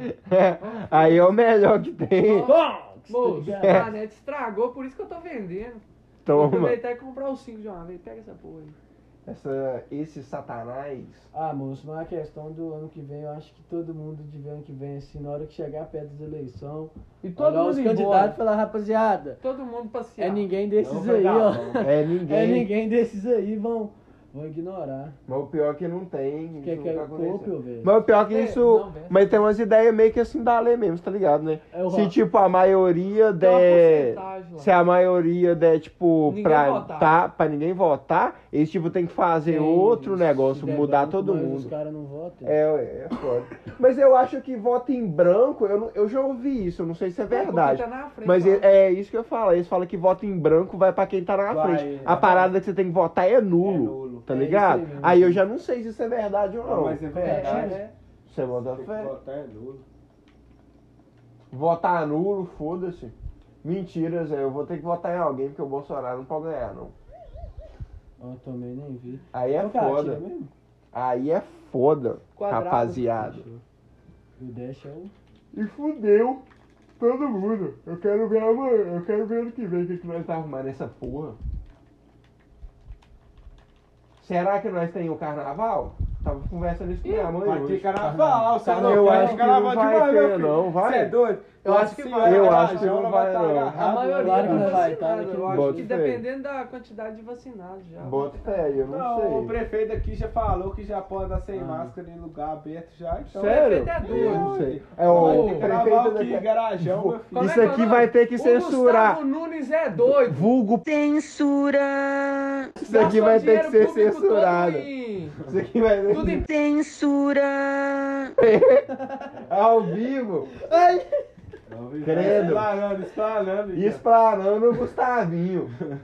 Speaker 3: Aí é o melhor que tem.
Speaker 1: Ó, Moço,
Speaker 2: Obrigado.
Speaker 1: a manete estragou, por isso que eu tô vendendo. Vou
Speaker 3: Tá Toma.
Speaker 1: aproveitar e comprar os 5 de uma vez. Pega essa porra aí.
Speaker 3: Essa, esse satanás.
Speaker 2: Ah, moço, mas a questão do ano que vem, eu acho que todo mundo de ver ano que vem, assim, na hora que chegar perto das eleições,
Speaker 1: E todo
Speaker 2: olhar os
Speaker 1: mundo
Speaker 2: candidatos e
Speaker 1: embora.
Speaker 2: falar, rapaziada,
Speaker 1: Todo mundo passear.
Speaker 2: é ninguém desses
Speaker 4: vai
Speaker 2: aí,
Speaker 4: dar,
Speaker 2: ó.
Speaker 4: não.
Speaker 3: É ninguém.
Speaker 2: É ninguém desses aí, vão, vão ignorar.
Speaker 3: Mas o pior é que não tem.
Speaker 2: Quer
Speaker 3: isso
Speaker 2: que é
Speaker 3: nunca
Speaker 2: eu
Speaker 3: aconteceu.
Speaker 2: cope, ô, velho?
Speaker 3: Mas o pior é que
Speaker 1: É,
Speaker 3: isso.
Speaker 1: não, velho.
Speaker 3: mas tem umas ideias meio que assim da lei mesmo, tá ligado, né?
Speaker 2: É o
Speaker 3: Se
Speaker 2: rock.
Speaker 3: tipo a maioria
Speaker 1: Tem uma
Speaker 3: der.
Speaker 1: porcentagem lá.
Speaker 3: Se a maioria der, tipo,
Speaker 1: Ninguém
Speaker 3: pra,
Speaker 1: votar.
Speaker 3: tá, pra ninguém votar, eles tipo tem que fazer
Speaker 2: Tem
Speaker 3: outro
Speaker 2: os
Speaker 3: negócio,
Speaker 2: que der
Speaker 3: mudar
Speaker 2: branco,
Speaker 3: todo
Speaker 2: mas
Speaker 3: mundo.
Speaker 2: Os caras não votam.
Speaker 3: É, ué, é foda. Mas eu acho que voto em branco, eu, não- eu já ouvi isso, eu não sei se é
Speaker 1: Porque
Speaker 3: verdade.
Speaker 1: tá na frente,
Speaker 3: Mas
Speaker 1: ó.
Speaker 3: é, é isso que eu falo, eles falam que voto em branco vai pra quem tá na
Speaker 4: Vai,
Speaker 3: frente.
Speaker 4: é.
Speaker 3: A parada que você tem que votar é nulo,
Speaker 4: É nulo.
Speaker 3: tá
Speaker 2: É
Speaker 3: ligado?
Speaker 2: isso aí mesmo.
Speaker 3: aí eu já não sei se isso é verdade ou
Speaker 4: Não,
Speaker 3: não.
Speaker 4: mas é verdade.
Speaker 1: É, é.
Speaker 3: Você bota
Speaker 4: Tem que
Speaker 3: fé.
Speaker 4: votar é nulo.
Speaker 3: Votar nulo, foda-se. Mentira, Zé, eu vou ter que votar em alguém porque o Bolsonaro não pode ganhar, não.
Speaker 2: Ó, Eu também nem vi.
Speaker 3: Aí é
Speaker 4: Então
Speaker 2: Ô,
Speaker 4: tá,
Speaker 2: cara,
Speaker 3: foda.
Speaker 2: tira mesmo?
Speaker 3: Aí é foda,
Speaker 1: Quadrado.
Speaker 3: rapaziada.
Speaker 2: E o Dash é o...
Speaker 3: E fudeu todo mundo. Eu quero ver amanhã, eu quero ver ano que vem o que, que nós tá arrumando nessa porra. Será que nós tem o carnaval? Tava conversando isso com minha mãe
Speaker 4: Vai ter
Speaker 3: hoje.
Speaker 4: carnaval, você
Speaker 3: Carnaval.
Speaker 4: não
Speaker 3: Eu
Speaker 4: quer
Speaker 3: acho que
Speaker 4: carnaval
Speaker 3: não vai
Speaker 4: demais,
Speaker 3: ter,
Speaker 4: meu filho.
Speaker 3: não, vai.
Speaker 4: Você é doido?
Speaker 1: Eu acho que
Speaker 4: Sim,
Speaker 1: vai.
Speaker 3: Eu
Speaker 4: a
Speaker 3: acho que
Speaker 4: Joana
Speaker 3: não vai,
Speaker 4: estar
Speaker 3: não.
Speaker 1: A
Speaker 4: agarrada,
Speaker 1: maioria tá
Speaker 2: claro que não vai,
Speaker 1: vacinada.
Speaker 2: tá?
Speaker 1: Eu
Speaker 3: Bota
Speaker 1: acho que
Speaker 3: fé.
Speaker 1: dependendo da quantidade de vacinados já. né?
Speaker 3: Bota fé, eu não,
Speaker 4: Não, o
Speaker 3: sei. Ah.
Speaker 4: prefeito aqui já falou que já pode andar sem máscara em lugar aberto já, então...
Speaker 3: Sério?
Speaker 1: prefeito é doido.
Speaker 3: Eu não sei. É
Speaker 4: Vai
Speaker 3: o
Speaker 4: ter
Speaker 3: prefeito
Speaker 4: carnaval aqui,
Speaker 3: daqui.
Speaker 4: garajão, meu filho.
Speaker 1: Como
Speaker 3: Isso
Speaker 1: é que é o
Speaker 3: aqui
Speaker 1: nome?
Speaker 3: vai ter que
Speaker 1: o
Speaker 3: censurar.
Speaker 1: Gustavo Nunes é doido.
Speaker 3: Vulgo.
Speaker 9: censura,
Speaker 3: Isso aqui
Speaker 1: Gastou
Speaker 3: vai ter que
Speaker 1: dinheiro
Speaker 3: ser
Speaker 1: público todo
Speaker 3: censurado.
Speaker 1: em-
Speaker 3: Isso aqui vai ter
Speaker 1: Tudo em
Speaker 9: censura,
Speaker 3: Ao vivo.
Speaker 4: Não, viu?
Speaker 3: Credo.
Speaker 4: Esplanando, esplanando,
Speaker 3: E
Speaker 4: Isso.
Speaker 3: esplanando o Gustavinho.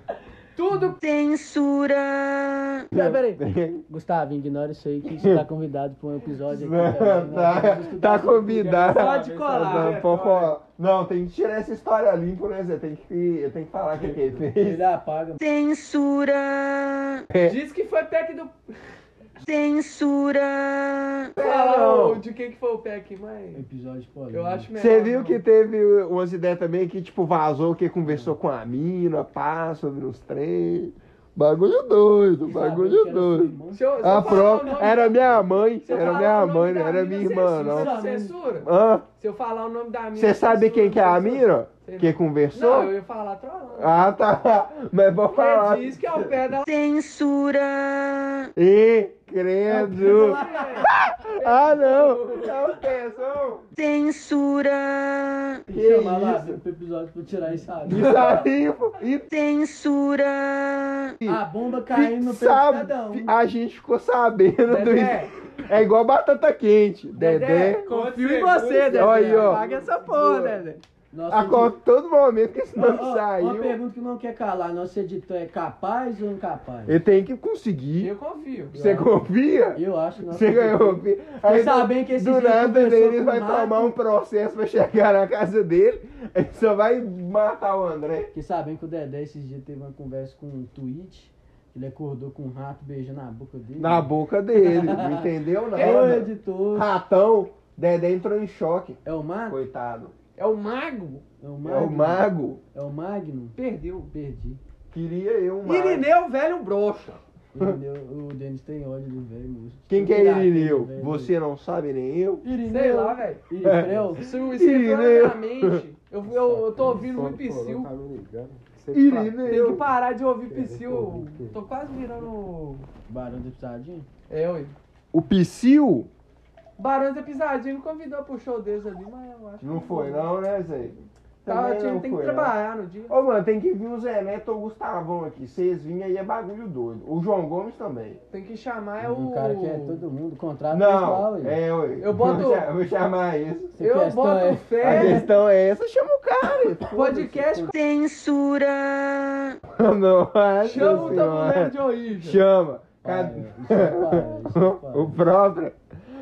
Speaker 1: tudo
Speaker 9: censura,
Speaker 2: Pera, peraí. Gustavo, ignora isso aí que você tá convidado pra um episódio aqui. também, né? Vamos
Speaker 3: tá,
Speaker 2: estudar
Speaker 3: tá
Speaker 2: sobre
Speaker 3: convidado.
Speaker 1: Pode colar.
Speaker 3: Não, pode colar. Não, tem que tirar essa história limpa, né, Zé? Tem que, eu tenho que falar o que que ele fez.
Speaker 2: Ele apaga.
Speaker 9: censura,
Speaker 1: diz que foi PEC do.
Speaker 3: É,
Speaker 9: censura,
Speaker 1: Fala
Speaker 3: não.
Speaker 1: ô, de quem que foi o PEC, mas.
Speaker 2: Episódio né? polêmico.
Speaker 1: Eu acho melhor.
Speaker 3: Você viu
Speaker 1: não.
Speaker 3: que teve umas ideias também que, tipo, vazou que conversou com a mina, pá, sobre os três. Bagulho doido,
Speaker 2: E sabe
Speaker 3: bagulho
Speaker 2: que era sua
Speaker 3: doido.
Speaker 2: irmã?
Speaker 1: Se eu- se eu
Speaker 3: A
Speaker 1: falar assim. o
Speaker 3: própria.
Speaker 1: nome-
Speaker 3: Era minha mãe,
Speaker 1: se eu
Speaker 3: era
Speaker 1: falar
Speaker 3: minha
Speaker 1: o nome
Speaker 3: mãe, não
Speaker 1: da
Speaker 3: era
Speaker 1: mina,
Speaker 3: minha irmã,
Speaker 1: censura,
Speaker 3: não.
Speaker 1: Censura?
Speaker 3: Hã?
Speaker 1: Se eu falar o nome da mina.
Speaker 3: Você sabe quem que é a
Speaker 1: mina?
Speaker 3: mina?
Speaker 1: Sei
Speaker 3: Que
Speaker 1: não.
Speaker 3: conversou?
Speaker 1: Não, eu ia falar trolando.
Speaker 3: Ah, tá. Mas vou falar.
Speaker 1: Ele diz que é o pé da.
Speaker 9: censura,
Speaker 3: Ih, credo. Ah, não. É o tesão.
Speaker 9: censura,
Speaker 2: Tem que
Speaker 3: Que
Speaker 2: chamar lá
Speaker 3: isso?
Speaker 2: pro episódio pra tirar isso aí.
Speaker 3: Isso aí, pô. E
Speaker 9: censura,
Speaker 2: A bomba caindo no pé de
Speaker 3: sabe-
Speaker 2: cada um.
Speaker 3: a gente ficou sabendo do
Speaker 1: Dedé,
Speaker 3: É igual batata quente. Dedé.
Speaker 1: Dedé, confio em você, Dedé.
Speaker 3: Olha aí, ó.
Speaker 1: Paga essa porra, Dedé.
Speaker 2: Nossa,
Speaker 3: A qualquer todo momento que esse
Speaker 2: Ó, ó,
Speaker 3: nome
Speaker 2: Uma
Speaker 3: saiu.
Speaker 2: pergunta que não quer calar. Nosso editor é capaz ou incapaz?
Speaker 3: Ele tem que conseguir.
Speaker 1: Eu confio.
Speaker 3: Você confia?
Speaker 2: Eu acho que nosso
Speaker 3: Você ganhou.
Speaker 2: Aí
Speaker 3: Aí do,
Speaker 2: sabem que esse
Speaker 3: do
Speaker 2: dia
Speaker 3: nada
Speaker 2: conversou
Speaker 3: ele
Speaker 2: com
Speaker 3: vai
Speaker 2: o Marco,
Speaker 3: tomar um processo pra chegar na casa dele. Ele só vai matar o André.
Speaker 2: Que sabem que o Dedé esses dias teve uma conversa com um tweet. Ele acordou com um rato beijando a boca dele.
Speaker 3: Na boca dele. Não entendeu
Speaker 2: É o
Speaker 3: nada.
Speaker 2: editor.
Speaker 3: Ratão. Dedé entrou em choque.
Speaker 2: É o Mago?
Speaker 3: Coitado.
Speaker 1: É o mago?
Speaker 2: É o
Speaker 3: É o
Speaker 2: Magno?
Speaker 3: mago.
Speaker 2: É o Magno?
Speaker 1: Perdeu.
Speaker 2: Perdi.
Speaker 3: Queria eu, um mago.
Speaker 1: Irineu, velho broxa.
Speaker 2: Irineu, o Denis tem ódio do velho moço.
Speaker 3: Quem que é Irineu?
Speaker 2: Velho.
Speaker 3: Você não sabe nem eu.
Speaker 2: Irineu.
Speaker 1: Sei lá, velho.
Speaker 2: Irifreu?
Speaker 1: Isso, isso entrou na
Speaker 3: Irineu.
Speaker 1: minha mente. Eu, eu, eu tô ouvindo muito
Speaker 4: Pô,
Speaker 1: psil.
Speaker 4: tá me ligando. Você
Speaker 1: Tem que
Speaker 3: Irineu.
Speaker 1: parar de ouvir Psyu. Tô quase virando. o-
Speaker 2: Barão de pisadinha?
Speaker 1: É, oi.
Speaker 3: O Psyu
Speaker 1: Barões da Pisadinha me convidou pro show deles ali, mas eu acho que.
Speaker 4: Não foi não, né, Zé?
Speaker 1: Tá,
Speaker 7: Também
Speaker 1: eu tinha,
Speaker 7: não
Speaker 1: tem que
Speaker 7: foi, né?
Speaker 1: trabalhar no dia.
Speaker 7: Ô, mano, tem que vir o Zé Neto ou o Gustavão aqui. Vocês vinham aí é bagulho doido. O João Gomes também.
Speaker 1: Tem que chamar
Speaker 2: um
Speaker 1: o.
Speaker 2: cara que é todo mundo, contrato pessoal.
Speaker 7: Não,
Speaker 2: aí.
Speaker 7: é, oi.
Speaker 1: Eu boto-
Speaker 7: Vou cha- Vou chamar isso.
Speaker 2: Essa
Speaker 1: Eu
Speaker 2: questão
Speaker 1: boto
Speaker 2: é-
Speaker 3: A
Speaker 1: fé.
Speaker 3: questão é essa, chama o cara.
Speaker 1: Podcast
Speaker 9: censura,
Speaker 1: Chama
Speaker 3: Nossa
Speaker 7: assim,
Speaker 1: o tabuleiro
Speaker 3: senhora.
Speaker 1: de origem.
Speaker 3: Chama.
Speaker 2: Ah,
Speaker 3: Cadê?
Speaker 2: é, isso é para, isso é para.
Speaker 3: O próprio.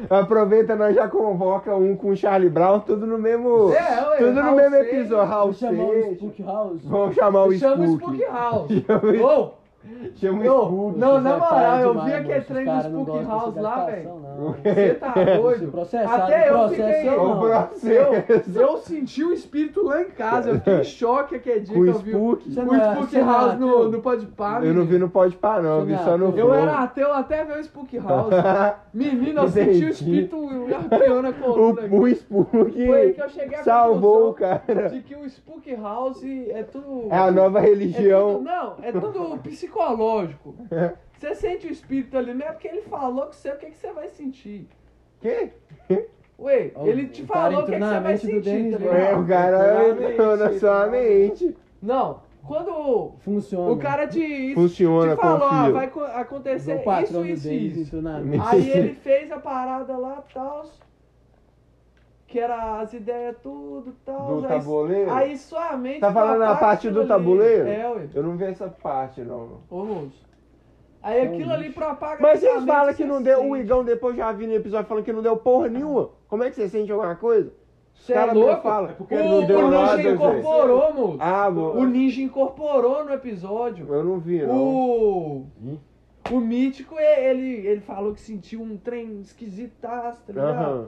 Speaker 3: Aproveita, nós já convoca um com o Charlie Brown, tudo no mesmo.
Speaker 1: É, ué,
Speaker 3: tudo no
Speaker 1: Raul
Speaker 3: mesmo
Speaker 1: Seixas.
Speaker 3: episódio. Raul
Speaker 2: Vamos chamar o
Speaker 3: Seixas.
Speaker 2: Spook House.
Speaker 3: Vamos chamar o
Speaker 1: Chama o
Speaker 3: Spook.
Speaker 1: Spook House.
Speaker 3: Chama o
Speaker 1: Ô,
Speaker 3: Chama
Speaker 1: eu-
Speaker 3: o Spook.
Speaker 1: Não, na
Speaker 2: Isso é
Speaker 1: moral,
Speaker 2: para
Speaker 1: eu
Speaker 2: demais,
Speaker 1: vi aquele
Speaker 2: moço. Os
Speaker 1: trem do
Speaker 2: caras não
Speaker 1: Spook
Speaker 2: gostam
Speaker 1: House
Speaker 2: dessa
Speaker 1: lá,
Speaker 2: gastação, não.
Speaker 1: você tá
Speaker 3: É.
Speaker 1: doido.
Speaker 2: Você processado,
Speaker 1: Até eu
Speaker 2: processa
Speaker 1: fiquei.
Speaker 2: eu
Speaker 3: O
Speaker 2: não.
Speaker 3: processo.
Speaker 1: Eu, eu senti o espírito lá em casa. Eu fiquei em choque aquele dia
Speaker 3: Com o
Speaker 1: que eu vi o
Speaker 3: Spook.
Speaker 2: Você
Speaker 1: o
Speaker 2: não é-
Speaker 1: Spook
Speaker 2: você não é
Speaker 1: House no,
Speaker 2: ateu?
Speaker 1: no Podpah.
Speaker 3: Eu não vi no Pode Par, não. Eu
Speaker 2: Você
Speaker 3: vi
Speaker 2: não é
Speaker 3: só no
Speaker 1: Eu
Speaker 3: Flow.
Speaker 1: era ateu até ver o Spook House. Menino, eu senti
Speaker 3: Entendi.
Speaker 1: o espírito arqueando a coluna.
Speaker 3: O, o
Speaker 1: né? Foi aí
Speaker 3: Spook
Speaker 1: que eu cheguei à
Speaker 3: salvou o
Speaker 1: conclusão
Speaker 3: cara.
Speaker 1: de que o Spook House é tudo...
Speaker 3: É a nova
Speaker 1: é tudo-
Speaker 3: religião.
Speaker 1: não, é tudo psicológico. Você sente o espírito ali, não é porque ele falou que você, o que, que você vai sentir. É
Speaker 3: Quê?
Speaker 1: Ué,
Speaker 2: Ó,
Speaker 1: ele te
Speaker 2: o cara
Speaker 1: falou o que, que
Speaker 2: entrou na
Speaker 1: você vai
Speaker 2: mente do
Speaker 1: sentir,
Speaker 2: Denis
Speaker 1: tá
Speaker 2: Brown.
Speaker 3: É,
Speaker 1: ligado?
Speaker 3: o cara entrou na sua mente.
Speaker 1: Não, quando
Speaker 2: Funciona.
Speaker 1: o cara te,
Speaker 3: Funciona,
Speaker 1: te falou, ah,
Speaker 3: confio.
Speaker 1: vai co- acontecer
Speaker 2: o patrão
Speaker 1: isso,
Speaker 2: do
Speaker 1: isso e
Speaker 2: Denis
Speaker 1: isso.
Speaker 2: entrou na
Speaker 3: Me-
Speaker 1: Aí ele fez a parada lá, tal. Que era as ideias tudo, tal. aí,
Speaker 3: Do tabuleiro?
Speaker 1: aí sua mente.
Speaker 3: Tá
Speaker 1: dá
Speaker 3: falando a parte do
Speaker 1: aquilo ali.
Speaker 3: tabuleiro?
Speaker 1: É, ué.
Speaker 3: Eu não vi essa parte, não.
Speaker 1: Ô, moço. Aí
Speaker 2: É um
Speaker 1: aquilo ali propaga.
Speaker 3: Mas
Speaker 1: sua
Speaker 3: vocês
Speaker 1: mente,
Speaker 3: falam que
Speaker 1: você
Speaker 3: não deu. O
Speaker 1: sente.
Speaker 3: Igão depois já vi no episódio falando que não deu porra nenhuma. Como é que você sente alguma coisa? Os
Speaker 1: Cê é
Speaker 3: caras não
Speaker 1: louco?
Speaker 3: falam.
Speaker 4: É porque
Speaker 1: O,
Speaker 4: não deu
Speaker 1: o
Speaker 4: nada,
Speaker 1: Ninja
Speaker 4: gente.
Speaker 1: incorporou, moço.
Speaker 3: Ah,
Speaker 1: O
Speaker 3: bom.
Speaker 1: Ninja incorporou no episódio.
Speaker 3: Eu não vi, não.
Speaker 1: O. O mítico, é, ele, ele falou que sentiu um trem esquisitaço, tá ligado?
Speaker 3: Aham.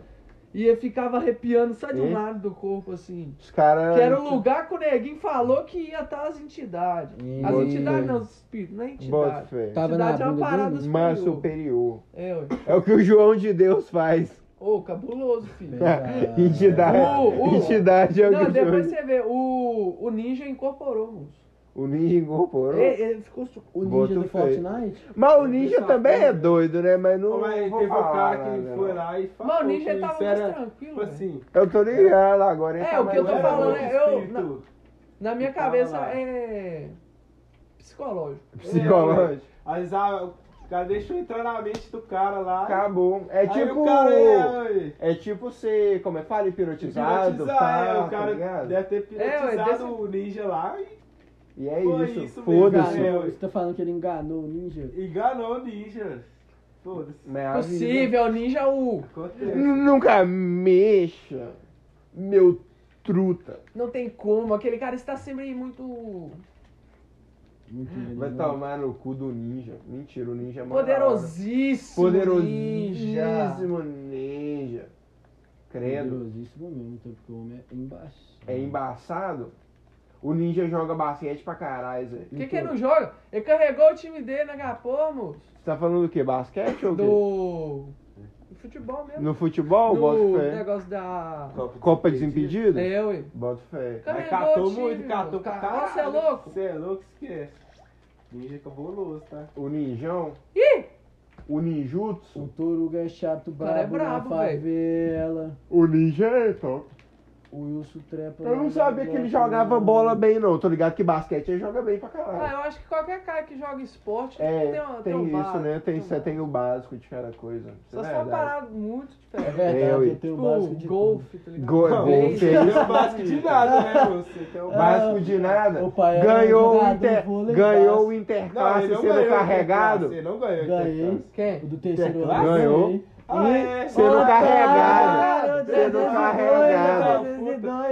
Speaker 1: E ele ficava arrepiando só de um
Speaker 3: Hein?
Speaker 1: lado do corpo, assim.
Speaker 3: Os caras.
Speaker 1: Que era o lugar que o neguinho falou que ia estar as entidades.
Speaker 2: Ih.
Speaker 1: As entidades não, os espíritos, não é
Speaker 3: Bota
Speaker 1: entidade.
Speaker 3: fé.
Speaker 2: Tava na
Speaker 1: Entidade é uma
Speaker 2: bunda
Speaker 1: parada
Speaker 2: dele?
Speaker 3: Mas
Speaker 1: superior.
Speaker 3: superior.
Speaker 1: É, ué.
Speaker 3: É o que o João de Deus faz.
Speaker 1: Ô, cabuloso, filho.
Speaker 3: É.
Speaker 2: Ah,
Speaker 3: Entidade.
Speaker 1: O- o-
Speaker 3: Entidade é o
Speaker 1: Não,
Speaker 3: que o João.
Speaker 1: depois você vê, o, o ninja incorporou, moço.
Speaker 3: O ninja incorporou.
Speaker 1: Ele, ele ficou su-
Speaker 2: O
Speaker 3: Boto
Speaker 2: ninja do
Speaker 3: fé.
Speaker 2: Fortnite?
Speaker 3: Mas o ninja também é doido, né? Mas não.
Speaker 4: Mas
Speaker 3: não vou
Speaker 4: teve um
Speaker 3: falar
Speaker 4: cara que
Speaker 3: nada,
Speaker 4: foi
Speaker 3: não.
Speaker 4: lá e falou.
Speaker 1: Mas o ninja
Speaker 4: que
Speaker 1: tava
Speaker 4: Tá isso
Speaker 1: mais
Speaker 4: era,
Speaker 1: tranquilo.
Speaker 4: Tipo
Speaker 1: velho.
Speaker 4: assim.
Speaker 3: Eu tô ligado agora. ele
Speaker 1: É,
Speaker 3: tá
Speaker 1: o que eu
Speaker 3: mais
Speaker 1: tô
Speaker 3: velho.
Speaker 1: falando é- eu-
Speaker 4: Espírito.
Speaker 1: Na minha
Speaker 4: Ele tava
Speaker 1: cabeça
Speaker 4: lá.
Speaker 1: é. psicológico.
Speaker 3: Psicológico.
Speaker 4: Mas ah, o cara deixou entrar na mente do cara lá.
Speaker 3: Acabou. É
Speaker 4: Aí
Speaker 3: tipo.
Speaker 4: o cara é, é,
Speaker 3: É tipo ser, como é, fala, hipnotizado, pá,
Speaker 4: é, o
Speaker 3: tá
Speaker 4: cara
Speaker 3: ligado?
Speaker 4: deve ter
Speaker 1: É,
Speaker 4: hipnotizado
Speaker 1: ué, desse-
Speaker 4: o ninja lá e
Speaker 3: E é
Speaker 4: Foi
Speaker 3: isso,
Speaker 4: isso mesmo,
Speaker 3: foda-se.
Speaker 4: cara.
Speaker 2: Enganou. Você tá falando que ele enganou o ninja?
Speaker 4: enganou o ninja. Foda-se.
Speaker 3: Né, a vida.
Speaker 1: Possível, ninja o.
Speaker 4: Acontece.
Speaker 3: Nunca mexa, meu truta.
Speaker 1: Não tem como, aquele cara está sempre muito
Speaker 2: Muito
Speaker 1: Uhum.
Speaker 3: Vai
Speaker 2: inteligente.
Speaker 3: tomar no cu do ninja. Mentira, o ninja é mó da hora.
Speaker 1: poderosíssimo. Ninja.
Speaker 3: Poderosíssimo ninja. Credo.
Speaker 2: Poderosíssimo mesmo, até porque o homem é embaçado.
Speaker 3: É embaçado? O ninja joga basquete pra caralho, Zé.
Speaker 1: Por que, é que ele não joga? Ele carregou o time dele na Capô, moço.
Speaker 3: Você tá falando do que? Basquete ou o quê?
Speaker 1: Do. Do futebol mesmo.
Speaker 3: No futebol,
Speaker 1: Do
Speaker 3: bota fé.
Speaker 1: negócio da.
Speaker 3: Copa Desimpedida?
Speaker 1: É, ué.
Speaker 3: Bota fé.
Speaker 4: Mas
Speaker 1: Carregou
Speaker 4: catou
Speaker 1: o time,
Speaker 4: muito, catou
Speaker 1: mano.
Speaker 4: pra
Speaker 1: Ca-
Speaker 4: caralho.
Speaker 1: Nossa, é louco.
Speaker 4: Você é louco, esquece. Ninja cabuloso, tá?
Speaker 3: O ninjão?
Speaker 1: Ih!
Speaker 3: O ninjutsu?
Speaker 2: O Toruga é chato,
Speaker 1: cara é
Speaker 2: brabo,
Speaker 1: brabo,
Speaker 2: na
Speaker 1: véi.
Speaker 2: favela.
Speaker 3: O ninja é top.
Speaker 2: O Wilson trepa.
Speaker 3: Eu
Speaker 2: lá
Speaker 3: não
Speaker 2: na
Speaker 3: sabia que
Speaker 2: Globo,
Speaker 3: ele jogava
Speaker 2: lá.
Speaker 3: bola bem, não. Tô ligado que basquete ele joga bem pra
Speaker 1: Ah,
Speaker 3: caralho.
Speaker 1: eu acho que qualquer cara que joga esporte tem,
Speaker 3: É,
Speaker 1: uma,
Speaker 3: tem
Speaker 1: um
Speaker 3: isso,
Speaker 1: básico,
Speaker 3: né? Tem,
Speaker 1: um
Speaker 3: cê tem
Speaker 1: básico.
Speaker 3: o básico de cada coisa. Isso
Speaker 1: Só
Speaker 3: é
Speaker 1: se for uma
Speaker 3: verdade.
Speaker 1: parada muito
Speaker 2: É
Speaker 1: diferente.
Speaker 3: É,
Speaker 2: verdade,
Speaker 3: ui.
Speaker 2: eu tenho básico de um
Speaker 1: Tipo, golfe, tá ligado?
Speaker 3: Gol,
Speaker 4: Não,
Speaker 3: gol, que isso?
Speaker 4: Não é básico de nada, né, moço? Você tem um
Speaker 2: É.
Speaker 3: Básico de nada.
Speaker 2: O pai era
Speaker 3: ganhou o
Speaker 2: jogador de
Speaker 3: inter,
Speaker 2: vôlei
Speaker 3: ganhou o
Speaker 4: Não,
Speaker 3: interclasse
Speaker 4: ele não
Speaker 3: sendo
Speaker 4: ganhou
Speaker 3: carregado.
Speaker 4: Ele não ganhou.
Speaker 2: tudo. Ganhei. O
Speaker 1: Quem? Ah,
Speaker 2: do terceiro
Speaker 4: Classe?
Speaker 2: ano.
Speaker 3: Ganhou.
Speaker 2: ganhei.
Speaker 4: Ah, é.
Speaker 3: Sendo
Speaker 4: Otário,
Speaker 2: tá
Speaker 3: carregado.
Speaker 4: Você
Speaker 3: Sendo
Speaker 4: não
Speaker 1: tá
Speaker 3: carregado.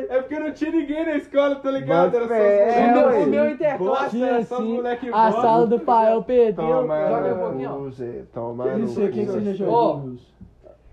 Speaker 4: É porque não tinha ninguém na escola, tá ligado?
Speaker 3: Bota
Speaker 4: Era só os
Speaker 3: fé,
Speaker 4: moleques.
Speaker 3: é,
Speaker 1: o, meu,
Speaker 3: ué.
Speaker 1: o meu
Speaker 4: Boa.
Speaker 1: interclasse.
Speaker 2: Tinha
Speaker 4: Nossa, só os
Speaker 2: assim,
Speaker 4: moleque
Speaker 2: a
Speaker 4: bom.
Speaker 2: sala
Speaker 3: é
Speaker 2: do pai, eu perdeu.
Speaker 3: Toma
Speaker 1: Joga um
Speaker 3: no
Speaker 1: pouquinho, ó.
Speaker 3: cu, Zé. Toma
Speaker 2: Eu não
Speaker 3: no
Speaker 2: sei quem
Speaker 3: cu.
Speaker 2: que você
Speaker 1: Ô.
Speaker 2: jogou, Wilson.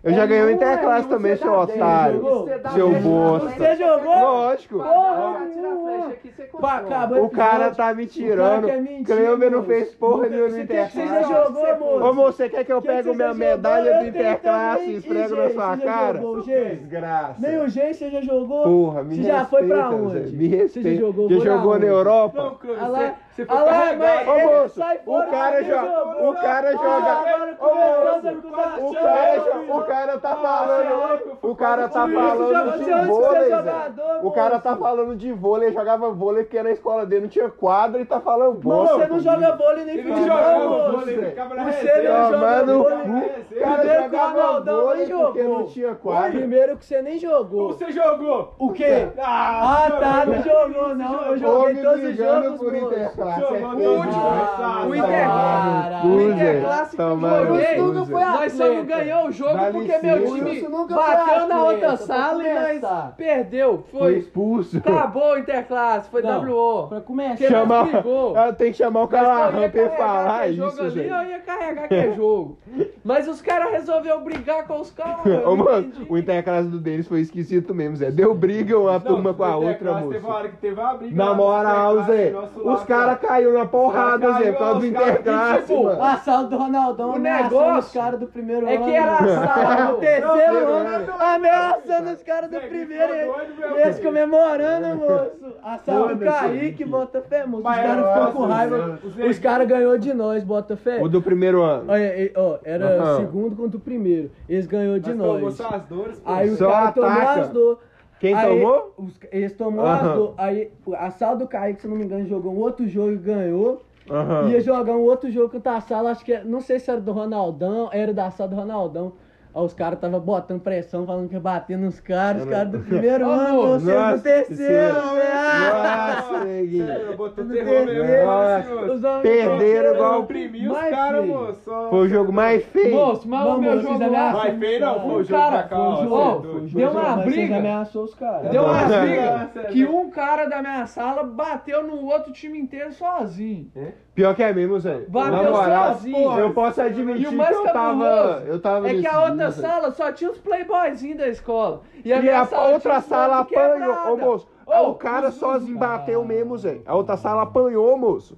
Speaker 3: Eu já
Speaker 2: É,
Speaker 3: ganhei o
Speaker 2: não,
Speaker 3: Interclasse
Speaker 2: é,
Speaker 1: tá
Speaker 3: também,
Speaker 2: você
Speaker 3: seu
Speaker 2: dá dez,
Speaker 3: otário.
Speaker 2: jogou?
Speaker 3: Seu bosta.
Speaker 2: Você jogou?
Speaker 3: Lógico.
Speaker 1: Porra, tira a flecha aqui, você
Speaker 2: Pá,
Speaker 1: comprou.
Speaker 2: acabou
Speaker 3: O cara tá me tirando.
Speaker 2: quer mentir,
Speaker 3: Cleuber não
Speaker 2: é moço.
Speaker 3: fez porra
Speaker 2: Você
Speaker 3: nenhuma no
Speaker 2: tem que- você já
Speaker 3: Interclasse.
Speaker 2: jogou, moço?
Speaker 3: Ô, moço, você quer que eu
Speaker 2: Quem
Speaker 3: pegue
Speaker 2: que
Speaker 3: minha
Speaker 2: você
Speaker 3: medalha
Speaker 2: jogou?
Speaker 3: do
Speaker 2: Eu
Speaker 3: Interclasse
Speaker 2: tenho
Speaker 3: e esfrego
Speaker 2: também.
Speaker 3: na
Speaker 2: E,
Speaker 3: sua
Speaker 2: gente, você
Speaker 3: cara?
Speaker 2: jogou, gente?
Speaker 3: Desgraça.
Speaker 2: Nem o Gen você já jogou?
Speaker 3: Porra, me
Speaker 2: Você já foi pra
Speaker 3: respeita,
Speaker 2: onde?
Speaker 3: Zé, Me
Speaker 2: Você já
Speaker 3: respeita.
Speaker 2: jogou,
Speaker 3: Já
Speaker 2: foi pra
Speaker 3: jogou na
Speaker 2: onde?
Speaker 3: Europa?
Speaker 4: Não, Cleuber,
Speaker 2: Ah lá,
Speaker 4: você, você foi
Speaker 2: ah lá,
Speaker 4: carregado.
Speaker 2: mas-
Speaker 3: Ô,
Speaker 2: Ele
Speaker 3: moço,
Speaker 2: sai fora,
Speaker 3: o cara
Speaker 2: ele
Speaker 3: joga.
Speaker 2: jogou.
Speaker 3: O cara
Speaker 2: Ah,
Speaker 3: joga.
Speaker 2: agora
Speaker 3: Ô,
Speaker 2: começou
Speaker 3: moço,
Speaker 2: a jogar
Speaker 3: o
Speaker 2: com
Speaker 3: cara,
Speaker 2: cachorro.
Speaker 3: o cara
Speaker 2: Ah,
Speaker 3: tá
Speaker 4: você é
Speaker 3: falando.
Speaker 4: louco,
Speaker 3: O cara tá
Speaker 4: Luiz,
Speaker 3: falando
Speaker 2: você antes
Speaker 3: de
Speaker 2: de
Speaker 3: vôlei,
Speaker 2: ser
Speaker 3: Zé.
Speaker 2: jogador,
Speaker 3: O cara
Speaker 2: moço.
Speaker 3: tá falando de vôlei, jogava vôlei porque na escola dele não tinha quadro e tá falando
Speaker 2: Mano,
Speaker 3: bosta.
Speaker 2: você não joga vôlei nem
Speaker 4: Ele não
Speaker 2: futebol,
Speaker 4: jogava
Speaker 2: moço.
Speaker 4: vôlei, ele ficava na
Speaker 3: é
Speaker 2: Você
Speaker 4: reserva.
Speaker 2: não joga
Speaker 3: Tomando
Speaker 2: vôlei.
Speaker 4: né?
Speaker 3: cu. O
Speaker 2: Primeiro
Speaker 3: cara
Speaker 2: que o
Speaker 3: jogava
Speaker 2: Arnaldão
Speaker 3: vôlei
Speaker 2: nem
Speaker 3: porque
Speaker 2: jogou.
Speaker 3: não tinha quadro.
Speaker 2: Primeiro que você nem jogou.
Speaker 4: Você jogou!
Speaker 2: O quê? Ah, tá, não jogou não. Eu joguei
Speaker 3: Homem
Speaker 2: todos os
Speaker 3: brigando
Speaker 2: jogos,
Speaker 3: por
Speaker 2: moço.
Speaker 3: interclasse.
Speaker 4: Jogou
Speaker 3: é
Speaker 4: no
Speaker 3: feio.
Speaker 4: último,
Speaker 3: Ah,
Speaker 4: o
Speaker 2: Interclasse.
Speaker 3: tomar no cu,
Speaker 2: O
Speaker 1: Interclasse
Speaker 3: Zé.
Speaker 1: que eu
Speaker 3: Tomar no
Speaker 1: joguei,
Speaker 3: cu,
Speaker 2: nunca
Speaker 3: Zé.
Speaker 2: foi a-
Speaker 1: Nós só não
Speaker 2: atleta.
Speaker 1: ganhou o jogo
Speaker 3: Dá
Speaker 1: porque meu
Speaker 3: licença.
Speaker 1: time
Speaker 2: Isso nunca foi
Speaker 1: bateu na
Speaker 2: atleta,
Speaker 1: outra
Speaker 2: pra
Speaker 1: sala e nós
Speaker 2: começar.
Speaker 1: perdeu.
Speaker 3: Foi
Speaker 1: Foi.
Speaker 3: expulso.
Speaker 1: Acabou o Interclasse, foi
Speaker 2: Não.
Speaker 1: WO.
Speaker 2: Pra começar. né?
Speaker 1: Porque nós
Speaker 3: Chamar-
Speaker 1: brigou.
Speaker 3: Ah, Tem que chamar o
Speaker 1: Mas
Speaker 2: é
Speaker 3: Calarrão pra
Speaker 1: eu ia
Speaker 3: ele
Speaker 1: carregar
Speaker 3: falar "Ah, é
Speaker 1: aquele jogo
Speaker 3: isso,
Speaker 1: ali,
Speaker 3: Zé.
Speaker 1: eu ia carregar que é jogo. Mas os caras resolveram brigar com os caras.
Speaker 3: Ô,
Speaker 1: eu não
Speaker 3: mano,
Speaker 1: entendi.
Speaker 3: o interclasse do Denis foi esquisito mesmo, Zé. Deu briga uma turma com a outra,
Speaker 4: Teve
Speaker 3: moço.
Speaker 4: uma hora que teve uma briga. lá
Speaker 3: Na
Speaker 4: no
Speaker 3: moral,
Speaker 4: Interclasse,
Speaker 3: Zé,
Speaker 4: nosso
Speaker 3: os
Speaker 4: lá,
Speaker 3: caras caíram na porrada,
Speaker 4: Caiu,
Speaker 3: Zé, por causa do
Speaker 4: os cara- e,
Speaker 3: interclasse,
Speaker 4: tipo,
Speaker 3: mano.
Speaker 2: A sala do Ronaldão
Speaker 1: O
Speaker 2: ameaçando
Speaker 1: negócio
Speaker 2: os caras do primeiro
Speaker 1: É
Speaker 2: ano.
Speaker 1: que era a sala do
Speaker 2: Terceiro
Speaker 3: Não,
Speaker 2: ano,
Speaker 4: não,
Speaker 2: ameaçando os caras do
Speaker 4: Zé,
Speaker 2: primeiro
Speaker 4: ficou
Speaker 2: ano.
Speaker 4: doido, meu
Speaker 2: Eles
Speaker 4: filho.
Speaker 2: comemorando, moço. A sala do
Speaker 3: Foda-se,
Speaker 2: Kaique, bota fé, moço. Os
Speaker 4: Mas
Speaker 2: caras
Speaker 4: eu
Speaker 2: ficou
Speaker 4: gosto,
Speaker 2: com raiva.
Speaker 4: Zé. O Zé-
Speaker 2: Os caras ganhou de nós, bota fé.
Speaker 3: O do primeiro ano.
Speaker 2: Olha, e- ó, era
Speaker 3: Aham.
Speaker 2: segundo contra o primeiro. Eles ganhou de
Speaker 4: Mas tomou
Speaker 2: nós.
Speaker 4: só as dores, pô.
Speaker 2: Aí o
Speaker 3: Só
Speaker 2: cara tomou
Speaker 3: ataca.
Speaker 2: as duas.
Speaker 3: Quem
Speaker 2: Aí,
Speaker 3: tomou?
Speaker 2: os- eles tomou
Speaker 3: Aham.
Speaker 2: as duas. Aí a sala do Kaique, se eu não me engano, jogou um outro jogo e ganhou.
Speaker 3: Aham.
Speaker 2: Ia jogar um outro jogo contra a sala, acho que era- não sei se era do Ronaldão, era da sala do Ronaldão. Aí os caras tava botando pressão, falando que ia bater nos caras, os caras do primeiro
Speaker 1: Ô,
Speaker 2: ano,
Speaker 1: amor,
Speaker 2: vocês tá do
Speaker 3: nossa é.
Speaker 2: terceiro, é.
Speaker 3: senhora.
Speaker 2: velho.
Speaker 3: Nossa, neguinho.
Speaker 4: Sério, botou
Speaker 2: Do
Speaker 4: terror mesmo.
Speaker 2: terceiro,
Speaker 4: né,
Speaker 3: Nossa.
Speaker 4: senhor?
Speaker 2: os homens do
Speaker 3: Perderam
Speaker 2: terceiro,
Speaker 3: igual-
Speaker 4: Oprimi os
Speaker 2: mais
Speaker 4: caras,
Speaker 2: feio.
Speaker 4: moço.
Speaker 3: Foi o jogo mais feio.
Speaker 1: Moço, mas o
Speaker 2: Vamos,
Speaker 1: meu
Speaker 2: vocês
Speaker 1: jogo lá.
Speaker 2: ameaçam.
Speaker 4: Vai feio não, foi o
Speaker 1: Um
Speaker 4: jogo
Speaker 1: cara,
Speaker 4: da
Speaker 1: foi
Speaker 4: calça.
Speaker 1: o
Speaker 4: você é
Speaker 1: jogo,
Speaker 4: doido.
Speaker 1: foi o jogo.
Speaker 2: Deu uma
Speaker 1: Mas vocês
Speaker 2: briga.
Speaker 1: ameaçou
Speaker 2: os caras.
Speaker 1: Deu uma
Speaker 3: Nossa,
Speaker 1: briga
Speaker 4: cara.
Speaker 1: que um cara da minha sala bateu no outro time inteiro sozinho.
Speaker 3: Pior que é mesmo, Zé.
Speaker 1: Bateu
Speaker 3: Na moral,
Speaker 1: sozinho.
Speaker 3: eu posso
Speaker 1: E
Speaker 3: admitir
Speaker 1: o
Speaker 3: que
Speaker 1: mais
Speaker 3: eu tava.
Speaker 1: cabuloso
Speaker 3: Eu tava
Speaker 1: É que
Speaker 3: nesse
Speaker 1: a outra
Speaker 3: dia, Zé.
Speaker 1: sala só tinha os playboyzinhos da escola. E
Speaker 3: E
Speaker 1: minha
Speaker 3: a
Speaker 1: sala tinha
Speaker 3: outra
Speaker 1: os
Speaker 3: sala
Speaker 1: pontos quebrada.
Speaker 3: apanhou, ô moço.
Speaker 1: Ô,
Speaker 3: o cara
Speaker 1: os-
Speaker 3: sozinho bateu mesmo, Zé. A outra sala apanhou, moço.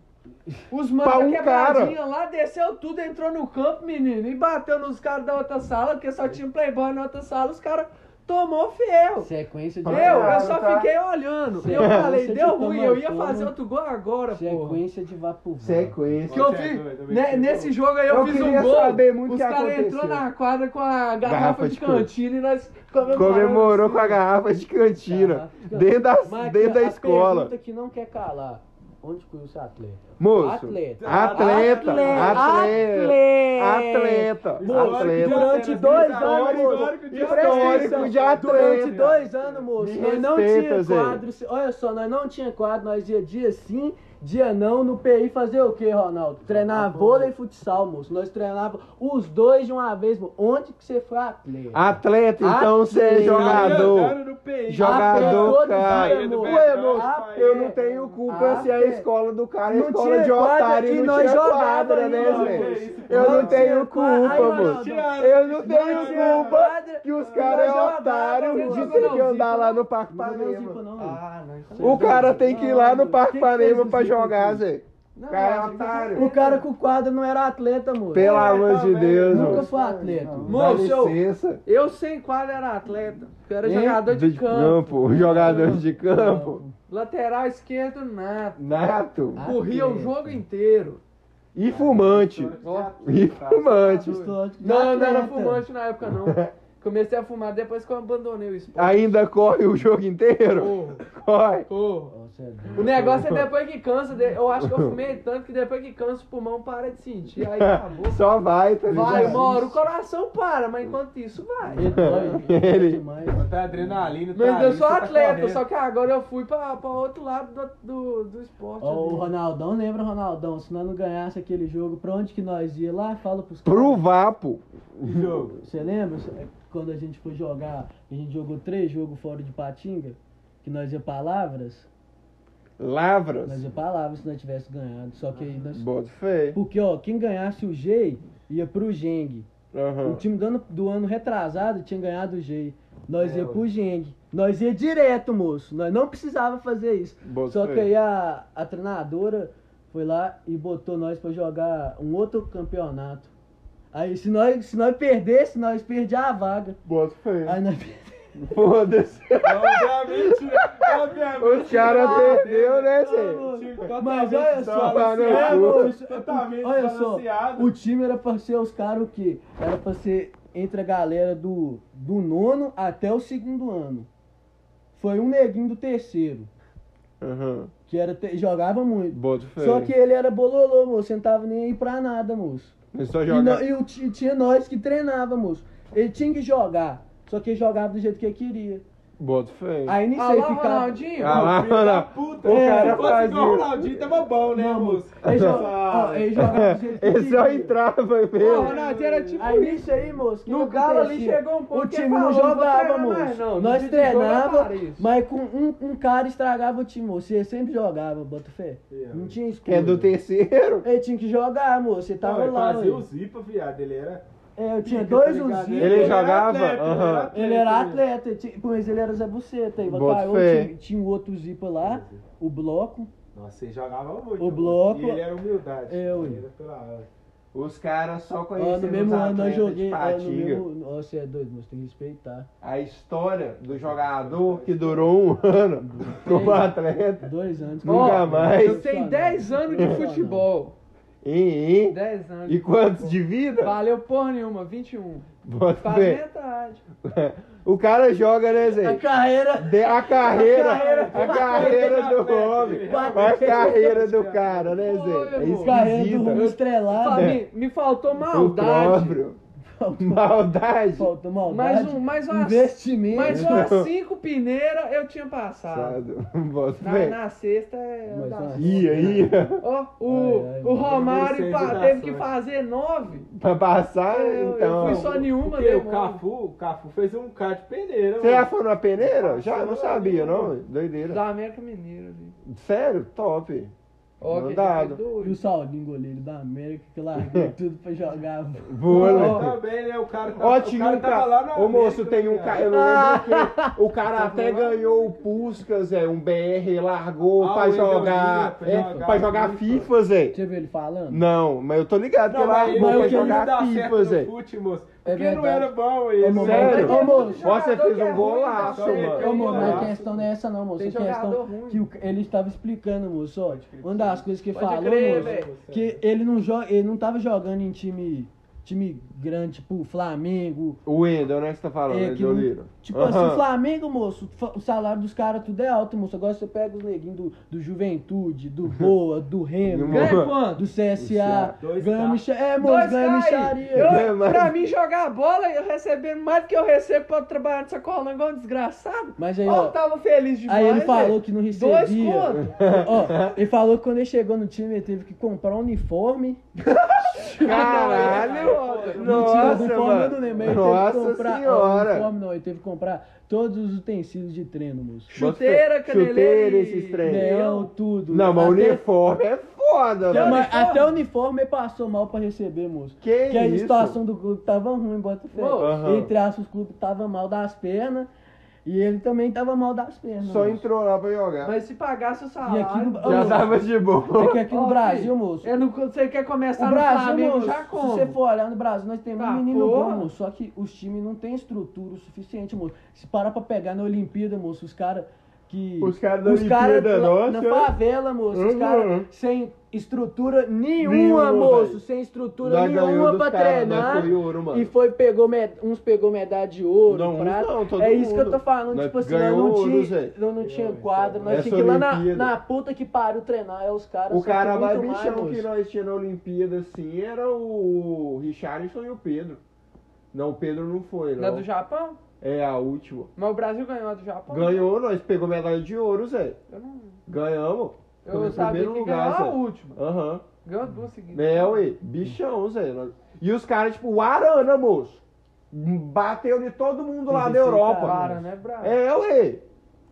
Speaker 1: Os
Speaker 3: pra
Speaker 1: mano
Speaker 3: um
Speaker 1: quebradinha lá, desceu tudo, entrou no campo, menino, e bateu nos caras da outra sala, porque só tinha um playboy na outra sala, os caras tomou ferro.
Speaker 2: Sequência de
Speaker 1: Eu, eu
Speaker 3: Caralho,
Speaker 1: só
Speaker 3: tá?
Speaker 1: fiquei olhando.
Speaker 2: Você-
Speaker 1: Eu falei,
Speaker 2: você
Speaker 1: deu
Speaker 2: te
Speaker 1: ruim,
Speaker 2: tomou
Speaker 1: eu ia
Speaker 2: toma.
Speaker 3: né?"
Speaker 1: fazer outro gol agora,
Speaker 3: é
Speaker 1: pô.
Speaker 2: sequência de vapor.
Speaker 3: Sequência.
Speaker 1: Que eu
Speaker 4: Você é
Speaker 1: fiz,
Speaker 4: doido, eu
Speaker 1: né,
Speaker 4: meti
Speaker 1: nesse
Speaker 4: gol.
Speaker 1: jogo aí eu,
Speaker 3: Eu
Speaker 1: fiz um
Speaker 3: queria
Speaker 1: gol.
Speaker 3: saber muito o
Speaker 1: os
Speaker 3: que
Speaker 1: caras
Speaker 3: aconteceu.
Speaker 1: entrou na quadra com a garrafa,
Speaker 3: Garrafa
Speaker 1: de
Speaker 3: de coco.
Speaker 1: cantina e nós comemoramos.
Speaker 3: Comemorou com a garrafa de cantina.
Speaker 2: Garrafa de cantina.
Speaker 3: Dentro da, dentro da
Speaker 2: a
Speaker 3: escola.
Speaker 2: pergunta que não quer calar. Onde que o seu atleta?
Speaker 3: Moço.
Speaker 2: Atleta.
Speaker 3: Atleta. Atleta. Atleta.
Speaker 2: Moço,
Speaker 3: Atleta.
Speaker 2: durante dois anos,
Speaker 4: Histórico
Speaker 2: moço.
Speaker 4: de
Speaker 2: E presta
Speaker 3: histórico
Speaker 2: atenção,
Speaker 3: de atleta.
Speaker 2: Durante dois anos, moço,
Speaker 3: Me
Speaker 2: nós não
Speaker 3: respeita,
Speaker 2: tinha
Speaker 3: Zé.
Speaker 2: quadro. se- Olha só, nós não tinha quadro, nós ia dia sim, dia não, no PI fazer o quê, Ronaldo?
Speaker 3: Ah,
Speaker 2: Treinar vôlei e futsal, moço. Nós treinávamos os dois de uma vez, moço. Onde que você foi atleta?
Speaker 3: Atleta, então você é
Speaker 2: Atleta.
Speaker 3: jogador.
Speaker 4: Andando no PI.
Speaker 3: Jogador,
Speaker 2: Atleta.
Speaker 3: cara.
Speaker 2: Atleta.
Speaker 3: Ué, moço,
Speaker 2: Atleta.
Speaker 3: eu não tenho culpa se a
Speaker 2: Atleta.
Speaker 3: escola do cara é
Speaker 2: Não
Speaker 3: escola
Speaker 2: tinha
Speaker 3: de
Speaker 2: quadra
Speaker 3: otário
Speaker 2: e
Speaker 3: e não
Speaker 2: nós
Speaker 3: tinha
Speaker 2: jogava
Speaker 3: quadra, né,
Speaker 2: ainda,
Speaker 3: Zé?
Speaker 4: gente.
Speaker 3: Eu não
Speaker 2: Nós
Speaker 3: tenho
Speaker 2: tinha quadra. Aí,
Speaker 3: culpa,
Speaker 2: Ronaldo,
Speaker 3: moço.
Speaker 4: Tiraram.
Speaker 3: Eu não tenho
Speaker 2: Nós tinha
Speaker 3: culpa
Speaker 2: quadra.
Speaker 3: que os caras é
Speaker 2: jogava,
Speaker 3: otário
Speaker 2: nós
Speaker 3: de ter
Speaker 2: jogava.
Speaker 3: que andar lá no Parque
Speaker 2: Não jogava
Speaker 3: Panema.
Speaker 2: cinco, não.
Speaker 1: Ah, nós-
Speaker 3: O cara tem que ir lá no Parque
Speaker 2: Quem que fez tipo
Speaker 3: Panema
Speaker 2: isso,
Speaker 3: pra
Speaker 2: Zico,
Speaker 3: jogar,
Speaker 2: aqui?
Speaker 3: Zé.
Speaker 1: Não,
Speaker 3: Cara, é
Speaker 1: mas-
Speaker 3: otário.
Speaker 2: O cara com o quadro não era atleta, moço.
Speaker 3: Pelo amor de Deus,
Speaker 2: Nunca
Speaker 3: moço.
Speaker 2: foi atleta.
Speaker 3: Dá
Speaker 1: Moço, eu-
Speaker 3: licença.
Speaker 1: Eu sem quadro era atleta, eu era
Speaker 3: Hein?
Speaker 1: jogador de campo.
Speaker 3: Jogador de campo.
Speaker 1: Lateral esquerdo, nada.
Speaker 3: Nato.
Speaker 1: Corria o jogo inteiro.
Speaker 3: E fumante. E fumante.
Speaker 1: Não, não era fumante na época, não. Comecei a fumar depois que eu abandonei o esporte.
Speaker 3: Ainda corre o jogo inteiro?
Speaker 1: Porra,
Speaker 3: Corre.
Speaker 1: porra. O negócio é depois que cansa. de- Eu acho que eu fumei tanto que depois que cansa o pulmão para de sentir. Aí acabou.
Speaker 3: Só vai, tá ligado?
Speaker 1: Vai, mora. O coração para, mas enquanto isso, vai.
Speaker 2: é
Speaker 3: Ele.
Speaker 4: Tá adrenalina, tá
Speaker 1: Mas eu
Speaker 4: ali,
Speaker 1: sou
Speaker 4: você tá
Speaker 1: atleta,
Speaker 4: correndo.
Speaker 1: só que agora eu fui pra, pra outro lado do, do, do esporte.
Speaker 2: Ó, o
Speaker 1: ali.
Speaker 2: Ronaldão, lembra, Ronaldão? Se nós não ganhasse aquele jogo, pra onde que nós ia lá? Fala pros
Speaker 3: Pro Vapo.
Speaker 4: Que jogo.
Speaker 2: Você lembra cê- quando a gente foi jogar? A gente jogou três jogos fora de Patinga? Que nós ia palavras? Nós
Speaker 3: Lavras.
Speaker 2: ia palavras se nós tivéssemos ganhado. Só que aí nós.
Speaker 3: Bota fé.
Speaker 2: Porque, ó, quem ganhasse o G ia pro Geng.
Speaker 3: Aham.
Speaker 2: O time do ano, do ano retrasado tinha ganhado o G. Nós ia pro Geng. Nós ia direto, moço. Nós não precisava fazer isso.
Speaker 3: Botei.
Speaker 2: Só que aí a, a treinadora foi lá e botou nós pra jogar um outro campeonato. Aí se nós, se nós perdesse, nós perdíamos a vaga.
Speaker 3: Bota feio.
Speaker 2: Aí nós
Speaker 3: Foda-se.
Speaker 4: Obviamente, né? obviamente. Tá,
Speaker 3: Os caras perdeu, né, Zé?
Speaker 4: Totalmente
Speaker 2: Mas olha só,
Speaker 3: Tá, né,
Speaker 2: é,
Speaker 3: pô?
Speaker 2: moço,
Speaker 4: Totalmente
Speaker 2: olha só,
Speaker 4: balanceado.
Speaker 2: o time era pra ser os caras o quê? Era pra ser entre a galera do, do nono até o segundo ano. Foi um neguinho do terceiro,
Speaker 3: Aham.
Speaker 2: que era te- jogava muito.
Speaker 3: Bota feio.
Speaker 2: Só que ele era bololô, moço, ele não tava nem aí pra nada, moço.
Speaker 3: Ele só
Speaker 2: E,
Speaker 3: joga.
Speaker 2: nó- e o ti- tinha nós que treinava, moço. Ele tinha que jogar, só que ele jogava do jeito que ele queria.
Speaker 3: Bota feio.
Speaker 2: Aí nisso
Speaker 1: Ah
Speaker 2: aí
Speaker 1: lá,
Speaker 2: ficava...
Speaker 1: Ronaldinho.
Speaker 3: Ah lá,
Speaker 4: Filho
Speaker 3: olha
Speaker 4: da
Speaker 3: lá.
Speaker 4: puta. é.
Speaker 3: O cara
Speaker 4: Se fosse
Speaker 3: faz
Speaker 4: igual o
Speaker 3: isso.
Speaker 4: Ronaldinho, tava bom, né, moço?
Speaker 2: Ele, jo-
Speaker 4: Ah,
Speaker 2: ó, ele jogava do jeito que
Speaker 3: Ele só
Speaker 2: queria.
Speaker 3: entrava
Speaker 1: Não,
Speaker 3: mesmo.
Speaker 1: Renato, era tipo
Speaker 2: Aí
Speaker 1: isso.
Speaker 2: isso aí, moço. que
Speaker 1: No
Speaker 2: que
Speaker 1: Galo ali
Speaker 2: acontecia?
Speaker 1: chegou um ponto
Speaker 2: O
Speaker 1: que
Speaker 2: time
Speaker 1: ele
Speaker 2: não
Speaker 1: falou, não vou
Speaker 2: jogava,
Speaker 1: treinar
Speaker 2: moço.
Speaker 1: mais, não. No
Speaker 2: Nós
Speaker 1: dia de jogo eu
Speaker 2: treinava,
Speaker 1: paro isso.
Speaker 2: mas com um, um cara estragava o time, moço. Você sempre jogava, Botafé. Não tinha
Speaker 3: Que
Speaker 2: escolha.
Speaker 3: é do terceiro.
Speaker 2: Ele tinha que jogar, moço. Você
Speaker 4: Não,
Speaker 2: tava
Speaker 4: ele
Speaker 2: lá,
Speaker 4: fazia
Speaker 2: ué.
Speaker 4: o zipa, viado. Ele era.
Speaker 2: É, eu tá tinha
Speaker 4: pica,
Speaker 2: dois
Speaker 4: tá ligado?
Speaker 2: uzinhos.
Speaker 3: Ele
Speaker 2: Ele,
Speaker 3: já- jogava?
Speaker 4: atleta, ele
Speaker 3: Aham.
Speaker 2: era
Speaker 4: atleta.
Speaker 2: atleta, ele tinha- pois ele era Zé Buceta. Aí
Speaker 3: Bota
Speaker 2: caiu,
Speaker 3: fé.
Speaker 2: tinha, tinha o outro Zipa lá, o bloco.
Speaker 4: Nossa, ele jogava muito.
Speaker 2: O
Speaker 4: moço.
Speaker 2: bloco-
Speaker 4: E ele era humildade.
Speaker 2: É, ué.
Speaker 4: Ele era pela hora.
Speaker 3: Os caras só
Speaker 2: Ó, no
Speaker 3: conheciam os
Speaker 2: mesmo ano nós
Speaker 3: atletas
Speaker 2: joguei.
Speaker 3: de
Speaker 2: ó, No
Speaker 3: Patinga.
Speaker 2: mesmo... Nossa, você é doido, moço. Tem que respeitar.
Speaker 3: A história do jogador que durou um ano como atleta.
Speaker 2: Dois anos.
Speaker 3: Nunca
Speaker 2: Ó,
Speaker 3: mais.
Speaker 1: Eu
Speaker 2: eu só
Speaker 1: tenho
Speaker 2: não.
Speaker 1: 10 anos
Speaker 2: Eu
Speaker 1: de
Speaker 2: só não.
Speaker 1: futebol.
Speaker 3: E, e,
Speaker 1: 10 anos.
Speaker 3: e quantos de vida?
Speaker 1: Valeu porra nenhuma, 21.
Speaker 3: Bota
Speaker 1: Quase
Speaker 3: fé.
Speaker 1: metade.
Speaker 3: O cara joga, né, Zé?
Speaker 2: A carreira.
Speaker 3: De- a carreira,
Speaker 2: carreira
Speaker 3: a carreira do homem, a carreira do cara, né, Zé? É
Speaker 1: Pô,
Speaker 2: Carreira do Rumo
Speaker 3: esquisita.
Speaker 2: Estrelado.
Speaker 1: Fabinho, me faltou
Speaker 3: O
Speaker 1: maldade.
Speaker 3: próprio. Maldade.
Speaker 2: Falta maldade.
Speaker 1: Mais um, mais uma,
Speaker 2: investimento.
Speaker 1: mais uma cinco pineira eu tinha passado.
Speaker 3: Sabe? Bota
Speaker 1: Na,
Speaker 3: fé.
Speaker 1: na sexta é
Speaker 2: Mais
Speaker 1: da-
Speaker 2: uma.
Speaker 3: Ia, ia.
Speaker 1: Ó, o,
Speaker 2: Ai, ai,
Speaker 1: o
Speaker 2: mano.
Speaker 1: Romário
Speaker 4: Eu
Speaker 1: pa-
Speaker 4: gostei
Speaker 1: teve
Speaker 4: da
Speaker 1: que
Speaker 4: sorte.
Speaker 1: fazer nove.
Speaker 3: Pra passar,
Speaker 1: Eu- eu
Speaker 3: então.
Speaker 1: fui só nenhuma,
Speaker 4: Porque
Speaker 1: né,
Speaker 4: o
Speaker 1: mano?
Speaker 4: Cafu, o Cafu fez um cara de peneira.
Speaker 3: Você é já
Speaker 4: mano.
Speaker 3: foi na peneira? Já?
Speaker 4: Passou
Speaker 3: Não sabia, não. Doideira.
Speaker 1: Da América Mineira ali.
Speaker 3: Sério? Top.
Speaker 1: Ó, que
Speaker 3: Mandado.
Speaker 1: ele foi doido.
Speaker 2: E o Saulinho, goleiro da América, que largou tudo pra jogar.
Speaker 3: Boa, né?
Speaker 4: Também, né? O cara tava,
Speaker 3: Ó,
Speaker 4: o
Speaker 3: tinha
Speaker 4: cara
Speaker 3: um
Speaker 4: tava
Speaker 3: cara.
Speaker 4: lá na
Speaker 3: Ô moço,
Speaker 4: América,
Speaker 3: tem um
Speaker 4: né,
Speaker 3: cara. Eu não
Speaker 2: Ah.
Speaker 3: lembro quem. O cara até ganhou o Puskas, Zé. Um BR, largou
Speaker 4: Ah,
Speaker 3: pra
Speaker 4: o
Speaker 3: jogar.
Speaker 4: Edolinho, pra
Speaker 3: é,
Speaker 4: jogar
Speaker 3: Pra jogar
Speaker 4: FIFA.
Speaker 3: FIFA, Zé.
Speaker 2: Você viu ele falando?
Speaker 3: Não, mas eu tô ligado que
Speaker 4: Não,
Speaker 3: ele
Speaker 4: mas
Speaker 3: largou
Speaker 4: ele
Speaker 3: pra
Speaker 4: quis
Speaker 3: jogar
Speaker 4: dar certo
Speaker 3: FIFA,
Speaker 4: no
Speaker 3: Zé.
Speaker 4: fute, moço.
Speaker 2: É
Speaker 4: Porque não
Speaker 2: verdade.
Speaker 4: era bom né? ele.
Speaker 2: Ô,
Speaker 4: moço.
Speaker 3: Sério?
Speaker 2: Ô, moço,
Speaker 1: Tem
Speaker 3: Nossa,
Speaker 1: jogador
Speaker 3: fez
Speaker 1: que é
Speaker 3: um
Speaker 1: ruim,
Speaker 3: golaço,
Speaker 1: dá certo.
Speaker 4: mano.
Speaker 2: Ô, moço, mas a
Speaker 4: Tem
Speaker 2: questão não é essa não, moço.
Speaker 1: Tem
Speaker 2: A questão
Speaker 1: jogador ruim.
Speaker 2: que o- ele estava explicando, moço, ó. tipo, Uma das coisas que ele
Speaker 1: Pode
Speaker 2: falou,
Speaker 1: crer,
Speaker 2: moço,
Speaker 1: velho.
Speaker 2: que ele não, joga, ele não tava jogando em time, time grande, tipo Flamengo,
Speaker 3: O Wendel, né, que você tá falando,
Speaker 2: É,
Speaker 3: né,
Speaker 2: que não-
Speaker 3: Doliro?
Speaker 2: Tipo
Speaker 3: Aham.
Speaker 2: assim, Flamengo, moço, fa- o salário dos caras tudo é alto, moço. Agora você pega os neguinhos do, do Juventude, do Boa, do Remo,
Speaker 3: Irmão.
Speaker 1: Ganha quanto?
Speaker 2: do CSA,
Speaker 4: Dois
Speaker 2: ganha
Speaker 4: K.
Speaker 2: micha... É, moço,
Speaker 1: Dois
Speaker 2: ganha
Speaker 1: K aí.
Speaker 2: micharia.
Speaker 1: Eu,
Speaker 3: Mas-
Speaker 1: Pra mim jogar bola, eu recebendo mais do que eu recebo pra trabalhar nessa coluna igual um desgraçado.
Speaker 2: Mas aí,
Speaker 1: Ó,
Speaker 2: ó,
Speaker 1: eu tava feliz demais.
Speaker 2: aí ele
Speaker 1: velho.
Speaker 2: falou que não
Speaker 1: Dois
Speaker 2: recebia.
Speaker 1: contos.
Speaker 2: Ó, ele falou que quando ele chegou no time, ele teve que comprar um uniforme. é tá
Speaker 3: Caralho!
Speaker 2: Mentira,
Speaker 3: Nossa,
Speaker 2: uniforme eu não
Speaker 3: mano.
Speaker 2: lembro. Ele teve que
Speaker 3: Nossa
Speaker 2: comprar... ó, um
Speaker 3: senhora.
Speaker 2: uniforme não, ele teve que comprar todos os utensílios de treino, moço.
Speaker 1: Chuteira, caneleira
Speaker 3: Chuteira,
Speaker 1: e-
Speaker 3: esses trem.
Speaker 2: Leão, tudo.
Speaker 3: Não, mas o
Speaker 2: Até-
Speaker 3: uniforme é foda,
Speaker 2: Até,
Speaker 3: velho.
Speaker 2: mas até o uniforme passou mal pra receber, moço.
Speaker 3: Que
Speaker 2: Porque é a
Speaker 3: isso?
Speaker 2: situação do clube tava ruim, bota fé.
Speaker 1: Moço.
Speaker 3: Aham.
Speaker 2: Entre aspas, o clube tava mal das pernas. E ele também tava mal das pernas.
Speaker 3: Só
Speaker 2: moço.
Speaker 3: entrou lá pra jogar.
Speaker 1: Mas se pagasse o
Speaker 2: E aqui
Speaker 1: salário...
Speaker 2: no-
Speaker 3: Já
Speaker 2: Ô,
Speaker 3: tava de
Speaker 2: É
Speaker 3: boa.
Speaker 2: que aqui no
Speaker 1: Ó,
Speaker 2: Brasil,
Speaker 1: filho,
Speaker 2: moço.
Speaker 1: Eu não, você quer começar
Speaker 2: O
Speaker 1: no
Speaker 2: Brasil,
Speaker 1: Flamengo,
Speaker 2: moço,
Speaker 1: já
Speaker 2: se
Speaker 1: como?
Speaker 2: você for olhar no Brasil, nós temos
Speaker 1: Tá,
Speaker 2: um menino
Speaker 1: porra.
Speaker 2: bom, moço. Só que os times não têm estrutura o suficiente, moço. Se parar pra pegar na Olimpíada, moço, os caras que.
Speaker 3: Os caras da
Speaker 2: os cara
Speaker 3: Olimpíada
Speaker 2: lá
Speaker 3: nossa.
Speaker 2: Na favela, moço. Os
Speaker 3: Uhum.
Speaker 2: caras sem estrutura nenhuma,
Speaker 3: Nenhuma,
Speaker 2: moço.
Speaker 3: velho.
Speaker 2: Sem estrutura
Speaker 3: Nós ganhamos
Speaker 2: nenhuma
Speaker 3: dos
Speaker 2: pra
Speaker 3: caras, nós
Speaker 2: treinar.
Speaker 3: foi ouro, mano.
Speaker 2: E foi, pegou, med- uns pegou medalha de ouro,
Speaker 3: Não, uns
Speaker 2: prata.
Speaker 3: não, todo
Speaker 2: é isso que eu
Speaker 3: mundo.
Speaker 2: tô falando,
Speaker 3: Nós
Speaker 2: tipo assim, nós
Speaker 3: ganhou
Speaker 2: não
Speaker 3: ouro,
Speaker 2: tinha,
Speaker 3: Zé.
Speaker 2: nós não
Speaker 1: É,
Speaker 2: tinha quadra, nós
Speaker 3: Essa
Speaker 2: tinha que ir lá na,
Speaker 3: Olimpíada.
Speaker 2: na puta que pariu treinar, é os caras.
Speaker 3: O
Speaker 2: só que
Speaker 3: cara mais
Speaker 2: muito
Speaker 3: bichão que
Speaker 2: moço.
Speaker 3: nós tinha na Olimpíada, assim, era o Richarlison e o Pedro. Não, o Pedro não foi,
Speaker 1: Na
Speaker 3: não.
Speaker 1: do Japão?
Speaker 3: É a última.
Speaker 1: Mas o Brasil ganhou a do Japão?
Speaker 3: Ganhou, nós pegou medalha de ouro, Zé.
Speaker 1: Eu, não,
Speaker 3: Ganhamos. Foi
Speaker 1: eu
Speaker 3: em
Speaker 1: sabia
Speaker 3: primeiro
Speaker 1: que um.
Speaker 3: lugar,
Speaker 1: ganhou a
Speaker 3: Zé.
Speaker 1: última.
Speaker 3: Aham.
Speaker 1: Ganhou duas seguidas.
Speaker 3: É, ué, bichão, Zé. Nós- E os caras, tipo, o Arana, moço. Bateu de todo mundo lá da
Speaker 2: 16
Speaker 3: Europa.
Speaker 1: Para, né, Brasil?
Speaker 3: É, ué.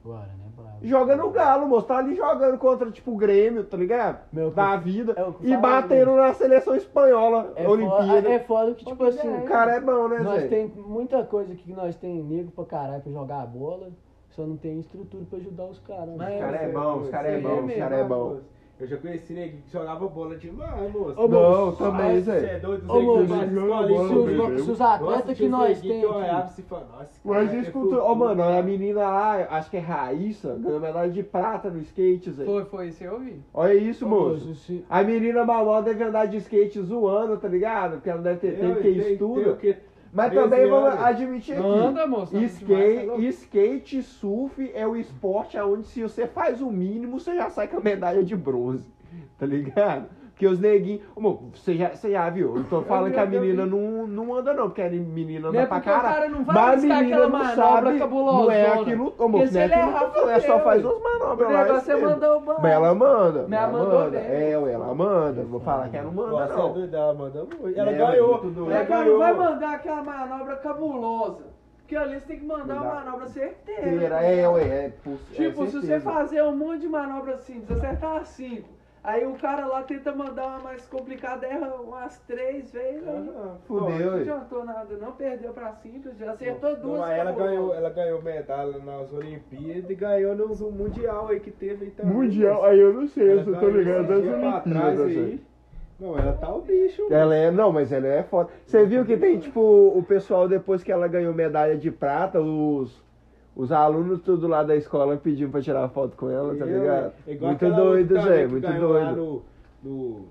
Speaker 2: Bora, né, bravo.
Speaker 3: joga no Galo, moço. Tá ali jogando contra, tipo, o Grêmio, tá ligado?
Speaker 2: Meu,
Speaker 3: Da vida.
Speaker 2: é o que eu
Speaker 3: E
Speaker 2: falo,
Speaker 3: bateram na seleção espanhola,
Speaker 2: É
Speaker 3: Olimpíada.
Speaker 2: foda, é foda que, tipo assim,
Speaker 3: O cara é bom, né,
Speaker 2: nós
Speaker 3: Zé?
Speaker 2: tem muita coisa que nós tem negro pra caralho pra jogar a bola, só não tem estrutura pra ajudar os caras.
Speaker 1: Mas-
Speaker 4: Os
Speaker 2: né?
Speaker 4: cara é bom, os
Speaker 3: Isso
Speaker 4: cara
Speaker 3: aí é
Speaker 4: os cara
Speaker 3: mesmo,
Speaker 4: moço. Eu já conheci nego que jogava bola demais, moço.
Speaker 2: Ô,
Speaker 3: Não,
Speaker 2: moço,
Speaker 3: também,
Speaker 4: Você
Speaker 3: Zé.
Speaker 4: é doido,
Speaker 2: Ô, moço,
Speaker 4: Zé, que
Speaker 3: jogou
Speaker 4: faz
Speaker 3: bola,
Speaker 2: Se
Speaker 4: escola,
Speaker 2: os,
Speaker 4: hein,
Speaker 3: bebeu.
Speaker 4: moço?
Speaker 2: se os
Speaker 4: Nossa,
Speaker 2: atletas que
Speaker 4: tinha um
Speaker 2: nós
Speaker 4: neguinho
Speaker 2: tem
Speaker 4: que eu olhava
Speaker 2: aqui,
Speaker 4: e se falava, nossa,
Speaker 3: Mas
Speaker 4: cara, é
Speaker 3: escuta, ó,
Speaker 4: futuro,
Speaker 3: mano,
Speaker 4: cara.
Speaker 3: a menina lá, acho que é Raíssa, ganhou medalha de prata no skate, Zé.
Speaker 1: Foi, foi, isso eu vi.
Speaker 3: Olha isso,
Speaker 2: ô,
Speaker 3: moço.
Speaker 2: moço, se-
Speaker 3: A menina maló deve andar de skate zoando, tá ligado? Porque ela deve ter
Speaker 4: Eu
Speaker 3: tempo que
Speaker 4: tenho- tenho
Speaker 3: estuda.
Speaker 4: que-
Speaker 3: Mas
Speaker 4: 13
Speaker 3: também vamos
Speaker 4: anos.
Speaker 3: admitir aqui.
Speaker 1: Anda, moço. anda demais, tá louco?
Speaker 3: Skate, skate e surf é o esporte onde se você faz o mínimo, você já sai com a medalha de bronze. Tá ligado? Porque os neguinhos. Ô, meu, Você já, você já viu? Eu tô falando
Speaker 1: vi,
Speaker 3: que a
Speaker 1: eu vi, eu
Speaker 3: menina não, não anda, não, porque a menina
Speaker 1: Não
Speaker 3: anda
Speaker 1: é
Speaker 3: pra
Speaker 1: porque
Speaker 3: caralho.
Speaker 1: o cara não vai
Speaker 3: Mas
Speaker 1: arriscar
Speaker 3: a menina
Speaker 1: aquela
Speaker 3: não
Speaker 1: manobra
Speaker 3: sabe,
Speaker 1: cabulosa.
Speaker 3: não é aquilo. Ô, moço,
Speaker 1: Porque
Speaker 3: não é
Speaker 1: se ele
Speaker 3: aquilo
Speaker 1: errar,
Speaker 3: tudo, é só
Speaker 1: fudeu,
Speaker 3: faz
Speaker 1: ué.
Speaker 3: umas manobras.
Speaker 1: O
Speaker 3: lá,
Speaker 1: negócio
Speaker 3: isso
Speaker 1: é
Speaker 3: mesmo.
Speaker 1: mandar o banco.
Speaker 3: Mas ela manda.
Speaker 1: Mas ela
Speaker 3: ela
Speaker 1: mandou
Speaker 3: manda.
Speaker 1: bem.
Speaker 3: É, ué, ela manda. Não vou falar que ela não manda,
Speaker 4: Nossa, é
Speaker 3: não.
Speaker 4: doida, ela manda muito. Ela
Speaker 3: É,
Speaker 4: ganhou.
Speaker 3: muito doida.
Speaker 1: O
Speaker 4: Ela
Speaker 1: cara não
Speaker 4: ganhou.
Speaker 1: vai mandar aquela manobra cabulosa. Porque ali você tem que mandar uma
Speaker 3: Mandar.
Speaker 1: manobra certeira.
Speaker 3: Inteira, É, ué, é, putz, é
Speaker 1: Tipo, se você
Speaker 3: certeza.
Speaker 1: fazer um monte de manobra simples, acertar as cinco, aí o cara lá tenta mandar uma mais complicada, erra umas três vezes, aí
Speaker 4: Aham,
Speaker 3: Fudeu,
Speaker 1: não
Speaker 3: ué.
Speaker 1: adiantou nada, não perdeu pra simples, já
Speaker 3: é
Speaker 1: acertou
Speaker 4: Não,
Speaker 1: duas.
Speaker 4: mas ela
Speaker 1: acabou.
Speaker 4: ganhou, ela ganhou medalha nas Olimpíadas e ganhou no no Mundial aí que teve aí também.
Speaker 3: Mundial, aí eu não sei,
Speaker 4: Ela
Speaker 3: eu tô
Speaker 4: ganhou
Speaker 3: ligado
Speaker 4: esse
Speaker 3: das
Speaker 4: dia pra trás
Speaker 3: Olimpíadas.
Speaker 4: aí. Não, ela tá o bicho. mano.
Speaker 3: Ela é, não, mas ela é foda. Você viu que tem, tipo, o pessoal, depois que ela ganhou medalha de prata, os, os alunos tudo lá da escola pedindo pra tirar foto com ela, tá
Speaker 4: Eu,
Speaker 3: ligado?
Speaker 4: é igual
Speaker 3: muito
Speaker 4: aquela
Speaker 3: doido,
Speaker 4: outra
Speaker 3: Zé,
Speaker 4: que
Speaker 3: muito
Speaker 4: ganhou lá
Speaker 3: doido.
Speaker 4: No, no-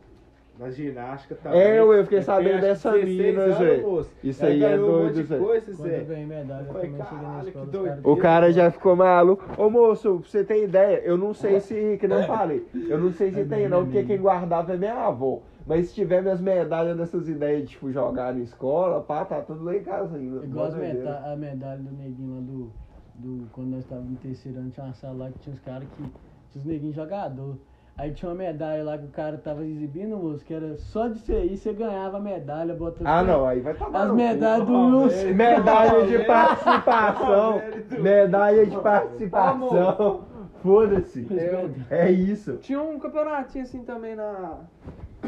Speaker 4: na ginástica também.
Speaker 3: É, eu fiquei
Speaker 4: Ela tem,
Speaker 3: sabendo
Speaker 4: acho que
Speaker 3: dessa
Speaker 4: 16
Speaker 3: mina,
Speaker 4: anos,
Speaker 3: Zé.
Speaker 4: moço.
Speaker 3: Isso
Speaker 4: Ela
Speaker 3: aí é
Speaker 4: ganhou um monte
Speaker 3: doido,
Speaker 4: de
Speaker 3: Zé.
Speaker 4: coisa,
Speaker 2: Quando eu
Speaker 4: Zé.
Speaker 2: ganhei medalha, eu
Speaker 4: Foi,
Speaker 2: também cheguei na escola.
Speaker 4: caralho, que
Speaker 2: os caras-
Speaker 4: doido.
Speaker 3: O cara já ficou maluco. Ô moço, pra você ter ideia, eu não sei se, que não falei, eu não sei se tem não, porque quem guardava é minha avó. Mas se tiver minhas medalhas dessas ideias de tipo, jogar na escola, pá, tá tudo lá em casa ainda.
Speaker 2: Igual as
Speaker 3: Mó doideira.
Speaker 2: meda- a medalha do neguinho lá do. do quando nós estávamos no terceiro ano, tinha uma sala lá que tinha uns caras que. Tinha os neguinhos jogador. Aí tinha uma medalha lá que o cara tava exibindo, moço, que era só de ser isso, você ganhava a medalha, bota
Speaker 3: Ah não, aí vai tomar
Speaker 2: As
Speaker 3: no cu.
Speaker 2: medalhas do
Speaker 4: Palmeiras.
Speaker 2: Wilson.
Speaker 3: Medalha de participação. Medalha de participação. Foda-se. É isso.
Speaker 1: Tinha um campeonatinho assim também na.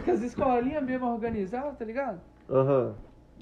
Speaker 1: Que as escolinhas mesmo organizavam, tá ligado?
Speaker 3: Aham.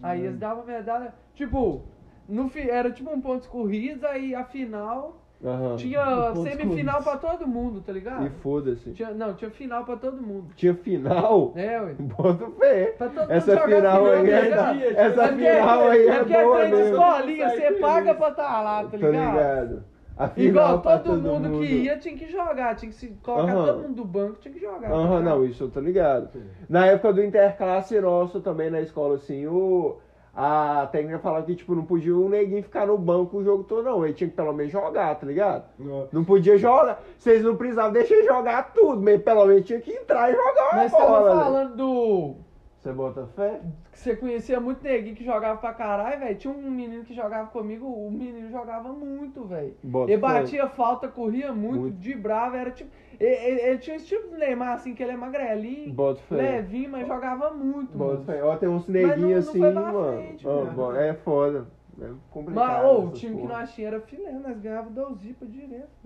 Speaker 1: Aí
Speaker 3: Né?
Speaker 1: eles davam medalha. Tipo, no fi... era tipo um ponto corrido, aí a final
Speaker 3: Aham. um
Speaker 1: tinha
Speaker 2: pontos
Speaker 1: semifinal
Speaker 2: corridos.
Speaker 1: pra todo mundo, tá
Speaker 3: E
Speaker 1: ligado?
Speaker 3: foda-se.
Speaker 1: Tinha... Não, tinha final pra todo mundo.
Speaker 3: Tinha final?
Speaker 1: É, ué.
Speaker 3: Bota fé.
Speaker 1: Pra todo
Speaker 3: Essa
Speaker 1: mundo jogar
Speaker 3: final aí
Speaker 1: tá
Speaker 3: é.
Speaker 1: ligado?
Speaker 4: dia,
Speaker 3: Essa
Speaker 1: porque-
Speaker 3: final aí é
Speaker 1: porque
Speaker 3: boa
Speaker 1: trem de
Speaker 3: mesmo.
Speaker 1: escolinha,
Speaker 4: Sai
Speaker 1: você
Speaker 4: feliz.
Speaker 1: paga pra tá lá, tá
Speaker 3: Tá
Speaker 1: ligado?
Speaker 3: ligado? A final
Speaker 1: Igual
Speaker 3: pra
Speaker 1: todo, mundo, que ia tinha que jogar, tinha que se colocar
Speaker 3: Aham.
Speaker 1: todo mundo do banco, tinha que jogar. tá
Speaker 3: Aham,
Speaker 1: ligado?
Speaker 3: não, isso eu tô ligado. Na época do interclasse nosso também na escola, assim, o. A técnica falava que, tipo, não podia o neguinho ficar no banco o jogo todo, não. Ele tinha que pelo menos jogar, tá ligado?
Speaker 4: No-
Speaker 3: Não podia jogar. Vocês não precisavam deixar ele jogar tudo, mas pelo menos tinha que entrar e jogar uma
Speaker 1: Nós
Speaker 3: bola.
Speaker 1: tava
Speaker 3: né?
Speaker 1: falando do.
Speaker 3: Você bota fé?
Speaker 1: que você conhecia muito neguinho que jogava pra caralho, velho. Tinha um menino que jogava comigo, o menino jogava muito, velho.
Speaker 3: Bota
Speaker 1: Ele
Speaker 3: fé.
Speaker 1: batia falta, corria muito,
Speaker 3: Muito.
Speaker 1: de brava, era tipo. Ele, ele- ele tinha esse tipo de Neymar, assim, que ele é magrelinho,
Speaker 3: Bota fé.
Speaker 1: levinho, mas jogava muito,
Speaker 3: Bota
Speaker 1: mano.
Speaker 3: fé. Ó, tem uns
Speaker 1: né? Mas não- não
Speaker 3: neguinhos assim,
Speaker 1: foi pra
Speaker 3: mano.
Speaker 1: frente,
Speaker 3: Ó,
Speaker 1: né?
Speaker 3: bom, é foda. É complicado.
Speaker 1: Mas, ô, o
Speaker 3: essas
Speaker 1: time que
Speaker 3: porra.
Speaker 1: nós tínhamos era filé, nós ganhávamos 12 zipas direto.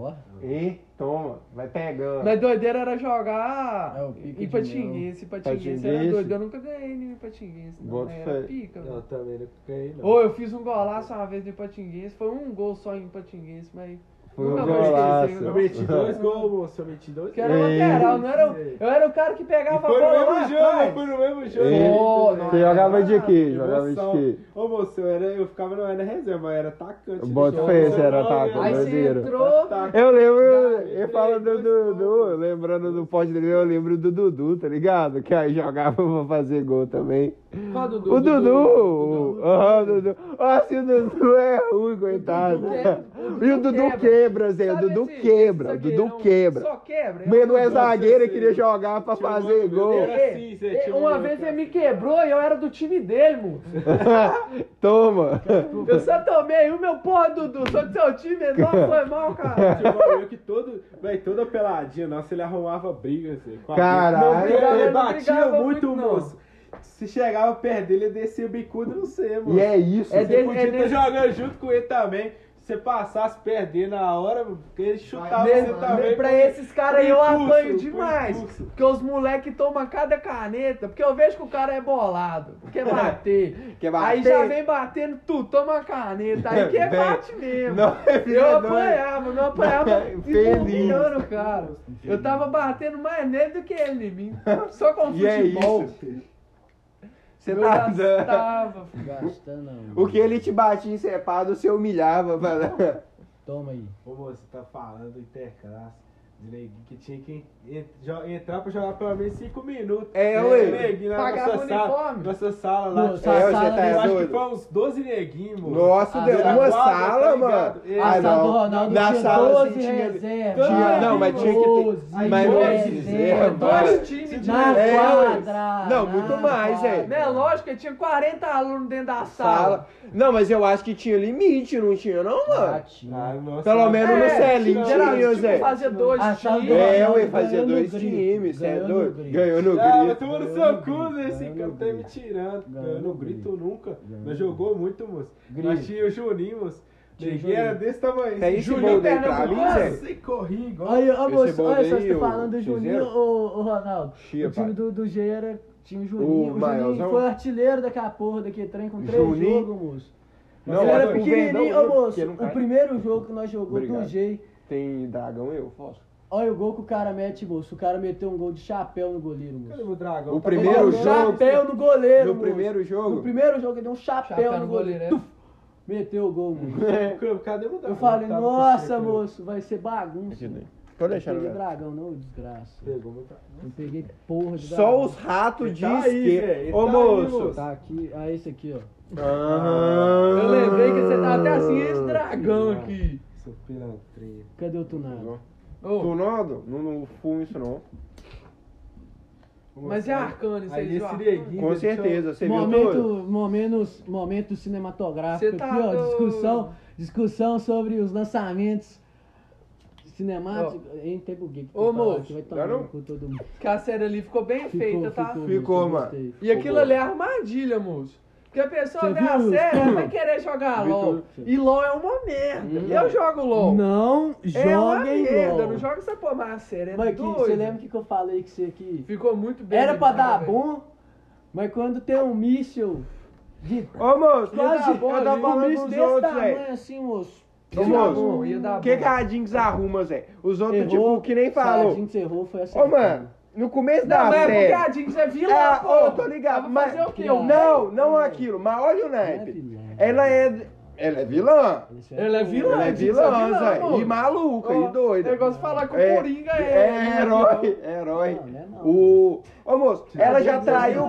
Speaker 2: Ó,
Speaker 3: Ih, toma, vai pegando.
Speaker 1: Mas doideira era jogar
Speaker 2: É, o pique de
Speaker 1: Ipatinguense, Ipatinguense era
Speaker 3: Ipatinguense.
Speaker 1: doido. Eu nunca ganhei nenhum Ipatinguense, não.
Speaker 3: Bota
Speaker 1: mas
Speaker 3: fé. Ah,
Speaker 1: Era pica,
Speaker 4: Não,
Speaker 1: mano.
Speaker 4: também não ganhei, não.
Speaker 1: Ou eu fiz um golaço uma vez no Ipatinguense, foi um gol só em Ipatinguense, mas.
Speaker 3: Foi um
Speaker 1: nunca vou esquecer,
Speaker 3: golaço.
Speaker 4: Eu meti dois gols, moço. Eu meti dois
Speaker 1: Que era
Speaker 3: Ei.
Speaker 1: lateral, não era. o-
Speaker 4: Ei.
Speaker 1: Eu era o cara que
Speaker 4: E
Speaker 1: pegava a
Speaker 4: foi no
Speaker 1: bola.
Speaker 4: mesmo
Speaker 1: lá
Speaker 4: jogo,
Speaker 1: atrás.
Speaker 4: foi no
Speaker 3: Ei.
Speaker 4: mesmo
Speaker 1: Ô,
Speaker 4: jogo.
Speaker 1: não,
Speaker 3: Você jogava de quê? Jogava de
Speaker 4: Emoção.
Speaker 3: quê?
Speaker 4: Ô moço, eu, era, eu ficava não era reserva, eu era atacante.
Speaker 3: Bota
Speaker 4: Deixa eu-
Speaker 3: fé,
Speaker 4: eu
Speaker 3: você era
Speaker 4: não,
Speaker 3: atacante,
Speaker 4: eu-
Speaker 1: Aí você
Speaker 3: Doideira.
Speaker 1: entrou.
Speaker 4: Ataque.
Speaker 3: Eu lembro, eu,
Speaker 4: Três,
Speaker 3: eu falo do
Speaker 4: dois
Speaker 3: Dudu,
Speaker 4: gols.
Speaker 3: lembrando do pódio dele, eu lembro do Dudu, tá ligado? Que aí jogava pra fazer gol também.
Speaker 1: Qual é Dudu?
Speaker 3: O Dudu! Aham, o Dudu. Nossa, o Dudu é ruim, coitado.
Speaker 1: quebra, o
Speaker 3: E o Dudu
Speaker 1: Dudu
Speaker 3: quebra, Zé. O
Speaker 1: Sabe assim,
Speaker 3: Dudu
Speaker 1: esse-
Speaker 3: quebra, o
Speaker 1: esse
Speaker 3: Dudu
Speaker 1: zagueirão
Speaker 3: quebra.
Speaker 1: é um Só quebra.
Speaker 3: Mas não é
Speaker 4: Nossa,
Speaker 3: zagueiro,
Speaker 4: eu
Speaker 3: ele queria
Speaker 4: sei.
Speaker 3: jogar pra
Speaker 4: Tinha um
Speaker 3: fazer
Speaker 4: outro,
Speaker 3: gol.
Speaker 4: era
Speaker 1: Ei,
Speaker 4: assim, Zé,
Speaker 1: ei,
Speaker 4: tinha um
Speaker 1: uma
Speaker 4: outro
Speaker 1: vez
Speaker 4: cara.
Speaker 1: ele me quebrou e eu era do time dele, mano.
Speaker 3: Toma!
Speaker 1: Eu só tomei o meu porra, Dudu. Sou do seu time, é nóis, foi mal, cara.
Speaker 4: Tipo, eu que todo, véi, toda peladinha, nossa, ele arrumava briga, assim, com a
Speaker 3: Caralho.
Speaker 4: Não brigava,
Speaker 1: Ele
Speaker 4: ele
Speaker 1: brigava
Speaker 4: batia
Speaker 1: muito,
Speaker 4: muito,
Speaker 1: não.
Speaker 4: moço. Se chegava perto dele, ele descia o bicudo, não sei, mano.
Speaker 3: E é isso.
Speaker 1: É
Speaker 4: Você
Speaker 1: dele-
Speaker 4: podia
Speaker 1: é
Speaker 4: estar
Speaker 1: dele-
Speaker 4: jogando junto com ele também. Você você passasse perdendo a hora, porque ele chutava
Speaker 1: Nesse-
Speaker 4: você também.
Speaker 1: pra esses caras aí eu
Speaker 4: pro impulso,
Speaker 1: apanho
Speaker 4: pro
Speaker 1: demais.
Speaker 4: impulso.
Speaker 1: Porque os moleques tomam cada caneta. Porque eu vejo que o cara é bolado. Quer bater.
Speaker 7: Quer bater?
Speaker 1: Aí já vem batendo tu, toma a caneta. Aí que é
Speaker 3: Vem.
Speaker 1: bate mesmo.
Speaker 3: Não,
Speaker 1: eu apanhava, não apanhava
Speaker 3: Feliz.
Speaker 1: empurrando o cara. Eu tava batendo mais nele do que ele em mim. Só com
Speaker 3: E é
Speaker 1: futebol.
Speaker 3: isso.
Speaker 1: Você
Speaker 3: tá
Speaker 1: gastava.
Speaker 2: Gasta não.
Speaker 3: O que ele te batia em sepado, você humilhava, mano. É,
Speaker 2: Toma aí.
Speaker 4: Ô moço, tá falando do interclasse. De neguinho que tinha que en- jo- entrar pra jogar pelo menos 5 minutos.
Speaker 3: É,
Speaker 4: Tinha
Speaker 3: ué.
Speaker 4: neguinho na
Speaker 1: Pagava
Speaker 4: nossa sala,
Speaker 1: uniforme.
Speaker 4: nossa sala lá.
Speaker 2: Nossa,
Speaker 3: É,
Speaker 2: a sala
Speaker 3: você tá
Speaker 4: eu
Speaker 2: desse-
Speaker 4: acho que
Speaker 3: doido.
Speaker 4: foi uns 12 neguinhos, moço.
Speaker 3: Nossa,
Speaker 2: Ah,
Speaker 3: deu
Speaker 2: tá
Speaker 3: uma
Speaker 4: ligado,
Speaker 3: sala,
Speaker 4: tá
Speaker 3: mano.
Speaker 4: ligado.
Speaker 2: A
Speaker 4: Ah,
Speaker 2: sala
Speaker 3: não.
Speaker 2: do Ronaldo
Speaker 3: Na
Speaker 2: tinha
Speaker 3: sala,
Speaker 2: 12
Speaker 3: assim, tinha-
Speaker 2: reservas.
Speaker 3: Tinha- não, mas tinha que ter-
Speaker 2: 12
Speaker 3: mas-
Speaker 2: reservas.
Speaker 1: Dois times de
Speaker 2: Na
Speaker 3: É,
Speaker 2: quadra.
Speaker 3: não,
Speaker 2: na
Speaker 3: muito mais,
Speaker 2: quadra.
Speaker 3: é.
Speaker 1: Né, lógico, que tinha 40 alunos dentro da
Speaker 2: tá?
Speaker 3: Sala.
Speaker 1: sala.
Speaker 3: Não, mas eu acho que tinha limite, não tinha, não,
Speaker 2: Ah,
Speaker 3: mano?
Speaker 2: tinha.
Speaker 4: nossa,
Speaker 3: Pelo
Speaker 4: mas- é,
Speaker 3: menos no Celim
Speaker 1: Geralmente,
Speaker 3: tinha,
Speaker 1: tipo,
Speaker 3: Zé.
Speaker 1: fazia dois
Speaker 2: A Ah, sala do
Speaker 1: times.
Speaker 3: É,
Speaker 2: Ganhou
Speaker 3: eu ia
Speaker 2: no
Speaker 3: fazer dois
Speaker 2: grito,
Speaker 3: times, você é
Speaker 2: ganhou no
Speaker 3: doido?
Speaker 2: grito.
Speaker 3: Ganhou no
Speaker 4: Ah, vai
Speaker 3: grito.
Speaker 4: tomar no
Speaker 2: Ganhou
Speaker 4: seu
Speaker 2: no
Speaker 4: cu,
Speaker 2: grito,
Speaker 4: né? Esse
Speaker 2: ganhou
Speaker 4: cara
Speaker 2: no
Speaker 4: tá me
Speaker 2: grito.
Speaker 4: tirando.
Speaker 2: Ganhou
Speaker 4: Eu não
Speaker 2: no
Speaker 4: grito
Speaker 2: grito.
Speaker 4: nunca.
Speaker 2: Ganhou
Speaker 4: Mas
Speaker 2: no
Speaker 4: jogou muito, moço.
Speaker 2: Grito.
Speaker 4: Nós tinha o Juninho, moço.
Speaker 2: Tinha o
Speaker 4: Neguinho era
Speaker 2: Juninho.
Speaker 4: desse tamanho.
Speaker 3: Tem esse
Speaker 4: Juninho
Speaker 3: bolo aí pra
Speaker 4: Pernambuco,
Speaker 3: mim, Zé?
Speaker 4: nossa, e corri igual.
Speaker 2: Olha, olha,
Speaker 3: Esse
Speaker 2: moço,
Speaker 3: bolo
Speaker 2: olha só,
Speaker 3: aí,
Speaker 2: você tá
Speaker 3: o
Speaker 2: falando do Juninho,
Speaker 3: Cruzeiro?
Speaker 2: ô, ô, Ronaldo.
Speaker 3: Chia,
Speaker 2: o time
Speaker 3: pai.
Speaker 2: do, do G era, tinha o Juninho. O,
Speaker 3: maiorzão?
Speaker 2: Juninho foi artilheiro daquela porra daquele trem com três
Speaker 3: Juninho?
Speaker 2: jogos, moço.
Speaker 3: Não,
Speaker 2: ele
Speaker 3: mas
Speaker 2: era
Speaker 3: o
Speaker 2: é pequenininho,
Speaker 3: Vendão,
Speaker 2: ô moço.
Speaker 3: porque não
Speaker 2: O
Speaker 3: cai.
Speaker 2: primeiro jogo que nós jogamos do
Speaker 3: Obrigado.
Speaker 2: G,
Speaker 3: Tem dragão eu, Fausto?
Speaker 2: olha o gol que o cara mete, moço. O cara meteu um gol de chapéu no goleiro,
Speaker 4: Cadê
Speaker 2: moço.
Speaker 4: o dragão?
Speaker 3: O
Speaker 4: Tá
Speaker 3: primeiro
Speaker 2: Ele
Speaker 4: bom,
Speaker 2: deu um
Speaker 3: jogo-
Speaker 2: Chapéu no goleiro,
Speaker 3: No
Speaker 2: moço.
Speaker 3: primeiro jogo?
Speaker 2: No primeiro jogo, ele deu um chapéu,
Speaker 1: Chapéu
Speaker 2: no
Speaker 1: no
Speaker 2: goleiro.
Speaker 1: goleiro, né?
Speaker 2: Tuf! meteu o gol, moço.
Speaker 4: Cadê o dragão?
Speaker 2: Eu falei,
Speaker 3: Tá
Speaker 4: Tava com
Speaker 2: nossa,
Speaker 4: seca, né?
Speaker 2: moço, vai ser bagunça.
Speaker 3: Tô
Speaker 2: Não
Speaker 3: deixando.
Speaker 2: peguei
Speaker 3: velho.
Speaker 2: dragão, não, desgraça.
Speaker 4: Pegou meu dragão.
Speaker 2: Não peguei porra de dragão.
Speaker 3: Só os ratos
Speaker 4: Ele
Speaker 3: de
Speaker 4: tá aí, velho,
Speaker 3: esquerda.
Speaker 4: ele
Speaker 3: Ô,
Speaker 4: tá aí,
Speaker 3: moço.
Speaker 4: moço.
Speaker 2: Tá aqui, ah, esse aqui, ó.
Speaker 3: Ah.
Speaker 1: Eu lembrei que você tá até assim,
Speaker 2: Ah.
Speaker 1: esse dragão aqui.
Speaker 4: Seu pilantrinho.
Speaker 2: Cadê o tunado?
Speaker 1: Ô,
Speaker 3: Tunado? Não, não fumo isso, não.
Speaker 1: mas é arcano isso aí,
Speaker 4: Aí
Speaker 1: viu,
Speaker 4: esse
Speaker 1: Arcano?
Speaker 4: neguinho.
Speaker 3: Com
Speaker 4: ele tinha-
Speaker 3: certeza, você viu tudo?
Speaker 2: Momento, momentos, momento cinematográfico
Speaker 1: Cê tá
Speaker 2: aqui, ó.
Speaker 1: doido.
Speaker 2: Discussão, discussão sobre os lançamentos cinemáticos. Hein, tem buguei. que eu
Speaker 1: Ô,
Speaker 2: vou falar
Speaker 1: moço,
Speaker 2: que vai
Speaker 3: dá não?
Speaker 2: tomar com todo mundo.
Speaker 1: Que a série ali ficou bem feita, tá?
Speaker 3: Ficou,
Speaker 2: eu
Speaker 3: mano.
Speaker 2: gostei.
Speaker 1: E aquilo ali é armadilha, moço. Porque a pessoa
Speaker 2: Você
Speaker 1: vê a
Speaker 2: viu?
Speaker 1: série, ela vai querer jogar
Speaker 2: Você viu
Speaker 1: LOL.
Speaker 2: tudo?
Speaker 1: E LOL é uma merda. Eu jogo LOL.
Speaker 2: Não
Speaker 1: é uma
Speaker 2: joguem
Speaker 1: merda. Não
Speaker 2: LOL.
Speaker 1: joga essa porra, mas a série é
Speaker 2: Mas que,
Speaker 1: doida.
Speaker 2: você lembra o que, que eu falei que você aqui...
Speaker 1: Ficou muito bem.
Speaker 2: Era pra dar
Speaker 1: velho.
Speaker 2: bom, mas quando tem um míssil de
Speaker 3: Ô, moço,
Speaker 2: quase
Speaker 3: eu tava
Speaker 2: um
Speaker 3: falando
Speaker 2: míssil
Speaker 3: dos
Speaker 2: desse
Speaker 3: outros,
Speaker 2: tamanho
Speaker 3: velho.
Speaker 2: assim, moço.
Speaker 3: Ô, moço,
Speaker 1: ia dar
Speaker 3: o
Speaker 1: bom.
Speaker 3: que que a Jinx arruma, Zé? Os
Speaker 1: um
Speaker 3: outros,
Speaker 2: Errou,
Speaker 3: tipo, que nem
Speaker 2: A
Speaker 3: falou.
Speaker 2: gente errou, foi assim.
Speaker 3: Ô, mano, no começo
Speaker 1: Não,
Speaker 3: da
Speaker 1: mas é
Speaker 3: série...
Speaker 1: porque a Jinx é vilã,
Speaker 3: Ah,
Speaker 1: pô.
Speaker 3: ô, tô ligado,
Speaker 1: Ela vai
Speaker 3: mas...
Speaker 1: fazer o quê?
Speaker 2: Não.
Speaker 1: O Ned?
Speaker 3: Não, não aquilo, mas olha o naipe. Ela é... Ela é vilã.
Speaker 1: Ela é vilã,
Speaker 3: Ela é
Speaker 1: a Jinx
Speaker 3: vilã,
Speaker 1: vilã,
Speaker 3: Zé.
Speaker 1: moço.
Speaker 3: E maluca,
Speaker 1: Ó,
Speaker 3: e doida.
Speaker 1: É igual você falar que o
Speaker 3: É,
Speaker 1: Coringa é...
Speaker 3: É herói, é herói.
Speaker 2: Não, não é não.
Speaker 3: O... Ô moço, ela já
Speaker 2: Não, não é
Speaker 3: traiu
Speaker 2: não.
Speaker 3: o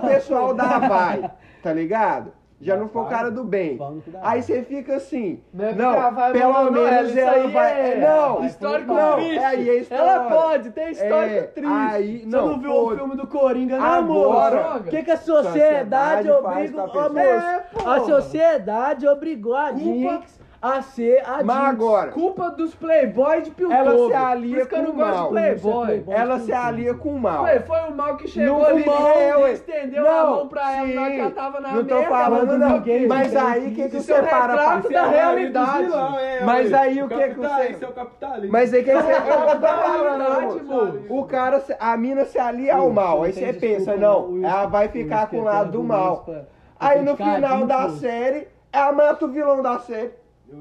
Speaker 3: pessoal da Vai, tá ligado? Já não foi o
Speaker 4: Vai.
Speaker 3: cara do bem.
Speaker 2: Falando que dá
Speaker 3: Aí você fica assim.
Speaker 1: Não é porque ela
Speaker 3: Não,
Speaker 1: vai
Speaker 3: pelo
Speaker 1: mandar, não,
Speaker 3: menos
Speaker 1: isso
Speaker 3: ela
Speaker 1: aí
Speaker 3: vai.
Speaker 1: é
Speaker 3: Não,
Speaker 1: Histórico
Speaker 3: não,
Speaker 1: triste.
Speaker 3: é aí a história.
Speaker 1: Ela pode, tem histórico
Speaker 3: É,
Speaker 1: triste.
Speaker 3: aí-
Speaker 2: Você
Speaker 3: não,
Speaker 2: não, viu
Speaker 3: foi.
Speaker 2: o filme do Coringa,
Speaker 1: né,
Speaker 2: não,
Speaker 3: Agora,
Speaker 2: moço? O que, que a sociedade
Speaker 3: sociedade faz
Speaker 2: obriga,
Speaker 3: pra
Speaker 2: ô,
Speaker 3: pessoa?
Speaker 2: moço?
Speaker 1: É,
Speaker 2: a
Speaker 1: porra.
Speaker 2: sociedade obrigou a
Speaker 1: Culpa-
Speaker 2: Jinx a ser a Jinx.
Speaker 3: Mas agora,
Speaker 1: Culpa dos playboy de Piltover.
Speaker 3: Ela se
Speaker 1: Por
Speaker 3: alia
Speaker 1: isso que eu
Speaker 3: com
Speaker 1: não
Speaker 3: o
Speaker 1: gosto de
Speaker 3: mal.
Speaker 1: playboy. É,
Speaker 2: Isso
Speaker 3: Ela se alia com o mal.
Speaker 1: Ué, foi o mal que chegou
Speaker 3: Não,
Speaker 1: ali,
Speaker 3: o mal, é,
Speaker 1: ele
Speaker 3: ué.
Speaker 1: estendeu a
Speaker 3: Não,
Speaker 1: mão pra ela,
Speaker 3: sim.
Speaker 1: na hora que ela tava na
Speaker 3: Não tô
Speaker 1: merda,
Speaker 3: falando,
Speaker 1: ela
Speaker 3: não.
Speaker 1: fez.
Speaker 3: Mas aí, o que que
Speaker 1: Isso
Speaker 3: você
Speaker 1: é um
Speaker 3: para pra
Speaker 1: retrato
Speaker 3: pensar?
Speaker 1: da
Speaker 4: É, ele dos
Speaker 1: realidade.
Speaker 4: vilão, é,
Speaker 3: Mas
Speaker 4: ué.
Speaker 3: aí, o que que
Speaker 4: Capitalismo,
Speaker 3: você-
Speaker 4: seu capitalismo.
Speaker 3: Mas aí que você eu tô falando,
Speaker 1: Verdade,
Speaker 3: moço.
Speaker 1: moço.
Speaker 3: tipo, O cara, se- a mina se alia ao
Speaker 2: Wilson,
Speaker 3: mal. Aí
Speaker 2: tem
Speaker 3: você
Speaker 2: desculpa,
Speaker 3: pensa,
Speaker 2: o
Speaker 3: não,
Speaker 2: Wilson-
Speaker 3: ela vai
Speaker 2: o
Speaker 3: ficar
Speaker 2: Wilson
Speaker 3: com o
Speaker 2: tem
Speaker 3: lado do
Speaker 2: argumentos
Speaker 3: mal.
Speaker 2: pra- pra
Speaker 3: Aí no
Speaker 2: criticar a
Speaker 3: final
Speaker 2: Jinx,
Speaker 3: da
Speaker 2: moço.
Speaker 3: série, ela mata o vilão da série.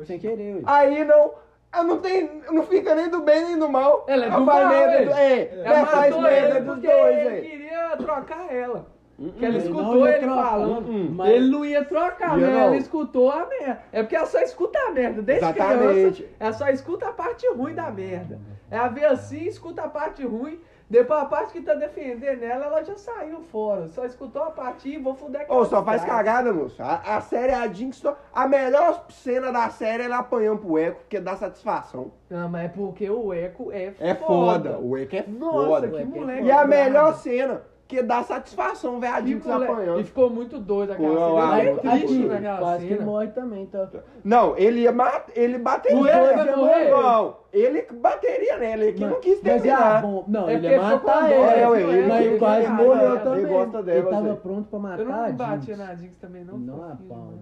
Speaker 2: Sem querer,
Speaker 1: Ah,
Speaker 2: ué.
Speaker 3: Aí não. ela não tem. Não fica nem do bem nem do mal.
Speaker 1: Ela é do
Speaker 3: faz
Speaker 1: mal,
Speaker 3: merda
Speaker 1: ele.
Speaker 3: do- É,
Speaker 1: Ela
Speaker 3: ela faz
Speaker 1: matou ele
Speaker 3: merda dos
Speaker 1: porque
Speaker 3: dois, Hum,
Speaker 1: ele
Speaker 3: é.
Speaker 1: queria trocar ela. Porque ela
Speaker 2: Ele não
Speaker 1: escutou
Speaker 2: ia
Speaker 1: ele
Speaker 2: trocar,
Speaker 1: falando.
Speaker 2: hum, mas-
Speaker 1: Ele não ia trocar,
Speaker 3: Ia
Speaker 1: mas
Speaker 3: não.
Speaker 1: ela escutou a merda. É porque ela só escuta a merda. Desde
Speaker 3: Exatamente.
Speaker 1: criança, ela só escuta a parte ruim da merda. Ela vê assim, escuta a parte ruim. Depois a parte que tá defendendo ela, ela já saiu fora. Só escutou a parte e vou fuder
Speaker 3: Ô,
Speaker 1: aquela
Speaker 3: só faz
Speaker 1: desgraça.
Speaker 3: cagada, moço. A, a série, a Jinx, só- a melhor cena da série é ela apanhando pro Eco, porque dá satisfação.
Speaker 1: Não, mas é porque o eco é foda.
Speaker 3: É foda. O Eco é
Speaker 1: Nossa,
Speaker 3: foda.
Speaker 1: que moleque.
Speaker 3: E a
Speaker 1: brabo.
Speaker 3: melhor cena, que dá satisfação ver a
Speaker 1: Que
Speaker 3: Jinx
Speaker 1: moleque- E
Speaker 3: apanhando.
Speaker 1: ficou muito doido aquela
Speaker 3: Pô, lá,
Speaker 1: cena. Eu
Speaker 3: mano,
Speaker 1: fiquei
Speaker 3: tá
Speaker 1: triste
Speaker 3: doido.
Speaker 1: naquela
Speaker 2: Quase que
Speaker 1: cena.
Speaker 2: morre também, tá?
Speaker 3: Não, ele ia matar. Ele bateria.
Speaker 1: O Eco ia morrer?
Speaker 3: Não, ele que bateria nela, ele que não quis
Speaker 2: Mas é
Speaker 3: terminar.
Speaker 2: bom. Não,
Speaker 1: É
Speaker 2: ele
Speaker 1: porque
Speaker 2: ia
Speaker 1: ele ficou com
Speaker 2: matar
Speaker 1: dó, assim, né?
Speaker 2: ela.
Speaker 3: é, ué, ele
Speaker 2: mas
Speaker 3: queria
Speaker 2: ele quase
Speaker 3: matar
Speaker 2: morreu
Speaker 3: ela.
Speaker 2: também.
Speaker 3: Ele gosta
Speaker 2: ele
Speaker 3: dela,
Speaker 2: tava
Speaker 3: Zé.
Speaker 2: pronto pra matar
Speaker 1: Eu né?
Speaker 2: a
Speaker 1: não né? batia
Speaker 2: Jinx.
Speaker 1: na Jinx também, não.
Speaker 2: Não a
Speaker 1: Filho,
Speaker 2: pau.
Speaker 1: né?
Speaker 2: né?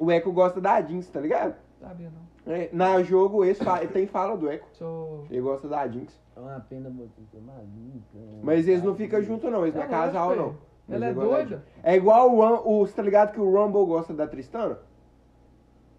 Speaker 3: O Eco gosta da Jeans, tá ligado?
Speaker 1: Sabia não.
Speaker 3: É, Na jogo, esse fa- tem fala do Eco.
Speaker 1: Sou.
Speaker 3: Ele gosta da Jinx.
Speaker 2: É uma pena você né? ser maluca.
Speaker 3: Mas eles não ficam juntos, não. Eles não é
Speaker 1: É
Speaker 3: casal,
Speaker 1: lógico,
Speaker 3: não. Mas
Speaker 1: Ela é
Speaker 3: ele gosta da Jinx.
Speaker 1: doida?
Speaker 3: É igual o, Rum- o. Você tá ligado que o Rumble gosta da Tristana?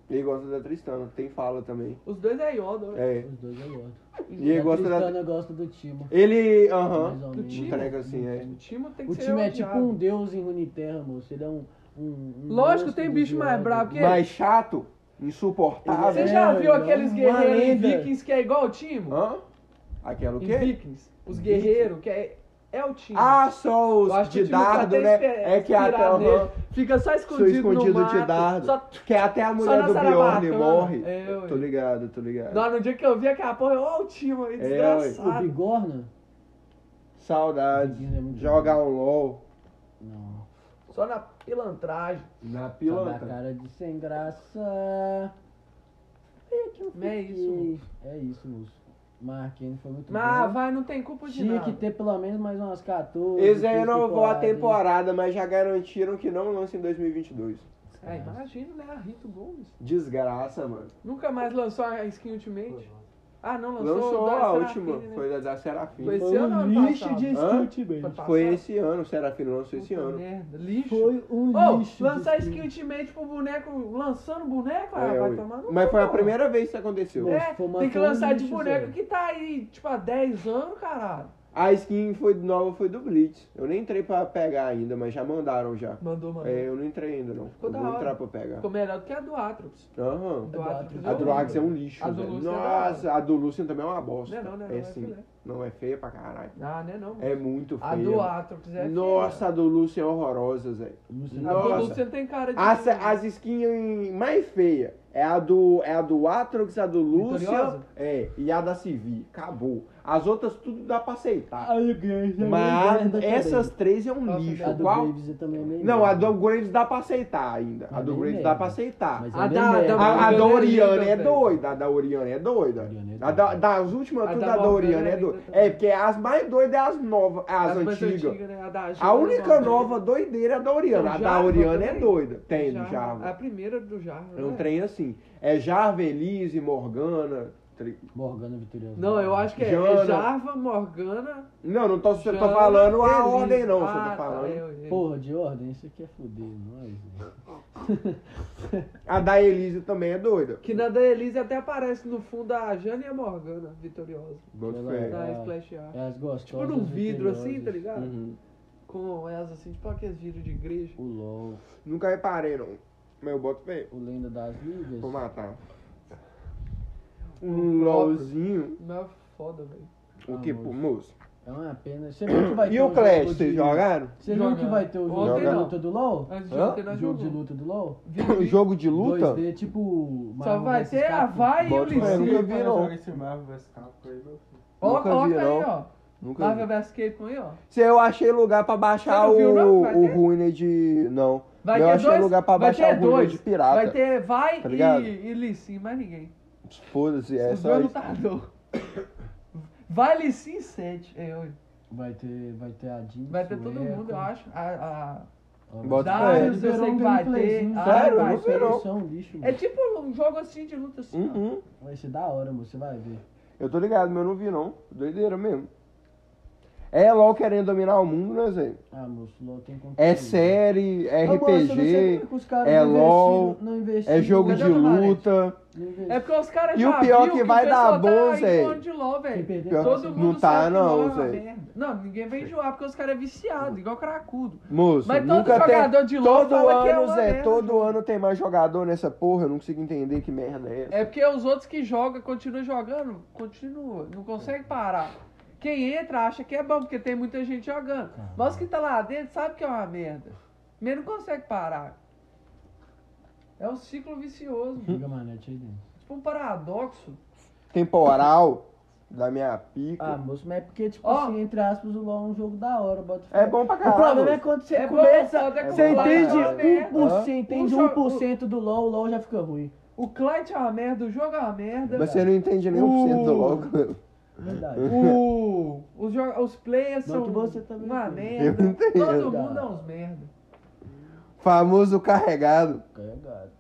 Speaker 3: Ele gosta da Tristana, tem fala também.
Speaker 1: Os dois é Yoda.
Speaker 3: É.
Speaker 2: Os dois eu gosto. Tá
Speaker 3: E ele gosta
Speaker 2: A
Speaker 3: da.
Speaker 2: Tristana gosta do Timo.
Speaker 3: Ele. Aham.
Speaker 2: mais ou
Speaker 1: Do
Speaker 2: menos.
Speaker 1: Timo?
Speaker 3: Um treco assim, é.
Speaker 1: O Timo tem que
Speaker 2: O
Speaker 1: ser
Speaker 2: Timo é
Speaker 1: odiado.
Speaker 2: tipo um deus em Runeterra, moço. Ele é um. um, um
Speaker 1: Lógico,
Speaker 2: monstro
Speaker 1: tem
Speaker 2: do
Speaker 1: bicho mais
Speaker 2: Jordan.
Speaker 1: brabo que ele.
Speaker 3: Mas chato, insuportável.
Speaker 1: Você já
Speaker 2: É,
Speaker 1: viu
Speaker 2: ele é
Speaker 1: aqueles
Speaker 2: uma
Speaker 1: guerreiros em
Speaker 2: lenda.
Speaker 1: Vikings que é igual o Timo?
Speaker 3: Hã? Aquela o
Speaker 1: Em
Speaker 3: quê?
Speaker 1: Vikings. Os guerreiros que é. É o Timo.
Speaker 3: Ah, só
Speaker 1: Eu
Speaker 3: os
Speaker 1: acho que
Speaker 3: de
Speaker 1: o Timo tá
Speaker 3: dardo,
Speaker 1: até
Speaker 3: né?
Speaker 1: espe-
Speaker 3: É que até,
Speaker 1: inspirado
Speaker 3: aham.
Speaker 1: nele. Fica só
Speaker 3: Sou
Speaker 1: escondido,
Speaker 3: escondido
Speaker 1: no mato,
Speaker 3: de dardo.
Speaker 1: Só...
Speaker 3: Que até a
Speaker 1: só
Speaker 3: mulher
Speaker 1: na
Speaker 3: do Bjorn
Speaker 1: Sarabatana.
Speaker 3: morre.
Speaker 1: É, ué.
Speaker 3: tô ligado, tô ligado.
Speaker 1: Não, no dia que eu vi aquela porra, eu, ó o Timo aí,
Speaker 3: ué.
Speaker 2: O
Speaker 1: desgraçado.
Speaker 2: Bigorna?
Speaker 3: Saudades.
Speaker 2: Vikings é muito
Speaker 3: Jogar um LOL
Speaker 2: Não.
Speaker 1: Só na pilantragem.
Speaker 10: Na
Speaker 2: Tá da
Speaker 10: pilantra.
Speaker 2: cara de sem graça. É que eu
Speaker 1: Não é
Speaker 2: fiquei.
Speaker 1: isso, moço.
Speaker 2: É isso, moço. Marquinhos foi muito
Speaker 1: Mas
Speaker 2: bom.
Speaker 1: vai, não tem culpa de
Speaker 2: Tinha
Speaker 1: nada.
Speaker 2: que ter pelo menos mais umas 14.
Speaker 3: Eles
Speaker 2: 15
Speaker 3: renovou a
Speaker 2: temporadas, hein?
Speaker 3: temporada, mas já garantiram que não lança em 2022.
Speaker 2: Ah.
Speaker 1: É, imagina, né? A Rito Gomes.
Speaker 10: Desgraça, mano.
Speaker 1: Nunca mais lançou a skin Ultimate. Ah, não, lançou,
Speaker 3: Lançou
Speaker 1: da
Speaker 3: a
Speaker 1: Serafine,
Speaker 3: última,
Speaker 1: né?
Speaker 3: foi da, da Serafim.
Speaker 1: Foi
Speaker 3: Foi,
Speaker 1: esse
Speaker 2: Foi
Speaker 1: ano ou
Speaker 2: um
Speaker 1: ano
Speaker 2: lixo
Speaker 1: passado?
Speaker 2: de
Speaker 3: Hã?
Speaker 2: Ultimate.
Speaker 1: Ano
Speaker 3: esse ano, o Serafim lançou
Speaker 1: passado?
Speaker 3: esse
Speaker 1: Puta
Speaker 3: ano.
Speaker 1: merda, lixo.
Speaker 2: Foi um
Speaker 1: Ô,
Speaker 2: lixo. de
Speaker 1: lançar
Speaker 2: filme.
Speaker 1: skin Ultimate pro boneco, lançando boneco, ah,
Speaker 3: É,
Speaker 1: vai
Speaker 3: ui.
Speaker 1: tomar no
Speaker 3: Mas
Speaker 1: cu,
Speaker 3: foi a
Speaker 1: pô.
Speaker 3: primeira vez que isso aconteceu.
Speaker 1: É,
Speaker 2: Foi uma-
Speaker 1: tem que
Speaker 2: foi um
Speaker 1: lançar de
Speaker 2: lixo,
Speaker 1: boneco
Speaker 2: Zé.
Speaker 1: que tá aí, tipo, há 10 anos, caralho.
Speaker 3: A skin foi nova foi do Blitz. Eu nem entrei pra pegar ainda, mas já mandaram já.
Speaker 1: Mandou, mandou.
Speaker 3: É, eu não entrei ainda não.
Speaker 1: Ficou
Speaker 3: eu
Speaker 1: da
Speaker 3: vou
Speaker 1: hora.
Speaker 3: entrar pra pegar.
Speaker 1: Ficou melhor do que a do Atrox.
Speaker 3: Aham.
Speaker 1: Do
Speaker 2: A do
Speaker 1: Atrox
Speaker 2: Atrox.
Speaker 1: é
Speaker 3: A do
Speaker 1: horrível.
Speaker 3: Axe é um lixo.
Speaker 1: A do
Speaker 3: velho.
Speaker 1: Lucian é da hora.
Speaker 3: Nossa, a do Lucian também é uma bosta.
Speaker 1: Não é não, não é
Speaker 3: é
Speaker 1: não, é
Speaker 3: sim.
Speaker 1: filé.
Speaker 3: não é feia pra caralho.
Speaker 1: Ah, né não.
Speaker 3: É muito feia.
Speaker 1: a do Atrox é
Speaker 3: Nossa, a do Lucian é horrorosa, Zé.
Speaker 1: feia. A do
Speaker 3: Nossa.
Speaker 1: Lúcio tem cara de...
Speaker 3: As, as skins mais feias é a do é a do Atrox, a do Lucian,
Speaker 1: Vitoriosa?
Speaker 3: é, e a da Civi. Acabou. As outras tudo dá pra aceitar.
Speaker 2: Ai, Ah, eu ganhei, já ganhei,
Speaker 3: Mas
Speaker 2: já ganhei.
Speaker 3: essas três é um
Speaker 1: Nossa,
Speaker 3: lixo.
Speaker 2: A do
Speaker 3: Qual?
Speaker 2: Graves também é meio.
Speaker 3: Não, a do Graves dá pra aceitar ainda. A
Speaker 2: Mas
Speaker 3: do
Speaker 2: bem
Speaker 3: Graves
Speaker 2: merda.
Speaker 3: dá pra aceitar.
Speaker 2: Mas
Speaker 1: A
Speaker 2: é
Speaker 1: da-
Speaker 2: meio
Speaker 1: da-
Speaker 2: merda.
Speaker 3: A, a
Speaker 1: Oriana é
Speaker 3: da Oriana é
Speaker 1: linda, velho.
Speaker 3: doida, a da Oriana é doida.
Speaker 2: Oriana é
Speaker 3: A da, das últimas,
Speaker 1: A
Speaker 3: tudo
Speaker 1: da
Speaker 3: a da
Speaker 1: Morgana
Speaker 3: Oriana
Speaker 1: é
Speaker 3: é doida.
Speaker 1: linda também.
Speaker 3: É, porque as mais doidas é as novas, as,
Speaker 1: As mais
Speaker 3: antigas.
Speaker 1: antigas, né? A, da
Speaker 3: A
Speaker 1: Jarvan,
Speaker 3: única
Speaker 1: né?
Speaker 3: nova doideira é a da Oriana. A
Speaker 1: Tem o
Speaker 3: da
Speaker 1: Jarvan
Speaker 3: Oriana é
Speaker 1: Então, também? Ah,
Speaker 3: doida. Tem, do
Speaker 1: Jarvan.
Speaker 3: Jarvan.
Speaker 1: A primeira do Jarvan.
Speaker 3: É um
Speaker 1: né?
Speaker 3: trem assim. É Jarva, Elise, Morgana. tri-
Speaker 2: Morgana Vitoriosa.
Speaker 1: Não, eu acho que é,
Speaker 3: Jana.
Speaker 1: é Jarva, Morgana...
Speaker 3: Não, não tô, tô
Speaker 1: Jana,
Speaker 3: tá falando a
Speaker 1: Elise.
Speaker 3: ordem, não. Só
Speaker 1: Ah,
Speaker 3: tô
Speaker 1: tá,
Speaker 3: falando.
Speaker 1: eu- eu-
Speaker 2: Porra, de ordem, isso aqui é fuder, nós. né?
Speaker 3: A da Elise também é doida.
Speaker 1: Que na da Elise até aparece no fundo a Jana e a Morgana, vitoriosa.
Speaker 3: Boto
Speaker 2: Ela-
Speaker 3: fé.
Speaker 1: Da
Speaker 2: É.
Speaker 1: Splash Art.
Speaker 2: É as gostosas.
Speaker 1: Tipo num vidro assim, tá
Speaker 2: Vitoriosas.
Speaker 1: ligado?
Speaker 3: Uhum.
Speaker 1: Com elas assim, tipo aqueles vidros de igreja.
Speaker 2: O LOL,
Speaker 3: Nunca reparei, não. Mas eu boto fé.
Speaker 2: o Lenda das Ligas.
Speaker 3: Vou matar. Um LOLzinho.
Speaker 1: Mas é foda, velho.
Speaker 3: O que, pô, moço?
Speaker 2: É uma pena. Você viu que vai
Speaker 3: E
Speaker 2: ter
Speaker 3: o
Speaker 2: um
Speaker 3: Clash,
Speaker 2: jogo
Speaker 3: vocês
Speaker 2: de-
Speaker 3: jogaram?
Speaker 2: Você viu que vai ter o jogo
Speaker 3: Ontem
Speaker 2: de
Speaker 3: não.
Speaker 2: luta do LOL?
Speaker 1: Antes de
Speaker 3: Hã?
Speaker 1: ontem É, nós
Speaker 2: Jogo de
Speaker 1: jogamos.
Speaker 2: luta do Lol?
Speaker 3: Jogo de luta?
Speaker 2: 2D, tipo.
Speaker 1: Só
Speaker 2: Marvel
Speaker 1: vai
Speaker 2: vs
Speaker 1: ter a
Speaker 2: Capcom.
Speaker 1: Vai e o
Speaker 3: Bota fé, Sim,
Speaker 4: Eu nunca
Speaker 1: Lissi.
Speaker 3: vi,
Speaker 4: vi,
Speaker 3: não.
Speaker 4: não. Esse Marvel vs Capcom aí, meu filho.
Speaker 1: Ó,
Speaker 3: Nunca
Speaker 1: coloca
Speaker 3: vi,
Speaker 1: aí,
Speaker 3: não.
Speaker 1: ó.
Speaker 3: Nunca vi.
Speaker 1: Marvel vs Capcom aí, ó.
Speaker 3: Se eu achei lugar pra
Speaker 1: Você
Speaker 3: baixar
Speaker 1: não viu, não?
Speaker 3: o,
Speaker 1: Vai
Speaker 3: o
Speaker 1: ter?
Speaker 3: Ruiner de. Não.
Speaker 1: Vai
Speaker 3: eu
Speaker 1: ter
Speaker 3: achei
Speaker 1: dois,
Speaker 3: lugar pra
Speaker 1: vai
Speaker 3: baixar
Speaker 1: ter
Speaker 3: o Ruiner
Speaker 1: dois,
Speaker 3: de pirata.
Speaker 1: Vai ter Vai
Speaker 3: Tá ligado?
Speaker 1: e, e Lissi, mais ninguém.
Speaker 3: Foda-se, é
Speaker 1: Os
Speaker 3: só
Speaker 1: dois tá-
Speaker 3: isso.
Speaker 1: lutador. Vai Lissi 7. É, oi.
Speaker 2: Vai ter, vai ter a Jinx.
Speaker 1: vai ter
Speaker 2: o
Speaker 1: todo
Speaker 2: Echo,
Speaker 1: mundo, eu acho. A- a-
Speaker 2: ó,
Speaker 3: Bota
Speaker 2: vai ter-
Speaker 1: Darius, eu sei que
Speaker 2: Liberou um
Speaker 1: vai ter.
Speaker 2: gameplayzinho,
Speaker 1: Ah,
Speaker 3: Sério?
Speaker 1: vai
Speaker 3: Não
Speaker 1: ter.
Speaker 3: sei não.
Speaker 2: Isso é um lixo,
Speaker 1: É
Speaker 2: mano.
Speaker 1: tipo um jogo assim de luta assim. ó.
Speaker 3: Uhum.
Speaker 2: Vai ser da hora, moço. Você vai ver.
Speaker 3: Eu tô ligado, mas eu não vi não. Doideira mesmo. É LOL querendo dominar o mundo, né, Zé?
Speaker 2: Ah, moço, LOL tem conteúdo.
Speaker 1: Uhum.
Speaker 3: É série, é
Speaker 1: Ah,
Speaker 2: Ô, moço, eu não sei como
Speaker 3: RPG,
Speaker 2: é que os caras
Speaker 3: é
Speaker 2: não investiram-
Speaker 3: LOL,
Speaker 2: não
Speaker 3: é
Speaker 2: investiram,
Speaker 3: jogo
Speaker 1: Cadê
Speaker 3: de
Speaker 1: o Tomarete?
Speaker 3: luta.
Speaker 2: não
Speaker 1: É
Speaker 2: investiram.
Speaker 1: porque os caras
Speaker 3: E
Speaker 1: já
Speaker 3: o pior
Speaker 1: viu
Speaker 3: que vai
Speaker 1: o pessoal
Speaker 3: dar bom,
Speaker 1: tá
Speaker 3: Zé.
Speaker 1: enjoando de LOL,
Speaker 2: Quem
Speaker 1: velho.
Speaker 2: perdeu?
Speaker 3: Pior-
Speaker 1: Todo mundo
Speaker 3: Não tá,
Speaker 1: sabe que
Speaker 3: não,
Speaker 1: LOL é uma
Speaker 3: Zé.
Speaker 1: merda. Não, ninguém vai enjoar porque os caras é viciado, igual cracudo.
Speaker 3: Moço,
Speaker 1: Mas todo
Speaker 3: nunca
Speaker 1: jogador
Speaker 3: tem.
Speaker 1: de LOL
Speaker 3: Todo
Speaker 1: fala que é
Speaker 3: ano,
Speaker 1: uma
Speaker 3: Zé,
Speaker 1: merda,
Speaker 3: todo ano tem mais jogador nessa porra. Eu não consigo entender que merda é essa.
Speaker 1: É porque os outros que jogam, continuam jogando, continua, não consegue parar. Quem entra acha que é bom, porque tem muita gente jogando. Mas os que tá lá dentro sabe que é uma merda. Mas não consegue parar. É um ciclo vicioso,
Speaker 2: assim, Liga é a manete aí dentro.
Speaker 3: Hum.
Speaker 1: tipo um paradoxo.
Speaker 3: Temporal da minha pica.
Speaker 2: Ah, moço, mas é porque, tipo
Speaker 1: Ó.
Speaker 2: assim, entre aspas, o LOL é um jogo da hora, bota fé.
Speaker 3: é bom pra
Speaker 2: O
Speaker 3: caralho.
Speaker 2: problema é quando você
Speaker 1: É bom,
Speaker 2: começa.
Speaker 1: foda, é
Speaker 2: Você
Speaker 1: complicado,
Speaker 2: entende
Speaker 1: é uma merda.
Speaker 2: 1%, entende
Speaker 1: Um jogo-
Speaker 2: 1% do LOL, o LOL já fica ruim.
Speaker 1: O Clyde é uma merda, o jogo é uma merda.
Speaker 3: Mas você não entende nem um por cento
Speaker 1: Uh.
Speaker 3: logo.
Speaker 2: É Verdade.
Speaker 1: O, os, jo- os players
Speaker 2: Não,
Speaker 1: são
Speaker 2: que você também
Speaker 1: uma
Speaker 2: entende.
Speaker 1: merda.
Speaker 3: Eu entendo.
Speaker 1: Todo mundo é uns merda.
Speaker 3: Famoso carregado.
Speaker 2: Carregado.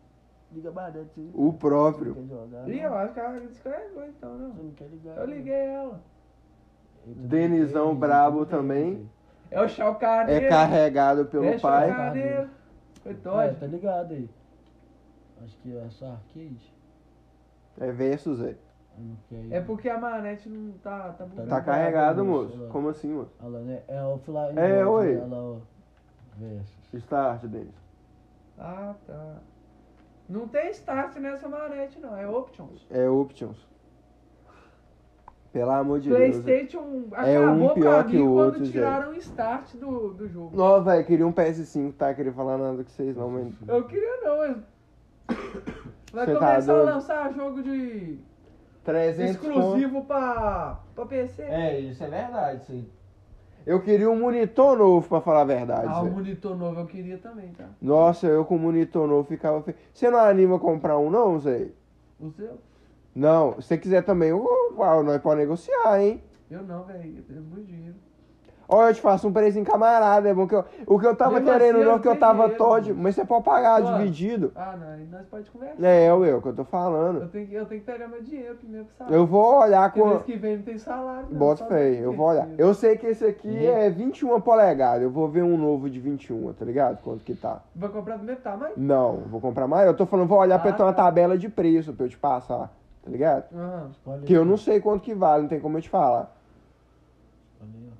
Speaker 2: Liga bastante. Você
Speaker 3: O próprio.
Speaker 2: quer jogar?
Speaker 1: Ih, eu acho que ela descarregou então,
Speaker 2: Você
Speaker 1: não.
Speaker 2: não quer ligar.
Speaker 1: Eu liguei ela.
Speaker 3: Denizão brabo também.
Speaker 1: É o Chalcadeiro.
Speaker 3: É carregado pelo
Speaker 1: Deixa o
Speaker 3: pai.
Speaker 1: Chalcadeiro. Foi
Speaker 2: Ah,
Speaker 1: doido.
Speaker 2: tá ligado aí. Acho que é só arcade.
Speaker 3: É versus, é.
Speaker 2: Eu não quero.
Speaker 1: É porque a manete não tá... Tá, bugando.
Speaker 3: Tá carregado, moço. Como assim, mano?
Speaker 2: Olha lá, né? É offline.
Speaker 3: É,
Speaker 2: mode,
Speaker 3: oi.
Speaker 2: né? Olha lá, ó. Versus.
Speaker 3: Start, Denis.
Speaker 1: Ah, tá. Não tem start nessa manete, não. É options.
Speaker 3: É options. Pelo amor de Deus. é.
Speaker 1: Playstation
Speaker 3: É
Speaker 1: acabou
Speaker 3: um pior
Speaker 1: pra
Speaker 3: que
Speaker 1: mim
Speaker 3: o
Speaker 1: quando
Speaker 3: outro, gente.
Speaker 1: tiraram o start do, do jogo.
Speaker 3: Não, velho, queria um PS5, tá? Queria falar nada com vocês, não, mas.
Speaker 1: Eu queria não, mas... Vai
Speaker 3: Cê tá
Speaker 1: começar a
Speaker 3: doido?
Speaker 1: lançar jogo de
Speaker 3: 300 conto.
Speaker 1: exclusivo pra, pra PC.
Speaker 3: É, isso é verdade, sim. Eu queria um monitor novo, pra falar a verdade.
Speaker 1: Ah, o
Speaker 3: Zé.
Speaker 1: monitor novo eu queria também, tá?
Speaker 3: Nossa, eu com monitor novo ficava. fe- Você não anima a comprar um, não, Zé?
Speaker 1: O seu?
Speaker 3: Não, se você quiser também, ô, uau, nós podemos negociar, hein?
Speaker 1: Eu não, velho. É muito dinheiro.
Speaker 3: Ó, eu te faço um preço camarada, é bom que eu- o que eu tava
Speaker 1: Mesmo
Speaker 3: querendo
Speaker 1: assim, eu
Speaker 3: não, que eu
Speaker 1: tenho
Speaker 3: tava
Speaker 1: dinheiro,
Speaker 3: Todd,
Speaker 1: mano.
Speaker 3: mas você pode pagar
Speaker 1: Mano.
Speaker 3: dividido.
Speaker 1: Ah, não. aí Nós pode conversar.
Speaker 3: É, ué, é o que eu tô falando.
Speaker 1: Eu tenho, que, eu tenho que pegar meu dinheiro primeiro pro salário.
Speaker 3: Eu vou olhar
Speaker 1: Porque
Speaker 3: com.
Speaker 1: mês que vem não tem salário. não,
Speaker 3: Bota
Speaker 1: só
Speaker 3: fé,
Speaker 1: mês
Speaker 3: eu
Speaker 1: que
Speaker 3: vou olhar.
Speaker 1: vem.
Speaker 3: Eu sei que esse aqui
Speaker 2: Uhum.
Speaker 3: é 21 polegadas, eu vou ver um novo de 21, tá ligado? Quanto que tá.
Speaker 1: Vai comprar do mesmo tamanho?
Speaker 3: Não, vou comprar mais. Eu tô falando, vou olhar pra
Speaker 1: Ah,
Speaker 3: ter uma
Speaker 1: tá.
Speaker 3: tabela de preço pra eu te passar, tá ligado?
Speaker 1: Aham.
Speaker 2: Escolhe
Speaker 3: Que eu
Speaker 2: aí,
Speaker 1: Uhum.
Speaker 3: não sei quanto que vale, não tem como eu te falar.
Speaker 2: escolhe aí, ó.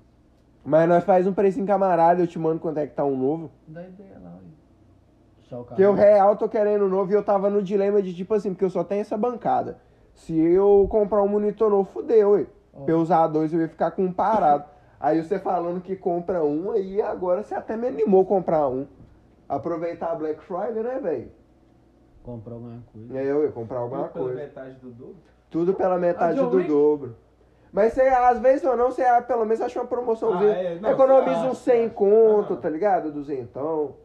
Speaker 3: Mas nós faz um precinho camarada, eu te mando quanto é que tá um novo.
Speaker 1: Dá ideia lá, olha.
Speaker 2: Só o
Speaker 3: Que eu
Speaker 2: carro.
Speaker 3: real tô querendo um novo e eu tava no dilema de tipo assim, porque eu só tenho essa bancada. Se eu comprar um monitor novo, fudeu, ué. Pra eu usar dois, eu ia ficar com um parado. Aí você falando que compra um, aí agora você até me animou a comprar um. Aproveitar a Black Friday, né, velho?
Speaker 2: Comprar alguma coisa.
Speaker 3: É, eu ia comprar alguma
Speaker 4: Tudo pela
Speaker 3: coisa.
Speaker 4: metade do dobro.
Speaker 3: Tudo pela metade
Speaker 1: Ah, John
Speaker 3: do
Speaker 1: Wick?
Speaker 3: dobro. Mas você, às vezes ou não, você ah, pelo menos acha uma promoçãozinha.
Speaker 4: Ah, é, não,
Speaker 3: Economiza
Speaker 4: você
Speaker 3: uns
Speaker 4: acha,
Speaker 3: 100
Speaker 4: acha.
Speaker 3: conto,
Speaker 4: Ah.
Speaker 3: tá ligado? Duzentão.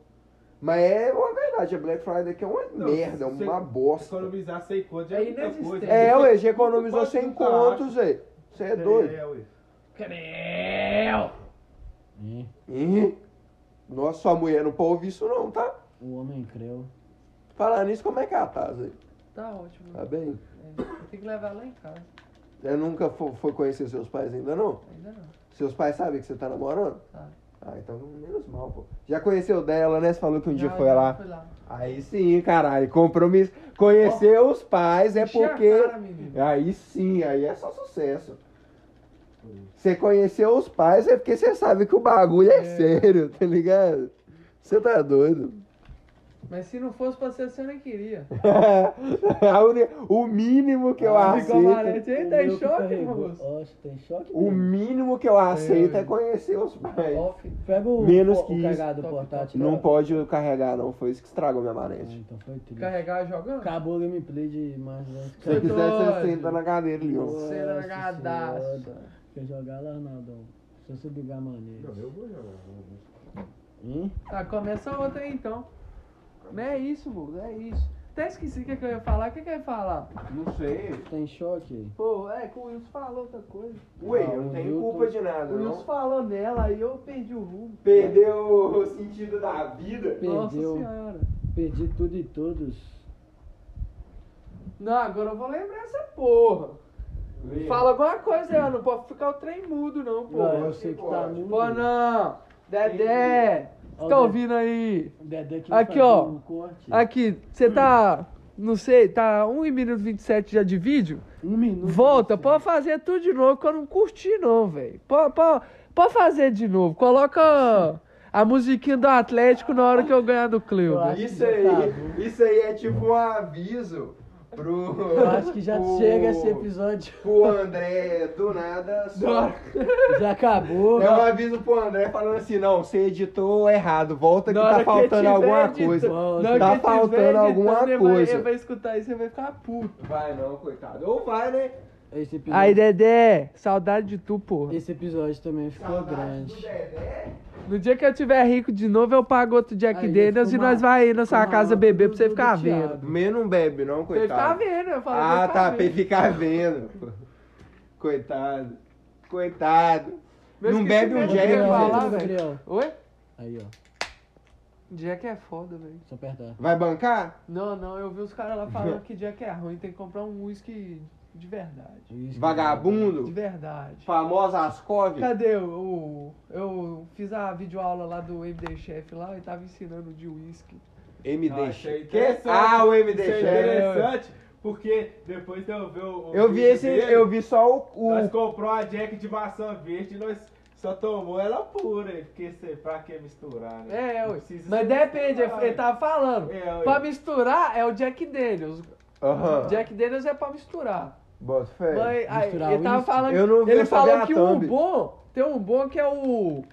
Speaker 3: Mas é uma verdade, a Black Friday aqui é uma
Speaker 4: Não,
Speaker 3: merda,
Speaker 4: se
Speaker 3: uma
Speaker 4: você
Speaker 3: bosta.
Speaker 4: Economizar 100 conto já
Speaker 1: É
Speaker 4: é muita coisa.
Speaker 1: inexistente.
Speaker 3: É,
Speaker 4: Você-
Speaker 3: ué, já economizou
Speaker 4: você
Speaker 3: 100
Speaker 4: pode juntar,
Speaker 3: contos, Zé. Você é
Speaker 4: acho.
Speaker 3: doido.
Speaker 4: um É, ué.
Speaker 1: Creu!
Speaker 2: Ih,
Speaker 3: Ih, Nossa, sua mulher não pode ouvir isso não, tá?
Speaker 2: O homem creu.
Speaker 3: Falar nisso, como é que ela tá, Zé?
Speaker 1: Tá ótimo.
Speaker 3: Tá bem?
Speaker 1: É, eu tenho que levar lá em casa.
Speaker 3: Eu nunca fo- foi conhecer seus pais ainda, não?
Speaker 1: Ainda não.
Speaker 3: Seus pais sabem que você tá namorando?
Speaker 1: Sabe.
Speaker 3: Ah, então menos mal, pô. Já conheceu dela, né? Você falou que um dia
Speaker 1: Já-
Speaker 3: foi
Speaker 1: já
Speaker 3: lá.
Speaker 1: fui lá.
Speaker 3: Aí sim, caralho, compromisso. Conhecer os pais é
Speaker 1: Enchi a
Speaker 3: porque.
Speaker 1: cara, menino.
Speaker 3: Aí sim, aí é só sucesso. Você conheceu os pais é porque você sabe que o bagulho é,
Speaker 1: É.
Speaker 3: sério, tá ligado? Você tá doido.
Speaker 1: Mas se não fosse pra ser, você nem queria.
Speaker 3: A uni- o mínimo que eu
Speaker 2: Ah,
Speaker 1: Ficou
Speaker 3: aceito.
Speaker 1: marete. Ei,
Speaker 2: O
Speaker 1: tem
Speaker 2: meu que
Speaker 1: choque,
Speaker 2: carregou.
Speaker 1: moço.
Speaker 2: Ó, você tem choque?
Speaker 3: O
Speaker 2: menino?
Speaker 3: mínimo que eu aceito é
Speaker 1: É.
Speaker 3: conhecer os pais.
Speaker 1: Off.
Speaker 2: Pega o,
Speaker 3: Menos
Speaker 2: o,
Speaker 3: que
Speaker 2: o
Speaker 3: isso.
Speaker 2: carregado
Speaker 1: Top,
Speaker 2: portátil.
Speaker 3: Não
Speaker 2: lá.
Speaker 3: pode carregar, não. Foi isso que estragou minha
Speaker 2: Ah,
Speaker 3: marete.
Speaker 2: então foi triste.
Speaker 1: Carregar jogando?
Speaker 2: Acabou o gameplay de mais dois
Speaker 3: Se
Speaker 1: Você
Speaker 3: você
Speaker 2: caras.
Speaker 3: quiser, você
Speaker 1: doido.
Speaker 3: senta na cadeira, Leon.
Speaker 1: Será
Speaker 2: Nossa
Speaker 1: gadaço.
Speaker 2: Senhora. Quer jogar lá, Arnaldão? Se você ligar maneiro.
Speaker 4: Não, eu vou jogar.
Speaker 2: Hum?
Speaker 1: Tá, começa outra aí então. Mas é isso, moço, é isso. Até esqueci o que, que eu ia falar. O que, que eu ia falar?
Speaker 3: Não sei.
Speaker 2: Tem Tá choque?
Speaker 1: Pô, é que o Wilson falou outra coisa.
Speaker 3: Ué, eu
Speaker 2: Ah,
Speaker 3: não
Speaker 2: o
Speaker 3: tenho
Speaker 2: Milton-
Speaker 3: culpa de nada,
Speaker 1: O Wilson
Speaker 3: não.
Speaker 1: falou nela aí eu perdi o rumo.
Speaker 3: Perdeu o sentido da vida.
Speaker 1: Nossa
Speaker 2: Perdeu.
Speaker 1: senhora.
Speaker 2: Perdi tudo e todos.
Speaker 1: Não, agora eu vou lembrar essa porra. Fala alguma coisa, eu não pode ficar o trem mudo não,
Speaker 2: Ah,
Speaker 1: porra.
Speaker 2: eu sei que tá
Speaker 3: pode.
Speaker 2: muito.
Speaker 1: Pô, não. Dedé, você tá
Speaker 2: Ó,
Speaker 1: ouvindo aí?
Speaker 2: Dedé que
Speaker 1: Aqui,
Speaker 2: vai
Speaker 1: ó.
Speaker 2: fazer um corte.
Speaker 1: Aqui, você tá, não sei, tá 1 minuto 27 já de vídeo?
Speaker 2: Um minuto.
Speaker 1: Volta,
Speaker 2: você.
Speaker 1: pode fazer tudo de novo que eu não curti não, velho. Pode, pode, pode fazer de novo. Coloca a musiquinha do Atlético na hora que eu ganhar do Cleo.
Speaker 2: Eu acho
Speaker 3: Isso
Speaker 2: que já tá
Speaker 3: aí, isso aí é tipo um aviso pro.
Speaker 2: Eu acho que já
Speaker 3: pro-
Speaker 2: chega esse episódio.
Speaker 3: Pro André, do nada. Só...
Speaker 2: Já acabou.
Speaker 3: É um aviso pro André falando assim: não, você editou errado, volta que
Speaker 1: Na hora
Speaker 3: tá
Speaker 1: que
Speaker 3: faltando
Speaker 1: tiver
Speaker 3: alguma
Speaker 1: editando-
Speaker 3: coisa.
Speaker 1: na hora
Speaker 3: Tá
Speaker 1: que tiver
Speaker 3: faltando
Speaker 1: editando,
Speaker 3: alguma
Speaker 1: ele vai-
Speaker 3: coisa.
Speaker 1: Ele vai escutar isso e vai ficar puto.
Speaker 3: Vai não, coitado. Ou vai, né?
Speaker 2: Esse episódio,
Speaker 1: Aí, Dedé, saudade de tu, porra.
Speaker 2: esse episódio também ficou grande.
Speaker 1: No dia que eu tiver rico de novo, eu pago outro Jack
Speaker 2: Aí,
Speaker 1: Daniels e
Speaker 2: fuma-
Speaker 1: nós vai ir na sua
Speaker 2: fuma
Speaker 1: casa
Speaker 2: uma
Speaker 1: beber
Speaker 2: do-
Speaker 1: pra você
Speaker 2: do-
Speaker 1: ficar
Speaker 2: do
Speaker 1: vendo.
Speaker 2: Thiago.
Speaker 3: Menos não bebe, não,
Speaker 1: Pra ele tá ficar
Speaker 3: coitado.
Speaker 1: vendo, eu falo. pra
Speaker 3: Ah,
Speaker 1: ele
Speaker 3: tá,
Speaker 1: ficar
Speaker 3: pra ele
Speaker 1: vendo.
Speaker 3: ficar vendo. Coitado. Coitado.
Speaker 1: Eu
Speaker 3: Não
Speaker 1: esqueci
Speaker 3: bebe um
Speaker 1: mesmo
Speaker 2: Ô,
Speaker 1: que eu ia
Speaker 3: Jack,
Speaker 1: falar,
Speaker 3: velho.
Speaker 2: Gabriel,
Speaker 1: velho. Oi?
Speaker 2: Aí, ó.
Speaker 1: Jack é foda, velho.
Speaker 2: Só apertar.
Speaker 7: Vai bancar?
Speaker 1: Não, não, eu vi os caras lá falando que Jack é ruim, tem que comprar um whisky de verdade.
Speaker 2: Isso,
Speaker 1: De
Speaker 7: Vagabundo?
Speaker 1: verdade.
Speaker 7: Famosa Ascov?
Speaker 1: Cadê o. o- Eu fiz a videoaula lá do MD Chef lá e tava ensinando de whisky.
Speaker 4: Eu
Speaker 7: MD
Speaker 4: achei
Speaker 7: Chef.
Speaker 4: interessante.
Speaker 7: Ah, o MD
Speaker 4: Isso é
Speaker 7: Chef.
Speaker 4: interessante, porque depois de eu ver o. o
Speaker 3: Eu vi
Speaker 4: vídeo
Speaker 3: esse.
Speaker 4: dele,
Speaker 3: Eu vi só o. o-
Speaker 4: Nós comprou a Jack de maçã verde e nós só tomou ela pura, porque cê, pra que misturar, né?
Speaker 1: É,
Speaker 4: Não
Speaker 1: ué.
Speaker 4: precisa
Speaker 1: Mas
Speaker 4: ser
Speaker 1: depende,
Speaker 4: misturado.
Speaker 3: tá
Speaker 1: ele tava falando.
Speaker 4: É, ué.
Speaker 1: Pra misturar é o Jack Daniels.
Speaker 3: Aham.
Speaker 1: Jack Daniels é pra misturar.
Speaker 3: Bota fé.
Speaker 1: Mas aí,
Speaker 2: misturar
Speaker 1: ele
Speaker 2: o
Speaker 1: tava
Speaker 2: whisky.
Speaker 1: falando.
Speaker 3: É, Eu não vi
Speaker 1: ele
Speaker 3: essa
Speaker 1: falou
Speaker 3: minha
Speaker 1: que um
Speaker 3: thumb.
Speaker 1: bom. Tem um bom que é o.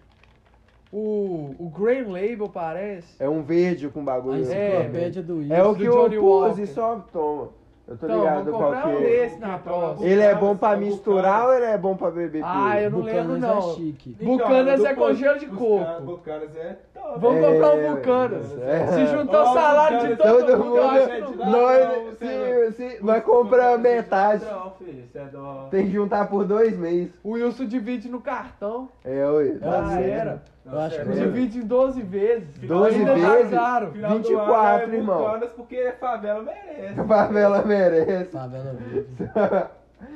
Speaker 1: O. O Grey Label, parece.
Speaker 3: É um verde com
Speaker 2: A
Speaker 3: bagulho. assim.
Speaker 2: enciclopédia do Whisky.
Speaker 3: É o
Speaker 1: do
Speaker 3: que
Speaker 1: Johnny
Speaker 3: eu pus
Speaker 1: Walker.
Speaker 3: e só toma. Eu tô
Speaker 1: Então,
Speaker 3: ligado
Speaker 1: vamos
Speaker 3: qual
Speaker 1: comprar um
Speaker 3: que é.
Speaker 1: desse
Speaker 4: tá
Speaker 1: na próxima.
Speaker 3: Ele é bom pra
Speaker 4: Bucanas.
Speaker 3: misturar ou ele é bom pra beber
Speaker 1: Ah, eu não lembro
Speaker 2: Bucanas É
Speaker 1: não.
Speaker 2: chique.
Speaker 4: Então,
Speaker 1: Bucanas
Speaker 4: do
Speaker 1: é
Speaker 4: Bucan-
Speaker 1: com gelo de
Speaker 4: Bucan-
Speaker 1: coco.
Speaker 4: Bucanas é top.
Speaker 1: Vamos
Speaker 3: É,
Speaker 1: comprar
Speaker 3: é,
Speaker 1: um Bucanas.
Speaker 3: é.
Speaker 1: Se juntar
Speaker 4: Ó,
Speaker 1: o salário de
Speaker 4: Bucanas,
Speaker 1: todo,
Speaker 3: todo
Speaker 1: mundo, eu
Speaker 3: mundo-
Speaker 1: acho que não-
Speaker 4: Não, não,
Speaker 3: Nós,
Speaker 4: sério.
Speaker 3: se, se, nós compramos metade.
Speaker 4: Não, é filho, isso é dó.
Speaker 3: Tem que juntar por dois meses.
Speaker 1: O Wilson divide no cartão.
Speaker 3: É, oi. Tá
Speaker 2: Ah,
Speaker 1: Já
Speaker 3: certo.
Speaker 1: era.
Speaker 2: Eu acho
Speaker 4: sério.
Speaker 2: que-
Speaker 1: Divide em 12 vezes.
Speaker 3: 12
Speaker 1: Ainda
Speaker 3: É. vezes?
Speaker 1: Tá caro.
Speaker 4: Final do
Speaker 3: 24,
Speaker 4: ano é
Speaker 3: irmão.
Speaker 4: Bucanas porque a favela merece.
Speaker 3: A favela merece.
Speaker 2: Favela Verde.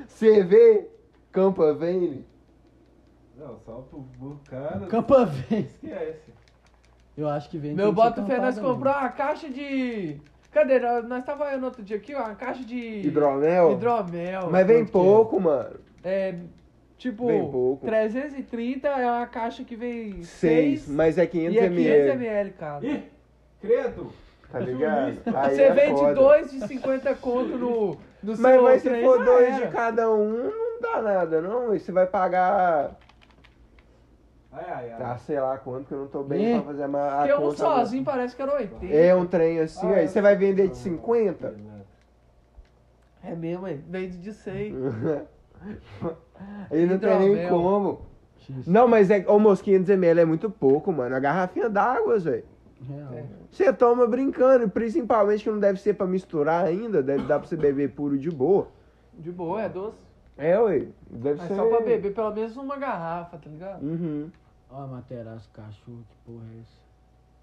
Speaker 3: CV, Campa Vane.
Speaker 4: Não, só pro Bucanas.
Speaker 2: Campa Verde.
Speaker 4: Esquece.
Speaker 2: Eu acho que então vem.
Speaker 1: Meu
Speaker 2: tem que ser
Speaker 3: tá
Speaker 1: bota fé, nós
Speaker 2: cantada
Speaker 1: compramos uma caixa de. Cadê? Nós nós tava olhando outro dia aqui, ó, uma caixa de.
Speaker 3: Hidromel.
Speaker 1: Hidromel.
Speaker 3: Mas vem
Speaker 2: Quanto que é?
Speaker 3: pouco, mano.
Speaker 1: É. Tipo,
Speaker 3: Bem pouco.
Speaker 1: 330 é uma caixa que vem 6
Speaker 3: Seis, mas é
Speaker 1: e
Speaker 3: 500
Speaker 1: é 500
Speaker 3: ml.
Speaker 1: ml, cara.
Speaker 4: Ih, credo.
Speaker 3: Tá ligado? Aí
Speaker 1: Você
Speaker 3: é
Speaker 1: vende
Speaker 3: foda.
Speaker 1: dois de 50 conto no, no
Speaker 3: Mas,
Speaker 1: seu
Speaker 3: mas se
Speaker 1: trem,
Speaker 3: for
Speaker 1: já
Speaker 3: dois
Speaker 1: era.
Speaker 3: de cada um, não dá nada, não. E você vai pagar,
Speaker 4: Ai, ai, ai.
Speaker 3: ah, sei lá quanto, que eu não tô bem
Speaker 2: Ih,
Speaker 3: pra fazer mais a
Speaker 1: Porque um
Speaker 3: conta
Speaker 1: sozinho parece que era 80.
Speaker 3: agora. É um trem assim,
Speaker 4: Ah,
Speaker 3: aí você vai vender de
Speaker 4: Ah,
Speaker 3: 50?
Speaker 1: É mesmo, hein? Vende de 100.
Speaker 3: Aí não tem nem
Speaker 1: Hidromel.
Speaker 3: como.
Speaker 2: X.
Speaker 3: Não, mas é, ô, moço, 500ml é muito pouco, mano. A garrafinha d'água, velho.
Speaker 2: Real.
Speaker 3: Você toma brincando, e principalmente que não deve ser pra misturar ainda, deve dar pra você beber puro de boa.
Speaker 1: De boa, é doce.
Speaker 3: É, ué. Deve
Speaker 1: Mas
Speaker 3: ser.
Speaker 1: só pra beber pelo menos uma garrafa, tá ligado?
Speaker 3: Uhum.
Speaker 2: Ó, Materaço, cachorro, que porra é essa?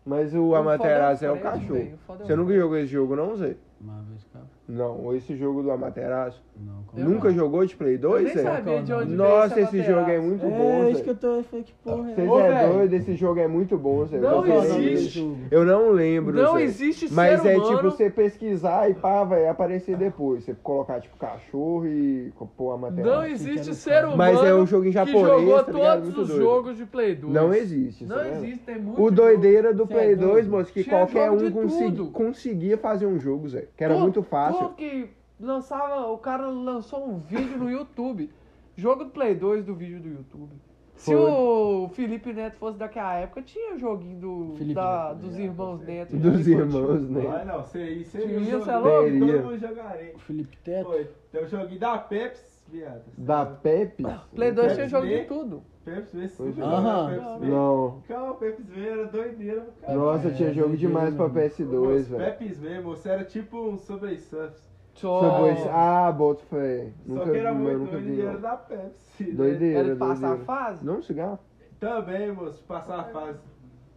Speaker 3: Mas o Amaterasu é o cachorro. Você
Speaker 1: Você
Speaker 3: nunca jogou esse jogo, não, Zé?
Speaker 2: Marvel Scap?
Speaker 3: Não, esse jogo do Amaterasu.
Speaker 2: Não, como
Speaker 1: Eu
Speaker 3: Nunca
Speaker 2: não.
Speaker 3: jogou de Play 2,
Speaker 1: nem
Speaker 3: Zé?
Speaker 1: sabia de onde veio
Speaker 3: Nossa, esse
Speaker 1: Amaterasu.
Speaker 3: jogo é muito
Speaker 2: É,
Speaker 3: bom,
Speaker 2: isso que
Speaker 3: Zé.
Speaker 2: eu tô. Eu falei, que porra é
Speaker 3: Vocês
Speaker 2: essa?
Speaker 1: Ô,
Speaker 3: é
Speaker 1: velho.
Speaker 3: doido, esse jogo é muito bom, Zé.
Speaker 1: Não
Speaker 3: Qual que é o nome dele?
Speaker 1: existe.
Speaker 3: Eu não lembro,
Speaker 1: Não
Speaker 3: Zé.
Speaker 1: existe
Speaker 3: Mas
Speaker 1: ser
Speaker 3: é
Speaker 1: humano.
Speaker 3: tipo você pesquisar e pá, vai aparecer depois. Você colocar tipo cachorro e pôr
Speaker 1: Não
Speaker 3: Amaterasu.
Speaker 1: existe
Speaker 2: Quero
Speaker 1: ser
Speaker 2: saber.
Speaker 1: humano
Speaker 3: Mas é um jogo em
Speaker 1: que
Speaker 3: japonês,
Speaker 1: jogou
Speaker 3: tá ligado?
Speaker 1: todos
Speaker 3: Muito
Speaker 1: os
Speaker 3: doido.
Speaker 1: jogos de Play 2.
Speaker 3: Não existe.
Speaker 1: Não
Speaker 3: tá vendo?
Speaker 1: existe, tem muito.
Speaker 3: O
Speaker 1: jogo.
Speaker 3: doideira do
Speaker 2: Cê é
Speaker 3: Play
Speaker 2: doido.
Speaker 3: 2, moço, que
Speaker 1: Tinha
Speaker 3: qualquer
Speaker 1: jogo de
Speaker 3: um consegui-
Speaker 1: tudo.
Speaker 3: conseguia fazer um jogo, Zé. Que era
Speaker 1: Tudo,
Speaker 3: muito fácil.
Speaker 1: Tudo que lançava, o cara lançou um vídeo no YouTube. Jogo do Play 2 do vídeo do YouTube. Se
Speaker 3: Foi.
Speaker 1: o Felipe Neto fosse daquela época, tinha joguinho do,
Speaker 2: Felipe
Speaker 1: da-
Speaker 2: Neto,
Speaker 1: dos
Speaker 4: né?
Speaker 1: irmãos Neto.
Speaker 3: Dos
Speaker 1: infantil.
Speaker 3: irmãos, né?
Speaker 4: Ah, não, isso aí, isso
Speaker 1: Tinha
Speaker 4: aí.
Speaker 1: isso,
Speaker 4: eu joguei,
Speaker 1: é louco?
Speaker 3: Teria.
Speaker 4: Todo mundo jogarei.
Speaker 2: O Felipe Teto?
Speaker 4: Foi. Tem o joguinho da Pepsi, viado.
Speaker 3: Da Pepe?
Speaker 1: Play 2
Speaker 4: Quer
Speaker 1: tinha jogo de
Speaker 4: ver?
Speaker 1: tudo.
Speaker 4: Pepsi né? vê se
Speaker 1: é.
Speaker 2: Aham.
Speaker 3: Não.
Speaker 4: Calma, Pepsi vê era doideira do cara.
Speaker 3: Nossa,
Speaker 2: É,
Speaker 3: tinha jogo
Speaker 2: doideira
Speaker 3: demais pra
Speaker 2: mesmo.
Speaker 3: PS2, velho.
Speaker 4: Pepsi vê, moço, era tipo um Subway Surfs.
Speaker 1: Só-
Speaker 3: Subway. Ah, boto fé.
Speaker 4: Só
Speaker 3: Nunca
Speaker 4: que
Speaker 3: vi,
Speaker 4: era
Speaker 3: mas
Speaker 4: muito
Speaker 3: nunca
Speaker 4: doido e era
Speaker 3: vi.
Speaker 4: da Pepsi. né?
Speaker 1: Era
Speaker 3: Doideira,
Speaker 1: de passar a
Speaker 3: doideira.
Speaker 1: fase?
Speaker 3: Não, cigarro.
Speaker 4: Também, moço, passar a fase.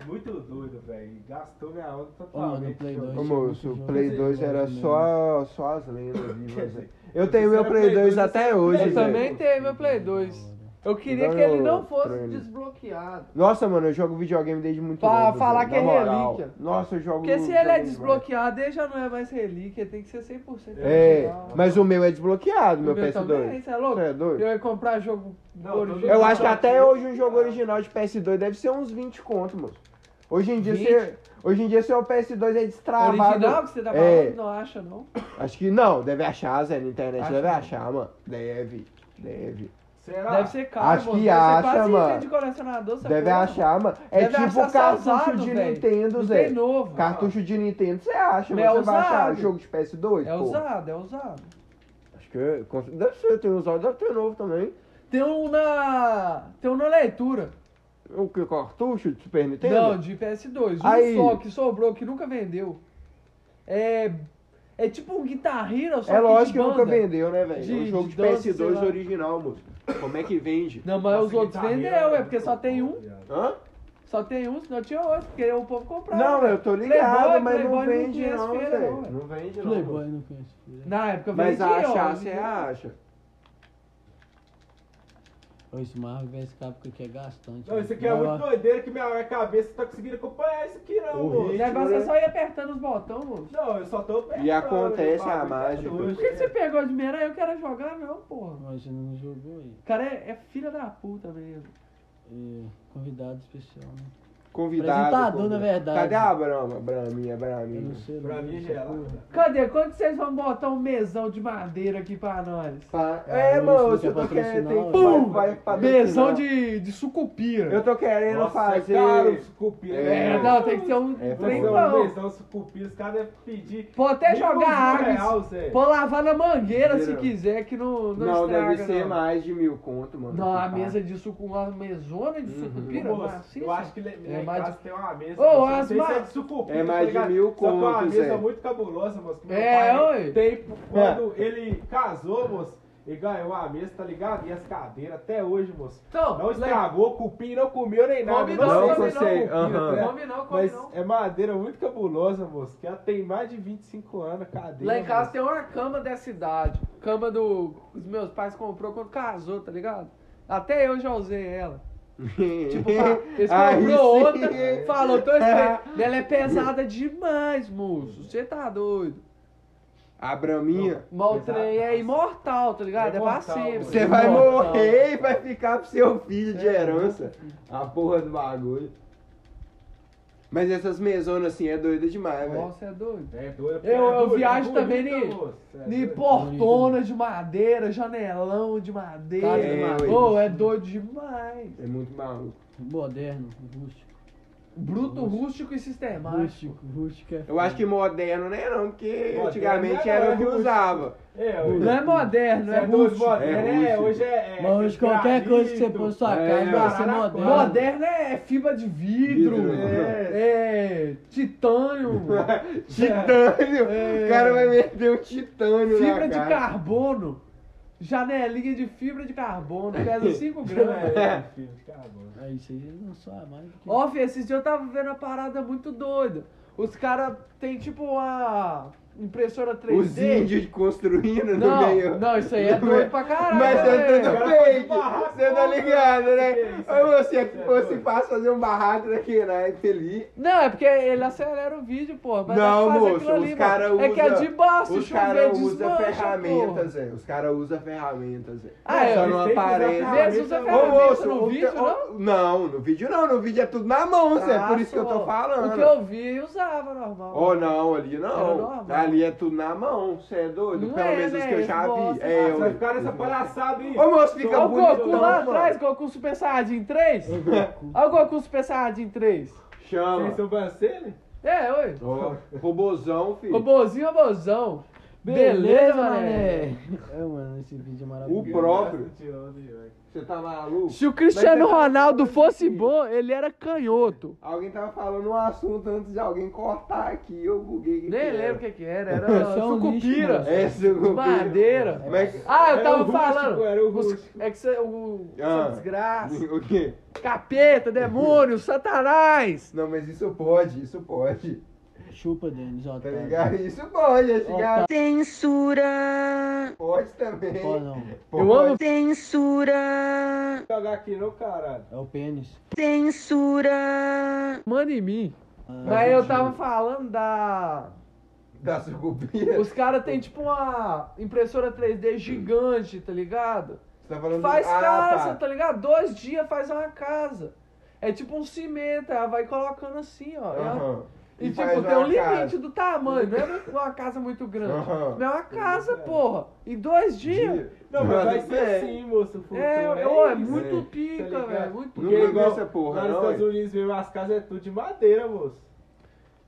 Speaker 4: Muito doido, velho. Gastou minha onda
Speaker 2: Ô, mano,
Speaker 4: totalmente.
Speaker 2: o Play
Speaker 4: Jogo.
Speaker 2: 2.
Speaker 3: Ô, moço, o Play
Speaker 4: Esse
Speaker 3: 2
Speaker 2: jogo
Speaker 3: era
Speaker 2: é
Speaker 3: só, só as lendas vivas, velho. Eu
Speaker 4: Esse
Speaker 3: tenho meu
Speaker 4: era
Speaker 3: Play 2
Speaker 4: esse
Speaker 3: até
Speaker 4: era
Speaker 3: hoje,
Speaker 1: Eu
Speaker 4: Play
Speaker 3: velho. tá
Speaker 1: também teve meu Play 2. Eu queria
Speaker 3: Agora
Speaker 1: que ele
Speaker 3: eu
Speaker 1: não fosse
Speaker 3: treino.
Speaker 1: desbloqueado.
Speaker 3: Nossa, mano, eu jogo videogame desde muito
Speaker 1: Pra
Speaker 3: novo,
Speaker 1: falar
Speaker 3: velho,
Speaker 1: que é
Speaker 3: na moral.
Speaker 1: relíquia.
Speaker 3: Nossa, eu jogo...
Speaker 1: Porque se ele é
Speaker 3: videogame demais.
Speaker 1: desbloqueado, ele já não é mais relíquia, tem que ser 100%
Speaker 3: É,
Speaker 1: original.
Speaker 3: mas o meu é desbloqueado,
Speaker 1: O
Speaker 3: meu
Speaker 1: também,
Speaker 3: PS2.
Speaker 1: Você é louco?
Speaker 3: Você é doido?
Speaker 1: Eu ia comprar jogo
Speaker 4: Não,
Speaker 1: original.
Speaker 4: todo
Speaker 3: Eu acho que
Speaker 4: Não,
Speaker 3: até
Speaker 4: não.
Speaker 3: hoje um jogo original de PS2 deve ser uns 20 conto, moço. Hoje em dia,
Speaker 1: 20?
Speaker 3: você, hoje em dia seu PS2 é destravado.
Speaker 1: Original que você tá falando,
Speaker 3: É.
Speaker 1: não acha não.
Speaker 3: Acho que não, deve achar, Zé, na internet
Speaker 1: Acho
Speaker 3: deve
Speaker 1: que não.
Speaker 3: achar, mano. Deve, deve.
Speaker 4: Será?
Speaker 1: Deve ser caro,
Speaker 3: acho
Speaker 1: mano.
Speaker 3: que
Speaker 1: Você
Speaker 3: acha,
Speaker 1: quase
Speaker 3: mano.
Speaker 1: entende de colecionador, essa
Speaker 3: deve
Speaker 1: porra.
Speaker 3: achar, mano. É
Speaker 1: Deve
Speaker 3: tipo
Speaker 1: achar
Speaker 3: cartucho
Speaker 1: salvado,
Speaker 3: de
Speaker 1: velho.
Speaker 3: Nintendo,
Speaker 1: Não
Speaker 3: Zé.
Speaker 1: tem novo.
Speaker 3: Cartucho de Nintendo você acha,
Speaker 1: Mas
Speaker 3: mas
Speaker 1: é
Speaker 3: você vai achar
Speaker 1: usado.
Speaker 3: jogo de PS2,
Speaker 1: É
Speaker 3: pô.
Speaker 1: usado, é usado.
Speaker 3: Acho que com- deve ser, tem usado, deve ter novo também.
Speaker 1: Tem um na. Tem um na leitura.
Speaker 3: O que, cartucho de Super Nintendo?
Speaker 1: Não, de PS2. Um
Speaker 3: Aí.
Speaker 1: só que sobrou, que nunca vendeu. É. É tipo um guitarrino, só
Speaker 3: É
Speaker 1: que
Speaker 3: lógico
Speaker 1: de
Speaker 3: que nunca
Speaker 1: banda.
Speaker 3: vendeu, né, velho? É um
Speaker 1: De-
Speaker 3: jogo
Speaker 1: de
Speaker 3: de
Speaker 1: dança, sei
Speaker 3: PS2
Speaker 1: lá.
Speaker 3: original, moço. Como é que vende?
Speaker 4: é
Speaker 1: é Não, mas os outros vendeu, é porque só tem um.
Speaker 3: Hã?
Speaker 1: Só tem um, senão tinha outro, porque o povo comprava.
Speaker 3: Não,
Speaker 1: velho.
Speaker 3: eu tô ligado,
Speaker 1: Playboy,
Speaker 3: mas
Speaker 1: Playboy
Speaker 3: não
Speaker 1: não
Speaker 3: vende
Speaker 1: tinha
Speaker 3: não,
Speaker 1: as feiras, não,
Speaker 3: velho.
Speaker 1: velho.
Speaker 4: Não vende, não.
Speaker 2: Playboy não conhece filha.
Speaker 1: Na época
Speaker 3: Mas é
Speaker 1: vendia,
Speaker 3: achar,
Speaker 1: ó.
Speaker 3: você acha.
Speaker 2: Ô, Esse Marvel vs Capcom aqui é gastante.
Speaker 4: Não, isso aqui é muito doideira que minha, minha cabeça tá conseguindo acompanhar isso aqui, não,
Speaker 3: O
Speaker 4: moço.
Speaker 1: O
Speaker 3: ritmo,
Speaker 1: negócio é
Speaker 3: né?
Speaker 1: só ir apertando os botões, moço.
Speaker 4: Não, eu só tô perguntando,
Speaker 3: E acontece
Speaker 4: meu
Speaker 3: a
Speaker 4: bagulho tá
Speaker 3: mágica.
Speaker 4: doido.
Speaker 1: Por que, que você pegou de meia? Eu quero jogar, não, porra.
Speaker 2: Mas você não jogou aí.
Speaker 1: O cara é, é filha da puta mesmo.
Speaker 2: É, convidado especial, né?
Speaker 3: Convidado.
Speaker 2: Apresentador,
Speaker 3: convidado.
Speaker 2: na verdade.
Speaker 3: Cadê a Brama? Braminha,
Speaker 2: Eu não
Speaker 3: Braminha.
Speaker 2: sei.
Speaker 4: Pra
Speaker 2: não,
Speaker 4: mim é
Speaker 2: essa
Speaker 4: gelado.
Speaker 2: porra.
Speaker 1: Cadê? Quando vocês vão botar um mesão de madeira aqui pra nós?
Speaker 3: Tá.
Speaker 2: Ah,
Speaker 3: É,
Speaker 2: isso
Speaker 3: mano,
Speaker 2: não
Speaker 3: você
Speaker 2: quer
Speaker 3: tá querendo.
Speaker 2: patrocinar,
Speaker 3: Tem...
Speaker 2: não.
Speaker 3: Vai, vai patrocinar.
Speaker 1: Uh! Mesão de, de sucupira.
Speaker 3: Eu tô querendo
Speaker 4: Nossa,
Speaker 3: fazer.
Speaker 4: Cara, os né? cupira,
Speaker 3: É,
Speaker 1: É,
Speaker 4: velho.
Speaker 1: não, tem que ser um
Speaker 3: É,
Speaker 4: Tem
Speaker 1: trem
Speaker 4: que ser
Speaker 3: não.
Speaker 4: um
Speaker 1: bom.
Speaker 4: mesão, os cupira, os caras devem pedir.
Speaker 1: Pode até
Speaker 4: mínimo um
Speaker 1: jogar
Speaker 4: mil
Speaker 1: água.
Speaker 4: reais, velho.
Speaker 1: Pode lavar na mangueira se
Speaker 3: Não.
Speaker 1: quiser, que não, não,
Speaker 3: Não,
Speaker 1: estraga.
Speaker 3: deve ser
Speaker 1: não.
Speaker 3: mais de mil conto, mano.
Speaker 1: Não,
Speaker 3: Esse
Speaker 1: a
Speaker 3: par.
Speaker 1: mesa de sucupira, uma mesona de
Speaker 3: Uhum.
Speaker 1: sucupira,
Speaker 4: Moço,
Speaker 1: maciça.
Speaker 4: eu acho que lá
Speaker 1: É
Speaker 4: lá em
Speaker 1: mais
Speaker 4: casa tem uma mesa.
Speaker 1: Ô,
Speaker 4: moço, não
Speaker 1: as
Speaker 4: sei se
Speaker 1: ma-
Speaker 4: é de sucupira,
Speaker 3: É mais
Speaker 4: tá
Speaker 3: de
Speaker 4: ligado?
Speaker 3: mil
Speaker 4: Só que é uma
Speaker 3: contos,
Speaker 4: mesa
Speaker 3: é.
Speaker 4: muito cabulosa, moço. que meu
Speaker 1: É,
Speaker 4: pai
Speaker 1: oi.
Speaker 4: Tem, quando ele casou, moço, ele ganhou a mesa, tá ligado? E as cadeiras até hoje, moço.
Speaker 1: Então,
Speaker 4: Não estragou, cupim não comeu nem nada.
Speaker 1: Combinou,
Speaker 4: Não sei
Speaker 3: combinou,
Speaker 4: se é cupira,
Speaker 3: aham.
Speaker 4: tá ligado?
Speaker 1: Come não, come
Speaker 4: Mas
Speaker 1: não.
Speaker 4: é madeira muito cabulosa, moço, que ela tem mais de 25 anos, a cadeira.
Speaker 1: Lá em casa
Speaker 4: moço.
Speaker 1: tem uma cama dessa idade. Cama do. Os meus pais comprou quando casou, tá ligado? Até eu já usei ela. Tipo, pá, eles
Speaker 3: Aí
Speaker 1: comprou
Speaker 3: sim.
Speaker 1: outra, falou, tô esperando. Ela é pesada demais, moço. Você tá doido.
Speaker 3: A Braminha.
Speaker 1: Mas o trem é imortal, tá ligado?
Speaker 4: É
Speaker 1: É, pra
Speaker 4: imortal,
Speaker 1: sempre.
Speaker 4: moço.
Speaker 3: Você vai
Speaker 2: Imortal.
Speaker 3: morrer e vai ficar pro seu filho de
Speaker 1: É.
Speaker 3: herança. A porra do bagulho. Mas essas mesonas assim é doida demais, velho.
Speaker 1: Nossa, é doido.
Speaker 4: É doido.
Speaker 1: Eu- eu
Speaker 4: é doido,
Speaker 1: viajo
Speaker 4: bonita,
Speaker 1: também de-
Speaker 4: moço, é
Speaker 1: E
Speaker 4: doido.
Speaker 1: portona de madeira, janelão de madeira.
Speaker 2: Casa de
Speaker 3: madeira.
Speaker 1: Ô, é doido demais.
Speaker 3: É muito maluco.
Speaker 2: Moderno, rústico.
Speaker 1: Bruto, rústico e sistemático.
Speaker 2: Rústico, rústico é.
Speaker 3: Eu acho
Speaker 1: Hum.
Speaker 3: que moderno não é não, porque
Speaker 4: Moderno
Speaker 3: antigamente
Speaker 4: é não,
Speaker 3: era
Speaker 4: é
Speaker 3: o que
Speaker 4: rústico.
Speaker 3: usava.
Speaker 4: É,
Speaker 1: Não
Speaker 4: hoje.
Speaker 1: é moderno,
Speaker 4: Não
Speaker 1: é
Speaker 4: é doido,
Speaker 1: rústico.
Speaker 4: moderno,
Speaker 3: É
Speaker 4: é,
Speaker 3: rústico.
Speaker 4: hoje é. é
Speaker 2: Mas hoje qualquer coisa que você põe na sua
Speaker 3: É,
Speaker 2: casa vai ser
Speaker 4: caraca,
Speaker 2: moderno.
Speaker 1: Moderno é fibra de vidro,
Speaker 3: Vidro,
Speaker 1: é, é titânio,
Speaker 3: Titânio! O cara vai meter um titânio
Speaker 1: É. fibra
Speaker 3: na
Speaker 1: de
Speaker 3: cara.
Speaker 1: carbono, janelinha de fibra de carbono,
Speaker 3: É.
Speaker 1: pesa 5 gramas.
Speaker 4: É, filho, acabou.
Speaker 2: É isso aí, não só mais. do que-
Speaker 1: Ó, Fê, esses dias eu tava vendo uma parada muito doida. Os caras tem tipo uma impressora 3D.
Speaker 3: Os índios construindo no meio.
Speaker 1: Não, não, isso aí é doido pra caralho. né,
Speaker 3: Mas você
Speaker 1: velho.
Speaker 3: tá
Speaker 4: Cara,
Speaker 3: fake,
Speaker 4: faz um barraco,
Speaker 3: você tá ligado, né?
Speaker 4: que isso?
Speaker 3: Ou você que
Speaker 4: Você é
Speaker 3: fosse
Speaker 4: doido.
Speaker 3: fácil fazer um barraco né, daqui na ali.
Speaker 1: Não, é porque ele acelera o vídeo, pô. Mas
Speaker 3: Não,
Speaker 1: dá pra fazer
Speaker 3: moço,
Speaker 1: aquilo ali,
Speaker 3: os
Speaker 1: mano.
Speaker 3: caras
Speaker 1: É que é
Speaker 3: usa-
Speaker 1: de baixo,
Speaker 3: Os
Speaker 1: se chover,
Speaker 3: caras usam
Speaker 1: desmancha,
Speaker 3: ferramentas, é. Os caras usam ferramentas, é.
Speaker 1: Ah, é,
Speaker 3: Só
Speaker 1: eles
Speaker 3: não
Speaker 4: têm que usar
Speaker 3: aparece. É,
Speaker 4: ferramenta.
Speaker 1: Mesmo usa
Speaker 4: Ô,
Speaker 1: ferramenta
Speaker 3: moço,
Speaker 1: no
Speaker 3: o
Speaker 1: vídeo,
Speaker 3: te-
Speaker 1: não?
Speaker 3: o- Não, no vídeo não. No vídeo é tudo na mão, Zé.
Speaker 1: Ah,
Speaker 3: Por isso que eu tô
Speaker 1: só. O que
Speaker 3: falando.
Speaker 1: eu vi, eu usava normal.
Speaker 3: Oh, não, ali
Speaker 1: Era
Speaker 3: não.
Speaker 1: normal.
Speaker 3: Ali é tudo na mão, você é doido?
Speaker 1: Não
Speaker 3: Pelo
Speaker 1: é,
Speaker 3: menos os
Speaker 1: né?
Speaker 3: que eu já
Speaker 1: Eles
Speaker 3: vi.
Speaker 1: gostam.
Speaker 3: É,
Speaker 4: Você
Speaker 3: eu-
Speaker 4: vai ficar nessa palhaçada aí.
Speaker 3: Ô, moço, fica
Speaker 1: Olha o
Speaker 3: bonito.
Speaker 1: Goku lá atrás, Goku Super Saiyajin 3. Olha É o Goku Super Saiyajin 3.
Speaker 3: Chama.
Speaker 4: Sem sobrancelha?
Speaker 1: É, oi.
Speaker 3: Ó, robozão, filho.
Speaker 1: Robozinho, robozão. Beleza, mané.
Speaker 2: É, mano, esse vídeo é
Speaker 3: O
Speaker 2: maravilhoso.
Speaker 3: próprio.
Speaker 4: Graças a Deus, hein, velho.
Speaker 3: Você tá maluco?
Speaker 1: Se o Cristiano
Speaker 3: Mas tem-
Speaker 1: Ronaldo fosse bom, ele era canhoto.
Speaker 3: Alguém tava falando um assunto antes de alguém cortar aqui, eu buguei.
Speaker 1: Nem
Speaker 3: que
Speaker 1: lembro o
Speaker 3: que
Speaker 1: que que era. Era
Speaker 2: Só um lixo,
Speaker 1: sucupira.
Speaker 2: mano.
Speaker 3: era. É, sucupira.
Speaker 1: Madeira.
Speaker 3: Mas...
Speaker 1: Ah, eu
Speaker 4: Era
Speaker 1: tava
Speaker 4: o rústico,
Speaker 1: falando.
Speaker 4: era o
Speaker 1: Os-
Speaker 4: rústico.
Speaker 1: é que cê, o,
Speaker 3: Ah.
Speaker 1: essa é desgraça.
Speaker 3: O quê?
Speaker 1: Capeta, demônio, satanás.
Speaker 3: Não, mas isso pode, isso pode.
Speaker 2: Chupa, Denis, ó.
Speaker 3: Tá ligado? Isso pode, esse
Speaker 2: Ó,
Speaker 3: cara
Speaker 9: censura,
Speaker 3: pode também.
Speaker 2: Pô, não.
Speaker 1: Eu amo
Speaker 9: censura,
Speaker 4: Jogar aqui não, caralho.
Speaker 2: É o pênis.
Speaker 9: censura,
Speaker 1: mano em mim.
Speaker 2: Ah,
Speaker 1: Mas eu tava falando da.
Speaker 3: Da sucupira.
Speaker 1: Os caras tem tipo uma impressora 3D gigante, tá ligado?
Speaker 3: Você tá falando
Speaker 1: Faz
Speaker 3: Ah,
Speaker 1: casa,
Speaker 3: tá.
Speaker 1: tá ligado? Dois dias faz uma casa. É tipo um cimento, ela vai colocando assim, ó. É uma-
Speaker 3: Aham.
Speaker 1: E, tipo,
Speaker 3: faz
Speaker 1: tem um
Speaker 3: uma
Speaker 1: limite
Speaker 3: casa.
Speaker 1: do tamanho, não é muito- uma casa muito grande.
Speaker 3: Aham.
Speaker 1: Não é uma casa, porra. Em dois dias.
Speaker 4: Não, mas vai
Speaker 3: Mas
Speaker 4: ser
Speaker 3: é.
Speaker 4: assim, moço. o futuro
Speaker 1: É, ô, é
Speaker 4: isso.
Speaker 1: muito
Speaker 3: Tá
Speaker 1: pica,
Speaker 4: ligado?
Speaker 1: velho. é Muito
Speaker 3: Não
Speaker 1: pica.
Speaker 4: Porque
Speaker 3: vi
Speaker 4: igual
Speaker 3: essa porra,
Speaker 4: lá
Speaker 3: não,
Speaker 4: nos Estados
Speaker 3: hein?
Speaker 4: Unidos mesmo, as casas é tudo de madeira, moço.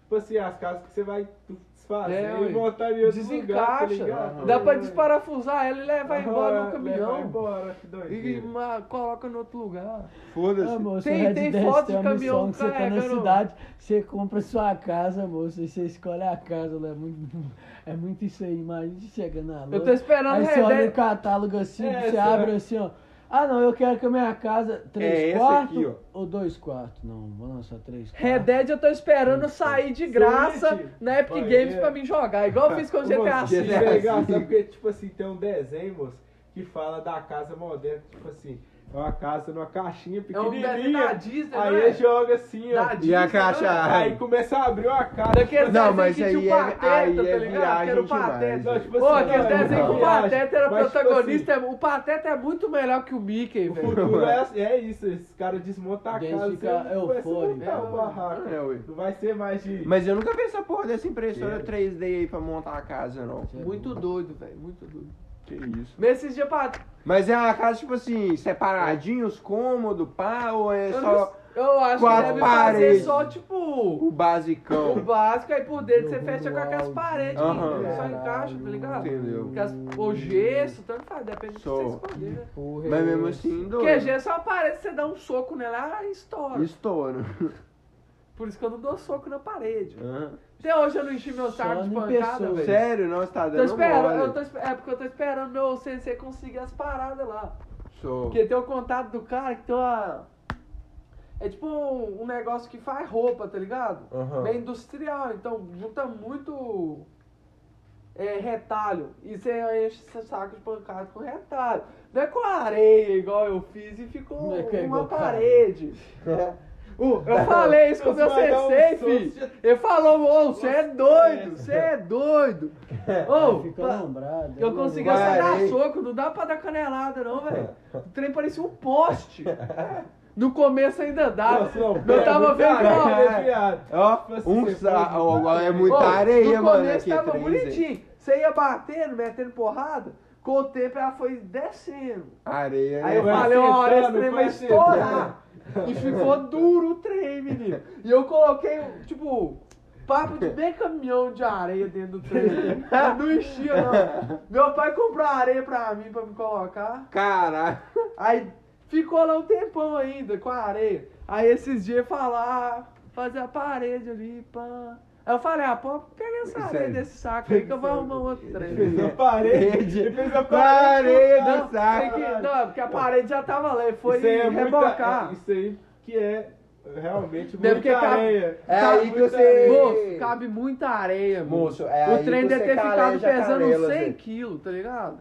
Speaker 4: Tipo assim, as casas que você vai tu- desfazer
Speaker 1: É,
Speaker 4: e
Speaker 1: ué.
Speaker 4: botar em outro lugar, tá
Speaker 1: Desencaixa.
Speaker 4: ligado?
Speaker 1: Dá pra
Speaker 4: É.
Speaker 1: desparafusar ela e levar
Speaker 4: Aham, é,
Speaker 1: embora no
Speaker 4: Vai
Speaker 1: caminhão.
Speaker 4: embora, que
Speaker 1: E
Speaker 4: doideira.
Speaker 1: ma- coloca no outro lugar.
Speaker 2: Ah,
Speaker 3: Foda-se.
Speaker 2: moço,
Speaker 1: Tem-
Speaker 2: Red
Speaker 1: tem
Speaker 2: Dead
Speaker 1: foto
Speaker 2: tem
Speaker 1: de
Speaker 2: uma
Speaker 1: caminhão
Speaker 2: missão que você tá na
Speaker 1: carregando-
Speaker 2: cidade, você compra sua casa, moço, e você escolhe a casa, né? é muito, é muito isso aí, imagina você chega na loja,
Speaker 1: Eu tô esperando
Speaker 2: aí
Speaker 1: o
Speaker 2: você
Speaker 1: Red
Speaker 2: olha
Speaker 1: Dead.
Speaker 2: o catálogo assim,
Speaker 4: É,
Speaker 2: você
Speaker 4: você
Speaker 2: abre
Speaker 4: vai-
Speaker 2: assim, ó, Ah, não, eu quero que a minha casa
Speaker 7: É
Speaker 2: três
Speaker 7: esse
Speaker 2: quartos
Speaker 7: aqui, ó.
Speaker 2: ou dois quartos? Não, vou lançar três quartos.
Speaker 1: Red Dead eu tô esperando sair de graça na Epic
Speaker 4: Olha,
Speaker 1: Games
Speaker 4: é.
Speaker 1: pra mim jogar, igual eu fiz com o GTA
Speaker 4: Moço,
Speaker 1: V.
Speaker 4: isso é engraçado porque, tipo assim, tem um desenho, moço, que fala da casa moderna, tipo assim, é uma casa numa caixinha
Speaker 1: É um
Speaker 4: pequenininha.
Speaker 1: desenho da Disney,
Speaker 4: aí
Speaker 1: não é?
Speaker 4: ele joga assim, ó.
Speaker 1: Da
Speaker 3: E a
Speaker 1: Disney,
Speaker 3: caixa.
Speaker 4: Aí começa a abrir uma caixa.
Speaker 1: Daquele
Speaker 3: Não,
Speaker 1: desenho que
Speaker 3: mas
Speaker 1: tinha
Speaker 3: aí
Speaker 1: o
Speaker 3: é-
Speaker 1: Pateta,
Speaker 3: aí é
Speaker 1: tá ligado? Que era o
Speaker 3: viagem
Speaker 1: Pateta.
Speaker 3: demais.
Speaker 4: Não, tipo
Speaker 1: Pô,
Speaker 4: assim,
Speaker 1: aquele
Speaker 4: não,
Speaker 1: desenho
Speaker 4: não,
Speaker 1: que o
Speaker 4: não.
Speaker 1: Pateta era
Speaker 4: Mas, tipo
Speaker 1: protagonista, o Pateta é muito melhor que o Mickey,
Speaker 4: O
Speaker 1: velho.
Speaker 4: futuro é, é isso, esses caras desmontam a
Speaker 2: Gente,
Speaker 4: casa.
Speaker 2: fica
Speaker 4: e começa a
Speaker 2: eufórico.
Speaker 4: montar o barraco.
Speaker 7: É, ué.
Speaker 4: Não vai ser mais de.
Speaker 7: Mas eu nunca vi essa porra dessa impressora 3D aí pra montar a casa, não.
Speaker 1: Muito doido, velho, muito doido.
Speaker 7: Que isso.
Speaker 1: Nesses dias pra
Speaker 7: Mas é uma casa, tipo assim, separadinhos, cômodo, pá, ou é
Speaker 1: Eu,
Speaker 7: só
Speaker 1: não- eu acho que
Speaker 7: quatro
Speaker 1: deve fazer
Speaker 7: paredes.
Speaker 1: só, tipo,
Speaker 7: o
Speaker 1: o
Speaker 7: basicão?
Speaker 1: básico, aí por dentro
Speaker 2: Eu
Speaker 1: você
Speaker 2: vou
Speaker 1: fecha com
Speaker 2: no
Speaker 1: aquelas
Speaker 2: áudio.
Speaker 1: paredes,
Speaker 7: Aham.
Speaker 1: que só
Speaker 2: Caralho.
Speaker 1: encaixa, tá ligado?
Speaker 7: Entendeu?
Speaker 1: Porque as- Ou gesso, tanto faz, depende do que você
Speaker 7: Sou.
Speaker 1: escolher, né?
Speaker 2: Porra,
Speaker 7: Mas
Speaker 2: é
Speaker 7: mesmo
Speaker 2: isso.
Speaker 7: assim, doido.
Speaker 1: Porque gesso é uma parede, você dá um soco nela e estoura.
Speaker 7: Estouro.
Speaker 1: Por isso que eu não dou soco na parede.
Speaker 7: Hã?
Speaker 1: Até hoje eu não enchi meu
Speaker 2: Só
Speaker 1: saco de
Speaker 2: em
Speaker 1: pancada,
Speaker 2: pessoa. é
Speaker 1: velho.
Speaker 7: Sério, não, você tá
Speaker 1: Tô
Speaker 7: dando
Speaker 1: esperando,
Speaker 7: mole.
Speaker 1: eu tô espe- é porque eu tô esperando meu sensei conseguir as paradas lá.
Speaker 7: Sou.
Speaker 1: Porque tem o contato do cara que tem uma. É tipo um, um negócio que faz roupa, tá ligado?
Speaker 7: Aham.
Speaker 1: Bem industrial, então junta muito é, retalho. E você enche seu saco de pancada com retalho. Não é com areia igual eu fiz e ficou
Speaker 2: Não é que é
Speaker 1: uma
Speaker 2: igual
Speaker 1: parede. Uh, eu falei isso com o meu
Speaker 4: Você vai dar um
Speaker 1: sensei,
Speaker 4: soco,
Speaker 1: filho. Ele falou, ô, você é doido, você é doido. Ô,
Speaker 2: Fica
Speaker 1: pa-
Speaker 2: lembrado.
Speaker 1: eu consegui
Speaker 7: Vai,
Speaker 1: só dar
Speaker 7: hein?
Speaker 1: soco, não dá pra dar canelada, não, velho. O trem parecia um poste. No começo ainda dava.
Speaker 4: Nossa, não, É,
Speaker 1: eu tava vendo, ó,
Speaker 7: Ó,
Speaker 4: Tipo assim,
Speaker 7: um
Speaker 4: você
Speaker 7: sa-
Speaker 4: pode-
Speaker 7: ó, agora é muita
Speaker 1: Ô,
Speaker 7: areia,
Speaker 1: no
Speaker 7: mano.
Speaker 1: começo
Speaker 7: Aqui
Speaker 1: tava
Speaker 7: 3
Speaker 1: bonitinho. Você ia batendo, metendo porrada, com o tempo ela foi descendo.
Speaker 7: Areia,
Speaker 1: Aí eu
Speaker 7: né?
Speaker 4: Vai
Speaker 1: falei, uma hora esse
Speaker 4: acertando,
Speaker 1: trem vai
Speaker 4: vai
Speaker 1: estourar. E ficou duro o trem, menino. E eu coloquei, tipo, papo de bem caminhão de areia dentro do trem. Eu não enchia, não. Meu pai comprou areia pra mim, pra me colocar.
Speaker 7: Caralho.
Speaker 1: Aí ficou lá um tempão ainda com a areia. Aí esses dias falar, fazer a parede ali, pá. Aí eu falei, ah, pô, pega essa areia
Speaker 7: Sério?
Speaker 1: desse saco aí que eu vou arrumar um outro trem.
Speaker 4: Fez a parede. ele fez a parede.
Speaker 7: Areia
Speaker 1: Não,
Speaker 7: do
Speaker 1: tem
Speaker 7: saco.
Speaker 1: que, não, é porque a parede já tava lá, foi
Speaker 4: Isso aí é muita-
Speaker 1: rebocar.
Speaker 4: isso aí que é realmente
Speaker 1: Deve
Speaker 4: muita
Speaker 1: que cabe-
Speaker 4: areia.
Speaker 3: É
Speaker 4: Tá
Speaker 3: aí que
Speaker 4: muita
Speaker 3: você-
Speaker 4: areia.
Speaker 1: Moço, cabe muita areia,
Speaker 3: Moço,
Speaker 1: moço.
Speaker 3: é
Speaker 1: o
Speaker 3: aí
Speaker 1: trem
Speaker 3: que
Speaker 1: deve
Speaker 3: você
Speaker 1: ter ficado
Speaker 3: caleja a
Speaker 1: pesando
Speaker 3: canela,
Speaker 1: 100
Speaker 3: Zé.
Speaker 1: quilos, tá ligado?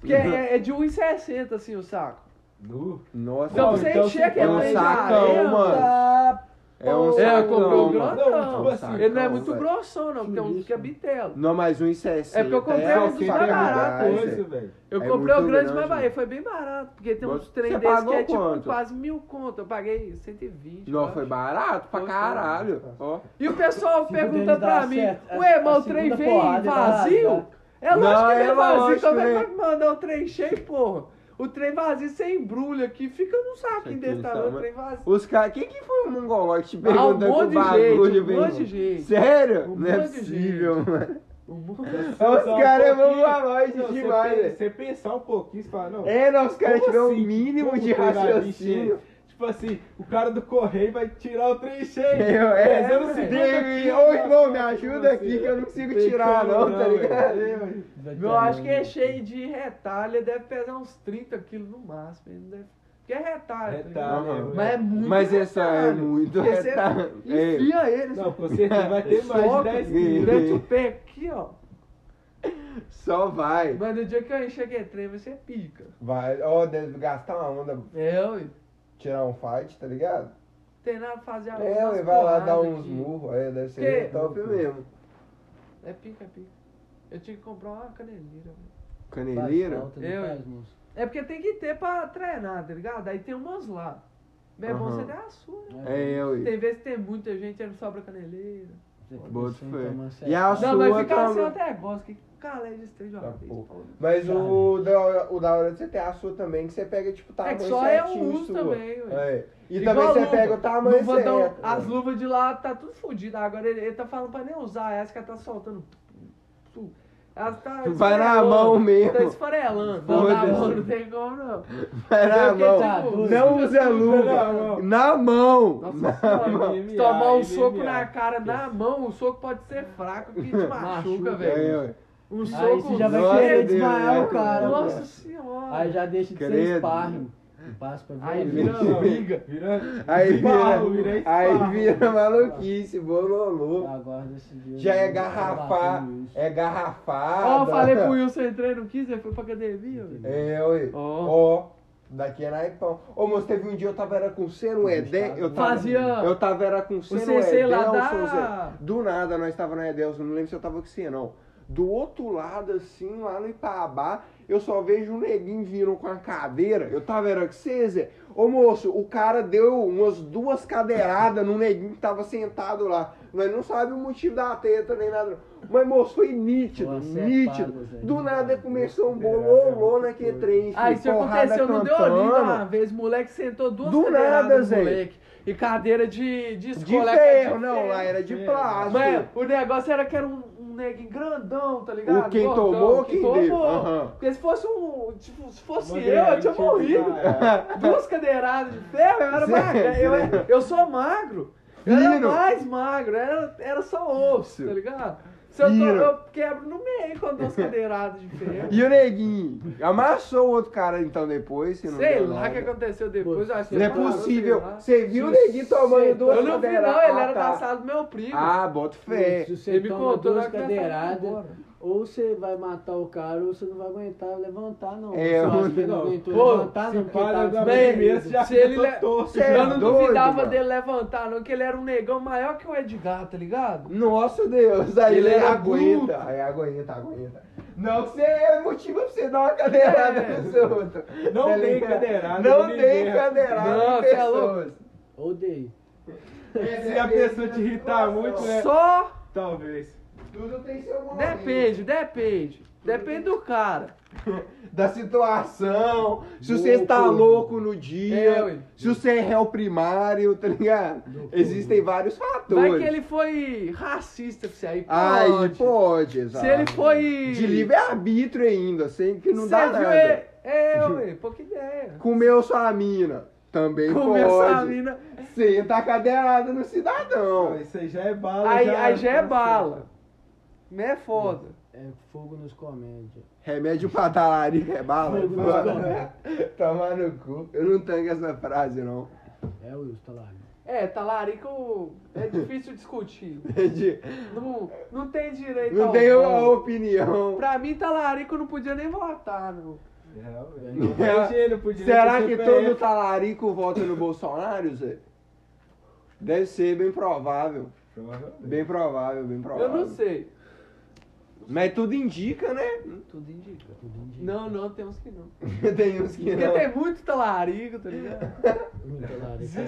Speaker 1: Porque
Speaker 3: Uhum.
Speaker 1: é, é de 1,60 assim o saco.
Speaker 4: Nu.
Speaker 3: Nossa,
Speaker 1: Então
Speaker 4: Não,
Speaker 1: pra você
Speaker 4: então
Speaker 1: encher
Speaker 4: se
Speaker 1: aquele
Speaker 3: for um
Speaker 1: trem de
Speaker 3: sacão,
Speaker 1: areia,
Speaker 3: mano.
Speaker 2: Tá,
Speaker 3: é um
Speaker 1: É, eu
Speaker 3: sacão,
Speaker 1: comprei o
Speaker 3: mano.
Speaker 1: grandão.
Speaker 4: Não, tipo assim,
Speaker 1: Ele não é muito
Speaker 3: velho.
Speaker 1: grossão, não, porque tem uns que é bitelo.
Speaker 3: Não, mais um em 60.
Speaker 1: É porque eu comprei
Speaker 3: um
Speaker 1: um dos mais baratos.
Speaker 4: Coisa, velho.
Speaker 1: Eu
Speaker 3: É
Speaker 1: comprei o grande,
Speaker 3: muito grande,
Speaker 1: mas
Speaker 3: mano.
Speaker 1: vai, foi bem barato. Porque tem uns
Speaker 3: Você
Speaker 1: trem desses que é
Speaker 3: pagou
Speaker 1: tipo
Speaker 3: quanto?
Speaker 1: quase mil conto. Eu paguei 120. eu
Speaker 3: Não,
Speaker 1: acho.
Speaker 3: foi barato
Speaker 1: Foi,
Speaker 3: pra
Speaker 1: foi.
Speaker 3: caralho. Ó.
Speaker 1: E o pessoal
Speaker 2: Se
Speaker 1: pergunta
Speaker 2: puder me
Speaker 1: pra
Speaker 2: dar
Speaker 1: mim:
Speaker 2: um certo, a-
Speaker 1: Ué, mas
Speaker 2: a
Speaker 1: o trem
Speaker 2: segunda
Speaker 1: vem
Speaker 2: porrada vai
Speaker 1: vazio?
Speaker 2: rasgar.
Speaker 1: É lógico
Speaker 3: Não,
Speaker 1: que
Speaker 3: é
Speaker 1: vem vazio.
Speaker 3: lógico,
Speaker 1: Como é que
Speaker 3: né?
Speaker 1: vai me mandar o trem cheio, porra? O trem vazio, você embrulha aqui, fica num saquinho
Speaker 3: Isso aqui,
Speaker 1: desse tamanho,
Speaker 3: sabe?
Speaker 1: o trem vazio.
Speaker 3: Os caras. Quem que foi o mongoló que te
Speaker 1: Ah, um
Speaker 3: perguntou tá com
Speaker 1: monte
Speaker 3: o
Speaker 1: de gente,
Speaker 3: bagulho,
Speaker 1: um
Speaker 3: velho?
Speaker 1: monte de gente.
Speaker 3: Sério?
Speaker 1: Um
Speaker 3: não é
Speaker 1: monte de
Speaker 3: possível, mano.
Speaker 1: Um monte-
Speaker 3: Os
Speaker 4: Só um
Speaker 3: caras vão
Speaker 4: pouquinho.
Speaker 3: mongolóides
Speaker 4: Não, você
Speaker 3: demais,
Speaker 4: pe-
Speaker 3: velho.
Speaker 4: Você pensar um pouquinho, você fala, não.
Speaker 3: É, não, os caras
Speaker 4: Como
Speaker 3: tiveram o
Speaker 4: assim?
Speaker 3: mínimo
Speaker 4: Como
Speaker 3: de
Speaker 4: que vai dar
Speaker 3: raciocínio.
Speaker 4: lixo? Tipo assim, o cara do correio vai tirar o trem cheio.
Speaker 3: Eu, é,
Speaker 4: Mas eu não sei. Tipo
Speaker 3: Dave, ô irmão, me
Speaker 4: assim,
Speaker 3: ajuda aqui que eu não consigo tirar, não,
Speaker 4: um
Speaker 3: tá ligado?
Speaker 4: ligado?
Speaker 1: Eu acho que é cheio de retalho, ele deve pesar uns 30 quilos no máximo. Ele não deve... Porque é retalho.
Speaker 4: né,
Speaker 1: tá ligado?
Speaker 3: Aham.
Speaker 1: Mas é muito
Speaker 3: Mas essa é
Speaker 1: retalho.
Speaker 3: muito
Speaker 1: Porque você
Speaker 3: retalho. Ei,
Speaker 1: Enfia ele,
Speaker 4: Não, com certeza vai ter mais de
Speaker 1: Soca,
Speaker 4: 10
Speaker 3: e-
Speaker 4: quilos.
Speaker 1: mete o pé aqui, ó.
Speaker 3: Só vai.
Speaker 1: Mas no dia que eu enxerguei trem, você pica.
Speaker 3: Vai, ó, deve gastar uma onda,
Speaker 1: É, ué. Não
Speaker 3: tirar um fight, tá ligado?
Speaker 1: Tem nada pra fazer a
Speaker 3: É, ué, vai lá dar uns murros, aí deve ser
Speaker 1: Que?
Speaker 3: top mesmo.
Speaker 1: É pica, é pica. Eu tinha que comprar uma caneleira. velho.
Speaker 2: Faz
Speaker 3: Caneleira?
Speaker 2: falta, não
Speaker 1: Eu-
Speaker 2: faz, moço.
Speaker 1: É porque tem que ter pra treinar, tá ligado? Aí tem umas lá. Mas é bom
Speaker 3: Aham.
Speaker 1: você dar a sua, né?
Speaker 3: É, eu.
Speaker 1: Tem vezes que tem muita gente e não sobra caneleira.
Speaker 2: Você então, fica
Speaker 3: Boto
Speaker 2: sem
Speaker 3: fé.
Speaker 2: tomar certo.
Speaker 3: E a
Speaker 1: Não, mas
Speaker 3: sua
Speaker 1: ficar assim eu
Speaker 3: também.
Speaker 1: até gosto. Que calé de trem jogado.
Speaker 3: Tá,
Speaker 1: isso,
Speaker 3: pô.
Speaker 1: pô.
Speaker 3: Mas o da, hora- o da hora de você ter a sua também, que você pega, tipo,
Speaker 1: É
Speaker 3: tamanho
Speaker 1: que só é
Speaker 3: certinho
Speaker 1: um uso
Speaker 3: sua.
Speaker 1: também, ué.
Speaker 3: É. E
Speaker 1: Igual
Speaker 3: também
Speaker 1: a
Speaker 3: você
Speaker 1: luva.
Speaker 3: pega o tamanho
Speaker 1: Luva tão-
Speaker 3: certo.
Speaker 1: As
Speaker 3: né?
Speaker 1: luvas de lá tá tudo fodido. Agora ele, ele tá falando pra nem usar. Essa que ela tá soltando. tu. Ela tá
Speaker 3: Vai na
Speaker 1: esfarelando,
Speaker 3: mão mesmo.
Speaker 1: Tá esfarelando. Não, na
Speaker 3: Foda-se.
Speaker 1: mão não tem como não.
Speaker 3: Vai na
Speaker 1: Porque,
Speaker 3: mão.
Speaker 1: tipo,
Speaker 2: Não
Speaker 1: se você-
Speaker 3: usa luva.
Speaker 4: Não,
Speaker 3: Na mão!
Speaker 1: Nossa senhora,
Speaker 4: MMA,
Speaker 1: se tomar um soco
Speaker 4: MMA.
Speaker 1: na cara na mão, o soco pode ser fraco que te machuca,
Speaker 2: Machuca,
Speaker 1: velho.
Speaker 3: É, ué.
Speaker 1: Um
Speaker 2: Aí
Speaker 1: soco é
Speaker 2: você já vai
Speaker 3: Nossa,
Speaker 2: querer
Speaker 3: Deus,
Speaker 2: desmaiar
Speaker 3: vai
Speaker 2: o
Speaker 3: ter-
Speaker 2: cara.
Speaker 1: Nossa
Speaker 2: pô.
Speaker 1: senhora.
Speaker 2: Aí já deixa de ser
Speaker 3: Credo.
Speaker 2: sparring. Um passo pra
Speaker 1: Aí
Speaker 2: violência.
Speaker 1: vira-
Speaker 4: briga. Vira,
Speaker 3: Aí
Speaker 4: esparro, vira
Speaker 3: vira,
Speaker 4: esparro.
Speaker 3: aí vira maluquice, bololô.
Speaker 2: Aguarda esse dia.
Speaker 3: Já é
Speaker 2: né?
Speaker 3: garrafar,
Speaker 2: Batendo isso.
Speaker 3: é
Speaker 1: Ó,
Speaker 3: garrafada.
Speaker 1: eu falei pro Wilson, entrei, não quis, ele foi pra academia, velho.
Speaker 3: É, oi.
Speaker 1: Ó,
Speaker 3: Ó, daqui é naipão. Ô, moço, teve um dia eu tava era com você no Edé, eu tava...
Speaker 1: fazia
Speaker 3: Eu tava era com
Speaker 1: o
Speaker 3: você no
Speaker 1: CC
Speaker 3: Edel,
Speaker 1: lá
Speaker 3: seu Zé.
Speaker 1: da...
Speaker 3: Do nada, nós tava na Edelso, não lembro se eu tava com você, não. Do outro lado, assim, lá no Ipabá, eu só vejo um neguinho vindo com a cadeira. Eu tava era com você, Zé. Ô moço, o cara deu umas duas cadeiradas no neguinho que tava sentado lá. Mas não sabe o motivo da teta nem nada. não. Mas moço, foi nítido,
Speaker 2: Nossa, é
Speaker 3: nítido.
Speaker 2: pago, Zé.
Speaker 3: Do nada começou um
Speaker 4: é
Speaker 3: bololô naquele trem.
Speaker 1: Aí
Speaker 3: filho,
Speaker 1: isso
Speaker 3: porrada
Speaker 1: aconteceu no
Speaker 3: cantando.
Speaker 1: Deolinda uma vez, moleque sentou duas
Speaker 3: Do
Speaker 1: cadeiradas
Speaker 3: nada,
Speaker 1: no
Speaker 3: Zé.
Speaker 1: moleque. E cadeira de, de
Speaker 3: De
Speaker 1: escola.
Speaker 3: ferro, não, lá era de
Speaker 4: Ferro.
Speaker 3: plástico.
Speaker 1: Mas o negócio era que era um, um neguinho grandão, tá ligado?
Speaker 3: O quem
Speaker 1: Gordão,
Speaker 3: tomou, quem
Speaker 1: tomou.
Speaker 3: deu. Aham.
Speaker 1: Porque se fosse um. Tipo, se fosse
Speaker 4: Mandei
Speaker 1: eu,
Speaker 4: aí,
Speaker 1: eu tinha
Speaker 4: tio,
Speaker 1: morrido.
Speaker 4: cara.
Speaker 1: Duas cadeiradas de ferro, eu era
Speaker 3: Zé,
Speaker 1: magro. Eu,
Speaker 3: Zé.
Speaker 1: era- eu sou magro. Eu era
Speaker 3: Fino.
Speaker 1: mais magro, era, era só osso, tá ligado? Se eu, to-
Speaker 3: Fino.
Speaker 1: eu quebro no meio com duas cadeiradas de ferro.
Speaker 3: E o neguinho amassou o outro cara então depois, se não
Speaker 1: Sei
Speaker 3: deu
Speaker 1: lá o
Speaker 3: nada.
Speaker 1: que aconteceu depois. eu acho que
Speaker 3: né? Não é
Speaker 1: eu parou, sei
Speaker 3: possível.
Speaker 1: lá.
Speaker 3: Você viu o neguinho tomando duas
Speaker 1: Eu não vi,
Speaker 3: cadeiradas?
Speaker 1: não. Ele
Speaker 3: Ah,
Speaker 1: era
Speaker 3: tá.
Speaker 1: da sala do meu primo.
Speaker 3: Ah, bota fé.
Speaker 2: Se você
Speaker 1: ele me
Speaker 2: toma
Speaker 1: contou
Speaker 2: duas
Speaker 1: na
Speaker 2: cadeiradas,
Speaker 1: cadeirada.
Speaker 2: ou você vai matar o cara, ou você não vai aguentar levantar, não.
Speaker 3: É,
Speaker 2: Você
Speaker 3: eu-
Speaker 2: acha que ele não
Speaker 4: não.
Speaker 2: aguentou
Speaker 1: Pô,
Speaker 2: levantar, não,
Speaker 4: Se
Speaker 2: porque
Speaker 4: para
Speaker 2: tava
Speaker 4: da
Speaker 1: bem,
Speaker 4: primeira, você já
Speaker 1: se ele
Speaker 4: fica
Speaker 1: le-
Speaker 4: torto.
Speaker 3: Cê é
Speaker 1: Eu não
Speaker 3: doido,
Speaker 1: duvidava
Speaker 3: mano.
Speaker 1: dele levantar, não, que ele era um negão maior que o Edgar, tá ligado?
Speaker 3: Nossa Deus, aí
Speaker 1: Ele
Speaker 3: ele,
Speaker 1: era
Speaker 3: aguenta.
Speaker 1: bruto.
Speaker 3: Aí aguenta, aguenta. Não que você é motivo pra você dar uma cadeirada
Speaker 1: É.
Speaker 3: nos outros.
Speaker 4: Não
Speaker 3: Tá
Speaker 4: tem
Speaker 3: ligado?
Speaker 4: cadeirada,
Speaker 3: Não
Speaker 4: ninguém
Speaker 3: tem
Speaker 4: erra.
Speaker 3: cadeirada
Speaker 1: Não,
Speaker 3: em
Speaker 1: cê é louco.
Speaker 3: pessoas.
Speaker 2: Odeio.
Speaker 4: Se a pessoa te irritar muito,
Speaker 3: É.
Speaker 4: né?
Speaker 1: Só
Speaker 4: Talvez.
Speaker 3: Tudo tem seu
Speaker 1: Né?
Speaker 3: momento.
Speaker 1: depende, depende. Depende do cara.
Speaker 3: da situação, se você
Speaker 2: Louco.
Speaker 3: está louco no dia,
Speaker 1: É, ué.
Speaker 3: se você é réu primário, tá ligado? Existem vários fatores.
Speaker 1: Vai que ele foi racista pra você aí.
Speaker 3: Aí
Speaker 1: Pode.
Speaker 3: pode, exato.
Speaker 1: Se ele foi.
Speaker 3: De livre-arbítrio ainda, sem que não dá
Speaker 1: Você viu?
Speaker 3: nada.
Speaker 1: ele- É, ué, pouca ideia.
Speaker 3: Comeu sua mina, também
Speaker 1: Comeu
Speaker 3: pode.
Speaker 1: essa mina.
Speaker 3: Senta a cadeirada no cidadão.
Speaker 4: Isso aí já é bala.
Speaker 1: Aí aí já é bala. Não é foda.
Speaker 2: É fogo nos comédias.
Speaker 3: Remédio pra talarica é bala.
Speaker 2: Fogo nos comédias.
Speaker 3: Tomar no cu. Eu não tango essa frase, não.
Speaker 2: É o Wilson, tá lá.
Speaker 1: É, talarico é difícil discutir. Então,
Speaker 3: De-
Speaker 1: Não, não tem direito
Speaker 3: Não
Speaker 1: ao
Speaker 3: tenho a
Speaker 1: voto.
Speaker 3: opinião.
Speaker 1: Pra mim, tá talarico não podia nem votar, não.
Speaker 3: É, Será que todo talarico vota no Bolsonaro, Zé? Deve ser bem provável. Bem provável, bem provável.
Speaker 1: Eu não sei.
Speaker 3: Mas tudo indica, né?
Speaker 1: Tudo indica. Não, não, temos que não.
Speaker 3: tem uns que
Speaker 1: Porque
Speaker 3: não.
Speaker 1: tem muito talarico, tá ligado?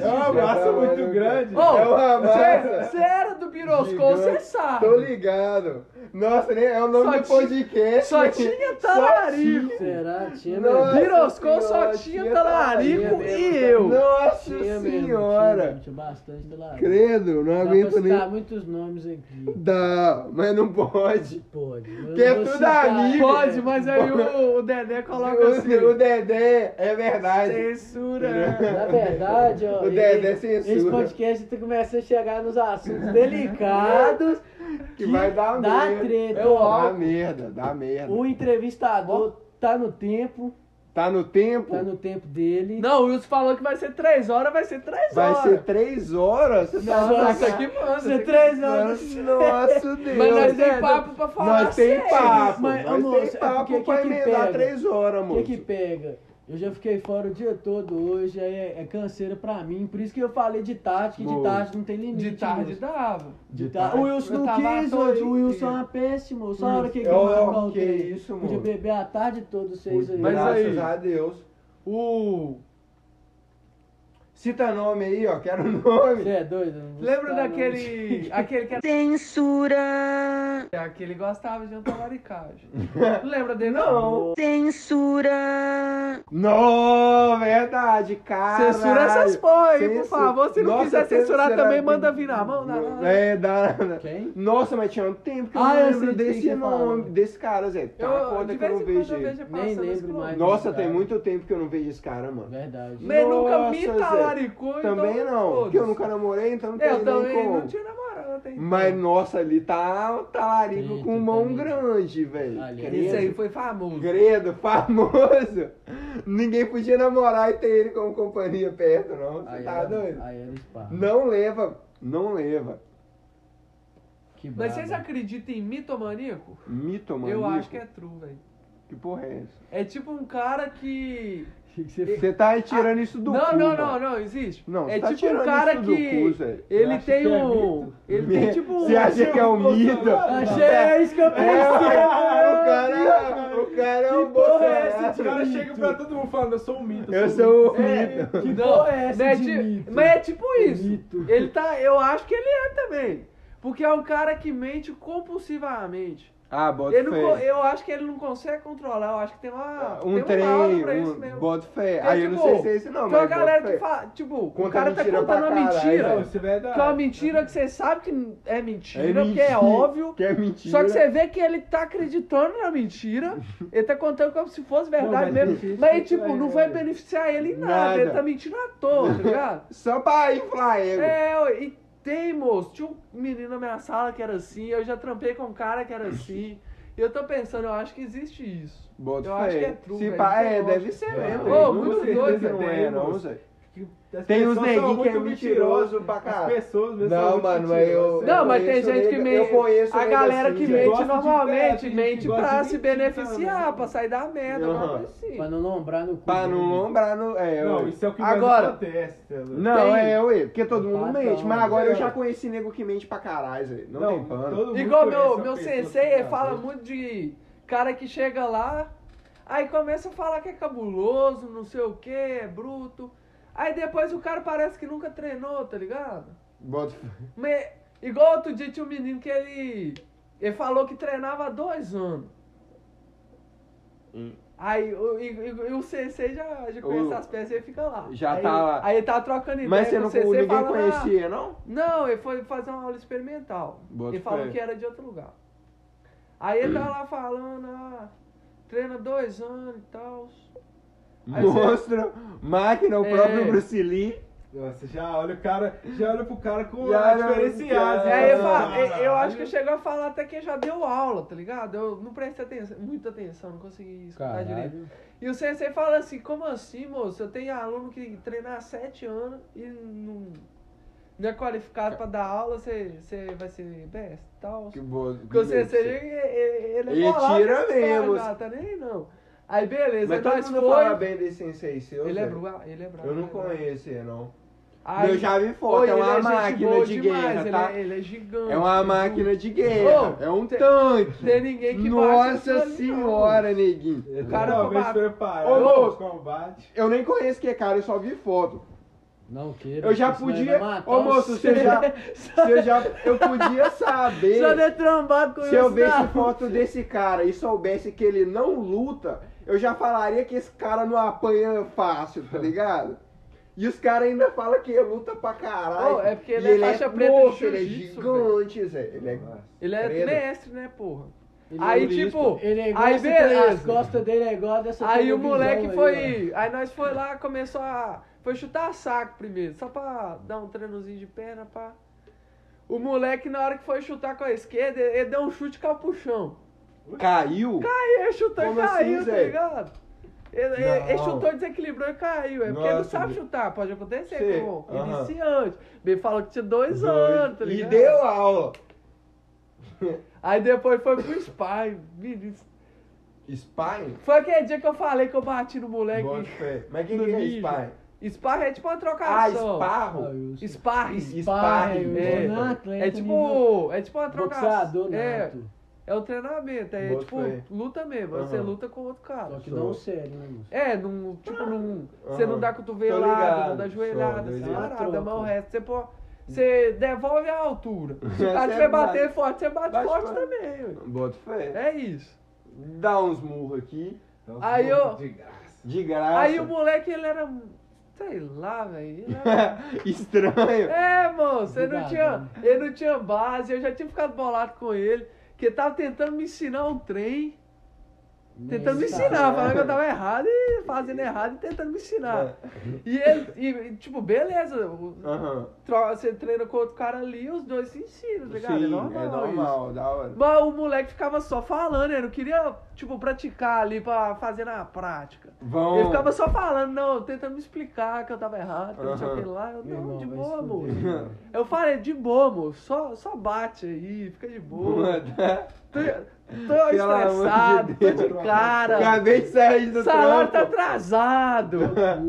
Speaker 4: É um abraço muito grande.
Speaker 1: Ô,
Speaker 3: É uma massa.
Speaker 1: Você era do Biroscol, você
Speaker 3: Gigante.
Speaker 1: sabe.
Speaker 3: Tô ligado. Nossa, nem é o nome
Speaker 1: Só
Speaker 3: do
Speaker 1: tinha-
Speaker 3: podcast.
Speaker 1: Só
Speaker 3: né?
Speaker 1: tinha
Speaker 3: Só
Speaker 1: talarico.
Speaker 3: tinha.
Speaker 2: Será? Tinha
Speaker 3: Nossa
Speaker 2: mesmo.
Speaker 1: Biroscol só
Speaker 3: senhora,
Speaker 1: tinha
Speaker 3: tinha
Speaker 1: talarico
Speaker 2: talarico
Speaker 1: e
Speaker 2: mesmo,
Speaker 1: eu.
Speaker 3: Nossa
Speaker 2: Tinha mesmo. Tinha,
Speaker 3: senhora.
Speaker 2: tinha bastante do lado.
Speaker 3: Credo, não
Speaker 2: Dá pra
Speaker 3: aguento nem.
Speaker 2: citar muitos nomes aqui.
Speaker 3: Dá, mas não pode.
Speaker 2: Pode. Eu
Speaker 3: Que é
Speaker 2: vou
Speaker 3: tudo
Speaker 2: citar- é-
Speaker 3: amigo.
Speaker 1: Pode, mas aí o, o Dedé coloca assim.
Speaker 3: O, o Dedé, é verdade.
Speaker 1: Censura.
Speaker 2: Na verdade, ó,
Speaker 3: O Dedé é
Speaker 2: esse,
Speaker 3: censura.
Speaker 2: esse podcast tá começando a chegar nos assuntos delicados
Speaker 3: Que vai dar
Speaker 2: dá
Speaker 3: merda.
Speaker 2: treta.
Speaker 3: É o
Speaker 2: ó.
Speaker 3: Dá merda, dá merda.
Speaker 2: O entrevistador tá no tempo,
Speaker 3: Tá no tempo?
Speaker 2: tá no tempo dele.
Speaker 1: Não, o Wilson falou que vai ser três horas, vai ser três
Speaker 3: Vai
Speaker 1: horas.
Speaker 3: ser três horas? Você tá
Speaker 1: Não,
Speaker 3: na
Speaker 1: isso aqui manda. isso
Speaker 2: Você
Speaker 1: aqui
Speaker 2: três
Speaker 1: manda.
Speaker 2: anos.
Speaker 3: Nossa, nossa, Deus.
Speaker 1: Mas nós
Speaker 3: Zé,
Speaker 1: tem papo pra falar.
Speaker 3: Nós tem
Speaker 1: sério.
Speaker 3: papo.
Speaker 2: Mas,
Speaker 3: nós
Speaker 2: ô, moço,
Speaker 3: tem
Speaker 2: é
Speaker 3: papo
Speaker 2: porque que
Speaker 3: pra
Speaker 2: que
Speaker 3: emendar
Speaker 2: pega?
Speaker 3: três horas,
Speaker 2: O que
Speaker 3: moço.
Speaker 2: que pega? Eu já fiquei fora o dia todo hoje, aí é, é canseira pra mim. Por isso que eu falei de tarde, que de
Speaker 3: Boa.
Speaker 2: tarde não tem limite.
Speaker 1: assim, De tarde
Speaker 2: moço.
Speaker 1: dava.
Speaker 2: De
Speaker 3: De
Speaker 2: tarde.
Speaker 3: tarde.
Speaker 2: Tá, O Wilson
Speaker 1: Eu
Speaker 2: não
Speaker 1: tava à
Speaker 2: quis
Speaker 1: toa
Speaker 2: hoje.
Speaker 1: aí,
Speaker 2: O Wilson é uma
Speaker 1: filho.
Speaker 2: péssima. Só a hora que ele
Speaker 3: Ô,
Speaker 2: marcar o
Speaker 3: É, que
Speaker 2: trem.
Speaker 3: isso,
Speaker 2: Podia
Speaker 3: moço.
Speaker 2: beber a tarde toda vocês aí.
Speaker 1: Mas
Speaker 3: Graças
Speaker 1: aí-
Speaker 3: a Deus.
Speaker 1: O.
Speaker 3: Cita nome aí, ó. Quero nome.
Speaker 2: Você é doido? eu não vou
Speaker 1: Lembra
Speaker 2: citar, não.
Speaker 1: daquele. aquele que
Speaker 9: censura,
Speaker 1: era. Aquele gostava de uma talaricagem. Não lembra dele, não?
Speaker 3: Não.
Speaker 9: censura,
Speaker 3: Não, verdade, cara.
Speaker 1: Censura essas porra aí, por
Speaker 3: Censu-
Speaker 1: favor. Se não
Speaker 3: Nossa,
Speaker 1: quiser censurar
Speaker 3: será
Speaker 1: também,
Speaker 3: que-
Speaker 1: manda vir na mão. Não, não.
Speaker 3: É, dá nada.
Speaker 2: Quem?
Speaker 3: Nossa, mas tinha um tempo que eu
Speaker 2: Ah, eu
Speaker 3: não
Speaker 2: sei de
Speaker 3: lembro
Speaker 2: quem que
Speaker 3: desse
Speaker 2: você
Speaker 3: nome,
Speaker 2: fala.
Speaker 3: desse cara, Zé. Tá uma
Speaker 1: Eu,
Speaker 3: conta
Speaker 1: de
Speaker 3: que eu
Speaker 1: vez
Speaker 3: não
Speaker 1: em quando
Speaker 3: vejo
Speaker 1: eu
Speaker 3: ele.
Speaker 1: vejo É.
Speaker 2: Nem
Speaker 1: passando esse
Speaker 2: lembro mais.
Speaker 1: clube.
Speaker 3: Nossa,
Speaker 2: cara.
Speaker 3: tem muito tempo que eu não vejo esse cara, mano.
Speaker 2: Verdade.
Speaker 1: Nem nunca
Speaker 3: Nossa,
Speaker 1: me
Speaker 3: Zé.
Speaker 1: talaricou, então.
Speaker 3: Também não, porque eu
Speaker 1: foda-se.
Speaker 3: nunca namorei, então não tem
Speaker 1: Eu
Speaker 3: nem
Speaker 1: também
Speaker 3: como.
Speaker 1: não tinha namorado. até então.
Speaker 3: Mas nossa, ali tá talarico
Speaker 2: Tem,
Speaker 3: com
Speaker 2: tem
Speaker 3: mão
Speaker 2: também.
Speaker 3: grande, velho.
Speaker 2: Ali. é
Speaker 1: Esse aí
Speaker 3: Credo,
Speaker 1: foi famoso.
Speaker 3: credo, famoso. Ninguém podia namorar e ter ele como companhia perto, não. Você
Speaker 2: Aí
Speaker 3: tá
Speaker 2: era,
Speaker 3: doido?
Speaker 2: Aí era spa.
Speaker 3: Não leva, não leva.
Speaker 2: Que
Speaker 1: Mas
Speaker 2: brabo.
Speaker 1: vocês acreditam em mitomaníaco?
Speaker 3: Mitomaníaco?
Speaker 1: Eu acho que é true, velho.
Speaker 3: Que porra é essa?
Speaker 1: É tipo um cara que.
Speaker 2: Que que você fez?
Speaker 3: Você tá tirando isso do
Speaker 1: Ah, não,
Speaker 3: cu,
Speaker 1: não,
Speaker 3: mano.
Speaker 1: não, não, existe.
Speaker 3: Não,
Speaker 1: é
Speaker 3: tá
Speaker 1: tipo
Speaker 3: tirando
Speaker 1: um cara
Speaker 3: isso do
Speaker 1: que.
Speaker 3: cu, Zé.
Speaker 1: ele
Speaker 4: acha
Speaker 1: tem
Speaker 4: que é
Speaker 1: um.
Speaker 4: mito?
Speaker 1: ele tem tipo um. né?
Speaker 3: Você acha que é um mito?
Speaker 2: Achei, é isso que eu
Speaker 3: É,
Speaker 2: pensei.
Speaker 3: o cara, o cara é um
Speaker 2: Que porra é essa,
Speaker 3: Bolsonaro.
Speaker 4: O cara chega pra todo mundo falando, eu sou um mito.
Speaker 3: Eu
Speaker 4: um
Speaker 3: sou
Speaker 4: mito.
Speaker 3: o mito.
Speaker 2: Que
Speaker 1: Não,
Speaker 2: porra é essa
Speaker 1: né,
Speaker 2: de
Speaker 1: ti-
Speaker 2: mito?
Speaker 1: Mas é tipo
Speaker 4: Um
Speaker 1: isso.
Speaker 2: Mito.
Speaker 1: Ele tá. Eu acho que ele é também. Porque é um cara que mente compulsivamente.
Speaker 3: Ah, bota
Speaker 1: Ele não
Speaker 3: fé.
Speaker 1: co- eu acho que ele não consegue controlar. Eu acho que tem uma. tem
Speaker 3: um
Speaker 1: uma aula
Speaker 3: trem,
Speaker 1: pra isso
Speaker 3: um
Speaker 1: mesmo.
Speaker 3: bota fé.
Speaker 1: É,
Speaker 3: Aí eu não
Speaker 1: tipo,
Speaker 3: sei se é esse não,
Speaker 1: Tem uma
Speaker 3: mas
Speaker 1: galera
Speaker 3: bota
Speaker 1: que
Speaker 3: fé.
Speaker 1: fala. Tipo,
Speaker 3: Conta
Speaker 1: o cara tá
Speaker 3: mentira
Speaker 1: contando
Speaker 3: pra
Speaker 1: uma
Speaker 3: caralho, né?
Speaker 1: mentira.
Speaker 4: Não, isso é verdade.
Speaker 1: Que é uma mentira que você sabe que é mentira,
Speaker 3: É
Speaker 1: que é
Speaker 3: mentira,
Speaker 1: óbvio.
Speaker 3: Que é mentira.
Speaker 1: Só que você vê que ele tá acreditando na mentira, ele tá contando como se fosse verdade
Speaker 4: Não, mas
Speaker 1: mesmo.
Speaker 4: isso
Speaker 1: Mas,
Speaker 4: é-
Speaker 1: tipo, não vai beneficiar ele em nada,
Speaker 3: Nada.
Speaker 1: ele tá mentindo à toa, tá ligado?
Speaker 3: Só pra inflar ego.
Speaker 1: é, ué, e tem, moço, tinha um menino na minha sala que era assim, eu já trampei com um cara que era assim. E eu tô pensando, eu acho que existe isso.
Speaker 3: Bota
Speaker 1: Eu
Speaker 3: fé.
Speaker 1: acho que é true,
Speaker 3: Se
Speaker 1: velho,
Speaker 3: pá,
Speaker 1: isso é
Speaker 3: é,
Speaker 1: lógico.
Speaker 3: deve ser
Speaker 4: É.
Speaker 3: mesmo.
Speaker 4: Ô,
Speaker 3: velho.
Speaker 1: muito
Speaker 3: Com
Speaker 1: doido,
Speaker 3: certeza Não
Speaker 4: velho.
Speaker 3: é, não, Zé.
Speaker 4: Que as
Speaker 3: Tem uns
Speaker 4: pessoas
Speaker 3: neguinhos
Speaker 4: são
Speaker 3: que é
Speaker 4: muito
Speaker 3: mentiroso pra
Speaker 4: As
Speaker 3: caralho.
Speaker 4: pessoas mesmo são é
Speaker 3: Não,
Speaker 4: muito
Speaker 3: mano, mas eu.
Speaker 4: mentirosas.
Speaker 1: Não,
Speaker 3: eu
Speaker 1: mas tem
Speaker 3: conheço
Speaker 1: gente que
Speaker 3: nego-
Speaker 1: mente-
Speaker 3: Eu conheço
Speaker 1: A
Speaker 3: nego
Speaker 1: galera
Speaker 3: assim,
Speaker 1: que
Speaker 3: Zé.
Speaker 4: é gosta
Speaker 1: mente
Speaker 4: de pé,
Speaker 1: normalmente,
Speaker 4: tem gente
Speaker 1: mente
Speaker 4: que gosta
Speaker 1: pra
Speaker 4: de
Speaker 1: se
Speaker 4: mentir né,
Speaker 1: beneficiar,
Speaker 4: também.
Speaker 1: pra sair da merda, alguma
Speaker 3: Aham.
Speaker 1: coisa assim.
Speaker 2: Pra não lombrar no cu.
Speaker 3: Pra não lembrar no. É,
Speaker 4: Não,
Speaker 3: ué.
Speaker 4: isso é o que
Speaker 1: Agora-
Speaker 4: mais acontece. tá louco?
Speaker 3: Não,
Speaker 1: Tem.
Speaker 3: é, ué, porque todo mundo
Speaker 2: Patão,
Speaker 3: mente, mas agora eu
Speaker 4: é.
Speaker 3: já conheci nego que mente pra caralho, Zé. Não, tem pano.
Speaker 4: todo mundo
Speaker 1: Igual
Speaker 4: conhece
Speaker 1: meu,
Speaker 4: uma
Speaker 1: meu
Speaker 4: pessoa que
Speaker 1: sensei, ele
Speaker 4: tá
Speaker 1: fala
Speaker 4: doida.
Speaker 1: muito de cara que chega lá, aí começa a falar que é cabuloso, não sei o que, é bruto. Aí depois o cara parece que nunca treinou, tá ligado?
Speaker 3: Bota fé.
Speaker 1: Me- Igual outro dia tinha um menino que ele. Ele falou que treinava há dois anos.
Speaker 3: Hum.
Speaker 1: Aí o, e, e- e o sensei já, já conhece
Speaker 3: O-
Speaker 1: as peças e ele fica lá.
Speaker 3: Já
Speaker 1: aí,
Speaker 3: tá lá.
Speaker 1: Aí ele tá trocando ideia
Speaker 3: Mas você
Speaker 1: com
Speaker 3: não
Speaker 1: o sensei
Speaker 3: ninguém
Speaker 1: falando, "Ah,
Speaker 3: conhecia, não?
Speaker 1: não, ele foi fazer uma aula experimental.
Speaker 3: Bota
Speaker 1: ele falou
Speaker 3: fé.
Speaker 1: que era de outro lugar. Aí ele tava lá falando, ah, treina dois anos e tal. Aí você-
Speaker 3: Monstro, máquina, o
Speaker 1: É.
Speaker 3: próprio Bruce Lee.
Speaker 4: Nossa, já olha o cara, já olha pro cara com
Speaker 3: Já
Speaker 4: a né?
Speaker 3: olha-
Speaker 4: diferenciada.
Speaker 1: E
Speaker 3: Ah,
Speaker 1: aí É, eu, falo, eu, eu acho que chegou a falar até que já deu aula, tá ligado? Eu não prestei atenção, muita atenção, não consegui escutar direito.
Speaker 2: Caralho.
Speaker 1: E o sensei fala assim, como assim, moço? Eu tenho aluno que treina há sete anos e não, não é qualificado pra dar aula, você, você vai ser best e tal.
Speaker 3: Que boa.
Speaker 1: Porque o CCG, ele é
Speaker 3: Ele
Speaker 1: bolado
Speaker 3: tira
Speaker 1: nessa história,
Speaker 3: mesmo.
Speaker 1: Não, tá nem aí, não. Aí beleza,
Speaker 3: Mas
Speaker 1: aí
Speaker 3: todo
Speaker 1: nós
Speaker 3: mundo
Speaker 1: foi.
Speaker 3: fala bem desse sensei seu,
Speaker 1: Ele é
Speaker 3: Zé.
Speaker 1: bravo, ele é bravo.
Speaker 3: Eu
Speaker 1: ele
Speaker 3: não
Speaker 1: é bravo.
Speaker 3: conheço ele, não.
Speaker 1: Aí-
Speaker 3: eu já vi
Speaker 1: Pô,
Speaker 3: foto, é
Speaker 1: ele
Speaker 3: uma
Speaker 1: gente
Speaker 3: máquina
Speaker 1: boa
Speaker 3: de
Speaker 1: demais,
Speaker 3: guerra,
Speaker 1: ele
Speaker 3: tá?
Speaker 1: É, ele é gigante.
Speaker 3: É uma
Speaker 1: ele
Speaker 3: máquina de guerra,
Speaker 1: Ô,
Speaker 3: é um
Speaker 1: tem-
Speaker 3: tanque.
Speaker 1: Não tem ninguém que bate
Speaker 3: Nossa
Speaker 1: aquilo ali, não.
Speaker 3: senhora, neguinho.
Speaker 4: O
Speaker 1: cara
Speaker 4: cara talvez
Speaker 1: com-
Speaker 3: Ô,
Speaker 4: preparado
Speaker 3: moço.
Speaker 4: pro combate.
Speaker 3: Eu nem conheço que é cara, eu só vi foto.
Speaker 2: Não queira.
Speaker 3: Eu já
Speaker 2: senão ele
Speaker 3: podia.
Speaker 2: vai matar
Speaker 3: Ô
Speaker 2: o
Speaker 3: moço,
Speaker 2: seu-
Speaker 3: você já. Você já. Eu podia saber.
Speaker 2: Só de trombado com
Speaker 3: Se eu
Speaker 2: isso, tá?
Speaker 3: visse
Speaker 2: não.
Speaker 3: foto desse cara e soubesse que ele não luta, eu já falaria que esse cara não apanha fácil, tá ligado? E os caras ainda falam que luta pra caralho.
Speaker 1: Ô, é porque ele
Speaker 3: E
Speaker 1: é faixa preta de
Speaker 3: monstro, Ele é
Speaker 1: jiu-jitsu,
Speaker 3: gigante, Zé. Ele é...
Speaker 1: Ele é
Speaker 3: Credo.
Speaker 1: mestre, né, porra?
Speaker 2: Ele
Speaker 1: aí,
Speaker 2: é
Speaker 1: tipo,
Speaker 2: jurídico. ele é
Speaker 1: aí
Speaker 2: gosta,
Speaker 1: beleza.
Speaker 2: As costas dele é igual dessa
Speaker 1: Aí o
Speaker 2: televisão
Speaker 1: moleque
Speaker 2: aí, ó.
Speaker 1: foi. Aí nós foi lá, começou a. Foi chutar saco primeiro, só pra dar um treinozinho de perna, pá. O moleque, na hora que foi chutar com a esquerda, ele ele deu um chute com a puxão.
Speaker 3: Caiu?
Speaker 1: Aí ele chutou
Speaker 3: Como
Speaker 1: e caiu,
Speaker 3: assim,
Speaker 1: tá
Speaker 3: Zé?
Speaker 1: ligado? Ele, ele-
Speaker 3: Não.
Speaker 1: ele chutou, desequilibrou e caiu. É porque ele não
Speaker 3: Nossa,
Speaker 1: sabe
Speaker 3: Zé.
Speaker 1: chutar, pode acontecer
Speaker 3: Sim,
Speaker 1: com
Speaker 3: aham.
Speaker 1: iniciante. Ele falou que tinha dois, anos, tá
Speaker 3: e
Speaker 1: ligado?
Speaker 3: deu aula.
Speaker 1: Aí depois foi pro Spy. menino.
Speaker 3: Spy?
Speaker 1: Foi aquele dia que eu falei que eu bati no moleque.
Speaker 3: Bota fé. Mas quem
Speaker 1: No
Speaker 3: que é
Speaker 1: ninja.
Speaker 3: Spy?
Speaker 1: Sparring é tipo uma
Speaker 3: Ah,
Speaker 1: trocação.
Speaker 3: esparro?
Speaker 1: Sparring.
Speaker 3: Sparring.
Speaker 1: É,
Speaker 2: Não, atleta
Speaker 1: É tipo, é tipo uma trocação.
Speaker 2: Boxeador
Speaker 1: É,
Speaker 2: nato.
Speaker 1: é o treinamento, é
Speaker 3: Boto
Speaker 1: tipo
Speaker 3: fé.
Speaker 1: luta mesmo, aí você
Speaker 3: Aham.
Speaker 1: luta com outro cara.
Speaker 2: Só que não sério, né, moço?
Speaker 1: É, num, tipo, num, você
Speaker 3: Aham.
Speaker 1: não dá
Speaker 3: Ah. Tô
Speaker 1: cotovelada,
Speaker 3: ligado.
Speaker 1: não dá joelhada,
Speaker 3: Só,
Speaker 1: essa
Speaker 3: doideira.
Speaker 1: parada, mas o
Speaker 2: Troca.
Speaker 1: resto você pô, você devolve a altura. Ah, Se o
Speaker 3: Você
Speaker 1: cara tiver
Speaker 3: é
Speaker 1: bater forte, você bate
Speaker 3: bate
Speaker 1: forte
Speaker 3: forte.
Speaker 1: também. ué.
Speaker 3: Bota fé.
Speaker 1: É isso.
Speaker 3: Dá uns murros aqui,
Speaker 1: Aí eu-
Speaker 4: Então, De graça.
Speaker 3: de graça.
Speaker 1: Aí o moleque, ele era, sei lá, velho, ele era...
Speaker 3: Estranho.
Speaker 1: É, mano, você não
Speaker 2: Obrigado.
Speaker 1: tinha, ele não tinha base, eu já tinha ficado bolado com ele, que ele tava tentando me ensinar um trem. Tentando me
Speaker 3: É.
Speaker 1: ensinar, falando que eu tava errado e fazendo errado e tentando me
Speaker 3: É.
Speaker 1: ensinar. E ele, e, e, tipo, beleza, o-
Speaker 4: Aham.
Speaker 1: tro- você treina com outro cara ali, os dois se ensinam, tá ligado?
Speaker 4: Sim,
Speaker 1: é normal,
Speaker 4: é normal, da hora.
Speaker 1: isso. Mas o moleque ficava só falando, ele não queria, tipo, praticar ali pra fazer na prática.
Speaker 4: Vão.
Speaker 1: Ele ficava só falando, não, tentando me explicar que eu tava errado, que não sei o que lá. Eu,
Speaker 2: Meu
Speaker 1: não,
Speaker 2: irmão, é
Speaker 1: de
Speaker 2: vai
Speaker 1: boa,
Speaker 2: se
Speaker 1: amor.
Speaker 2: fuder.
Speaker 1: Eu falei, de boa, amor, só, só bate aí, fica de boa. Tô, tô
Speaker 4: Pelo amor de
Speaker 1: estressado, tô de
Speaker 11: Deus.
Speaker 1: cara.
Speaker 4: Acabei de sair
Speaker 1: O
Speaker 4: do
Speaker 1: salário tá
Speaker 4: trampo.
Speaker 1: atrasado.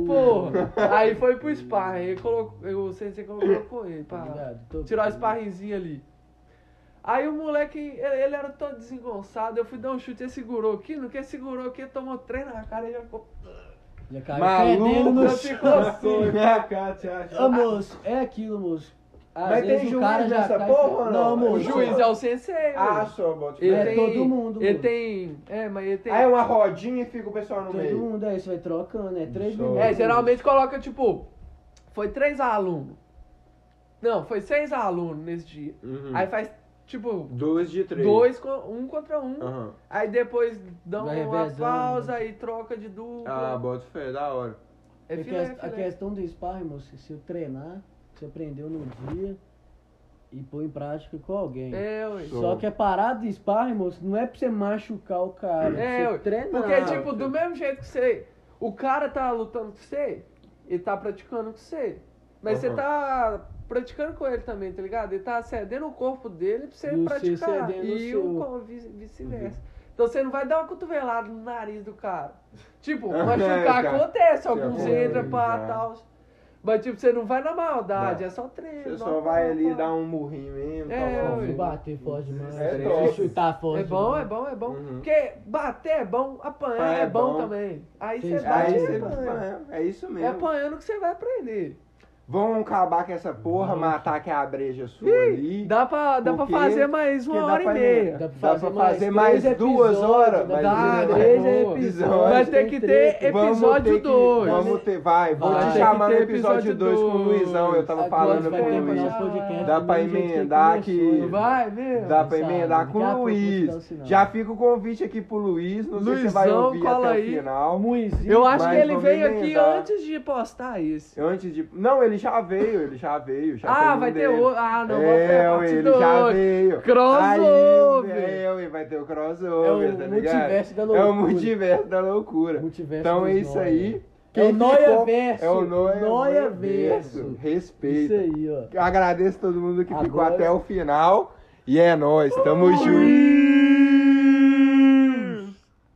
Speaker 1: Porra. Aí foi pro sparring. Ele colocou, eu, o sensei colocou ele pra
Speaker 2: Obrigado, tô-
Speaker 1: tirar o sparringzinho ali. Aí o moleque, ele, ele era todo desengonçado. Eu fui dar um chute, ele segurou aqui. No que ele segurou aqui, ele tomou trem na cara e já ficou.
Speaker 2: Já caiu
Speaker 4: Maluco,
Speaker 2: fedendo no
Speaker 1: já
Speaker 2: chão.
Speaker 1: ficou assim.
Speaker 2: Ô, moço, é aquilo, moço. Às
Speaker 3: Mas
Speaker 2: vezes
Speaker 3: tem
Speaker 2: o
Speaker 3: juiz
Speaker 2: cara já
Speaker 3: nessa
Speaker 2: cai
Speaker 3: porra
Speaker 2: fe-
Speaker 3: ou
Speaker 2: Não,
Speaker 3: não?
Speaker 1: O
Speaker 2: moço.
Speaker 1: juiz é o sensei.
Speaker 3: Ah,
Speaker 1: mano.
Speaker 3: só, bote.
Speaker 1: ele
Speaker 2: é
Speaker 1: tem,
Speaker 2: todo mundo,
Speaker 1: Ele
Speaker 2: mano. Ah,
Speaker 1: tem. É, mas ele tem.
Speaker 3: Aí é uma rodinha e fica o pessoal no
Speaker 2: Todo
Speaker 3: meio.
Speaker 2: mundo é isso, vai trocando, é três
Speaker 4: Só.
Speaker 2: minutos.
Speaker 1: É, geralmente coloca tipo, foi três alunos. Não, foi seis alunos nesse dia.
Speaker 4: Uhum.
Speaker 1: Aí faz tipo
Speaker 4: Dois de três. Ah.
Speaker 1: dois co- um contra um.
Speaker 4: Aham.
Speaker 1: Aí depois dão
Speaker 2: Vai
Speaker 1: uma
Speaker 2: revezando,
Speaker 1: pausa
Speaker 2: né?
Speaker 1: e troca de dupla.
Speaker 4: Ah, bota fé, da hora.
Speaker 1: é
Speaker 2: a,
Speaker 1: filé, é
Speaker 2: ques- a
Speaker 1: filé.
Speaker 2: questão do sparring, moço, é se eu treinar, se eu aprendeu no dia e pôr em prática com alguém.
Speaker 1: É, ué.
Speaker 2: Só que a parada de sparring, moço, não é pra você machucar o cara.
Speaker 1: É,
Speaker 2: pra
Speaker 1: ué.
Speaker 2: você treinar.
Speaker 1: Porque, tipo, do mesmo jeito que você. O cara tá lutando com você e tá praticando com você. Mas você
Speaker 4: Aham.
Speaker 1: tá praticando com ele também, tá ligado? Ele tá cedendo o corpo dele pra você
Speaker 2: E você
Speaker 1: praticar.
Speaker 2: cedendo o
Speaker 1: E
Speaker 2: seu.
Speaker 1: o co- vice- vice-versa. Então você não vai dar uma cotovelada no nariz do cara. Tipo, machucar
Speaker 4: cara.
Speaker 1: acontece, alguns
Speaker 4: apanha,
Speaker 1: entram pra
Speaker 4: já.
Speaker 1: tal. Mas, tipo, você não vai na maldade,
Speaker 4: Não.
Speaker 1: é só treino.
Speaker 3: Você
Speaker 1: não,
Speaker 3: só vai
Speaker 1: não,
Speaker 3: ali
Speaker 1: não.
Speaker 3: dar um murrinho mesmo.
Speaker 1: É,
Speaker 3: tá bom.
Speaker 1: ué.
Speaker 2: Se bater forte demais,
Speaker 3: É
Speaker 2: se
Speaker 3: top.
Speaker 2: chutar forte
Speaker 1: É bom, é
Speaker 2: demais.
Speaker 1: bom, é bom.
Speaker 4: Uhum.
Speaker 1: Porque bater é bom, apanhar
Speaker 4: Apanhar
Speaker 1: é,
Speaker 4: é
Speaker 1: bom,
Speaker 4: bom.
Speaker 1: também. Aí
Speaker 2: Sim,
Speaker 1: você
Speaker 2: sim.
Speaker 1: bate
Speaker 3: Aí
Speaker 1: e
Speaker 3: você
Speaker 1: apanha.
Speaker 3: é, é isso
Speaker 1: É
Speaker 3: mesmo.
Speaker 1: apanhando que você vai aprender.
Speaker 3: Vão acabar com essa porra, matar que é a breja sua ali.
Speaker 1: Dá pra, dá pra
Speaker 3: Porque-
Speaker 1: fazer mais
Speaker 3: porque
Speaker 1: uma
Speaker 3: dá
Speaker 1: hora e
Speaker 3: pra
Speaker 1: meia.
Speaker 2: Dá
Speaker 3: Dá pra fazer mais
Speaker 2: três
Speaker 3: duas
Speaker 2: episódios,
Speaker 3: horas,
Speaker 2: Dá
Speaker 3: mas é
Speaker 2: pra
Speaker 1: Dá,
Speaker 2: fazer
Speaker 1: dá,
Speaker 2: três
Speaker 1: boa.
Speaker 2: episódios.
Speaker 1: Vai ter que ter
Speaker 2: três.
Speaker 3: Vamos ter
Speaker 1: episódio
Speaker 3: que-
Speaker 1: 2.
Speaker 3: Vamos ter, vai, vou
Speaker 2: Vai.
Speaker 3: te chamar no
Speaker 1: Tem que ter
Speaker 3: episódio
Speaker 1: episódio
Speaker 3: 2 com o
Speaker 1: dois.
Speaker 3: Luizão, eu tava
Speaker 2: Agora
Speaker 3: falando
Speaker 2: vai
Speaker 3: com
Speaker 2: ter
Speaker 3: o
Speaker 2: mais
Speaker 3: Luiz.
Speaker 2: podcast
Speaker 3: Dá
Speaker 2: do
Speaker 3: pra
Speaker 2: mesmo jeito que
Speaker 3: emendar
Speaker 2: começou, né?
Speaker 3: que-
Speaker 1: Vai mesmo.
Speaker 3: Dá
Speaker 2: Não
Speaker 3: pra
Speaker 2: sabe,
Speaker 3: emendar
Speaker 2: daqui
Speaker 3: com
Speaker 2: a
Speaker 3: o
Speaker 2: pouco eu vou te
Speaker 3: Luiz.
Speaker 2: dar o sinal.
Speaker 3: Já fica o convite aqui pro Luiz, não sei se você vai
Speaker 1: Luizão,
Speaker 3: ouvir
Speaker 1: cola
Speaker 3: até
Speaker 1: aí.
Speaker 3: o final.
Speaker 2: Muizinho.
Speaker 1: Eu acho
Speaker 3: Mas
Speaker 1: que ele
Speaker 3: vamos
Speaker 1: veio aqui
Speaker 3: emendar.
Speaker 1: antes de postar isso.
Speaker 3: Antes de. Não, ele já veio, ele já veio. Já tem
Speaker 1: Ah,
Speaker 3: um
Speaker 1: vai ter
Speaker 3: dele.
Speaker 1: outro. Ah, não, vou ter
Speaker 3: É,
Speaker 1: a
Speaker 3: ué,
Speaker 1: partir
Speaker 3: ele já
Speaker 1: do
Speaker 3: veio.
Speaker 1: Crossover.
Speaker 3: Aí, é, ué, vai ter o
Speaker 2: É o
Speaker 3: crossover, tá ligado?
Speaker 2: multiverso da
Speaker 3: É o
Speaker 2: loucura.
Speaker 3: multiverso da loucura.
Speaker 2: Multiverso
Speaker 3: então é
Speaker 2: dos
Speaker 3: isso
Speaker 2: nós.
Speaker 3: aí.
Speaker 2: É o
Speaker 3: Quem
Speaker 2: Noia
Speaker 3: ficou-
Speaker 2: Verso.
Speaker 3: É o Noia,
Speaker 2: Noia
Speaker 3: Verso.
Speaker 2: Verso. Isso
Speaker 3: Respeita.
Speaker 2: aí, ó.
Speaker 3: Agradeço todo mundo que ficou
Speaker 2: Agora-
Speaker 3: até o final. E é nóis, tamo junto.